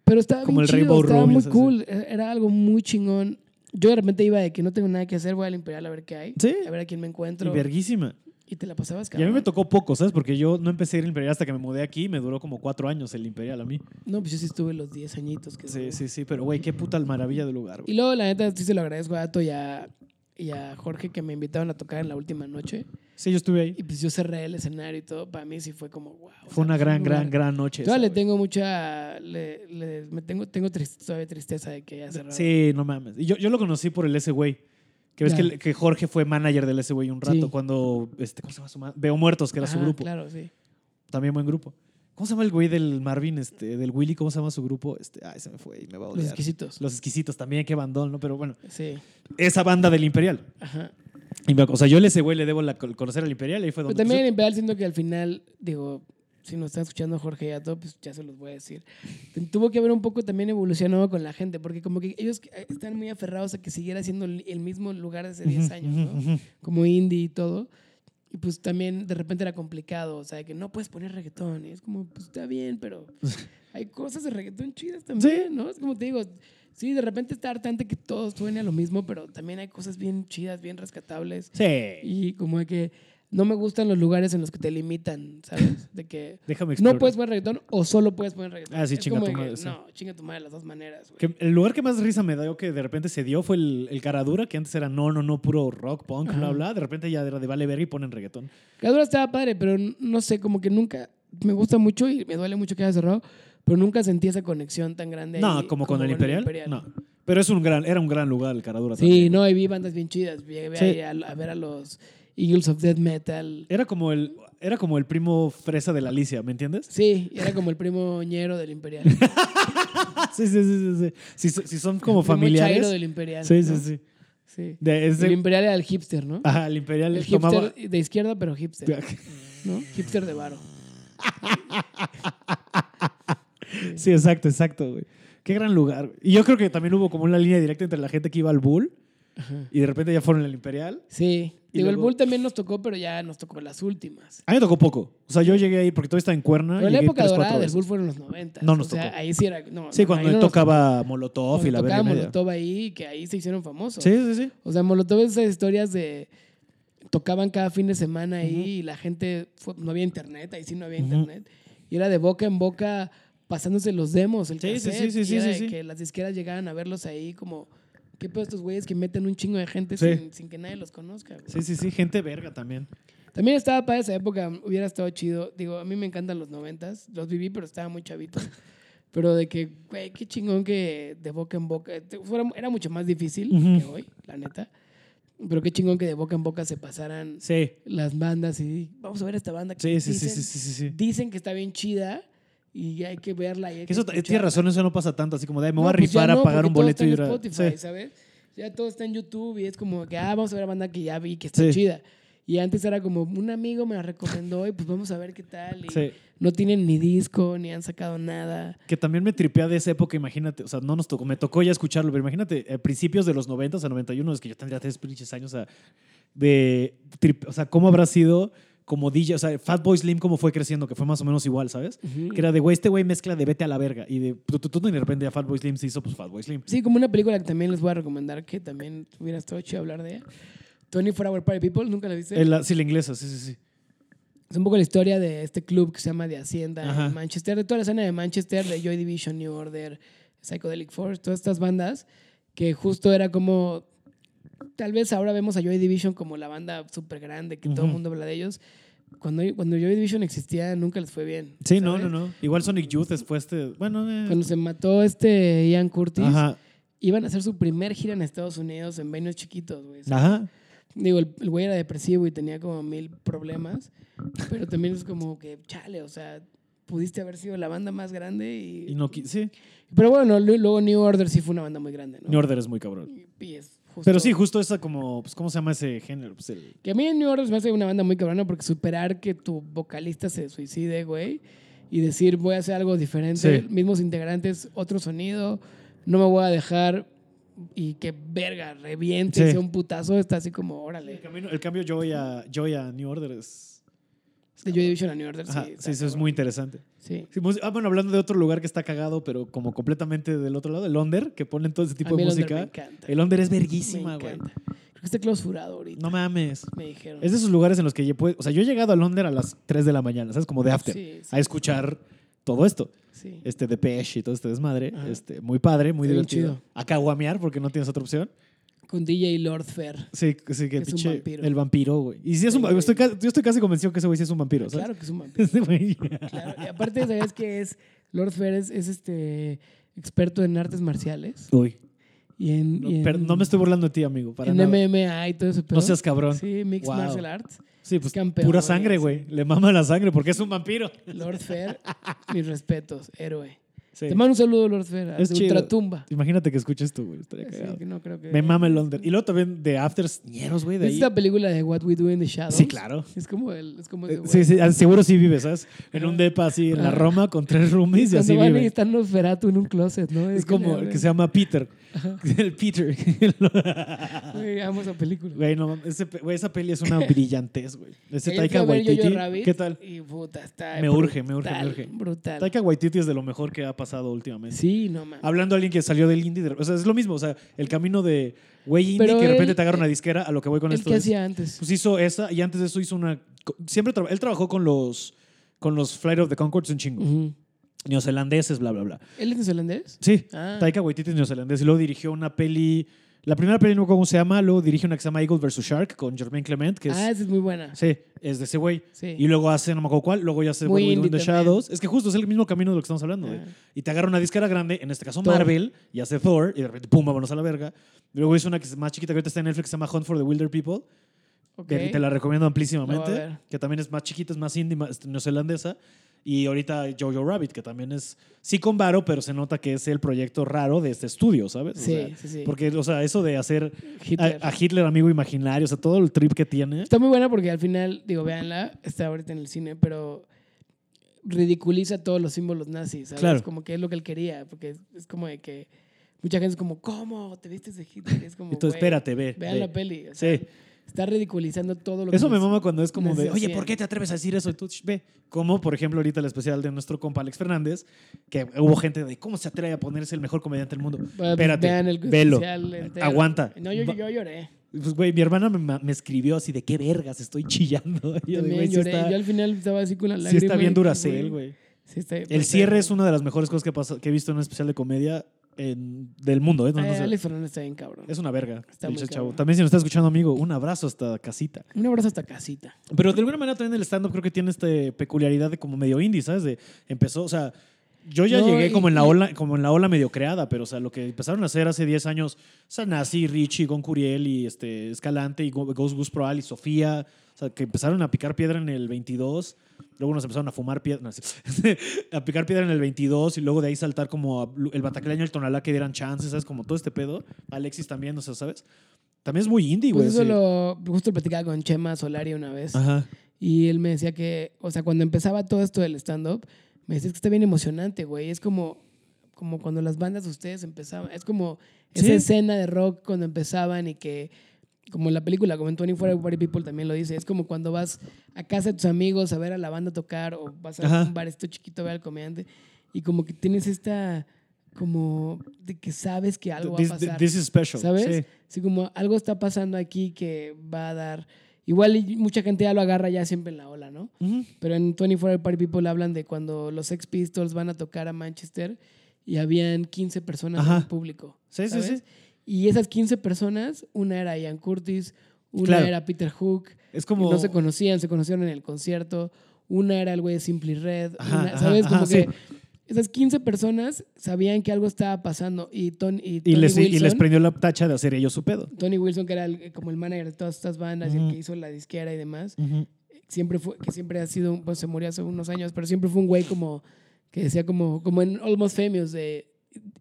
[SPEAKER 2] Pero estaba
[SPEAKER 1] Como
[SPEAKER 2] bien
[SPEAKER 1] el
[SPEAKER 2] chido,
[SPEAKER 1] Rainbow
[SPEAKER 2] estaba
[SPEAKER 1] Room,
[SPEAKER 2] muy
[SPEAKER 1] eso sí.
[SPEAKER 2] cool. e- Era algo muy chingón. Yo de repente iba de que no tengo nada que hacer, voy al Imperial a ver qué hay.
[SPEAKER 1] Sí.
[SPEAKER 2] A ver a quién me
[SPEAKER 1] Y
[SPEAKER 2] encuentro. Y,
[SPEAKER 1] verguísima.
[SPEAKER 2] te la pasabas,
[SPEAKER 1] Y a mí me
[SPEAKER 2] cabrón.
[SPEAKER 1] tocó poco, ¿sabes? Porque yo no empecé a ir al Imperial hasta que me mudé aquí y me duró como cuatro años el Imperial a mí.
[SPEAKER 2] No, pues yo sí estuve los 10 añitos. Que
[SPEAKER 1] Sí,
[SPEAKER 2] estuve.
[SPEAKER 1] sí, sí, pero güey, qué puta maravilla de lugar,
[SPEAKER 2] Y
[SPEAKER 1] güey.
[SPEAKER 2] luego, la neta, sí se lo agradezco a Ato y a, y a Jorge que me invitaron a tocar en la última noche.
[SPEAKER 1] Sí, yo estuve ahí.
[SPEAKER 2] Y pues yo cerré el escenario y todo. Para mí sí fue como, wow. o sea,
[SPEAKER 1] Fue una gran,
[SPEAKER 2] un
[SPEAKER 1] gran,
[SPEAKER 2] lugar-
[SPEAKER 1] gran noche. esa,
[SPEAKER 2] Todavía le
[SPEAKER 1] güey.
[SPEAKER 2] tengo mucha. Le, le- me tengo tengo tris- todavía tristeza de que ya cerraron.
[SPEAKER 1] Sí, no mames. Y yo, yo lo conocí por el ese güey. Que ves
[SPEAKER 2] Ya.
[SPEAKER 1] que, el- que Jorge fue manager del ese güey un rato
[SPEAKER 2] Sí.
[SPEAKER 1] cuando, este, ¿cómo se llama su ma- Veo Muertos, que era su
[SPEAKER 2] Ajá,
[SPEAKER 1] grupo.
[SPEAKER 2] Ah, Claro, sí.
[SPEAKER 1] También buen grupo. ¿Cómo se llama el güey del Marvin, este, del Willy? ¿Cómo se llama su grupo? Este, ay, se me fue y me va a
[SPEAKER 2] Los
[SPEAKER 1] odiar.
[SPEAKER 2] exquisitos.
[SPEAKER 1] Los exquisitos también, qué bandón, ¿no? Pero bueno,
[SPEAKER 2] Sí.
[SPEAKER 1] esa banda del Imperial.
[SPEAKER 2] Ajá.
[SPEAKER 1] Y me ac- o sea, yo el ese güey le debo la- conocer al Imperial y ahí fue
[SPEAKER 2] Pero
[SPEAKER 1] donde.
[SPEAKER 2] también en Imperial siento que al final, digo, si nos están escuchando Jorge y Ato, pues ya se los voy a decir. Tuvo que haber un poco también evolucionado con la gente, porque como que ellos eh, están muy aferrados a que siguiera siendo el el mismo lugar de hace 10 años, ¿no? como indie y todo. Y pues también de repente era complicado, o sea, de que no puedes poner reggaetón. Y es como, pues está bien, pero hay cosas de reggaetón chidas también, ¿no? Es como te digo, sí, de repente está hartante que todo suene a lo mismo, pero también hay cosas bien chidas, bien rescatables.
[SPEAKER 1] Sí.
[SPEAKER 2] Y como de que no me gustan los lugares en los que te limitan, ¿sabes? De que
[SPEAKER 1] Déjame explorar.
[SPEAKER 2] no pues, puedes poner reggaetón o solo puedes poner reggaetón.
[SPEAKER 1] Ah, sí,
[SPEAKER 2] Es
[SPEAKER 1] chinga
[SPEAKER 2] como
[SPEAKER 1] tu
[SPEAKER 2] de que,
[SPEAKER 1] madre, sí.
[SPEAKER 2] No, chinga tu madre de las dos maneras, güey.
[SPEAKER 1] Que el lugar que más risa me dio que de repente se dio fue el, el Caradura, que antes era no, no, no, puro rock, punk,
[SPEAKER 2] Ajá.
[SPEAKER 1] bla, bla. De repente ya era de vale verga y ponen reggaetón.
[SPEAKER 2] Cadura estaba padre, pero n- no sé, como que nunca. Me gusta mucho y me duele mucho que haya cerrado, pero nunca sentí esa conexión tan grande.
[SPEAKER 1] no,
[SPEAKER 2] ahí
[SPEAKER 1] como con el Imperial. No. Pero es un gran, era un gran lugar el Caradura
[SPEAKER 2] Sí,
[SPEAKER 1] también.
[SPEAKER 2] no, y vi bandas bien chidas. Llegué
[SPEAKER 1] Sí.
[SPEAKER 2] ahí a, a ver a los Eagles of Death Metal.
[SPEAKER 1] Era como el, era como el primo fresa de la Alicia, ¿me entiendes?
[SPEAKER 2] Sí, y era como el primo ñero del Imperial.
[SPEAKER 1] sí, sí, sí, sí, sí. Si, so- si son como
[SPEAKER 2] El Ah. primo chairo
[SPEAKER 1] familiares.
[SPEAKER 2] del Imperial.
[SPEAKER 1] Sí, sí,
[SPEAKER 2] ¿no?
[SPEAKER 1] sí.
[SPEAKER 2] Sí.
[SPEAKER 1] De ese-
[SPEAKER 2] El Imperial era el hipster, ¿no?
[SPEAKER 1] ajá, el Imperial
[SPEAKER 2] el hipster
[SPEAKER 1] tomaba.
[SPEAKER 2] de izquierda, pero hipster. ¿No? Hipster de varo.
[SPEAKER 1] Sí, exacto, exacto, güey. Qué gran lugar. güey. Y yo creo que también hubo como una línea directa entre la gente que iba al Bull y de repente ya fueron al Imperial.
[SPEAKER 2] Sí.
[SPEAKER 1] Y
[SPEAKER 2] Digo, el
[SPEAKER 1] luego-
[SPEAKER 2] Bull también nos tocó, pero ya nos tocó las últimas.
[SPEAKER 1] A mí me tocó poco. O sea, yo llegué ahí porque todavía estaba en Cuerna.
[SPEAKER 2] Pero la
[SPEAKER 1] Ah, llegué
[SPEAKER 2] época
[SPEAKER 1] tres, cuatro
[SPEAKER 2] dorada del
[SPEAKER 1] veces.
[SPEAKER 2] Bull fueron los 90.
[SPEAKER 1] No nos
[SPEAKER 2] o sea,
[SPEAKER 1] tocó.
[SPEAKER 2] Ahí sí era. No,
[SPEAKER 1] Sí,
[SPEAKER 2] no,
[SPEAKER 1] cuando
[SPEAKER 2] ahí
[SPEAKER 1] él
[SPEAKER 2] no nos
[SPEAKER 1] tocaba Molotov
[SPEAKER 2] tocó.
[SPEAKER 1] y la verga. y
[SPEAKER 2] Cuando tocaba
[SPEAKER 1] media.
[SPEAKER 2] Molotov ahí, que ahí se hicieron famosos.
[SPEAKER 1] Sí, sí, sí.
[SPEAKER 2] O sea, Molotov esas historias de. Tocaban cada fin de semana ahí y la gente. fue- no había internet, ahí sí no había
[SPEAKER 1] Ujú.
[SPEAKER 2] internet. Y era de boca en boca pasándose los demos, el
[SPEAKER 1] Sí, sí, sí,
[SPEAKER 2] cassette,
[SPEAKER 1] sí,
[SPEAKER 2] y
[SPEAKER 1] sí,
[SPEAKER 2] era
[SPEAKER 1] sí,
[SPEAKER 2] de
[SPEAKER 1] sí.
[SPEAKER 2] que las disqueras llegaban a verlos ahí como. ¿Qué pedo estos güeyes que meten un chingo de gente
[SPEAKER 1] Sí.
[SPEAKER 2] sin, sin que nadie los conozca? güey?
[SPEAKER 1] Sí, sí, sí. Gente verga también.
[SPEAKER 2] También estaba para esa época, hubiera estado chido. Digo, a mí me encantan los noventas. Los viví, pero estaba muy chavito. Pero de que, güey, qué chingón que de boca en boca. te- fuera- era mucho más difícil
[SPEAKER 1] Ujú.
[SPEAKER 2] que hoy, la neta. Pero qué chingón que de boca en boca se pasaran
[SPEAKER 1] Sí.
[SPEAKER 2] las bandas y vamos a ver esta banda. que
[SPEAKER 1] Sí, sí, sí, sí,
[SPEAKER 2] dicen,
[SPEAKER 1] sí, sí, sí.
[SPEAKER 2] Dicen que está bien chida y hay que verla. Y hay
[SPEAKER 1] Que
[SPEAKER 2] que
[SPEAKER 1] eso,
[SPEAKER 2] escucharla.
[SPEAKER 1] tienes razón, eso no pasa tanto. Así como de, "Ay, me
[SPEAKER 2] No,
[SPEAKER 1] voy a
[SPEAKER 2] pues ya
[SPEAKER 1] rifar a
[SPEAKER 2] no,
[SPEAKER 1] pagar
[SPEAKER 2] porque
[SPEAKER 1] un
[SPEAKER 2] todo
[SPEAKER 1] boleto
[SPEAKER 2] está en
[SPEAKER 1] y ir a-
[SPEAKER 2] Spotify,
[SPEAKER 1] Sí.
[SPEAKER 2] ¿sabes? Ya todo está en YouTube y es como que, ah, vamos a ver a banda que ya vi que está
[SPEAKER 1] Sí.
[SPEAKER 2] chida. Y antes era como, un amigo me la recomendó y pues vamos a ver qué tal. Y
[SPEAKER 1] Sí.
[SPEAKER 2] No tienen ni disco, ni han sacado nada.
[SPEAKER 1] Que también me tripea de esa época, imagínate. O sea, no nos tocó, me tocó ya escucharlo, pero imagínate, a principios de los 90, o sea, 91, es que yo tendría tres pinches años, o sea, de. trip- o sea, ¿cómo habrá sido como DJ? O sea, Fatboy Slim, ¿cómo fue creciendo? Que fue más o menos igual, ¿sabes? Que era de, güey, este güey mezcla de vete a la verga. Y de, tu, tu, tu, y de repente ya Fatboy Slim se hizo, pues Fatboy Slim.
[SPEAKER 2] Sí, como una película que también les voy a recomendar que también hubiera estado chido hablar de ella. 24 Hour Party People, ¿nunca la viste?
[SPEAKER 1] Eh, la- sí, la inglesa, sí, sí, sí.
[SPEAKER 2] Es un poco la historia de este club que se llama de Hacienda
[SPEAKER 1] Ajá.
[SPEAKER 2] en Manchester, de toda la escena de Manchester, de Joy Division, New Order, Psychedelic Force, todas estas bandas que justo era como. Tal vez ahora vemos a Joy Division como la banda súper grande que todo el
[SPEAKER 1] Ujú.
[SPEAKER 2] mundo habla de ellos. Cuando, cuando Joy Division existía, nunca les fue bien.
[SPEAKER 1] Sí, no,
[SPEAKER 2] ¿sabes?
[SPEAKER 1] no, no. Igual Sonic Youth después te. Bueno, eh,
[SPEAKER 2] Cuando se mató este Ian Curtis,
[SPEAKER 1] Ajá,
[SPEAKER 2] iban a hacer su primer gira en Estados Unidos en venues chiquitos, güey.
[SPEAKER 1] ajá.
[SPEAKER 2] Digo, el, el güey era depresivo y tenía como mil problemas, pero también es como que, chale, o sea, pudiste haber sido la banda más grande y...
[SPEAKER 1] Y no, qui- sí.
[SPEAKER 2] Pero bueno, lu- luego New Order sí fue una banda muy grande, ¿no?
[SPEAKER 1] New Order es muy cabrón.
[SPEAKER 2] Y- y es justo-
[SPEAKER 1] Pero sí, justo esa como, pues, ¿cómo se llama ese género? Pues el.
[SPEAKER 2] Que a mí en New Order se me hace una banda muy cabrona porque superar que tu vocalista se suicide, güey, y decir voy a hacer algo diferente,
[SPEAKER 1] Sí.
[SPEAKER 2] mismos integrantes, otro sonido, no me voy a dejar y que verga, reviente, y
[SPEAKER 1] Sí.
[SPEAKER 2] sea un putazo, está así como, órale.
[SPEAKER 1] El, camino- el cambio Joy a, Joy a New Order es.
[SPEAKER 2] De Joy Division a New Order, sí.
[SPEAKER 1] Ajá, sí,
[SPEAKER 2] está
[SPEAKER 1] eso es
[SPEAKER 2] cabrón.
[SPEAKER 1] muy interesante.
[SPEAKER 2] Sí.
[SPEAKER 1] Sí, mus- ah, bueno, hablando de otro lugar que está cagado, pero como completamente del otro lado, el Under, que ponen todo ese tipo
[SPEAKER 2] A mí
[SPEAKER 1] de
[SPEAKER 2] el under
[SPEAKER 1] música.
[SPEAKER 2] me encanta.
[SPEAKER 1] el Under es
[SPEAKER 2] Me
[SPEAKER 1] verguísima, güey.
[SPEAKER 2] encanta. Creo que está clausurado ahorita.
[SPEAKER 1] No mames.
[SPEAKER 2] me dijeron.
[SPEAKER 1] Es de esos lugares en los que ya puedes. O sea, yo he llegado a Under a las 3 de la mañana, ¿sabes? Como de after.
[SPEAKER 2] Sí, sí.
[SPEAKER 1] a escuchar todo esto.
[SPEAKER 2] sí.
[SPEAKER 1] este de Pesh y todo este desmadre.
[SPEAKER 2] Ajá.
[SPEAKER 1] Este, muy padre, muy
[SPEAKER 2] Está bien
[SPEAKER 1] divertido.
[SPEAKER 2] chido.
[SPEAKER 1] A caguamear porque no tienes otra opción.
[SPEAKER 2] Con DJ Lord Fair.
[SPEAKER 1] Sí, sí que
[SPEAKER 2] Es un
[SPEAKER 1] pinche-
[SPEAKER 2] vampiro.
[SPEAKER 1] el vampiro, güey. Y si es un
[SPEAKER 2] Sí,
[SPEAKER 1] va- estoy
[SPEAKER 2] güey.
[SPEAKER 1] ca- yo estoy casi convencido que ese güey sí es un vampiro, ¿sabes?
[SPEAKER 2] Claro que es un vampiro.
[SPEAKER 1] Este güey.
[SPEAKER 2] Claro. Y aparte, ¿sabes qué es? Lord Fair es, es, este experto en artes marciales.
[SPEAKER 1] Uy.
[SPEAKER 2] Y en,
[SPEAKER 1] No,
[SPEAKER 2] y en-
[SPEAKER 1] pero no me estoy burlando de ti, amigo. Para
[SPEAKER 2] en
[SPEAKER 1] nada.
[SPEAKER 2] MMA y todo eso.
[SPEAKER 1] No seas cabrón.
[SPEAKER 2] Sí, ¿eh? Mixed
[SPEAKER 1] Wow.
[SPEAKER 2] Martial Arts.
[SPEAKER 1] Sí, pues
[SPEAKER 2] campeón,
[SPEAKER 1] pura
[SPEAKER 2] güey,
[SPEAKER 1] sangre,
[SPEAKER 2] sí.
[SPEAKER 1] güey. Le mama la sangre porque es un vampiro.
[SPEAKER 2] Lord Fair, mis respetos, héroe.
[SPEAKER 1] Sí.
[SPEAKER 2] Te mando un saludo, Lord Fair. a
[SPEAKER 1] Es
[SPEAKER 2] tu
[SPEAKER 1] chido.
[SPEAKER 2] Ultratumba.
[SPEAKER 1] Imagínate que escuches tú, güey. Estaría
[SPEAKER 2] Sí,
[SPEAKER 1] cagado.
[SPEAKER 2] que no creo que-
[SPEAKER 1] Me mama el under. Y luego también de afters ñeros, güey. De
[SPEAKER 2] ¿Viste
[SPEAKER 1] ahí.
[SPEAKER 2] esta película de What We Do in the Shadows?
[SPEAKER 1] Sí, claro.
[SPEAKER 2] Es como el. Es como ese
[SPEAKER 1] Eh,
[SPEAKER 2] güey.
[SPEAKER 1] Sí, sí, ah, seguro sí vive, ¿sabes? En un depa así, en la
[SPEAKER 2] Ajá.
[SPEAKER 1] Roma, con tres roomies y
[SPEAKER 2] Ah. Cuando
[SPEAKER 1] así
[SPEAKER 2] van
[SPEAKER 1] vive.
[SPEAKER 2] y están Nosferatu en un closet, ¿no?
[SPEAKER 1] Es como el que se llama Peter. El Peter.
[SPEAKER 2] "Ah, Güey, amo esa película.
[SPEAKER 1] Güey, no, mames, ese pe- güey, esa peli es una brillantez, güey. Ese
[SPEAKER 2] Ayer fui
[SPEAKER 1] Taika
[SPEAKER 2] a ver Jojo
[SPEAKER 1] Waititi.
[SPEAKER 2] Rabbit
[SPEAKER 1] ¿Qué tal?
[SPEAKER 2] Y puta, está
[SPEAKER 1] Me urge, me urge, me
[SPEAKER 2] brutal,
[SPEAKER 1] urge.
[SPEAKER 2] Brutal.
[SPEAKER 1] Taika Waititi es de lo mejor que ha pasado últimamente.
[SPEAKER 2] Sí, no mames.
[SPEAKER 1] Hablando a alguien que salió del indie, de- o sea, es lo mismo, o sea, el camino de güey indie
[SPEAKER 2] Pero
[SPEAKER 1] que de repente
[SPEAKER 2] él- e
[SPEAKER 1] te agarra una disquera, a lo que voy con
[SPEAKER 2] ¿El
[SPEAKER 1] esto
[SPEAKER 2] qué
[SPEAKER 1] es-
[SPEAKER 2] hacía antes?
[SPEAKER 1] Pues hizo esa y antes de eso hizo una co- siempre tra- él trabajó con los con los Flight of the Concords un chingo,
[SPEAKER 2] Ujú.
[SPEAKER 1] neozelandeses, bla bla bla.
[SPEAKER 2] ¿Él es neozelandés?
[SPEAKER 1] Sí,
[SPEAKER 2] Ah.
[SPEAKER 1] Taika Waititi es neozelandés y luego dirigió una peli, la primera peli no sé cómo se llama, luego dirige una que se llama Eagle vs Shark con Jermaine Clement, que es
[SPEAKER 2] Ah, esa es muy buena.
[SPEAKER 1] sí, es de ese güey.
[SPEAKER 2] Sí.
[SPEAKER 1] Y luego hace, no me acuerdo cuál, luego ya hace
[SPEAKER 2] Muy
[SPEAKER 1] What We Do in
[SPEAKER 2] indie
[SPEAKER 1] the
[SPEAKER 2] también.
[SPEAKER 1] Shadows. Es que justo es el mismo camino de lo que estamos hablando. güey.
[SPEAKER 2] Ah.
[SPEAKER 1] Y te agarra una disquera grande, en este caso
[SPEAKER 2] Thor.
[SPEAKER 1] Marvel, y hace Thor, y de repente, pum, vámonos a la verga. Y luego hizo una que es más chiquita que ahorita está en Netflix, se llama Hunt for the Wilder People,
[SPEAKER 2] Ok.
[SPEAKER 1] que te la recomiendo amplísimamente,
[SPEAKER 2] La voy a ver.
[SPEAKER 1] que también es más chiquita, es más indie, más este, neozelandesa. Y ahorita Jojo Rabbit, que también es, sí con varo, pero se nota que es el proyecto raro de este estudio, ¿sabes? O
[SPEAKER 2] Sí,
[SPEAKER 1] sea,
[SPEAKER 2] sí, sí.
[SPEAKER 1] Porque, o sea, eso de hacer a,
[SPEAKER 2] Hitler.
[SPEAKER 1] a Hitler amigo imaginario, o sea, todo el trip que tiene.
[SPEAKER 2] Está muy buena porque al final, digo, véanla, está ahorita en el cine, pero ridiculiza todos los símbolos nazis, ¿sabes?
[SPEAKER 1] Claro.
[SPEAKER 2] Como que es lo que él quería, porque es, es como de que mucha gente es como, ¿cómo? ¿Te vistes de Hitler? Es como,
[SPEAKER 1] Y tú,
[SPEAKER 2] "Güey,
[SPEAKER 1] espérate, ve.
[SPEAKER 2] Vean
[SPEAKER 1] ve".
[SPEAKER 2] la peli. o
[SPEAKER 1] Sí.
[SPEAKER 2] sea, Está ridiculizando todo lo que
[SPEAKER 1] Eso me
[SPEAKER 2] nos-
[SPEAKER 1] mama cuando es como
[SPEAKER 2] nos
[SPEAKER 1] de, oye,
[SPEAKER 2] hacían".
[SPEAKER 1] ¿por qué te atreves a decir eso? Y tú, "Sh, ve. Como, por ejemplo, ahorita el especial de nuestro compa Alex Fernández, que hubo gente de, ¿cómo se atreve a ponerse el mejor comediante del mundo?
[SPEAKER 2] Bueno, pues,
[SPEAKER 1] Espérate,
[SPEAKER 2] vean el
[SPEAKER 1] velo,
[SPEAKER 2] especial entero.
[SPEAKER 1] aguanta.
[SPEAKER 2] No, yo,
[SPEAKER 1] Va-
[SPEAKER 2] yo lloré.
[SPEAKER 1] Pues, güey, mi hermana me, ma- me escribió así de, ¿qué vergas? Estoy chillando. Y yo de,
[SPEAKER 2] También
[SPEAKER 1] güey, sí
[SPEAKER 2] lloré.
[SPEAKER 1] está,
[SPEAKER 2] Yo al final estaba así con la
[SPEAKER 1] sí
[SPEAKER 2] lágrima. Pues,
[SPEAKER 1] está bien
[SPEAKER 2] y como,
[SPEAKER 1] Duracell, güey.
[SPEAKER 2] sí está-
[SPEAKER 1] El
[SPEAKER 2] eh.
[SPEAKER 1] cierre es una de las mejores cosas que, ha pasado- que he visto en un especial de comedia en- del mundo. ¿eh? No,
[SPEAKER 2] Eh,
[SPEAKER 1] no sé.
[SPEAKER 2] Alex Fernández está bien cabrón.
[SPEAKER 1] es una verga.
[SPEAKER 2] Está
[SPEAKER 1] el
[SPEAKER 2] muy
[SPEAKER 1] chavo.
[SPEAKER 2] cabrón.
[SPEAKER 1] También si nos está escuchando, amigo, un abrazo hasta casita.
[SPEAKER 2] Un abrazo hasta casita.
[SPEAKER 1] Pero de alguna manera también el stand-up creo que tiene esta peculiaridad de como medio indie, ¿sabes? De, empezó, o sea, yo ya
[SPEAKER 2] No,
[SPEAKER 1] llegué
[SPEAKER 2] y-
[SPEAKER 1] como en la
[SPEAKER 2] y-
[SPEAKER 1] ola, como en la ola medio creada, pero o sea, lo que empezaron a hacer hace 10 años, Sanasi, Richie, Goncuriel y este Escalante y Go- Ghost Goose Proal y Sofía, o sea, que empezaron a picar piedra en el 22, luego nos empezaron a fumar piedra, no, sí, a picar piedra en el 22 y luego de ahí saltar como a Blu- el Batacleño, el Tonalá que dieran chances, ¿sabes? Como todo este pedo. Alexis también, o sea, ¿sabes? También es muy indie, güey.
[SPEAKER 2] Pues eso
[SPEAKER 1] sí.
[SPEAKER 2] lo, justo lo platicaba con Chema Solari una vez.
[SPEAKER 1] Ajá.
[SPEAKER 2] Y él me decía que, o sea, cuando empezaba todo esto del stand-up, me decía "Es que está bien emocionante, güey. Es como, como cuando las bandas de ustedes empezaban. Es como esa
[SPEAKER 1] Sí.
[SPEAKER 2] escena de rock cuando empezaban y que, como la película, como en 24 Everybody People también lo dice, es como cuando vas a casa de tus amigos a ver a la banda tocar o vas a
[SPEAKER 1] Ajá.
[SPEAKER 2] un bar esto chiquito a ver al comediante y como que tienes esta, como, de que sabes que algo
[SPEAKER 1] This,
[SPEAKER 2] va a pasar.
[SPEAKER 1] this is special.
[SPEAKER 2] ¿Sabes?
[SPEAKER 1] sí.
[SPEAKER 2] Así como algo está pasando aquí que va a dar. Igual y mucha gente ya lo agarra ya siempre en la ola, ¿no?
[SPEAKER 1] Ujú.
[SPEAKER 2] Pero en 24 Hour Party People hablan de cuando los Sex Pistols van a tocar a Manchester y habían 15 personas en
[SPEAKER 1] Ajá.
[SPEAKER 2] el público.
[SPEAKER 1] Sí, sí,
[SPEAKER 2] ¿sabes?
[SPEAKER 1] sí.
[SPEAKER 2] Y esas 15 personas, una era Ian Curtis, una
[SPEAKER 1] Claro.
[SPEAKER 2] era Peter Hook,
[SPEAKER 1] Es
[SPEAKER 2] y
[SPEAKER 1] como.
[SPEAKER 2] no se conocían, se conocieron en el concierto, una era el güey de Simply Red,
[SPEAKER 1] Ajá,
[SPEAKER 2] una-
[SPEAKER 1] ajá,
[SPEAKER 2] ¿sabes? Como
[SPEAKER 1] ajá,
[SPEAKER 2] que
[SPEAKER 1] sí.
[SPEAKER 2] esas 15 personas sabían que algo estaba pasando y, Ton, y,
[SPEAKER 1] Y
[SPEAKER 2] Tony
[SPEAKER 1] les, y les
[SPEAKER 2] Wilson-
[SPEAKER 1] prendió la tacha de hacer ellos su pedo.
[SPEAKER 2] Tony Wilson, que era el- eh, como el manager de todas estas bandas, y el
[SPEAKER 1] Ujú.
[SPEAKER 2] que hizo la disquera y demás, eh, siempre fue, que siempre ha sido, un- pues se murió hace unos años, pero siempre fue un güey como, que decía como, como en Almost Famous, de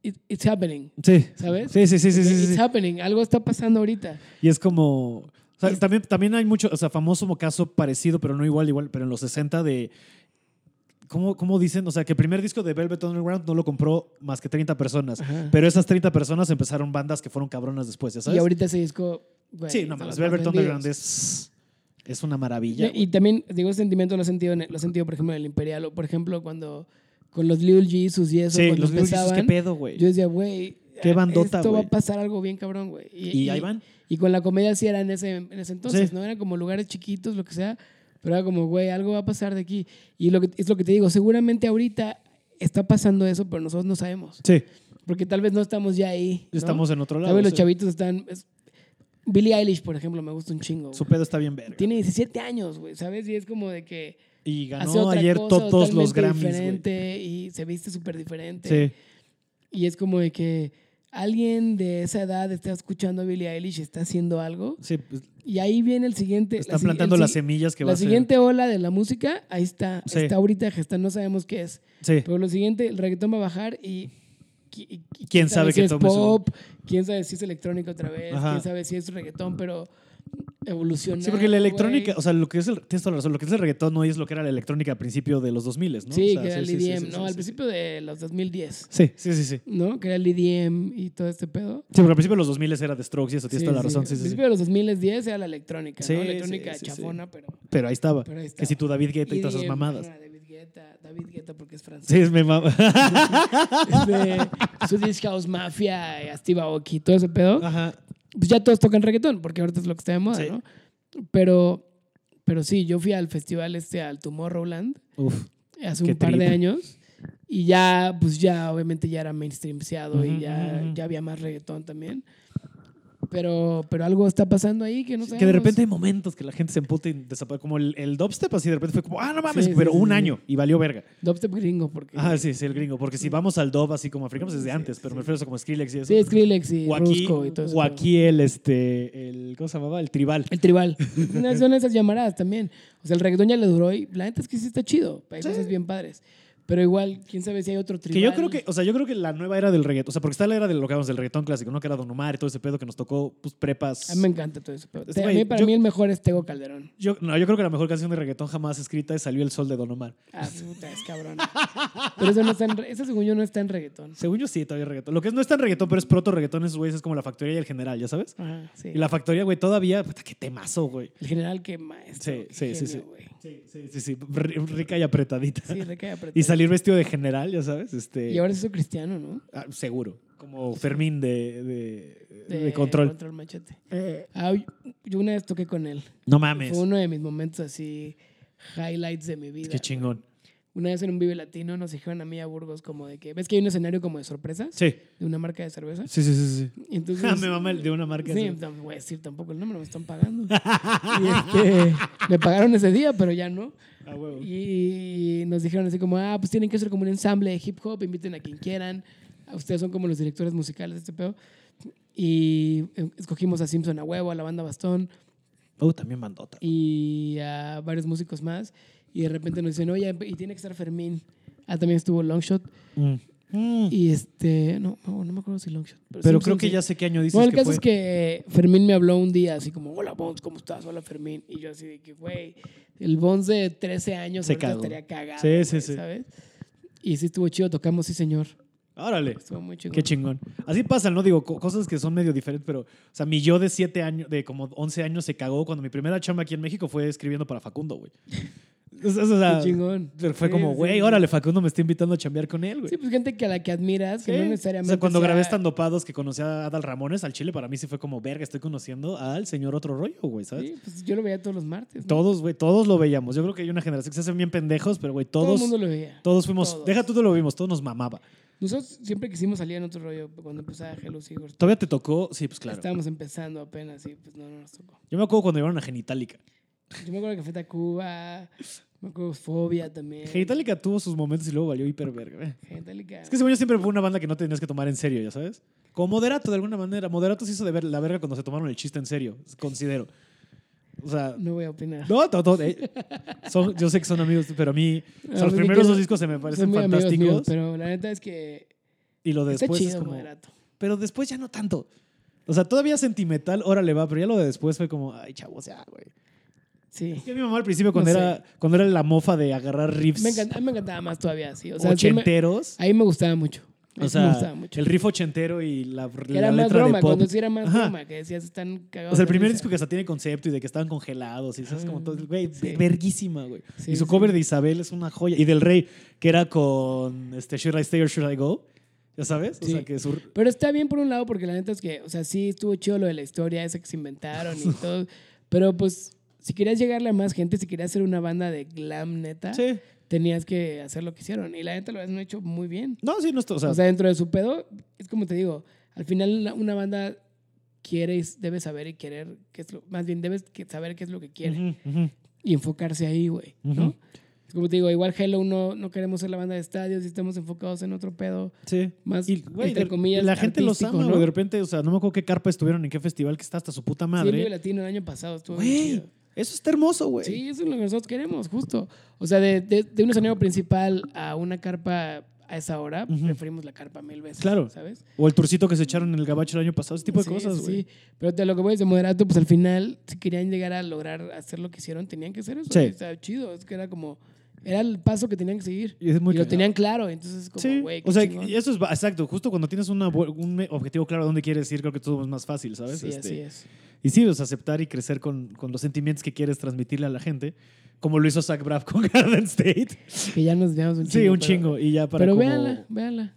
[SPEAKER 2] "It- It's happening,
[SPEAKER 1] Sí.
[SPEAKER 2] ¿sabes?
[SPEAKER 1] Sí, sí, sí, sí,
[SPEAKER 2] De,
[SPEAKER 1] sí, sí,
[SPEAKER 2] It's
[SPEAKER 1] sí.
[SPEAKER 2] happening, algo está pasando ahorita.
[SPEAKER 1] Y es como. o sea,
[SPEAKER 2] Es-
[SPEAKER 1] también, también hay mucho, o sea, famoso como caso parecido, pero no igual, igual, pero en los 60 de. ¿Cómo, ¿Cómo dicen? O sea, que el primer disco de Velvet Underground no lo compró más que 30 personas.
[SPEAKER 2] Ajá.
[SPEAKER 1] Pero esas 30 personas empezaron bandas que fueron cabronas después, ¿ya sabes?
[SPEAKER 2] Y ahorita ese disco, güey,
[SPEAKER 1] sí, no
[SPEAKER 2] de
[SPEAKER 1] más.
[SPEAKER 2] los
[SPEAKER 1] Velvet
[SPEAKER 2] vendidos.
[SPEAKER 1] Underground es. Es una maravilla.
[SPEAKER 2] Y también, digo, ese sentimiento lo he sentido, en- lo he sentido, por ejemplo, en el Imperial, o por ejemplo, cuando, con los Lil Jesus y eso,
[SPEAKER 1] sí,
[SPEAKER 2] cuando
[SPEAKER 1] los Little Jesus, qué
[SPEAKER 2] empezaban,
[SPEAKER 1] pedo, güey.
[SPEAKER 2] yo decía, güey,
[SPEAKER 1] Qué bandota,
[SPEAKER 2] esto va
[SPEAKER 1] güey.
[SPEAKER 2] a pasar algo bien cabrón, güey.
[SPEAKER 1] Y ahí van.
[SPEAKER 2] Y con la comedia sí era en ese, en ese entonces,
[SPEAKER 1] Sí.
[SPEAKER 2] ¿no? Eran como lugares chiquitos, lo que sea, pero era como, güey, algo va a pasar de aquí. Y lo que, es lo que te digo, seguramente ahorita está pasando eso, pero nosotros no sabemos.
[SPEAKER 1] Sí,
[SPEAKER 2] Porque tal vez no estamos ya ahí. ¿no?
[SPEAKER 1] estamos en otro
[SPEAKER 2] Tal
[SPEAKER 1] lado.
[SPEAKER 2] vez los
[SPEAKER 1] sí.
[SPEAKER 2] chavitos están... es- Billie Eilish, por ejemplo, me gusta un chingo. güey.
[SPEAKER 1] Su pedo está bien verga.
[SPEAKER 2] Tiene 17 años, güey, ¿sabes? Y es como de que
[SPEAKER 1] Y
[SPEAKER 2] hace
[SPEAKER 1] ganó
[SPEAKER 2] otra
[SPEAKER 1] ayer
[SPEAKER 2] cosa
[SPEAKER 1] todos los
[SPEAKER 2] totalmente
[SPEAKER 1] Grammys, güey.
[SPEAKER 2] diferente y se viste súper diferente.
[SPEAKER 1] Sí.
[SPEAKER 2] Y es como de que alguien de esa edad está escuchando a Billie Eilish y está haciendo algo.
[SPEAKER 1] Sí, pues,
[SPEAKER 2] Y ahí viene el siguiente.
[SPEAKER 1] está
[SPEAKER 2] la si-
[SPEAKER 1] plantando
[SPEAKER 2] el
[SPEAKER 1] las
[SPEAKER 2] si-
[SPEAKER 1] semillas que va
[SPEAKER 2] La
[SPEAKER 1] a ser.
[SPEAKER 2] siguiente ola de la música, ahí está.
[SPEAKER 1] Sí.
[SPEAKER 2] Está ahorita gestando, no sabemos qué es.
[SPEAKER 1] Sí.
[SPEAKER 2] Pero lo siguiente, el reggaetón va a bajar y. qui- y- y
[SPEAKER 1] ¿Quién sabe
[SPEAKER 2] si
[SPEAKER 1] qué
[SPEAKER 2] es
[SPEAKER 1] tome su-
[SPEAKER 2] pop? ¿Quién sabe si es electrónica otra vez?
[SPEAKER 1] Ajá.
[SPEAKER 2] ¿Quién sabe si es reggaetón, pero evoluciona?
[SPEAKER 1] Sí, porque la electrónica, o sea, lo que es el, tienes toda la razón, lo que es el reggaetón no es lo que era la electrónica a principio de los 2000, ¿no?
[SPEAKER 2] sí,
[SPEAKER 1] O sea,
[SPEAKER 2] que era el
[SPEAKER 1] sí, sí, sí,
[SPEAKER 2] EDM,
[SPEAKER 1] sí,
[SPEAKER 2] ¿no?
[SPEAKER 1] sí,
[SPEAKER 2] Al
[SPEAKER 1] sí.
[SPEAKER 2] principio de los 2010,
[SPEAKER 1] Sí, sí, sí, sí. Sí,
[SPEAKER 2] ¿no? Que era el EDM y todo este pedo.
[SPEAKER 1] porque al principio de los 2000 era de Strokes y eso, tienes
[SPEAKER 2] Sí,
[SPEAKER 1] toda la
[SPEAKER 2] sí.
[SPEAKER 1] razón, sí,
[SPEAKER 2] Al
[SPEAKER 1] sí, sí.
[SPEAKER 2] principio de los 2010 era la electrónica,
[SPEAKER 1] Sí,
[SPEAKER 2] ¿no? Electrónica
[SPEAKER 1] sí, sí, sí.
[SPEAKER 2] chafona, pero, E
[SPEAKER 1] Pero ahí estaba.
[SPEAKER 2] pero ahí está.
[SPEAKER 1] Que si tu David Guetta y todas esas
[SPEAKER 2] EDM,
[SPEAKER 1] mamadas.
[SPEAKER 2] ajá, David Guetta Guetta, David Guetta porque es francés.
[SPEAKER 1] Sí, me mama.
[SPEAKER 2] Este, Swedish House Mafia, eh, Steve Aoki, todo ese pedo.
[SPEAKER 1] Ajá.
[SPEAKER 2] Pues ya todos tocan reggaetón, porque ahorita es lo que está de moda,
[SPEAKER 1] Sí.
[SPEAKER 2] ¿no? Pero, pero sí, yo fui al festival este, al Tomorrowland,
[SPEAKER 1] Uf.
[SPEAKER 2] hace
[SPEAKER 1] Qué
[SPEAKER 2] un par de
[SPEAKER 1] trip.
[SPEAKER 2] años. Y ya, pues ya, obviamente ya era mainstreamseado
[SPEAKER 1] Ujú,
[SPEAKER 2] y ya,
[SPEAKER 1] ujú.
[SPEAKER 2] ya había más reggaetón también. Pero, pero algo está pasando ahí que no
[SPEAKER 1] que de
[SPEAKER 2] sabemos.
[SPEAKER 1] repente hay momentos que la gente se emputa y desaparece. Como el, el dubstep, así de repente fue como, ah, no mames,
[SPEAKER 2] Sí, sí,
[SPEAKER 1] pero
[SPEAKER 2] sí,
[SPEAKER 1] un
[SPEAKER 2] sí.
[SPEAKER 1] año y valió verga.
[SPEAKER 2] Dubstep gringo, porque.
[SPEAKER 1] Ah, sí, sí, el gringo. Porque si vamos al dub así como africanos es de
[SPEAKER 2] Sí,
[SPEAKER 1] antes, pero me refiero a eso como Skrillex y eso.
[SPEAKER 2] sí, Skrillex y
[SPEAKER 1] o aquí,
[SPEAKER 2] Rusco y todo eso.
[SPEAKER 1] o aquí el, este, el, ¿cómo se llamaba? El tribal.
[SPEAKER 2] El tribal. No, Son esas llamaradas también. O sea, el reggaetón ya le duró y la neta es que sí está chido. Hay cosas bien padres. Pero igual, quién sabe si hay otro tribal.
[SPEAKER 1] Que yo creo que, o sea, yo creo que la nueva era del reggaetón, o sea, porque está la era de lo que hablamos del reggaetón clásico, ¿no? Que era Don Omar y todo ese pedo que nos tocó, pues, prepas.
[SPEAKER 2] A mí me encanta todo eso. pero
[SPEAKER 1] Este
[SPEAKER 2] a
[SPEAKER 1] güey,
[SPEAKER 2] mí, para
[SPEAKER 1] yo-
[SPEAKER 2] mí el mejor es Tego Calderón.
[SPEAKER 1] Yo, no, yo creo que la mejor canción de reggaetón jamás escrita es Salió el sol de Don Omar.
[SPEAKER 2] Ah, puta, es cabrón. Pero eso no está en, re- eso según yo no está en reggaetón.
[SPEAKER 1] Según yo sí, todavía hay reggaetón. Lo que es, no es tan reggaetón, pero es proto reggaetón, esos güeyes es como la factoría y el general, ¿ya sabes?
[SPEAKER 2] Ajá, sí.
[SPEAKER 1] Y la factoría, güey, todavía, puta, qué temazo, güey.
[SPEAKER 2] El general que maestro.
[SPEAKER 1] Sí,
[SPEAKER 2] qué
[SPEAKER 1] sí, sí,
[SPEAKER 2] genio,
[SPEAKER 1] sí.
[SPEAKER 2] güey.
[SPEAKER 1] Sí, sí, sí, sí, ri- rica y apretadita.
[SPEAKER 2] Sí, recae apretado.
[SPEAKER 1] y salir vestido de general, ¿ya sabes? Este,
[SPEAKER 2] Y ahora es eso cristiano, ¿no?
[SPEAKER 1] ah, seguro, como Fermín de, de, de
[SPEAKER 2] De
[SPEAKER 1] control.
[SPEAKER 2] control machete. Ah, yo- yo una vez toqué con él.
[SPEAKER 1] No mames,
[SPEAKER 2] Fue uno de mis momentos así, highlights de mi vida.
[SPEAKER 1] qué chingón.
[SPEAKER 2] Una vez en un Vive Latino nos dijeron a mí y a Burgos como de que, ¿ves que hay un escenario como de sorpresas?
[SPEAKER 1] Sí,
[SPEAKER 2] De una marca de cerveza.
[SPEAKER 1] sí, sí, sí. sí.
[SPEAKER 2] Y entonces...
[SPEAKER 1] Ah, me mama el de una marca.
[SPEAKER 2] Sí,
[SPEAKER 1] así.
[SPEAKER 2] no voy a decir tampoco el nombre, me están pagando. y este, me pagaron ese día, pero ya no.
[SPEAKER 1] Ah, huevo.
[SPEAKER 2] Y nos dijeron así como, ah, pues tienen que ser como un ensamble de hip hop, inviten a quien quieran. A Ustedes son como los directores musicales de este pedo. Y eh, escogimos a Simpson a huevo, a la banda Bastón
[SPEAKER 1] Oh, también mandota.
[SPEAKER 2] y a varios músicos más. Y de repente nos dicen, oye, y tiene que estar Fermín. Ah, también estuvo Longshot.
[SPEAKER 1] Mm. Mm.
[SPEAKER 2] Y este, no, no, no me acuerdo si Longshot.
[SPEAKER 1] Pero
[SPEAKER 2] Simpson
[SPEAKER 1] creo que
[SPEAKER 2] sí.
[SPEAKER 1] ya sé qué año dices
[SPEAKER 2] Bueno, el
[SPEAKER 1] que
[SPEAKER 2] caso
[SPEAKER 1] fue.
[SPEAKER 2] es que Fermín me habló un día así como, hola Bones, ¿cómo estás? Hola Fermín. Y yo así de que, güey, el Bones de 13 años
[SPEAKER 1] Se
[SPEAKER 2] ahorita
[SPEAKER 1] cagó.
[SPEAKER 2] estaría cagado.
[SPEAKER 1] Sí, sí,
[SPEAKER 2] güey,
[SPEAKER 1] sí.
[SPEAKER 2] ¿Sabes? Y sí estuvo chido, tocamos, sí señor.
[SPEAKER 1] Órale.
[SPEAKER 2] Estuvo muy chido.
[SPEAKER 1] Qué chingón. Así pasa, ¿no? Digo, co- cosas que son medio diferentes, pero, o sea, mi yo de 7 años, de como 11 años se cagó cuando mi primera chamba aquí en México fue escribiendo para Facundo, güey. O sea, o sea,
[SPEAKER 2] Qué chingón.
[SPEAKER 1] Fue
[SPEAKER 2] Sí,
[SPEAKER 1] como,
[SPEAKER 2] sí,
[SPEAKER 1] güey,
[SPEAKER 2] sí.
[SPEAKER 1] órale, Facundo me está invitando a chambear con él, güey.
[SPEAKER 2] Sí, pues gente que a la que admiras, que
[SPEAKER 1] Sí.
[SPEAKER 2] no necesariamente.
[SPEAKER 1] O sea, cuando grabé
[SPEAKER 2] sea-
[SPEAKER 1] Estando Pados que conocí a Adal Ramones al Chile, para mí sí fue como, verga, estoy conociendo al señor otro rollo, güey, ¿sabes?
[SPEAKER 2] Sí, pues yo lo veía todos los martes. ¿no?
[SPEAKER 1] Todos, güey, todos lo veíamos. Yo creo que hay una generación que se hacen bien pendejos, pero, güey,
[SPEAKER 2] Todo
[SPEAKER 1] todos,
[SPEAKER 2] el mundo lo veía.
[SPEAKER 1] todos fuimos,
[SPEAKER 2] todos.
[SPEAKER 1] deja tú, te lo vimos, todos nos mamaba.
[SPEAKER 2] Nosotros siempre quisimos salir en otro rollo cuando empezaba Hello Sigurd.
[SPEAKER 1] Todavía te tocó, sí, pues claro.
[SPEAKER 2] Estábamos empezando apenas y pues no, no nos tocó.
[SPEAKER 1] Yo me acuerdo cuando llevaron a Genitalica.
[SPEAKER 2] Yo me acuerdo que fue Tacuba, me acuerdo Fobia también.
[SPEAKER 1] Genitalica tuvo sus momentos y luego valió hiperverga. güey.
[SPEAKER 2] Genitalica.
[SPEAKER 1] Es que según yo siempre fue una banda que no tenías que tomar en serio, ¿ya sabes? Como Moderato, de alguna manera. Moderato se hizo de ver la verga cuando se tomaron el chiste en serio, considero. O sea,
[SPEAKER 2] No voy a opinar.
[SPEAKER 1] no, no, no, eh, son- yo sé que son amigos, pero a mí o sea,
[SPEAKER 2] A
[SPEAKER 1] los
[SPEAKER 2] mí me
[SPEAKER 1] primeros
[SPEAKER 2] quedo-
[SPEAKER 1] dos discos se me parecen
[SPEAKER 2] Son muy amigos
[SPEAKER 1] fantásticos
[SPEAKER 2] míos, pero la neta es que
[SPEAKER 1] y lo de
[SPEAKER 2] está
[SPEAKER 1] después es
[SPEAKER 2] chido
[SPEAKER 1] como...
[SPEAKER 2] moderato.
[SPEAKER 1] Pero después ya no tanto. O sea, todavía sentimental, órale va, pero ya lo de después fue como, ay, chavos, ya, güey.
[SPEAKER 2] Sí.
[SPEAKER 1] Es que mi mamá al principio cuando,
[SPEAKER 2] No sé.
[SPEAKER 1] era, cuando era la mofa de agarrar riffs
[SPEAKER 2] Me encanta- a mí me encantaba más todavía, sí. O sea, sí me-
[SPEAKER 1] pues ochenteros.
[SPEAKER 2] ahí me gustaba mucho. Ahí
[SPEAKER 1] O
[SPEAKER 2] me
[SPEAKER 1] sea,
[SPEAKER 2] gustaba mucho.
[SPEAKER 1] el riff ochentero y la,
[SPEAKER 2] Que
[SPEAKER 1] la
[SPEAKER 2] era más
[SPEAKER 1] letra
[SPEAKER 2] broma,
[SPEAKER 1] de pop.
[SPEAKER 2] cuando sí era más
[SPEAKER 1] Ajá.
[SPEAKER 2] broma, que decías están cagados.
[SPEAKER 1] O sea, el
[SPEAKER 2] de
[SPEAKER 1] primer
[SPEAKER 2] risa.
[SPEAKER 1] disco que hasta tiene concepto y de que estaban congelados y sabes como todo, güey,
[SPEAKER 2] Ah, Sí.
[SPEAKER 1] verguísima, güey.
[SPEAKER 2] Sí,
[SPEAKER 1] y su
[SPEAKER 2] sí.
[SPEAKER 1] cover de Isabel es una joya. Y del Rey, que era con este, Should I Stay or Should I Go, ya sabes. O
[SPEAKER 2] Sí.
[SPEAKER 1] sea, que su...
[SPEAKER 2] Pero está bien por un lado, porque la neta es que, o sea, sí estuvo chido lo de la historia esa que se inventaron y todo. Pero pues, si querías llegarle a más gente, si querías ser una banda de glam neta,
[SPEAKER 1] Sí.
[SPEAKER 2] tenías que hacer lo que hicieron. Y la neta lo han hecho muy bien.
[SPEAKER 1] No, sí, no esto, o sea,
[SPEAKER 2] O sea, dentro de su pedo, es como te digo, al final una, una banda quiere, y s- debe saber y querer, qué es lo, más bien debes que saber qué es lo que quiere
[SPEAKER 1] ujú, ujú.
[SPEAKER 2] y enfocarse ahí, güey, ¿no?
[SPEAKER 1] Ujú.
[SPEAKER 2] Es como te digo, igual Hello no, no queremos ser la banda de estadios y estamos enfocados en otro pedo,
[SPEAKER 1] Sí.
[SPEAKER 2] más,
[SPEAKER 1] Y, güey,
[SPEAKER 2] entre
[SPEAKER 1] de-
[SPEAKER 2] comillas,
[SPEAKER 1] la gente los
[SPEAKER 2] artístico,
[SPEAKER 1] ama,
[SPEAKER 2] ¿no?
[SPEAKER 1] güey. De repente, o sea, no me acuerdo qué carpa estuvieron, en qué festival que está hasta su puta
[SPEAKER 2] Sí, el Vive
[SPEAKER 1] madre.
[SPEAKER 2] Latino el año pasado estuvo bien
[SPEAKER 1] Güey,
[SPEAKER 2] chido.
[SPEAKER 1] eso está hermoso, güey.
[SPEAKER 2] Sí, eso es lo que nosotros queremos, justo. O sea, de, de, de un escenario principal a una carpa a esa hora,
[SPEAKER 1] Ujú.
[SPEAKER 2] preferimos la carpa mil veces.
[SPEAKER 1] Claro.
[SPEAKER 2] ¿Sabes?
[SPEAKER 1] O el turcito que se echaron en el gabacho el año pasado, ese tipo de
[SPEAKER 2] Sí,
[SPEAKER 1] cosas,
[SPEAKER 2] sí,
[SPEAKER 1] güey.
[SPEAKER 2] Sí, pero te lo que voy de moderato, pues al final, si querían llegar a lograr hacer lo que hicieron, tenían que hacer eso.
[SPEAKER 1] Sí.
[SPEAKER 2] Está chido, es que era como, Era el paso que tenían que seguir.
[SPEAKER 1] Y es muy
[SPEAKER 2] y lo
[SPEAKER 1] cagado.
[SPEAKER 2] tenían claro, entonces como,
[SPEAKER 3] Sí,
[SPEAKER 2] güey, qué
[SPEAKER 1] O sea,
[SPEAKER 2] chingón.
[SPEAKER 1] y eso es va- exacto. Justo cuando tienes una bu- un me- objetivo claro a dónde quieres ir, creo que todo es más fácil, ¿sabes?
[SPEAKER 2] Sí,
[SPEAKER 1] Este,
[SPEAKER 2] así es.
[SPEAKER 1] Y sí, o sea, aceptar y crecer con, con los sentimientos que quieres transmitirle a la gente, como lo hizo Zach Braff con Garden State.
[SPEAKER 2] Que ya nos veamos un chingo.
[SPEAKER 1] sí, un
[SPEAKER 2] pero-
[SPEAKER 1] chingo. Y ya para
[SPEAKER 2] Pero
[SPEAKER 1] como-
[SPEAKER 2] véanla, véanla.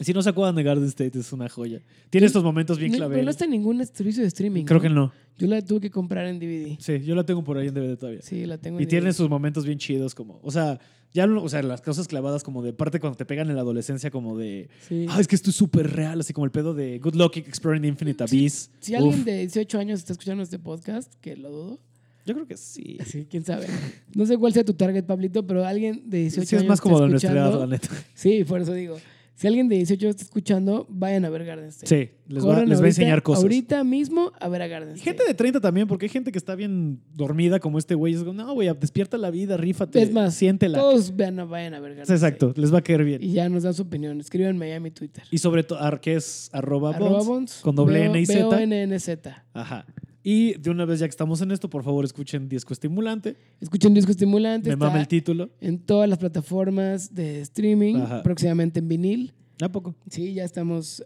[SPEAKER 1] Si no se acuerdan de Garden State, es una joya. Tiene estos momentos bien
[SPEAKER 2] No-
[SPEAKER 1] clave.
[SPEAKER 2] pero no está en ningún servicio de streaming.
[SPEAKER 1] Creo que no.
[SPEAKER 2] Yo la tuve que comprar en DVD.
[SPEAKER 1] Sí, yo la tengo por ahí en DVD todavía.
[SPEAKER 2] Sí, la tengo en
[SPEAKER 1] Y tiene
[SPEAKER 2] DVD.
[SPEAKER 1] sus momentos bien chidos, como, o sea, ya, lo- o sea, las cosas clavadas como de parte cuando te pegan en la adolescencia, como de,
[SPEAKER 2] Sí.
[SPEAKER 1] ah, es que esto es súper real, así como el pedo de Good Luck Exploring Infinite Abyss.
[SPEAKER 2] Si
[SPEAKER 1] Uf,
[SPEAKER 2] alguien de 18 años está escuchando este podcast, que lo dudo,
[SPEAKER 1] Yo creo que sí.
[SPEAKER 2] así quién sabe. No sé cuál sea tu target, Pablito, pero alguien de 18
[SPEAKER 1] Sí, es
[SPEAKER 2] años
[SPEAKER 1] más como
[SPEAKER 2] está
[SPEAKER 1] de nuestra edad,
[SPEAKER 2] escuchando-
[SPEAKER 1] la neta.
[SPEAKER 2] Sí, por eso digo. Si alguien de 18 está escuchando, vayan a ver Garden State.
[SPEAKER 1] Sí, les va,
[SPEAKER 2] Corran
[SPEAKER 1] les va a
[SPEAKER 2] ahorita-
[SPEAKER 1] enseñar cosas.
[SPEAKER 2] Ahorita este. mismo a ver a Garden
[SPEAKER 1] Y
[SPEAKER 2] State.
[SPEAKER 1] gente de 30 también, porque hay gente que está bien dormida como este güey. Es como, no, güey, despierta la vida, rífate.
[SPEAKER 2] Es más,
[SPEAKER 1] siéntela.
[SPEAKER 2] Todos vean, a- vayan a ver Garden
[SPEAKER 1] Exacto, les va a caer bien.
[SPEAKER 2] Y ya nos dan su opinión. Escríbanme allá a mi Twitter.
[SPEAKER 1] Y sobre todo, ar- que es arroba,
[SPEAKER 2] Arroba
[SPEAKER 1] bonds,
[SPEAKER 2] Bonds,
[SPEAKER 1] con doble
[SPEAKER 2] B O-
[SPEAKER 1] N y Z.
[SPEAKER 2] B-O-N-N-Z.
[SPEAKER 1] Ajá. Y de una vez ya que estamos en esto, por favor escuchen Disco Estimulante.
[SPEAKER 2] Escuchen Disco Estimulante.
[SPEAKER 1] Me
[SPEAKER 2] está
[SPEAKER 1] mama el título.
[SPEAKER 2] en todas las plataformas de streaming,
[SPEAKER 1] Ajá.
[SPEAKER 2] próximamente en vinil.
[SPEAKER 1] ¿A poco?
[SPEAKER 2] Sí, ya estamos.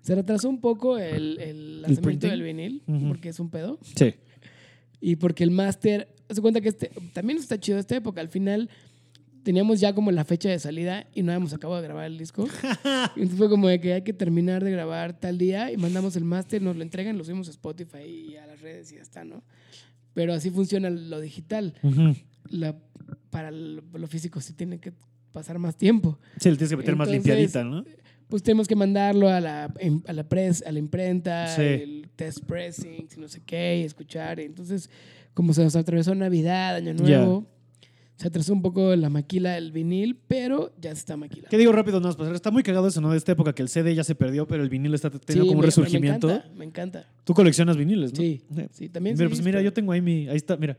[SPEAKER 2] Se retrasó un poco el, el lanzamiento
[SPEAKER 1] printing?
[SPEAKER 2] del vinil,
[SPEAKER 1] Ujú.
[SPEAKER 2] porque es un pedo.
[SPEAKER 1] Sí.
[SPEAKER 2] Y porque el máster, se cuenta que este, también está chido esta época. Al final teníamos ya como la fecha de salida y no habíamos acabado de grabar el disco. Entonces fue como de que hay que terminar de grabar tal día y mandamos el máster, nos lo entregan, lo subimos a Spotify y a las redes y ya está, ¿no? Pero así funciona lo digital. La, para lo, lo físico sí tiene que pasar más tiempo.
[SPEAKER 1] Sí, le tienes que meter más
[SPEAKER 2] Entonces,
[SPEAKER 1] limpiadita, ¿no?
[SPEAKER 2] Pues tenemos que mandarlo a la, em- a la, pres- a la imprenta,
[SPEAKER 1] Sí.
[SPEAKER 2] el test pressing, no sé qué, y escuchar. Entonces, como se nos atravesó Navidad, Año
[SPEAKER 1] Ya.
[SPEAKER 2] Nuevo, se atrasó un poco la maquila del vinil, pero ya se está maquilando.
[SPEAKER 1] ¿Qué digo rápido? No, pues está muy cagado eso, ¿no? De esta época que el CD ya se perdió, pero el vinil está teniendo
[SPEAKER 2] Sí,
[SPEAKER 1] como un
[SPEAKER 2] me-
[SPEAKER 1] resurgimiento.
[SPEAKER 2] Me encanta, me encanta.
[SPEAKER 1] Tú coleccionas viniles, ¿no?
[SPEAKER 2] Sí, sí, también.
[SPEAKER 1] Mira,
[SPEAKER 2] sí,
[SPEAKER 1] pues mira,
[SPEAKER 2] pero-
[SPEAKER 1] yo tengo ahí mi. Ahí está, mira.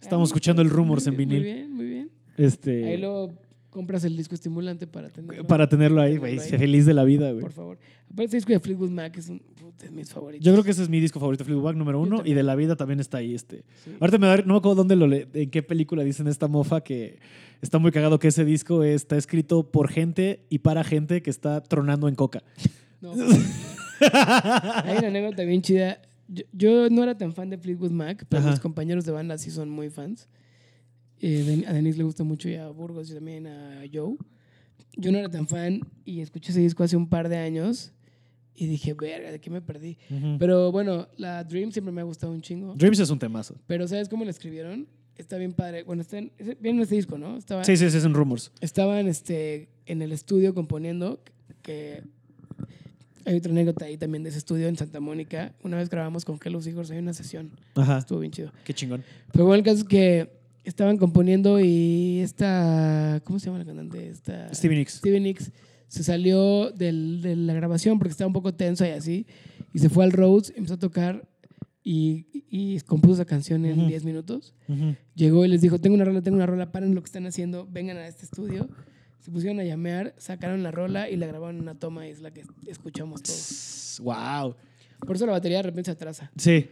[SPEAKER 1] Estamos
[SPEAKER 2] Ah,
[SPEAKER 1] escuchando el
[SPEAKER 2] muy
[SPEAKER 1] Rumors en
[SPEAKER 2] bien,
[SPEAKER 1] vinil.
[SPEAKER 2] Muy bien, muy bien.
[SPEAKER 1] Este.
[SPEAKER 2] Ahí luego compras el disco estimulante para tenerlo.
[SPEAKER 1] Para tenerlo ahí, güey.
[SPEAKER 2] tenerlo ahí,
[SPEAKER 1] Feliz de la vida, güey.
[SPEAKER 2] Por favor. Aparte, el disco de Fleetwood Mac es un puta, es mis favoritos.
[SPEAKER 1] Yo creo que ese es mi disco favorito, Fleetwood Mac número uno. Y
[SPEAKER 2] también.
[SPEAKER 1] de la vida también está ahí este.
[SPEAKER 2] Sí.
[SPEAKER 1] Ahorita me da, no me acuerdo dónde lo le- en qué película dicen esta mofa que está muy cagado que ese disco está escrito por gente y para gente que está tronando en coca.
[SPEAKER 2] No. Hay una anécdota bien chida. Yo, yo no era tan fan de Fleetwood Mac, pero
[SPEAKER 1] Ajá.
[SPEAKER 2] mis compañeros de banda sí son muy fans. Eh, Den- a Denise le gusta mucho y a Burgos y también a Joe. Yo no era tan fan y escuché ese disco hace un par de años y dije, verga, ¿de qué me perdí? Pero bueno, la Dream siempre me ha gustado un chingo.
[SPEAKER 1] Dreams es un temazo.
[SPEAKER 2] Pero ¿sabes cómo la escribieron? Está bien padre. Bueno, está en, ese- viene en este disco, ¿no? Estaba,
[SPEAKER 1] Sí, sí, sí, es en Rumors.
[SPEAKER 2] Estaban este, en el estudio componiendo, que hay otra anécdota ahí también de ese estudio en Santa Mónica. Una vez grabamos con Hello Hijos, hay una sesión.
[SPEAKER 1] Ajá.
[SPEAKER 2] Estuvo bien chido.
[SPEAKER 1] Qué chingón.
[SPEAKER 2] Pero bueno, el caso es que estaban componiendo y esta... ¿Cómo se llama la cantante? Esta...
[SPEAKER 1] Stevie Nicks.
[SPEAKER 2] Steven Nicks se salió del- de la grabación porque estaba un poco tenso y así, y se fue al Rhodes, empezó a tocar y, y compuso esa canción en
[SPEAKER 1] Ujú.
[SPEAKER 2] 10 minutos.
[SPEAKER 1] Ujú.
[SPEAKER 2] Llegó y les dijo, tengo una rola, tengo una rola, paren lo que están haciendo, vengan a este estudio. Se pusieron a llamear, sacaron la rola y la grabaron en una toma y es la que escuchamos todos.
[SPEAKER 1] Tss, Wow.
[SPEAKER 2] Por eso la batería de repente se atrasa.
[SPEAKER 1] Sí,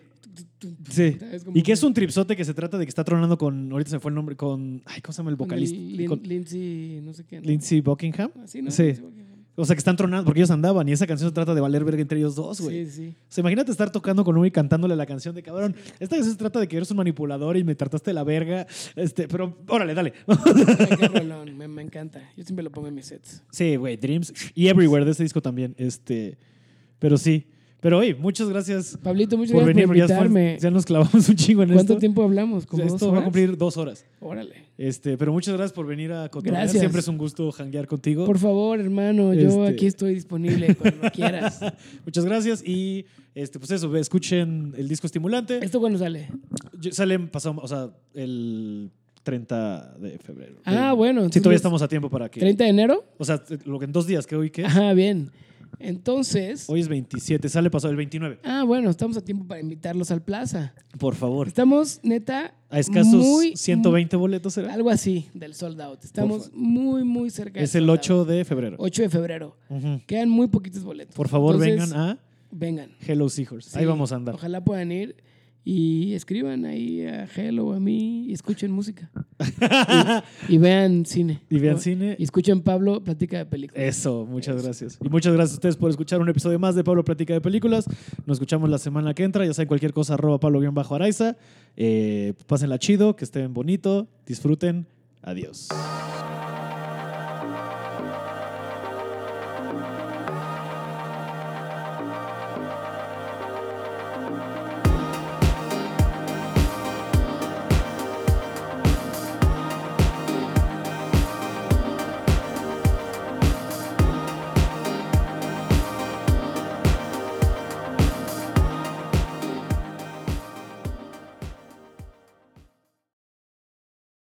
[SPEAKER 1] sí.
[SPEAKER 2] ¿Sabes? Como
[SPEAKER 1] Y que es un tripsote que se trata de que está tronando con. Ahorita se me fue el nombre. Con. Ay, ¿cómo se llama el
[SPEAKER 2] con el
[SPEAKER 1] vocalista?
[SPEAKER 2] Lin-
[SPEAKER 1] Con
[SPEAKER 2] Lindsay, no sé qué. ¿no?
[SPEAKER 1] Lindsay Buckingham.
[SPEAKER 2] Así, ¿no?
[SPEAKER 1] Sí.
[SPEAKER 2] Sí,
[SPEAKER 1] O sea, que están tronando porque ellos andaban y esa canción se trata de valer verga entre ellos dos, güey.
[SPEAKER 2] sí, sí.
[SPEAKER 1] O sea, imagínate estar tocando con uno y cantándole la canción de cabrón. Esta canción se trata de que eres un manipulador y me trataste de la verga. Este, pero órale, dale.
[SPEAKER 2] Ay, qué rolón, me, me encanta. Yo siempre lo pongo en mis sets.
[SPEAKER 1] sí, güey, Dreams y Everywhere de este disco también. Este, pero sí. Pero oye, muchas gracias
[SPEAKER 2] Pablito, muchas
[SPEAKER 1] por venir.
[SPEAKER 2] gracias Pues por
[SPEAKER 1] porque ya, fue-
[SPEAKER 2] invitarme.
[SPEAKER 1] ya nos clavamos un chingo en
[SPEAKER 2] ¿Cuánto
[SPEAKER 1] esto.
[SPEAKER 2] tiempo hablamos?
[SPEAKER 1] O sea,
[SPEAKER 2] ¿Como dos
[SPEAKER 1] esto va
[SPEAKER 2] horas?
[SPEAKER 1] a cumplir dos horas.
[SPEAKER 2] Órale.
[SPEAKER 1] Este, pero muchas gracias por venir a contar.
[SPEAKER 2] Gracias.
[SPEAKER 1] Siempre es un gusto janguear contigo.
[SPEAKER 2] Por favor, hermano, yo
[SPEAKER 1] Este-
[SPEAKER 2] aquí estoy disponible cuando quieras.
[SPEAKER 1] Muchas gracias y este, pues eso, escuchen el disco estimulante.
[SPEAKER 2] ¿Esto cuándo sale?
[SPEAKER 1] Yo- Salen pasado, o sea, el 30 de febrero.
[SPEAKER 2] Ah,
[SPEAKER 1] Eh,
[SPEAKER 2] bueno.
[SPEAKER 1] Sí,
[SPEAKER 2] entonces,
[SPEAKER 1] todavía estamos a tiempo para que.
[SPEAKER 2] ¿30 de enero?
[SPEAKER 1] O sea, lo que en dos días, que hoy que
[SPEAKER 2] Ajá, bien. Entonces...
[SPEAKER 1] Hoy es 27, sale pasado el 29.
[SPEAKER 2] Ah, bueno, estamos a tiempo para invitarlos al plaza.
[SPEAKER 1] Por favor.
[SPEAKER 2] Estamos, neta,
[SPEAKER 1] A escasos
[SPEAKER 2] muy- Ah,
[SPEAKER 1] 120 boletos
[SPEAKER 2] muy-
[SPEAKER 1] será.
[SPEAKER 2] algo así del sold out. Estamos
[SPEAKER 1] Por
[SPEAKER 2] muy, muy cerca. del
[SPEAKER 1] Es el
[SPEAKER 2] sold
[SPEAKER 1] 8
[SPEAKER 2] out.
[SPEAKER 1] de febrero.
[SPEAKER 2] 8 de febrero.
[SPEAKER 1] Ujú.
[SPEAKER 2] Quedan muy poquitos boletos.
[SPEAKER 1] Por favor,
[SPEAKER 2] Entonces,
[SPEAKER 1] vengan a
[SPEAKER 2] Vengan.
[SPEAKER 1] Hello Seahorse. Ahí
[SPEAKER 2] Sí,
[SPEAKER 1] vamos a andar.
[SPEAKER 2] Ojalá puedan ir y escriban ahí a Hello, a mí, y escuchen música. Y vean cine.
[SPEAKER 1] Y vean
[SPEAKER 2] ¿no?
[SPEAKER 1] cine.
[SPEAKER 2] Y escuchen Pablo platica de películas.
[SPEAKER 1] Eso, muchas
[SPEAKER 2] Eso.
[SPEAKER 1] gracias. Y muchas gracias a ustedes por escuchar un episodio más de Pablo Platica de Películas. Nos escuchamos la semana que entra. Ya saben, cualquier cosa, arroba Pablo-Araiza. Eh, pásenla chido, que estén bonito, disfruten. Adiós.